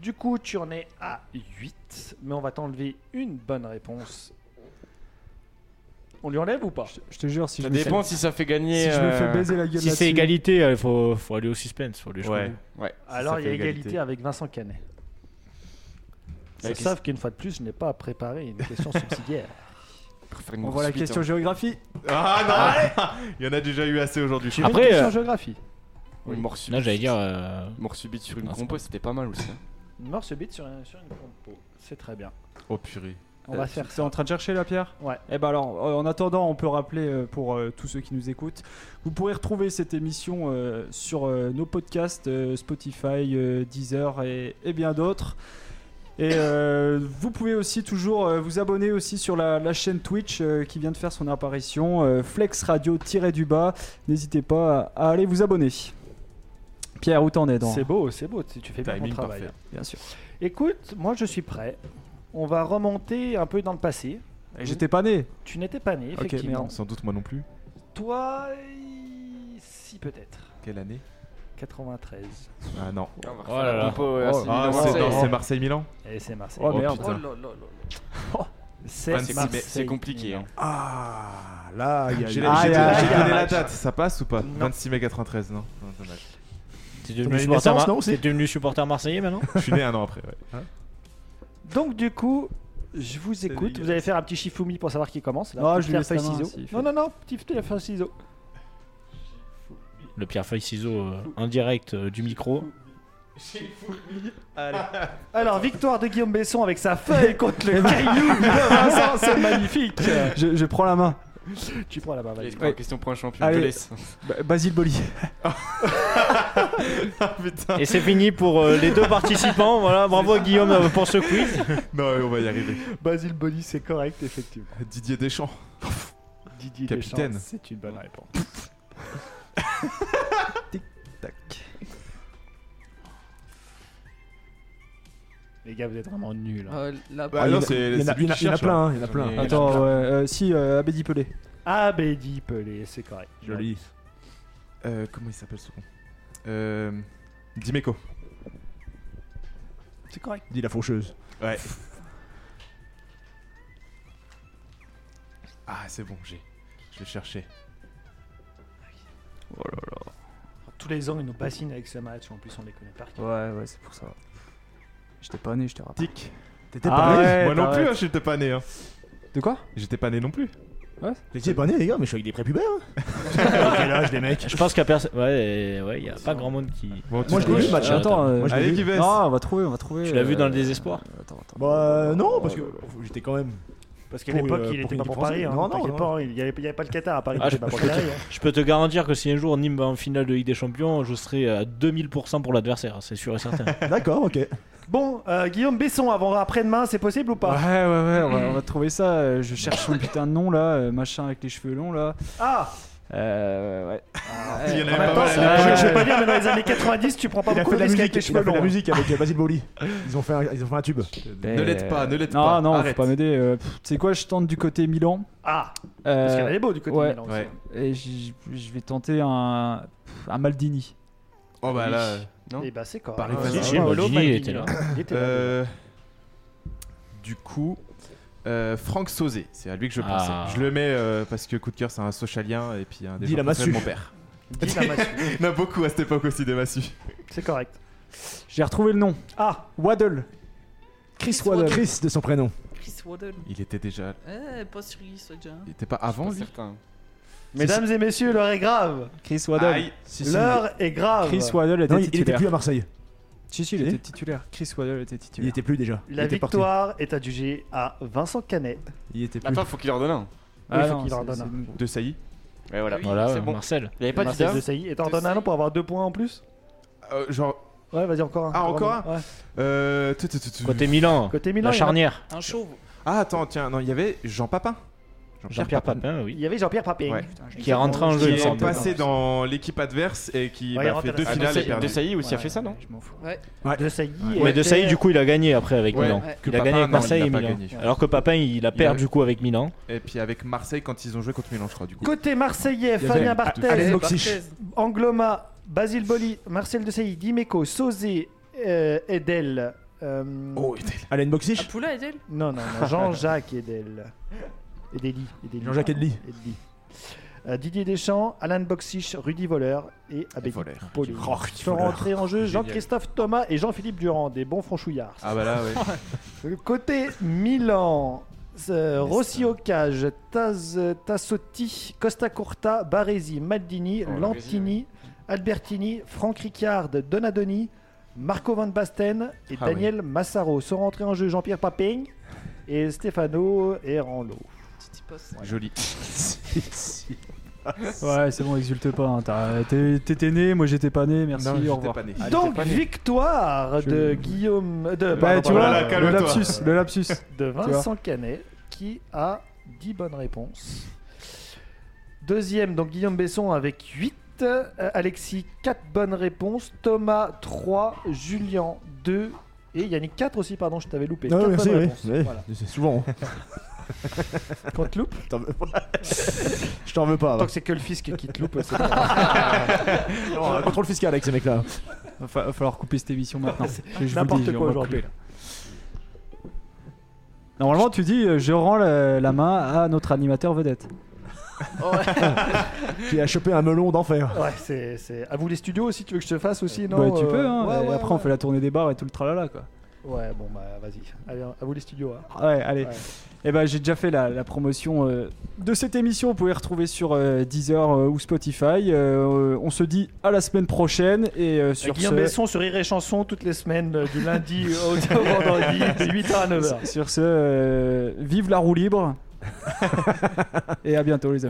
[SPEAKER 2] Du coup, tu en es à 8, mais on va t'enlever une bonne réponse. On lui enlève ou pas
[SPEAKER 1] Je, je te jure, si je,
[SPEAKER 7] Ça
[SPEAKER 1] me fais,
[SPEAKER 7] dépend si ça fait
[SPEAKER 1] si
[SPEAKER 7] gagner.
[SPEAKER 1] je me
[SPEAKER 7] euh,
[SPEAKER 1] fais baiser la gueule
[SPEAKER 4] Si
[SPEAKER 1] là-dessus.
[SPEAKER 4] c'est égalité, euh, il faut, faut aller au suspense. Faut aller jusqu'au
[SPEAKER 5] Ouais.
[SPEAKER 4] bout.
[SPEAKER 7] Ouais.
[SPEAKER 2] Alors
[SPEAKER 5] ça
[SPEAKER 2] il y a
[SPEAKER 5] fait
[SPEAKER 2] égalité,
[SPEAKER 5] égalité.
[SPEAKER 2] avec Vincent Canet.
[SPEAKER 7] La
[SPEAKER 2] Ils savent qu'une fois de plus, je n'ai pas préparé une question subsidiaire.
[SPEAKER 7] Pour faire une
[SPEAKER 1] On
[SPEAKER 7] grosse
[SPEAKER 1] voit la
[SPEAKER 7] suite,
[SPEAKER 1] question
[SPEAKER 7] hein.
[SPEAKER 1] géographie.
[SPEAKER 5] Ah non Il y en a déjà eu assez aujourd'hui.
[SPEAKER 3] Ah.
[SPEAKER 2] Tu veux
[SPEAKER 4] Après,
[SPEAKER 2] une question
[SPEAKER 4] euh,
[SPEAKER 2] géographie.
[SPEAKER 7] Oui, hein. mort subite.
[SPEAKER 4] Là, j'allais dire. euh,
[SPEAKER 7] Mort subite sur une
[SPEAKER 4] Ah, c'est
[SPEAKER 7] compo,
[SPEAKER 4] pas-
[SPEAKER 7] c'était pas mal aussi. hein.
[SPEAKER 2] Une mort subite sur, un- sur une compo. C'est très bien.
[SPEAKER 5] Oh purée.
[SPEAKER 2] On va faire
[SPEAKER 1] C'est Euh, en train de chercher la pierre
[SPEAKER 2] Ouais.
[SPEAKER 1] Eh ben alors, euh, en attendant, on peut rappeler euh, pour euh, tous ceux qui nous écoutent, vous pourrez retrouver cette émission euh, sur euh, nos podcasts euh, Spotify, euh, Deezer et, et bien d'autres. Et euh, vous pouvez aussi toujours euh, vous abonner aussi sur la, la chaîne Twitch euh, qui vient de faire son apparition, euh, Flex Radio du bas. N'hésitez pas à, à aller vous abonner. Pierre, où t'en es dans
[SPEAKER 2] C'est beau, c'est beau. Tu tu fais bien ton
[SPEAKER 5] Timing
[SPEAKER 2] travail.
[SPEAKER 5] parfait.
[SPEAKER 1] Bien sûr.
[SPEAKER 2] Écoute, moi je suis prêt. On va remonter un peu dans le passé.
[SPEAKER 1] J'étais pas né.
[SPEAKER 2] Tu n'étais pas né,
[SPEAKER 1] Ok,
[SPEAKER 2] effectivement.
[SPEAKER 1] merde.
[SPEAKER 5] Sans doute moi non plus.
[SPEAKER 2] Toi, y- si peut-être.
[SPEAKER 5] Quelle année
[SPEAKER 2] 93.
[SPEAKER 5] Ah non.
[SPEAKER 7] On va
[SPEAKER 4] Oh
[SPEAKER 7] refaire
[SPEAKER 4] là
[SPEAKER 7] la
[SPEAKER 4] là.
[SPEAKER 7] compo, euh,
[SPEAKER 1] Oh.
[SPEAKER 7] assez
[SPEAKER 5] Ah,
[SPEAKER 7] évidemment.
[SPEAKER 5] c'est
[SPEAKER 7] C'est-
[SPEAKER 5] non, c'est Marseille-Milan
[SPEAKER 2] Et Eh, c'est Marseille.
[SPEAKER 1] Oh, merde.
[SPEAKER 5] putain.
[SPEAKER 2] c'est
[SPEAKER 5] 26, mais
[SPEAKER 2] Marseille.
[SPEAKER 7] C'est compliqué. hein.
[SPEAKER 3] Ah, là, il y a
[SPEAKER 5] J'ai j'ai- j'ai
[SPEAKER 3] eu-
[SPEAKER 5] donné
[SPEAKER 1] Ah, y a- y a un
[SPEAKER 5] la
[SPEAKER 1] match.
[SPEAKER 5] date, ça passe ou pas
[SPEAKER 2] Non.
[SPEAKER 5] 26 mai 93, non Non, dommage.
[SPEAKER 4] T'es
[SPEAKER 3] Mais
[SPEAKER 4] devenu,
[SPEAKER 3] une
[SPEAKER 4] supporter
[SPEAKER 3] naissance,
[SPEAKER 4] mar-
[SPEAKER 3] non, aussi
[SPEAKER 4] t'es devenu supporter marseillais maintenant
[SPEAKER 5] Je suis né un an après, ouais.
[SPEAKER 2] Donc du coup, je vous
[SPEAKER 3] euh.
[SPEAKER 2] écoute. Vous allez faire un petit Shifumi pour savoir qui commence. là.
[SPEAKER 1] Ah,
[SPEAKER 2] Petit
[SPEAKER 1] je lui laisse
[SPEAKER 2] pierre,
[SPEAKER 1] la main,
[SPEAKER 2] feuille, ciseaux.
[SPEAKER 1] s'il fait.
[SPEAKER 2] Non, non, non, petit pierre, feuille, ciseaux.
[SPEAKER 4] Le pierre feuille ciseau en direct euh, du micro.
[SPEAKER 2] Alors, victoire de Guillaume Besson avec sa feuille contre le caillou de Vincent, c'est magnifique.
[SPEAKER 1] Je, je prends la main.
[SPEAKER 2] tu prends la barre,
[SPEAKER 7] Allez,
[SPEAKER 2] Ah, vas-y.
[SPEAKER 7] c'est pas une question pour un champion,
[SPEAKER 1] Allez.
[SPEAKER 7] je te laisse.
[SPEAKER 1] Ba- Basile Boli.
[SPEAKER 4] Et c'est fini pour euh, les deux participants. Voilà, bravo à Guillaume euh, pour ce quiz.
[SPEAKER 5] Non, on va y arriver.
[SPEAKER 2] Basile Boli, c'est correct, effectivement.
[SPEAKER 5] Didier Deschamps.
[SPEAKER 2] Didier
[SPEAKER 5] Capitaine.
[SPEAKER 2] Deschamps, c'est une bonne réponse. Les gars, vous êtes vraiment nuls. hein.
[SPEAKER 6] Euh, la-
[SPEAKER 5] Bah,
[SPEAKER 3] Ah,
[SPEAKER 5] non,
[SPEAKER 3] il y en a-
[SPEAKER 5] c'est-
[SPEAKER 3] il y en a-
[SPEAKER 5] c'est lui
[SPEAKER 3] il y en a-
[SPEAKER 5] qui
[SPEAKER 3] il y en a
[SPEAKER 5] cherche,
[SPEAKER 3] plein, hein, il y en a plein.
[SPEAKER 5] Mais-
[SPEAKER 1] Attends, ouais, euh, si, euh, Abedi Pelé.
[SPEAKER 3] Ah.
[SPEAKER 2] Abedi Pelé, c'est correct.
[SPEAKER 5] Joli. Euh, comment il s'appelle ce con euh, Dimeco.
[SPEAKER 2] C'est correct.
[SPEAKER 3] Dis la faucheuse.
[SPEAKER 5] Ouais. Ah, c'est bon, j'ai. Je le cherchais.
[SPEAKER 2] Tous les ans, ils nous bassinent avec ce match. En plus, on les connaît par cœur.
[SPEAKER 1] Ouais, ouais, c'est pour ça. J'étais pas né, je te rappelle.
[SPEAKER 5] Tic.
[SPEAKER 1] T'étais
[SPEAKER 5] Ah
[SPEAKER 1] pas né
[SPEAKER 5] Moi non
[SPEAKER 1] t'arrêtes.
[SPEAKER 5] plus, hein, j'étais pas né. Hein.
[SPEAKER 1] De quoi
[SPEAKER 5] J'étais pas né non plus.
[SPEAKER 3] Vous êtes pas né, les gars, mais je suis avec des prépubères. hein. Quel âge, les mecs
[SPEAKER 4] Je pense qu'il y a personne. Ouais, ouais, il y a pas grand monde qui.
[SPEAKER 5] Bon, tu
[SPEAKER 3] Moi, je l'ai
[SPEAKER 5] sais.
[SPEAKER 3] vu le match.
[SPEAKER 4] Ah,
[SPEAKER 1] Attends,
[SPEAKER 4] attends.
[SPEAKER 1] euh,
[SPEAKER 3] Moi, je l'ai
[SPEAKER 5] Allez,
[SPEAKER 3] vu.
[SPEAKER 5] Kives.
[SPEAKER 1] non, on va trouver, on va trouver.
[SPEAKER 4] Tu l'as vu
[SPEAKER 1] euh,
[SPEAKER 4] dans le désespoir
[SPEAKER 1] Attends, attends.
[SPEAKER 3] Bah, euh, non, parce que j'étais quand même.
[SPEAKER 2] Parce qu'à
[SPEAKER 3] Pour,
[SPEAKER 2] l'époque,
[SPEAKER 3] euh,
[SPEAKER 2] il
[SPEAKER 3] pour
[SPEAKER 2] était pas
[SPEAKER 3] une
[SPEAKER 2] pour
[SPEAKER 3] équipe
[SPEAKER 2] Paris. hein,
[SPEAKER 3] française. Non,
[SPEAKER 2] t'inquiète
[SPEAKER 3] non,
[SPEAKER 2] pas, hein, Il n'y avait, il y avait pas le Qatar à Paris.
[SPEAKER 4] Ah,
[SPEAKER 2] c'était
[SPEAKER 4] je-
[SPEAKER 2] pas pour
[SPEAKER 4] je-
[SPEAKER 2] Paris, hein.
[SPEAKER 4] Je peux te garantir que si un jour Nîmes va en finale de Ligue des Champions, je serai à 2000% pour l'adversaire, c'est sûr et certain.
[SPEAKER 3] D'accord, ok.
[SPEAKER 2] Bon, euh, Guillaume Besson, avant après-demain, c'est possible ou
[SPEAKER 1] Ouais,
[SPEAKER 2] pas
[SPEAKER 1] ouais, euh, ouais, on va, on va trouver ça. euh, Ah, Je cherche son putain de nom là, euh, machin avec les cheveux longs là.
[SPEAKER 2] Ah
[SPEAKER 11] Euh, ouais.
[SPEAKER 5] Ah, Il y en avait
[SPEAKER 2] En même
[SPEAKER 5] pas
[SPEAKER 2] temps,
[SPEAKER 5] mal.
[SPEAKER 2] c'est-
[SPEAKER 5] Euh,
[SPEAKER 2] je, je veux pas dire, mais dans les années 90, tu prends pas
[SPEAKER 3] Il a
[SPEAKER 2] beaucoup
[SPEAKER 3] fait de la
[SPEAKER 2] risques avec
[SPEAKER 3] musique,
[SPEAKER 2] tes
[SPEAKER 3] il a
[SPEAKER 2] cheveux
[SPEAKER 3] fait de
[SPEAKER 2] longs.
[SPEAKER 3] la musique avec euh, Basile Boli. Ils ont fait un, ils ont fait un tube.
[SPEAKER 5] Ne l'aide pas, ne l'aide
[SPEAKER 11] non,
[SPEAKER 5] pas.
[SPEAKER 11] Non, non,
[SPEAKER 5] Arrête.
[SPEAKER 11] faut pas m'aider. euh,
[SPEAKER 1] Tu sais quoi, je tente du côté Milan.
[SPEAKER 2] Ah,
[SPEAKER 11] euh,
[SPEAKER 2] parce qu'il y en avait beaux du côté
[SPEAKER 11] ouais.
[SPEAKER 2] de Milan. aussi.
[SPEAKER 5] Ouais.
[SPEAKER 11] et j- je vais tenter un, un Maldini.
[SPEAKER 5] Oh bah là.
[SPEAKER 2] Et bah, c'est quoi
[SPEAKER 5] Paris
[SPEAKER 2] hein,
[SPEAKER 5] Maldini,
[SPEAKER 2] c'est Paolo
[SPEAKER 4] Maldini, il était là.
[SPEAKER 2] Il était là.
[SPEAKER 5] Euh, du coup, euh, Franck Sauzé, c'est à lui que je pensais.
[SPEAKER 4] Ah.
[SPEAKER 5] Je le mets euh, parce que coup de cœur, c'est un socialien et puis un des
[SPEAKER 3] Dis
[SPEAKER 5] gens
[SPEAKER 3] la
[SPEAKER 5] qu'on fait
[SPEAKER 3] massue.
[SPEAKER 5] de mon père.
[SPEAKER 2] Dis la massue.
[SPEAKER 5] Il y en a beaucoup à cette époque aussi des massues.
[SPEAKER 2] C'est correct.
[SPEAKER 1] J'ai retrouvé le nom.
[SPEAKER 2] Ah,
[SPEAKER 1] Waddle.
[SPEAKER 6] Chris
[SPEAKER 1] Waddle.
[SPEAKER 6] Waddle.
[SPEAKER 3] Chris de son prénom.
[SPEAKER 6] Chris Waddle.
[SPEAKER 5] Il était déjà.
[SPEAKER 6] Eh, pas sur Chris Waddle. hein.
[SPEAKER 5] Il était pas avant lui
[SPEAKER 7] certain.
[SPEAKER 2] mesdames et messieurs, l'heure est grave.
[SPEAKER 1] Chris Waddle.
[SPEAKER 5] Aïe. Si, si.
[SPEAKER 2] L'heure est grave.
[SPEAKER 1] Chris Waddle était
[SPEAKER 3] Ah, Non, il, il était
[SPEAKER 1] titulaire.
[SPEAKER 3] plus à Marseille.
[SPEAKER 1] Si, si, il
[SPEAKER 3] Si.
[SPEAKER 1] était titulaire. Chris Waddle était
[SPEAKER 3] Il
[SPEAKER 1] titulaire.
[SPEAKER 3] était plus déjà. Il
[SPEAKER 2] La
[SPEAKER 3] était parti.
[SPEAKER 2] victoire est adjugée à Vincent Canet.
[SPEAKER 1] Il était plus.
[SPEAKER 7] Attends, faut qu'il leur donne un.
[SPEAKER 11] Ah
[SPEAKER 2] il faut
[SPEAKER 11] non,
[SPEAKER 2] qu'il
[SPEAKER 11] c'est-
[SPEAKER 2] leur donne
[SPEAKER 11] c'est
[SPEAKER 2] un.
[SPEAKER 11] nous.
[SPEAKER 5] De Sailly
[SPEAKER 7] Ouais, voilà.
[SPEAKER 6] Oui,
[SPEAKER 4] Voilà,
[SPEAKER 6] c'est
[SPEAKER 4] euh,
[SPEAKER 6] bon.
[SPEAKER 4] Marcel.
[SPEAKER 7] Il y avait pas
[SPEAKER 2] Marcel
[SPEAKER 7] d'idole.
[SPEAKER 2] de Sailly. Et t'en redonnes un nom pour avoir deux points en plus
[SPEAKER 5] Euh, Genre.
[SPEAKER 2] Ouais, vas-y, encore un.
[SPEAKER 5] Ah, encore un
[SPEAKER 2] Ouais.
[SPEAKER 5] euh, tu- tu- tu- tu-
[SPEAKER 4] Côté Milan.
[SPEAKER 2] Côté Milan,
[SPEAKER 4] la
[SPEAKER 2] il y en a-
[SPEAKER 4] charnière.
[SPEAKER 6] Un chauve.
[SPEAKER 5] Ah, attends, tiens, non, il y avait Jean Papin.
[SPEAKER 4] Jean-Pierre Papin,
[SPEAKER 2] il
[SPEAKER 4] oui.
[SPEAKER 2] y avait Jean-Pierre Papin.
[SPEAKER 5] Ouais.
[SPEAKER 4] Qui est rentré en
[SPEAKER 5] Qui
[SPEAKER 4] jeu, il me
[SPEAKER 5] est
[SPEAKER 4] semble.
[SPEAKER 5] passé dans l'équipe adverse et qui
[SPEAKER 2] Ouais,
[SPEAKER 5] bah,
[SPEAKER 2] il rentre
[SPEAKER 5] fait
[SPEAKER 2] à la
[SPEAKER 5] deux
[SPEAKER 2] fin.
[SPEAKER 5] finales
[SPEAKER 2] Ah,
[SPEAKER 5] et
[SPEAKER 2] de
[SPEAKER 7] De- De
[SPEAKER 5] perdu.
[SPEAKER 7] Sailly, oui, il a fait ça, non
[SPEAKER 11] Je m'en fous.
[SPEAKER 6] Ouais.
[SPEAKER 2] De Sailly.
[SPEAKER 4] Mais De Sailly, du coup, il a gagné après avec
[SPEAKER 5] Ouais.
[SPEAKER 4] Milan.
[SPEAKER 6] Ouais.
[SPEAKER 4] Il
[SPEAKER 5] Que
[SPEAKER 4] a
[SPEAKER 5] Papin,
[SPEAKER 4] gagné avec
[SPEAKER 5] non,
[SPEAKER 4] Marseille
[SPEAKER 5] il
[SPEAKER 4] et
[SPEAKER 5] a pas
[SPEAKER 4] Milan.
[SPEAKER 5] gagné.
[SPEAKER 4] Alors que Papin, il a
[SPEAKER 5] Il
[SPEAKER 4] perdu
[SPEAKER 5] a-
[SPEAKER 4] du coup avec Milan.
[SPEAKER 5] Et puis avec Marseille quand ils ont joué contre Milan, je crois, du coup.
[SPEAKER 2] Côté Marseillais,
[SPEAKER 5] avait
[SPEAKER 2] Fabien
[SPEAKER 5] un-
[SPEAKER 2] Barthez,
[SPEAKER 3] Allez,
[SPEAKER 6] Eh,
[SPEAKER 3] Boxiche.
[SPEAKER 6] Barthez.
[SPEAKER 2] Angloma, Basile Boli, Marcel De Sailly, Dimeco, Sauzé, euh, Edel. euh,
[SPEAKER 5] Oh, il était-
[SPEAKER 3] Alain Boxish
[SPEAKER 6] Apoula et elle
[SPEAKER 2] Non, non, non, Jean-Jacques Edel. Edeli. Edeli.
[SPEAKER 3] Jean-Jacques Edeli.
[SPEAKER 2] Edeli. Euh, Didier Deschamps, Alain Boxiche, Rudy Voleur et Abedi
[SPEAKER 5] Voleur.
[SPEAKER 2] Pauli.
[SPEAKER 3] Oh, Rudy
[SPEAKER 2] Sont
[SPEAKER 3] Voleur.
[SPEAKER 2] rentrés en jeu
[SPEAKER 5] Génial.
[SPEAKER 2] Jean-Christophe Thomas et Jean-Philippe Durand, des bons franchouillards.
[SPEAKER 5] Ah bah là, ouais.
[SPEAKER 2] Euh, Côté Milan, euh, Rossi Ocage, Taz, Tassotti, Costa Curta, Baresi, Maldini,
[SPEAKER 7] Oh,
[SPEAKER 2] Lantini, Albertini, Franck Ricard, Donadoni, Marco Van Basten et
[SPEAKER 5] Ah
[SPEAKER 2] Daniel Massaro sont rentrés en jeu Jean-Pierre Papin et Stefano Errando.
[SPEAKER 6] Titi Post.
[SPEAKER 5] Joli.
[SPEAKER 1] Ouais, c'est bon, exulte pas. hein, t'as- t'es- T'étais né, moi j'étais pas né, merci,
[SPEAKER 5] Non, j'étais
[SPEAKER 1] au revoir.
[SPEAKER 5] pas né.
[SPEAKER 2] Donc victoire
[SPEAKER 1] Je-
[SPEAKER 2] de Guillaume de,
[SPEAKER 1] Bah,
[SPEAKER 2] pardon,
[SPEAKER 1] tu
[SPEAKER 2] pardon,
[SPEAKER 1] vois,
[SPEAKER 5] là,
[SPEAKER 2] euh,
[SPEAKER 1] le
[SPEAKER 5] calme-toi.
[SPEAKER 1] lapsus, le lapsus.
[SPEAKER 2] de Vincent Canet qui a 10 bonnes réponses. Deuxième, donc Guillaume Besson avec 8. euh, Alexis, 4 bonnes réponses. Thomas, 3. Julien, 2. Et Yannick, 4 aussi, pardon, je t'avais loupé.
[SPEAKER 3] Ah,
[SPEAKER 2] Quatre
[SPEAKER 3] merci,
[SPEAKER 2] bonnes
[SPEAKER 3] oui.
[SPEAKER 2] réponses.
[SPEAKER 3] Oui,
[SPEAKER 2] Voilà.
[SPEAKER 3] C'est souvent. hein.
[SPEAKER 2] Quand te loupe,
[SPEAKER 3] Je t'en veux pas. Je t'en veux pas.
[SPEAKER 2] tant que c'est que le fisc qui te loupe, c'est
[SPEAKER 3] Non, euh, Contrôle fiscal avec ces mecs-là.
[SPEAKER 1] Va, fa- va falloir couper cette émission maintenant. Je- je vous le dis,
[SPEAKER 2] n'importe
[SPEAKER 1] on
[SPEAKER 2] quoi
[SPEAKER 1] va couper,
[SPEAKER 2] aujourd'hui.
[SPEAKER 1] là. Normalement, tu dis euh, je rends la, la main à notre animateur vedette.
[SPEAKER 3] Qui a chopé un melon d'enfer.
[SPEAKER 2] Ouais, c'est, c'est- À vous les studios aussi, tu veux que je te fasse aussi, non
[SPEAKER 1] Bah, tu
[SPEAKER 2] euh,
[SPEAKER 1] peux, hein,
[SPEAKER 2] ouais,
[SPEAKER 1] et
[SPEAKER 2] ouais,
[SPEAKER 1] après on
[SPEAKER 2] ouais.
[SPEAKER 1] fait la tournée des bars et tout le tralala quoi.
[SPEAKER 2] Ouais, bon, bah vas-y. Allez, à vous les studios. hein.
[SPEAKER 1] Ah Ouais, allez.
[SPEAKER 2] Ouais.
[SPEAKER 1] Et ben j'ai déjà fait la, la promotion euh, de cette émission. Vous pouvez retrouver sur euh, Deezer euh, ou Spotify. Euh, on se dit à la semaine prochaine et euh, sur
[SPEAKER 2] Guillaume
[SPEAKER 1] ce,
[SPEAKER 2] Besson sur Rire et Chanson toutes les semaines, euh, du lundi au au vendredi, de 8h à 9h.
[SPEAKER 1] sur ce, euh, vive la roue libre. et à bientôt les amis.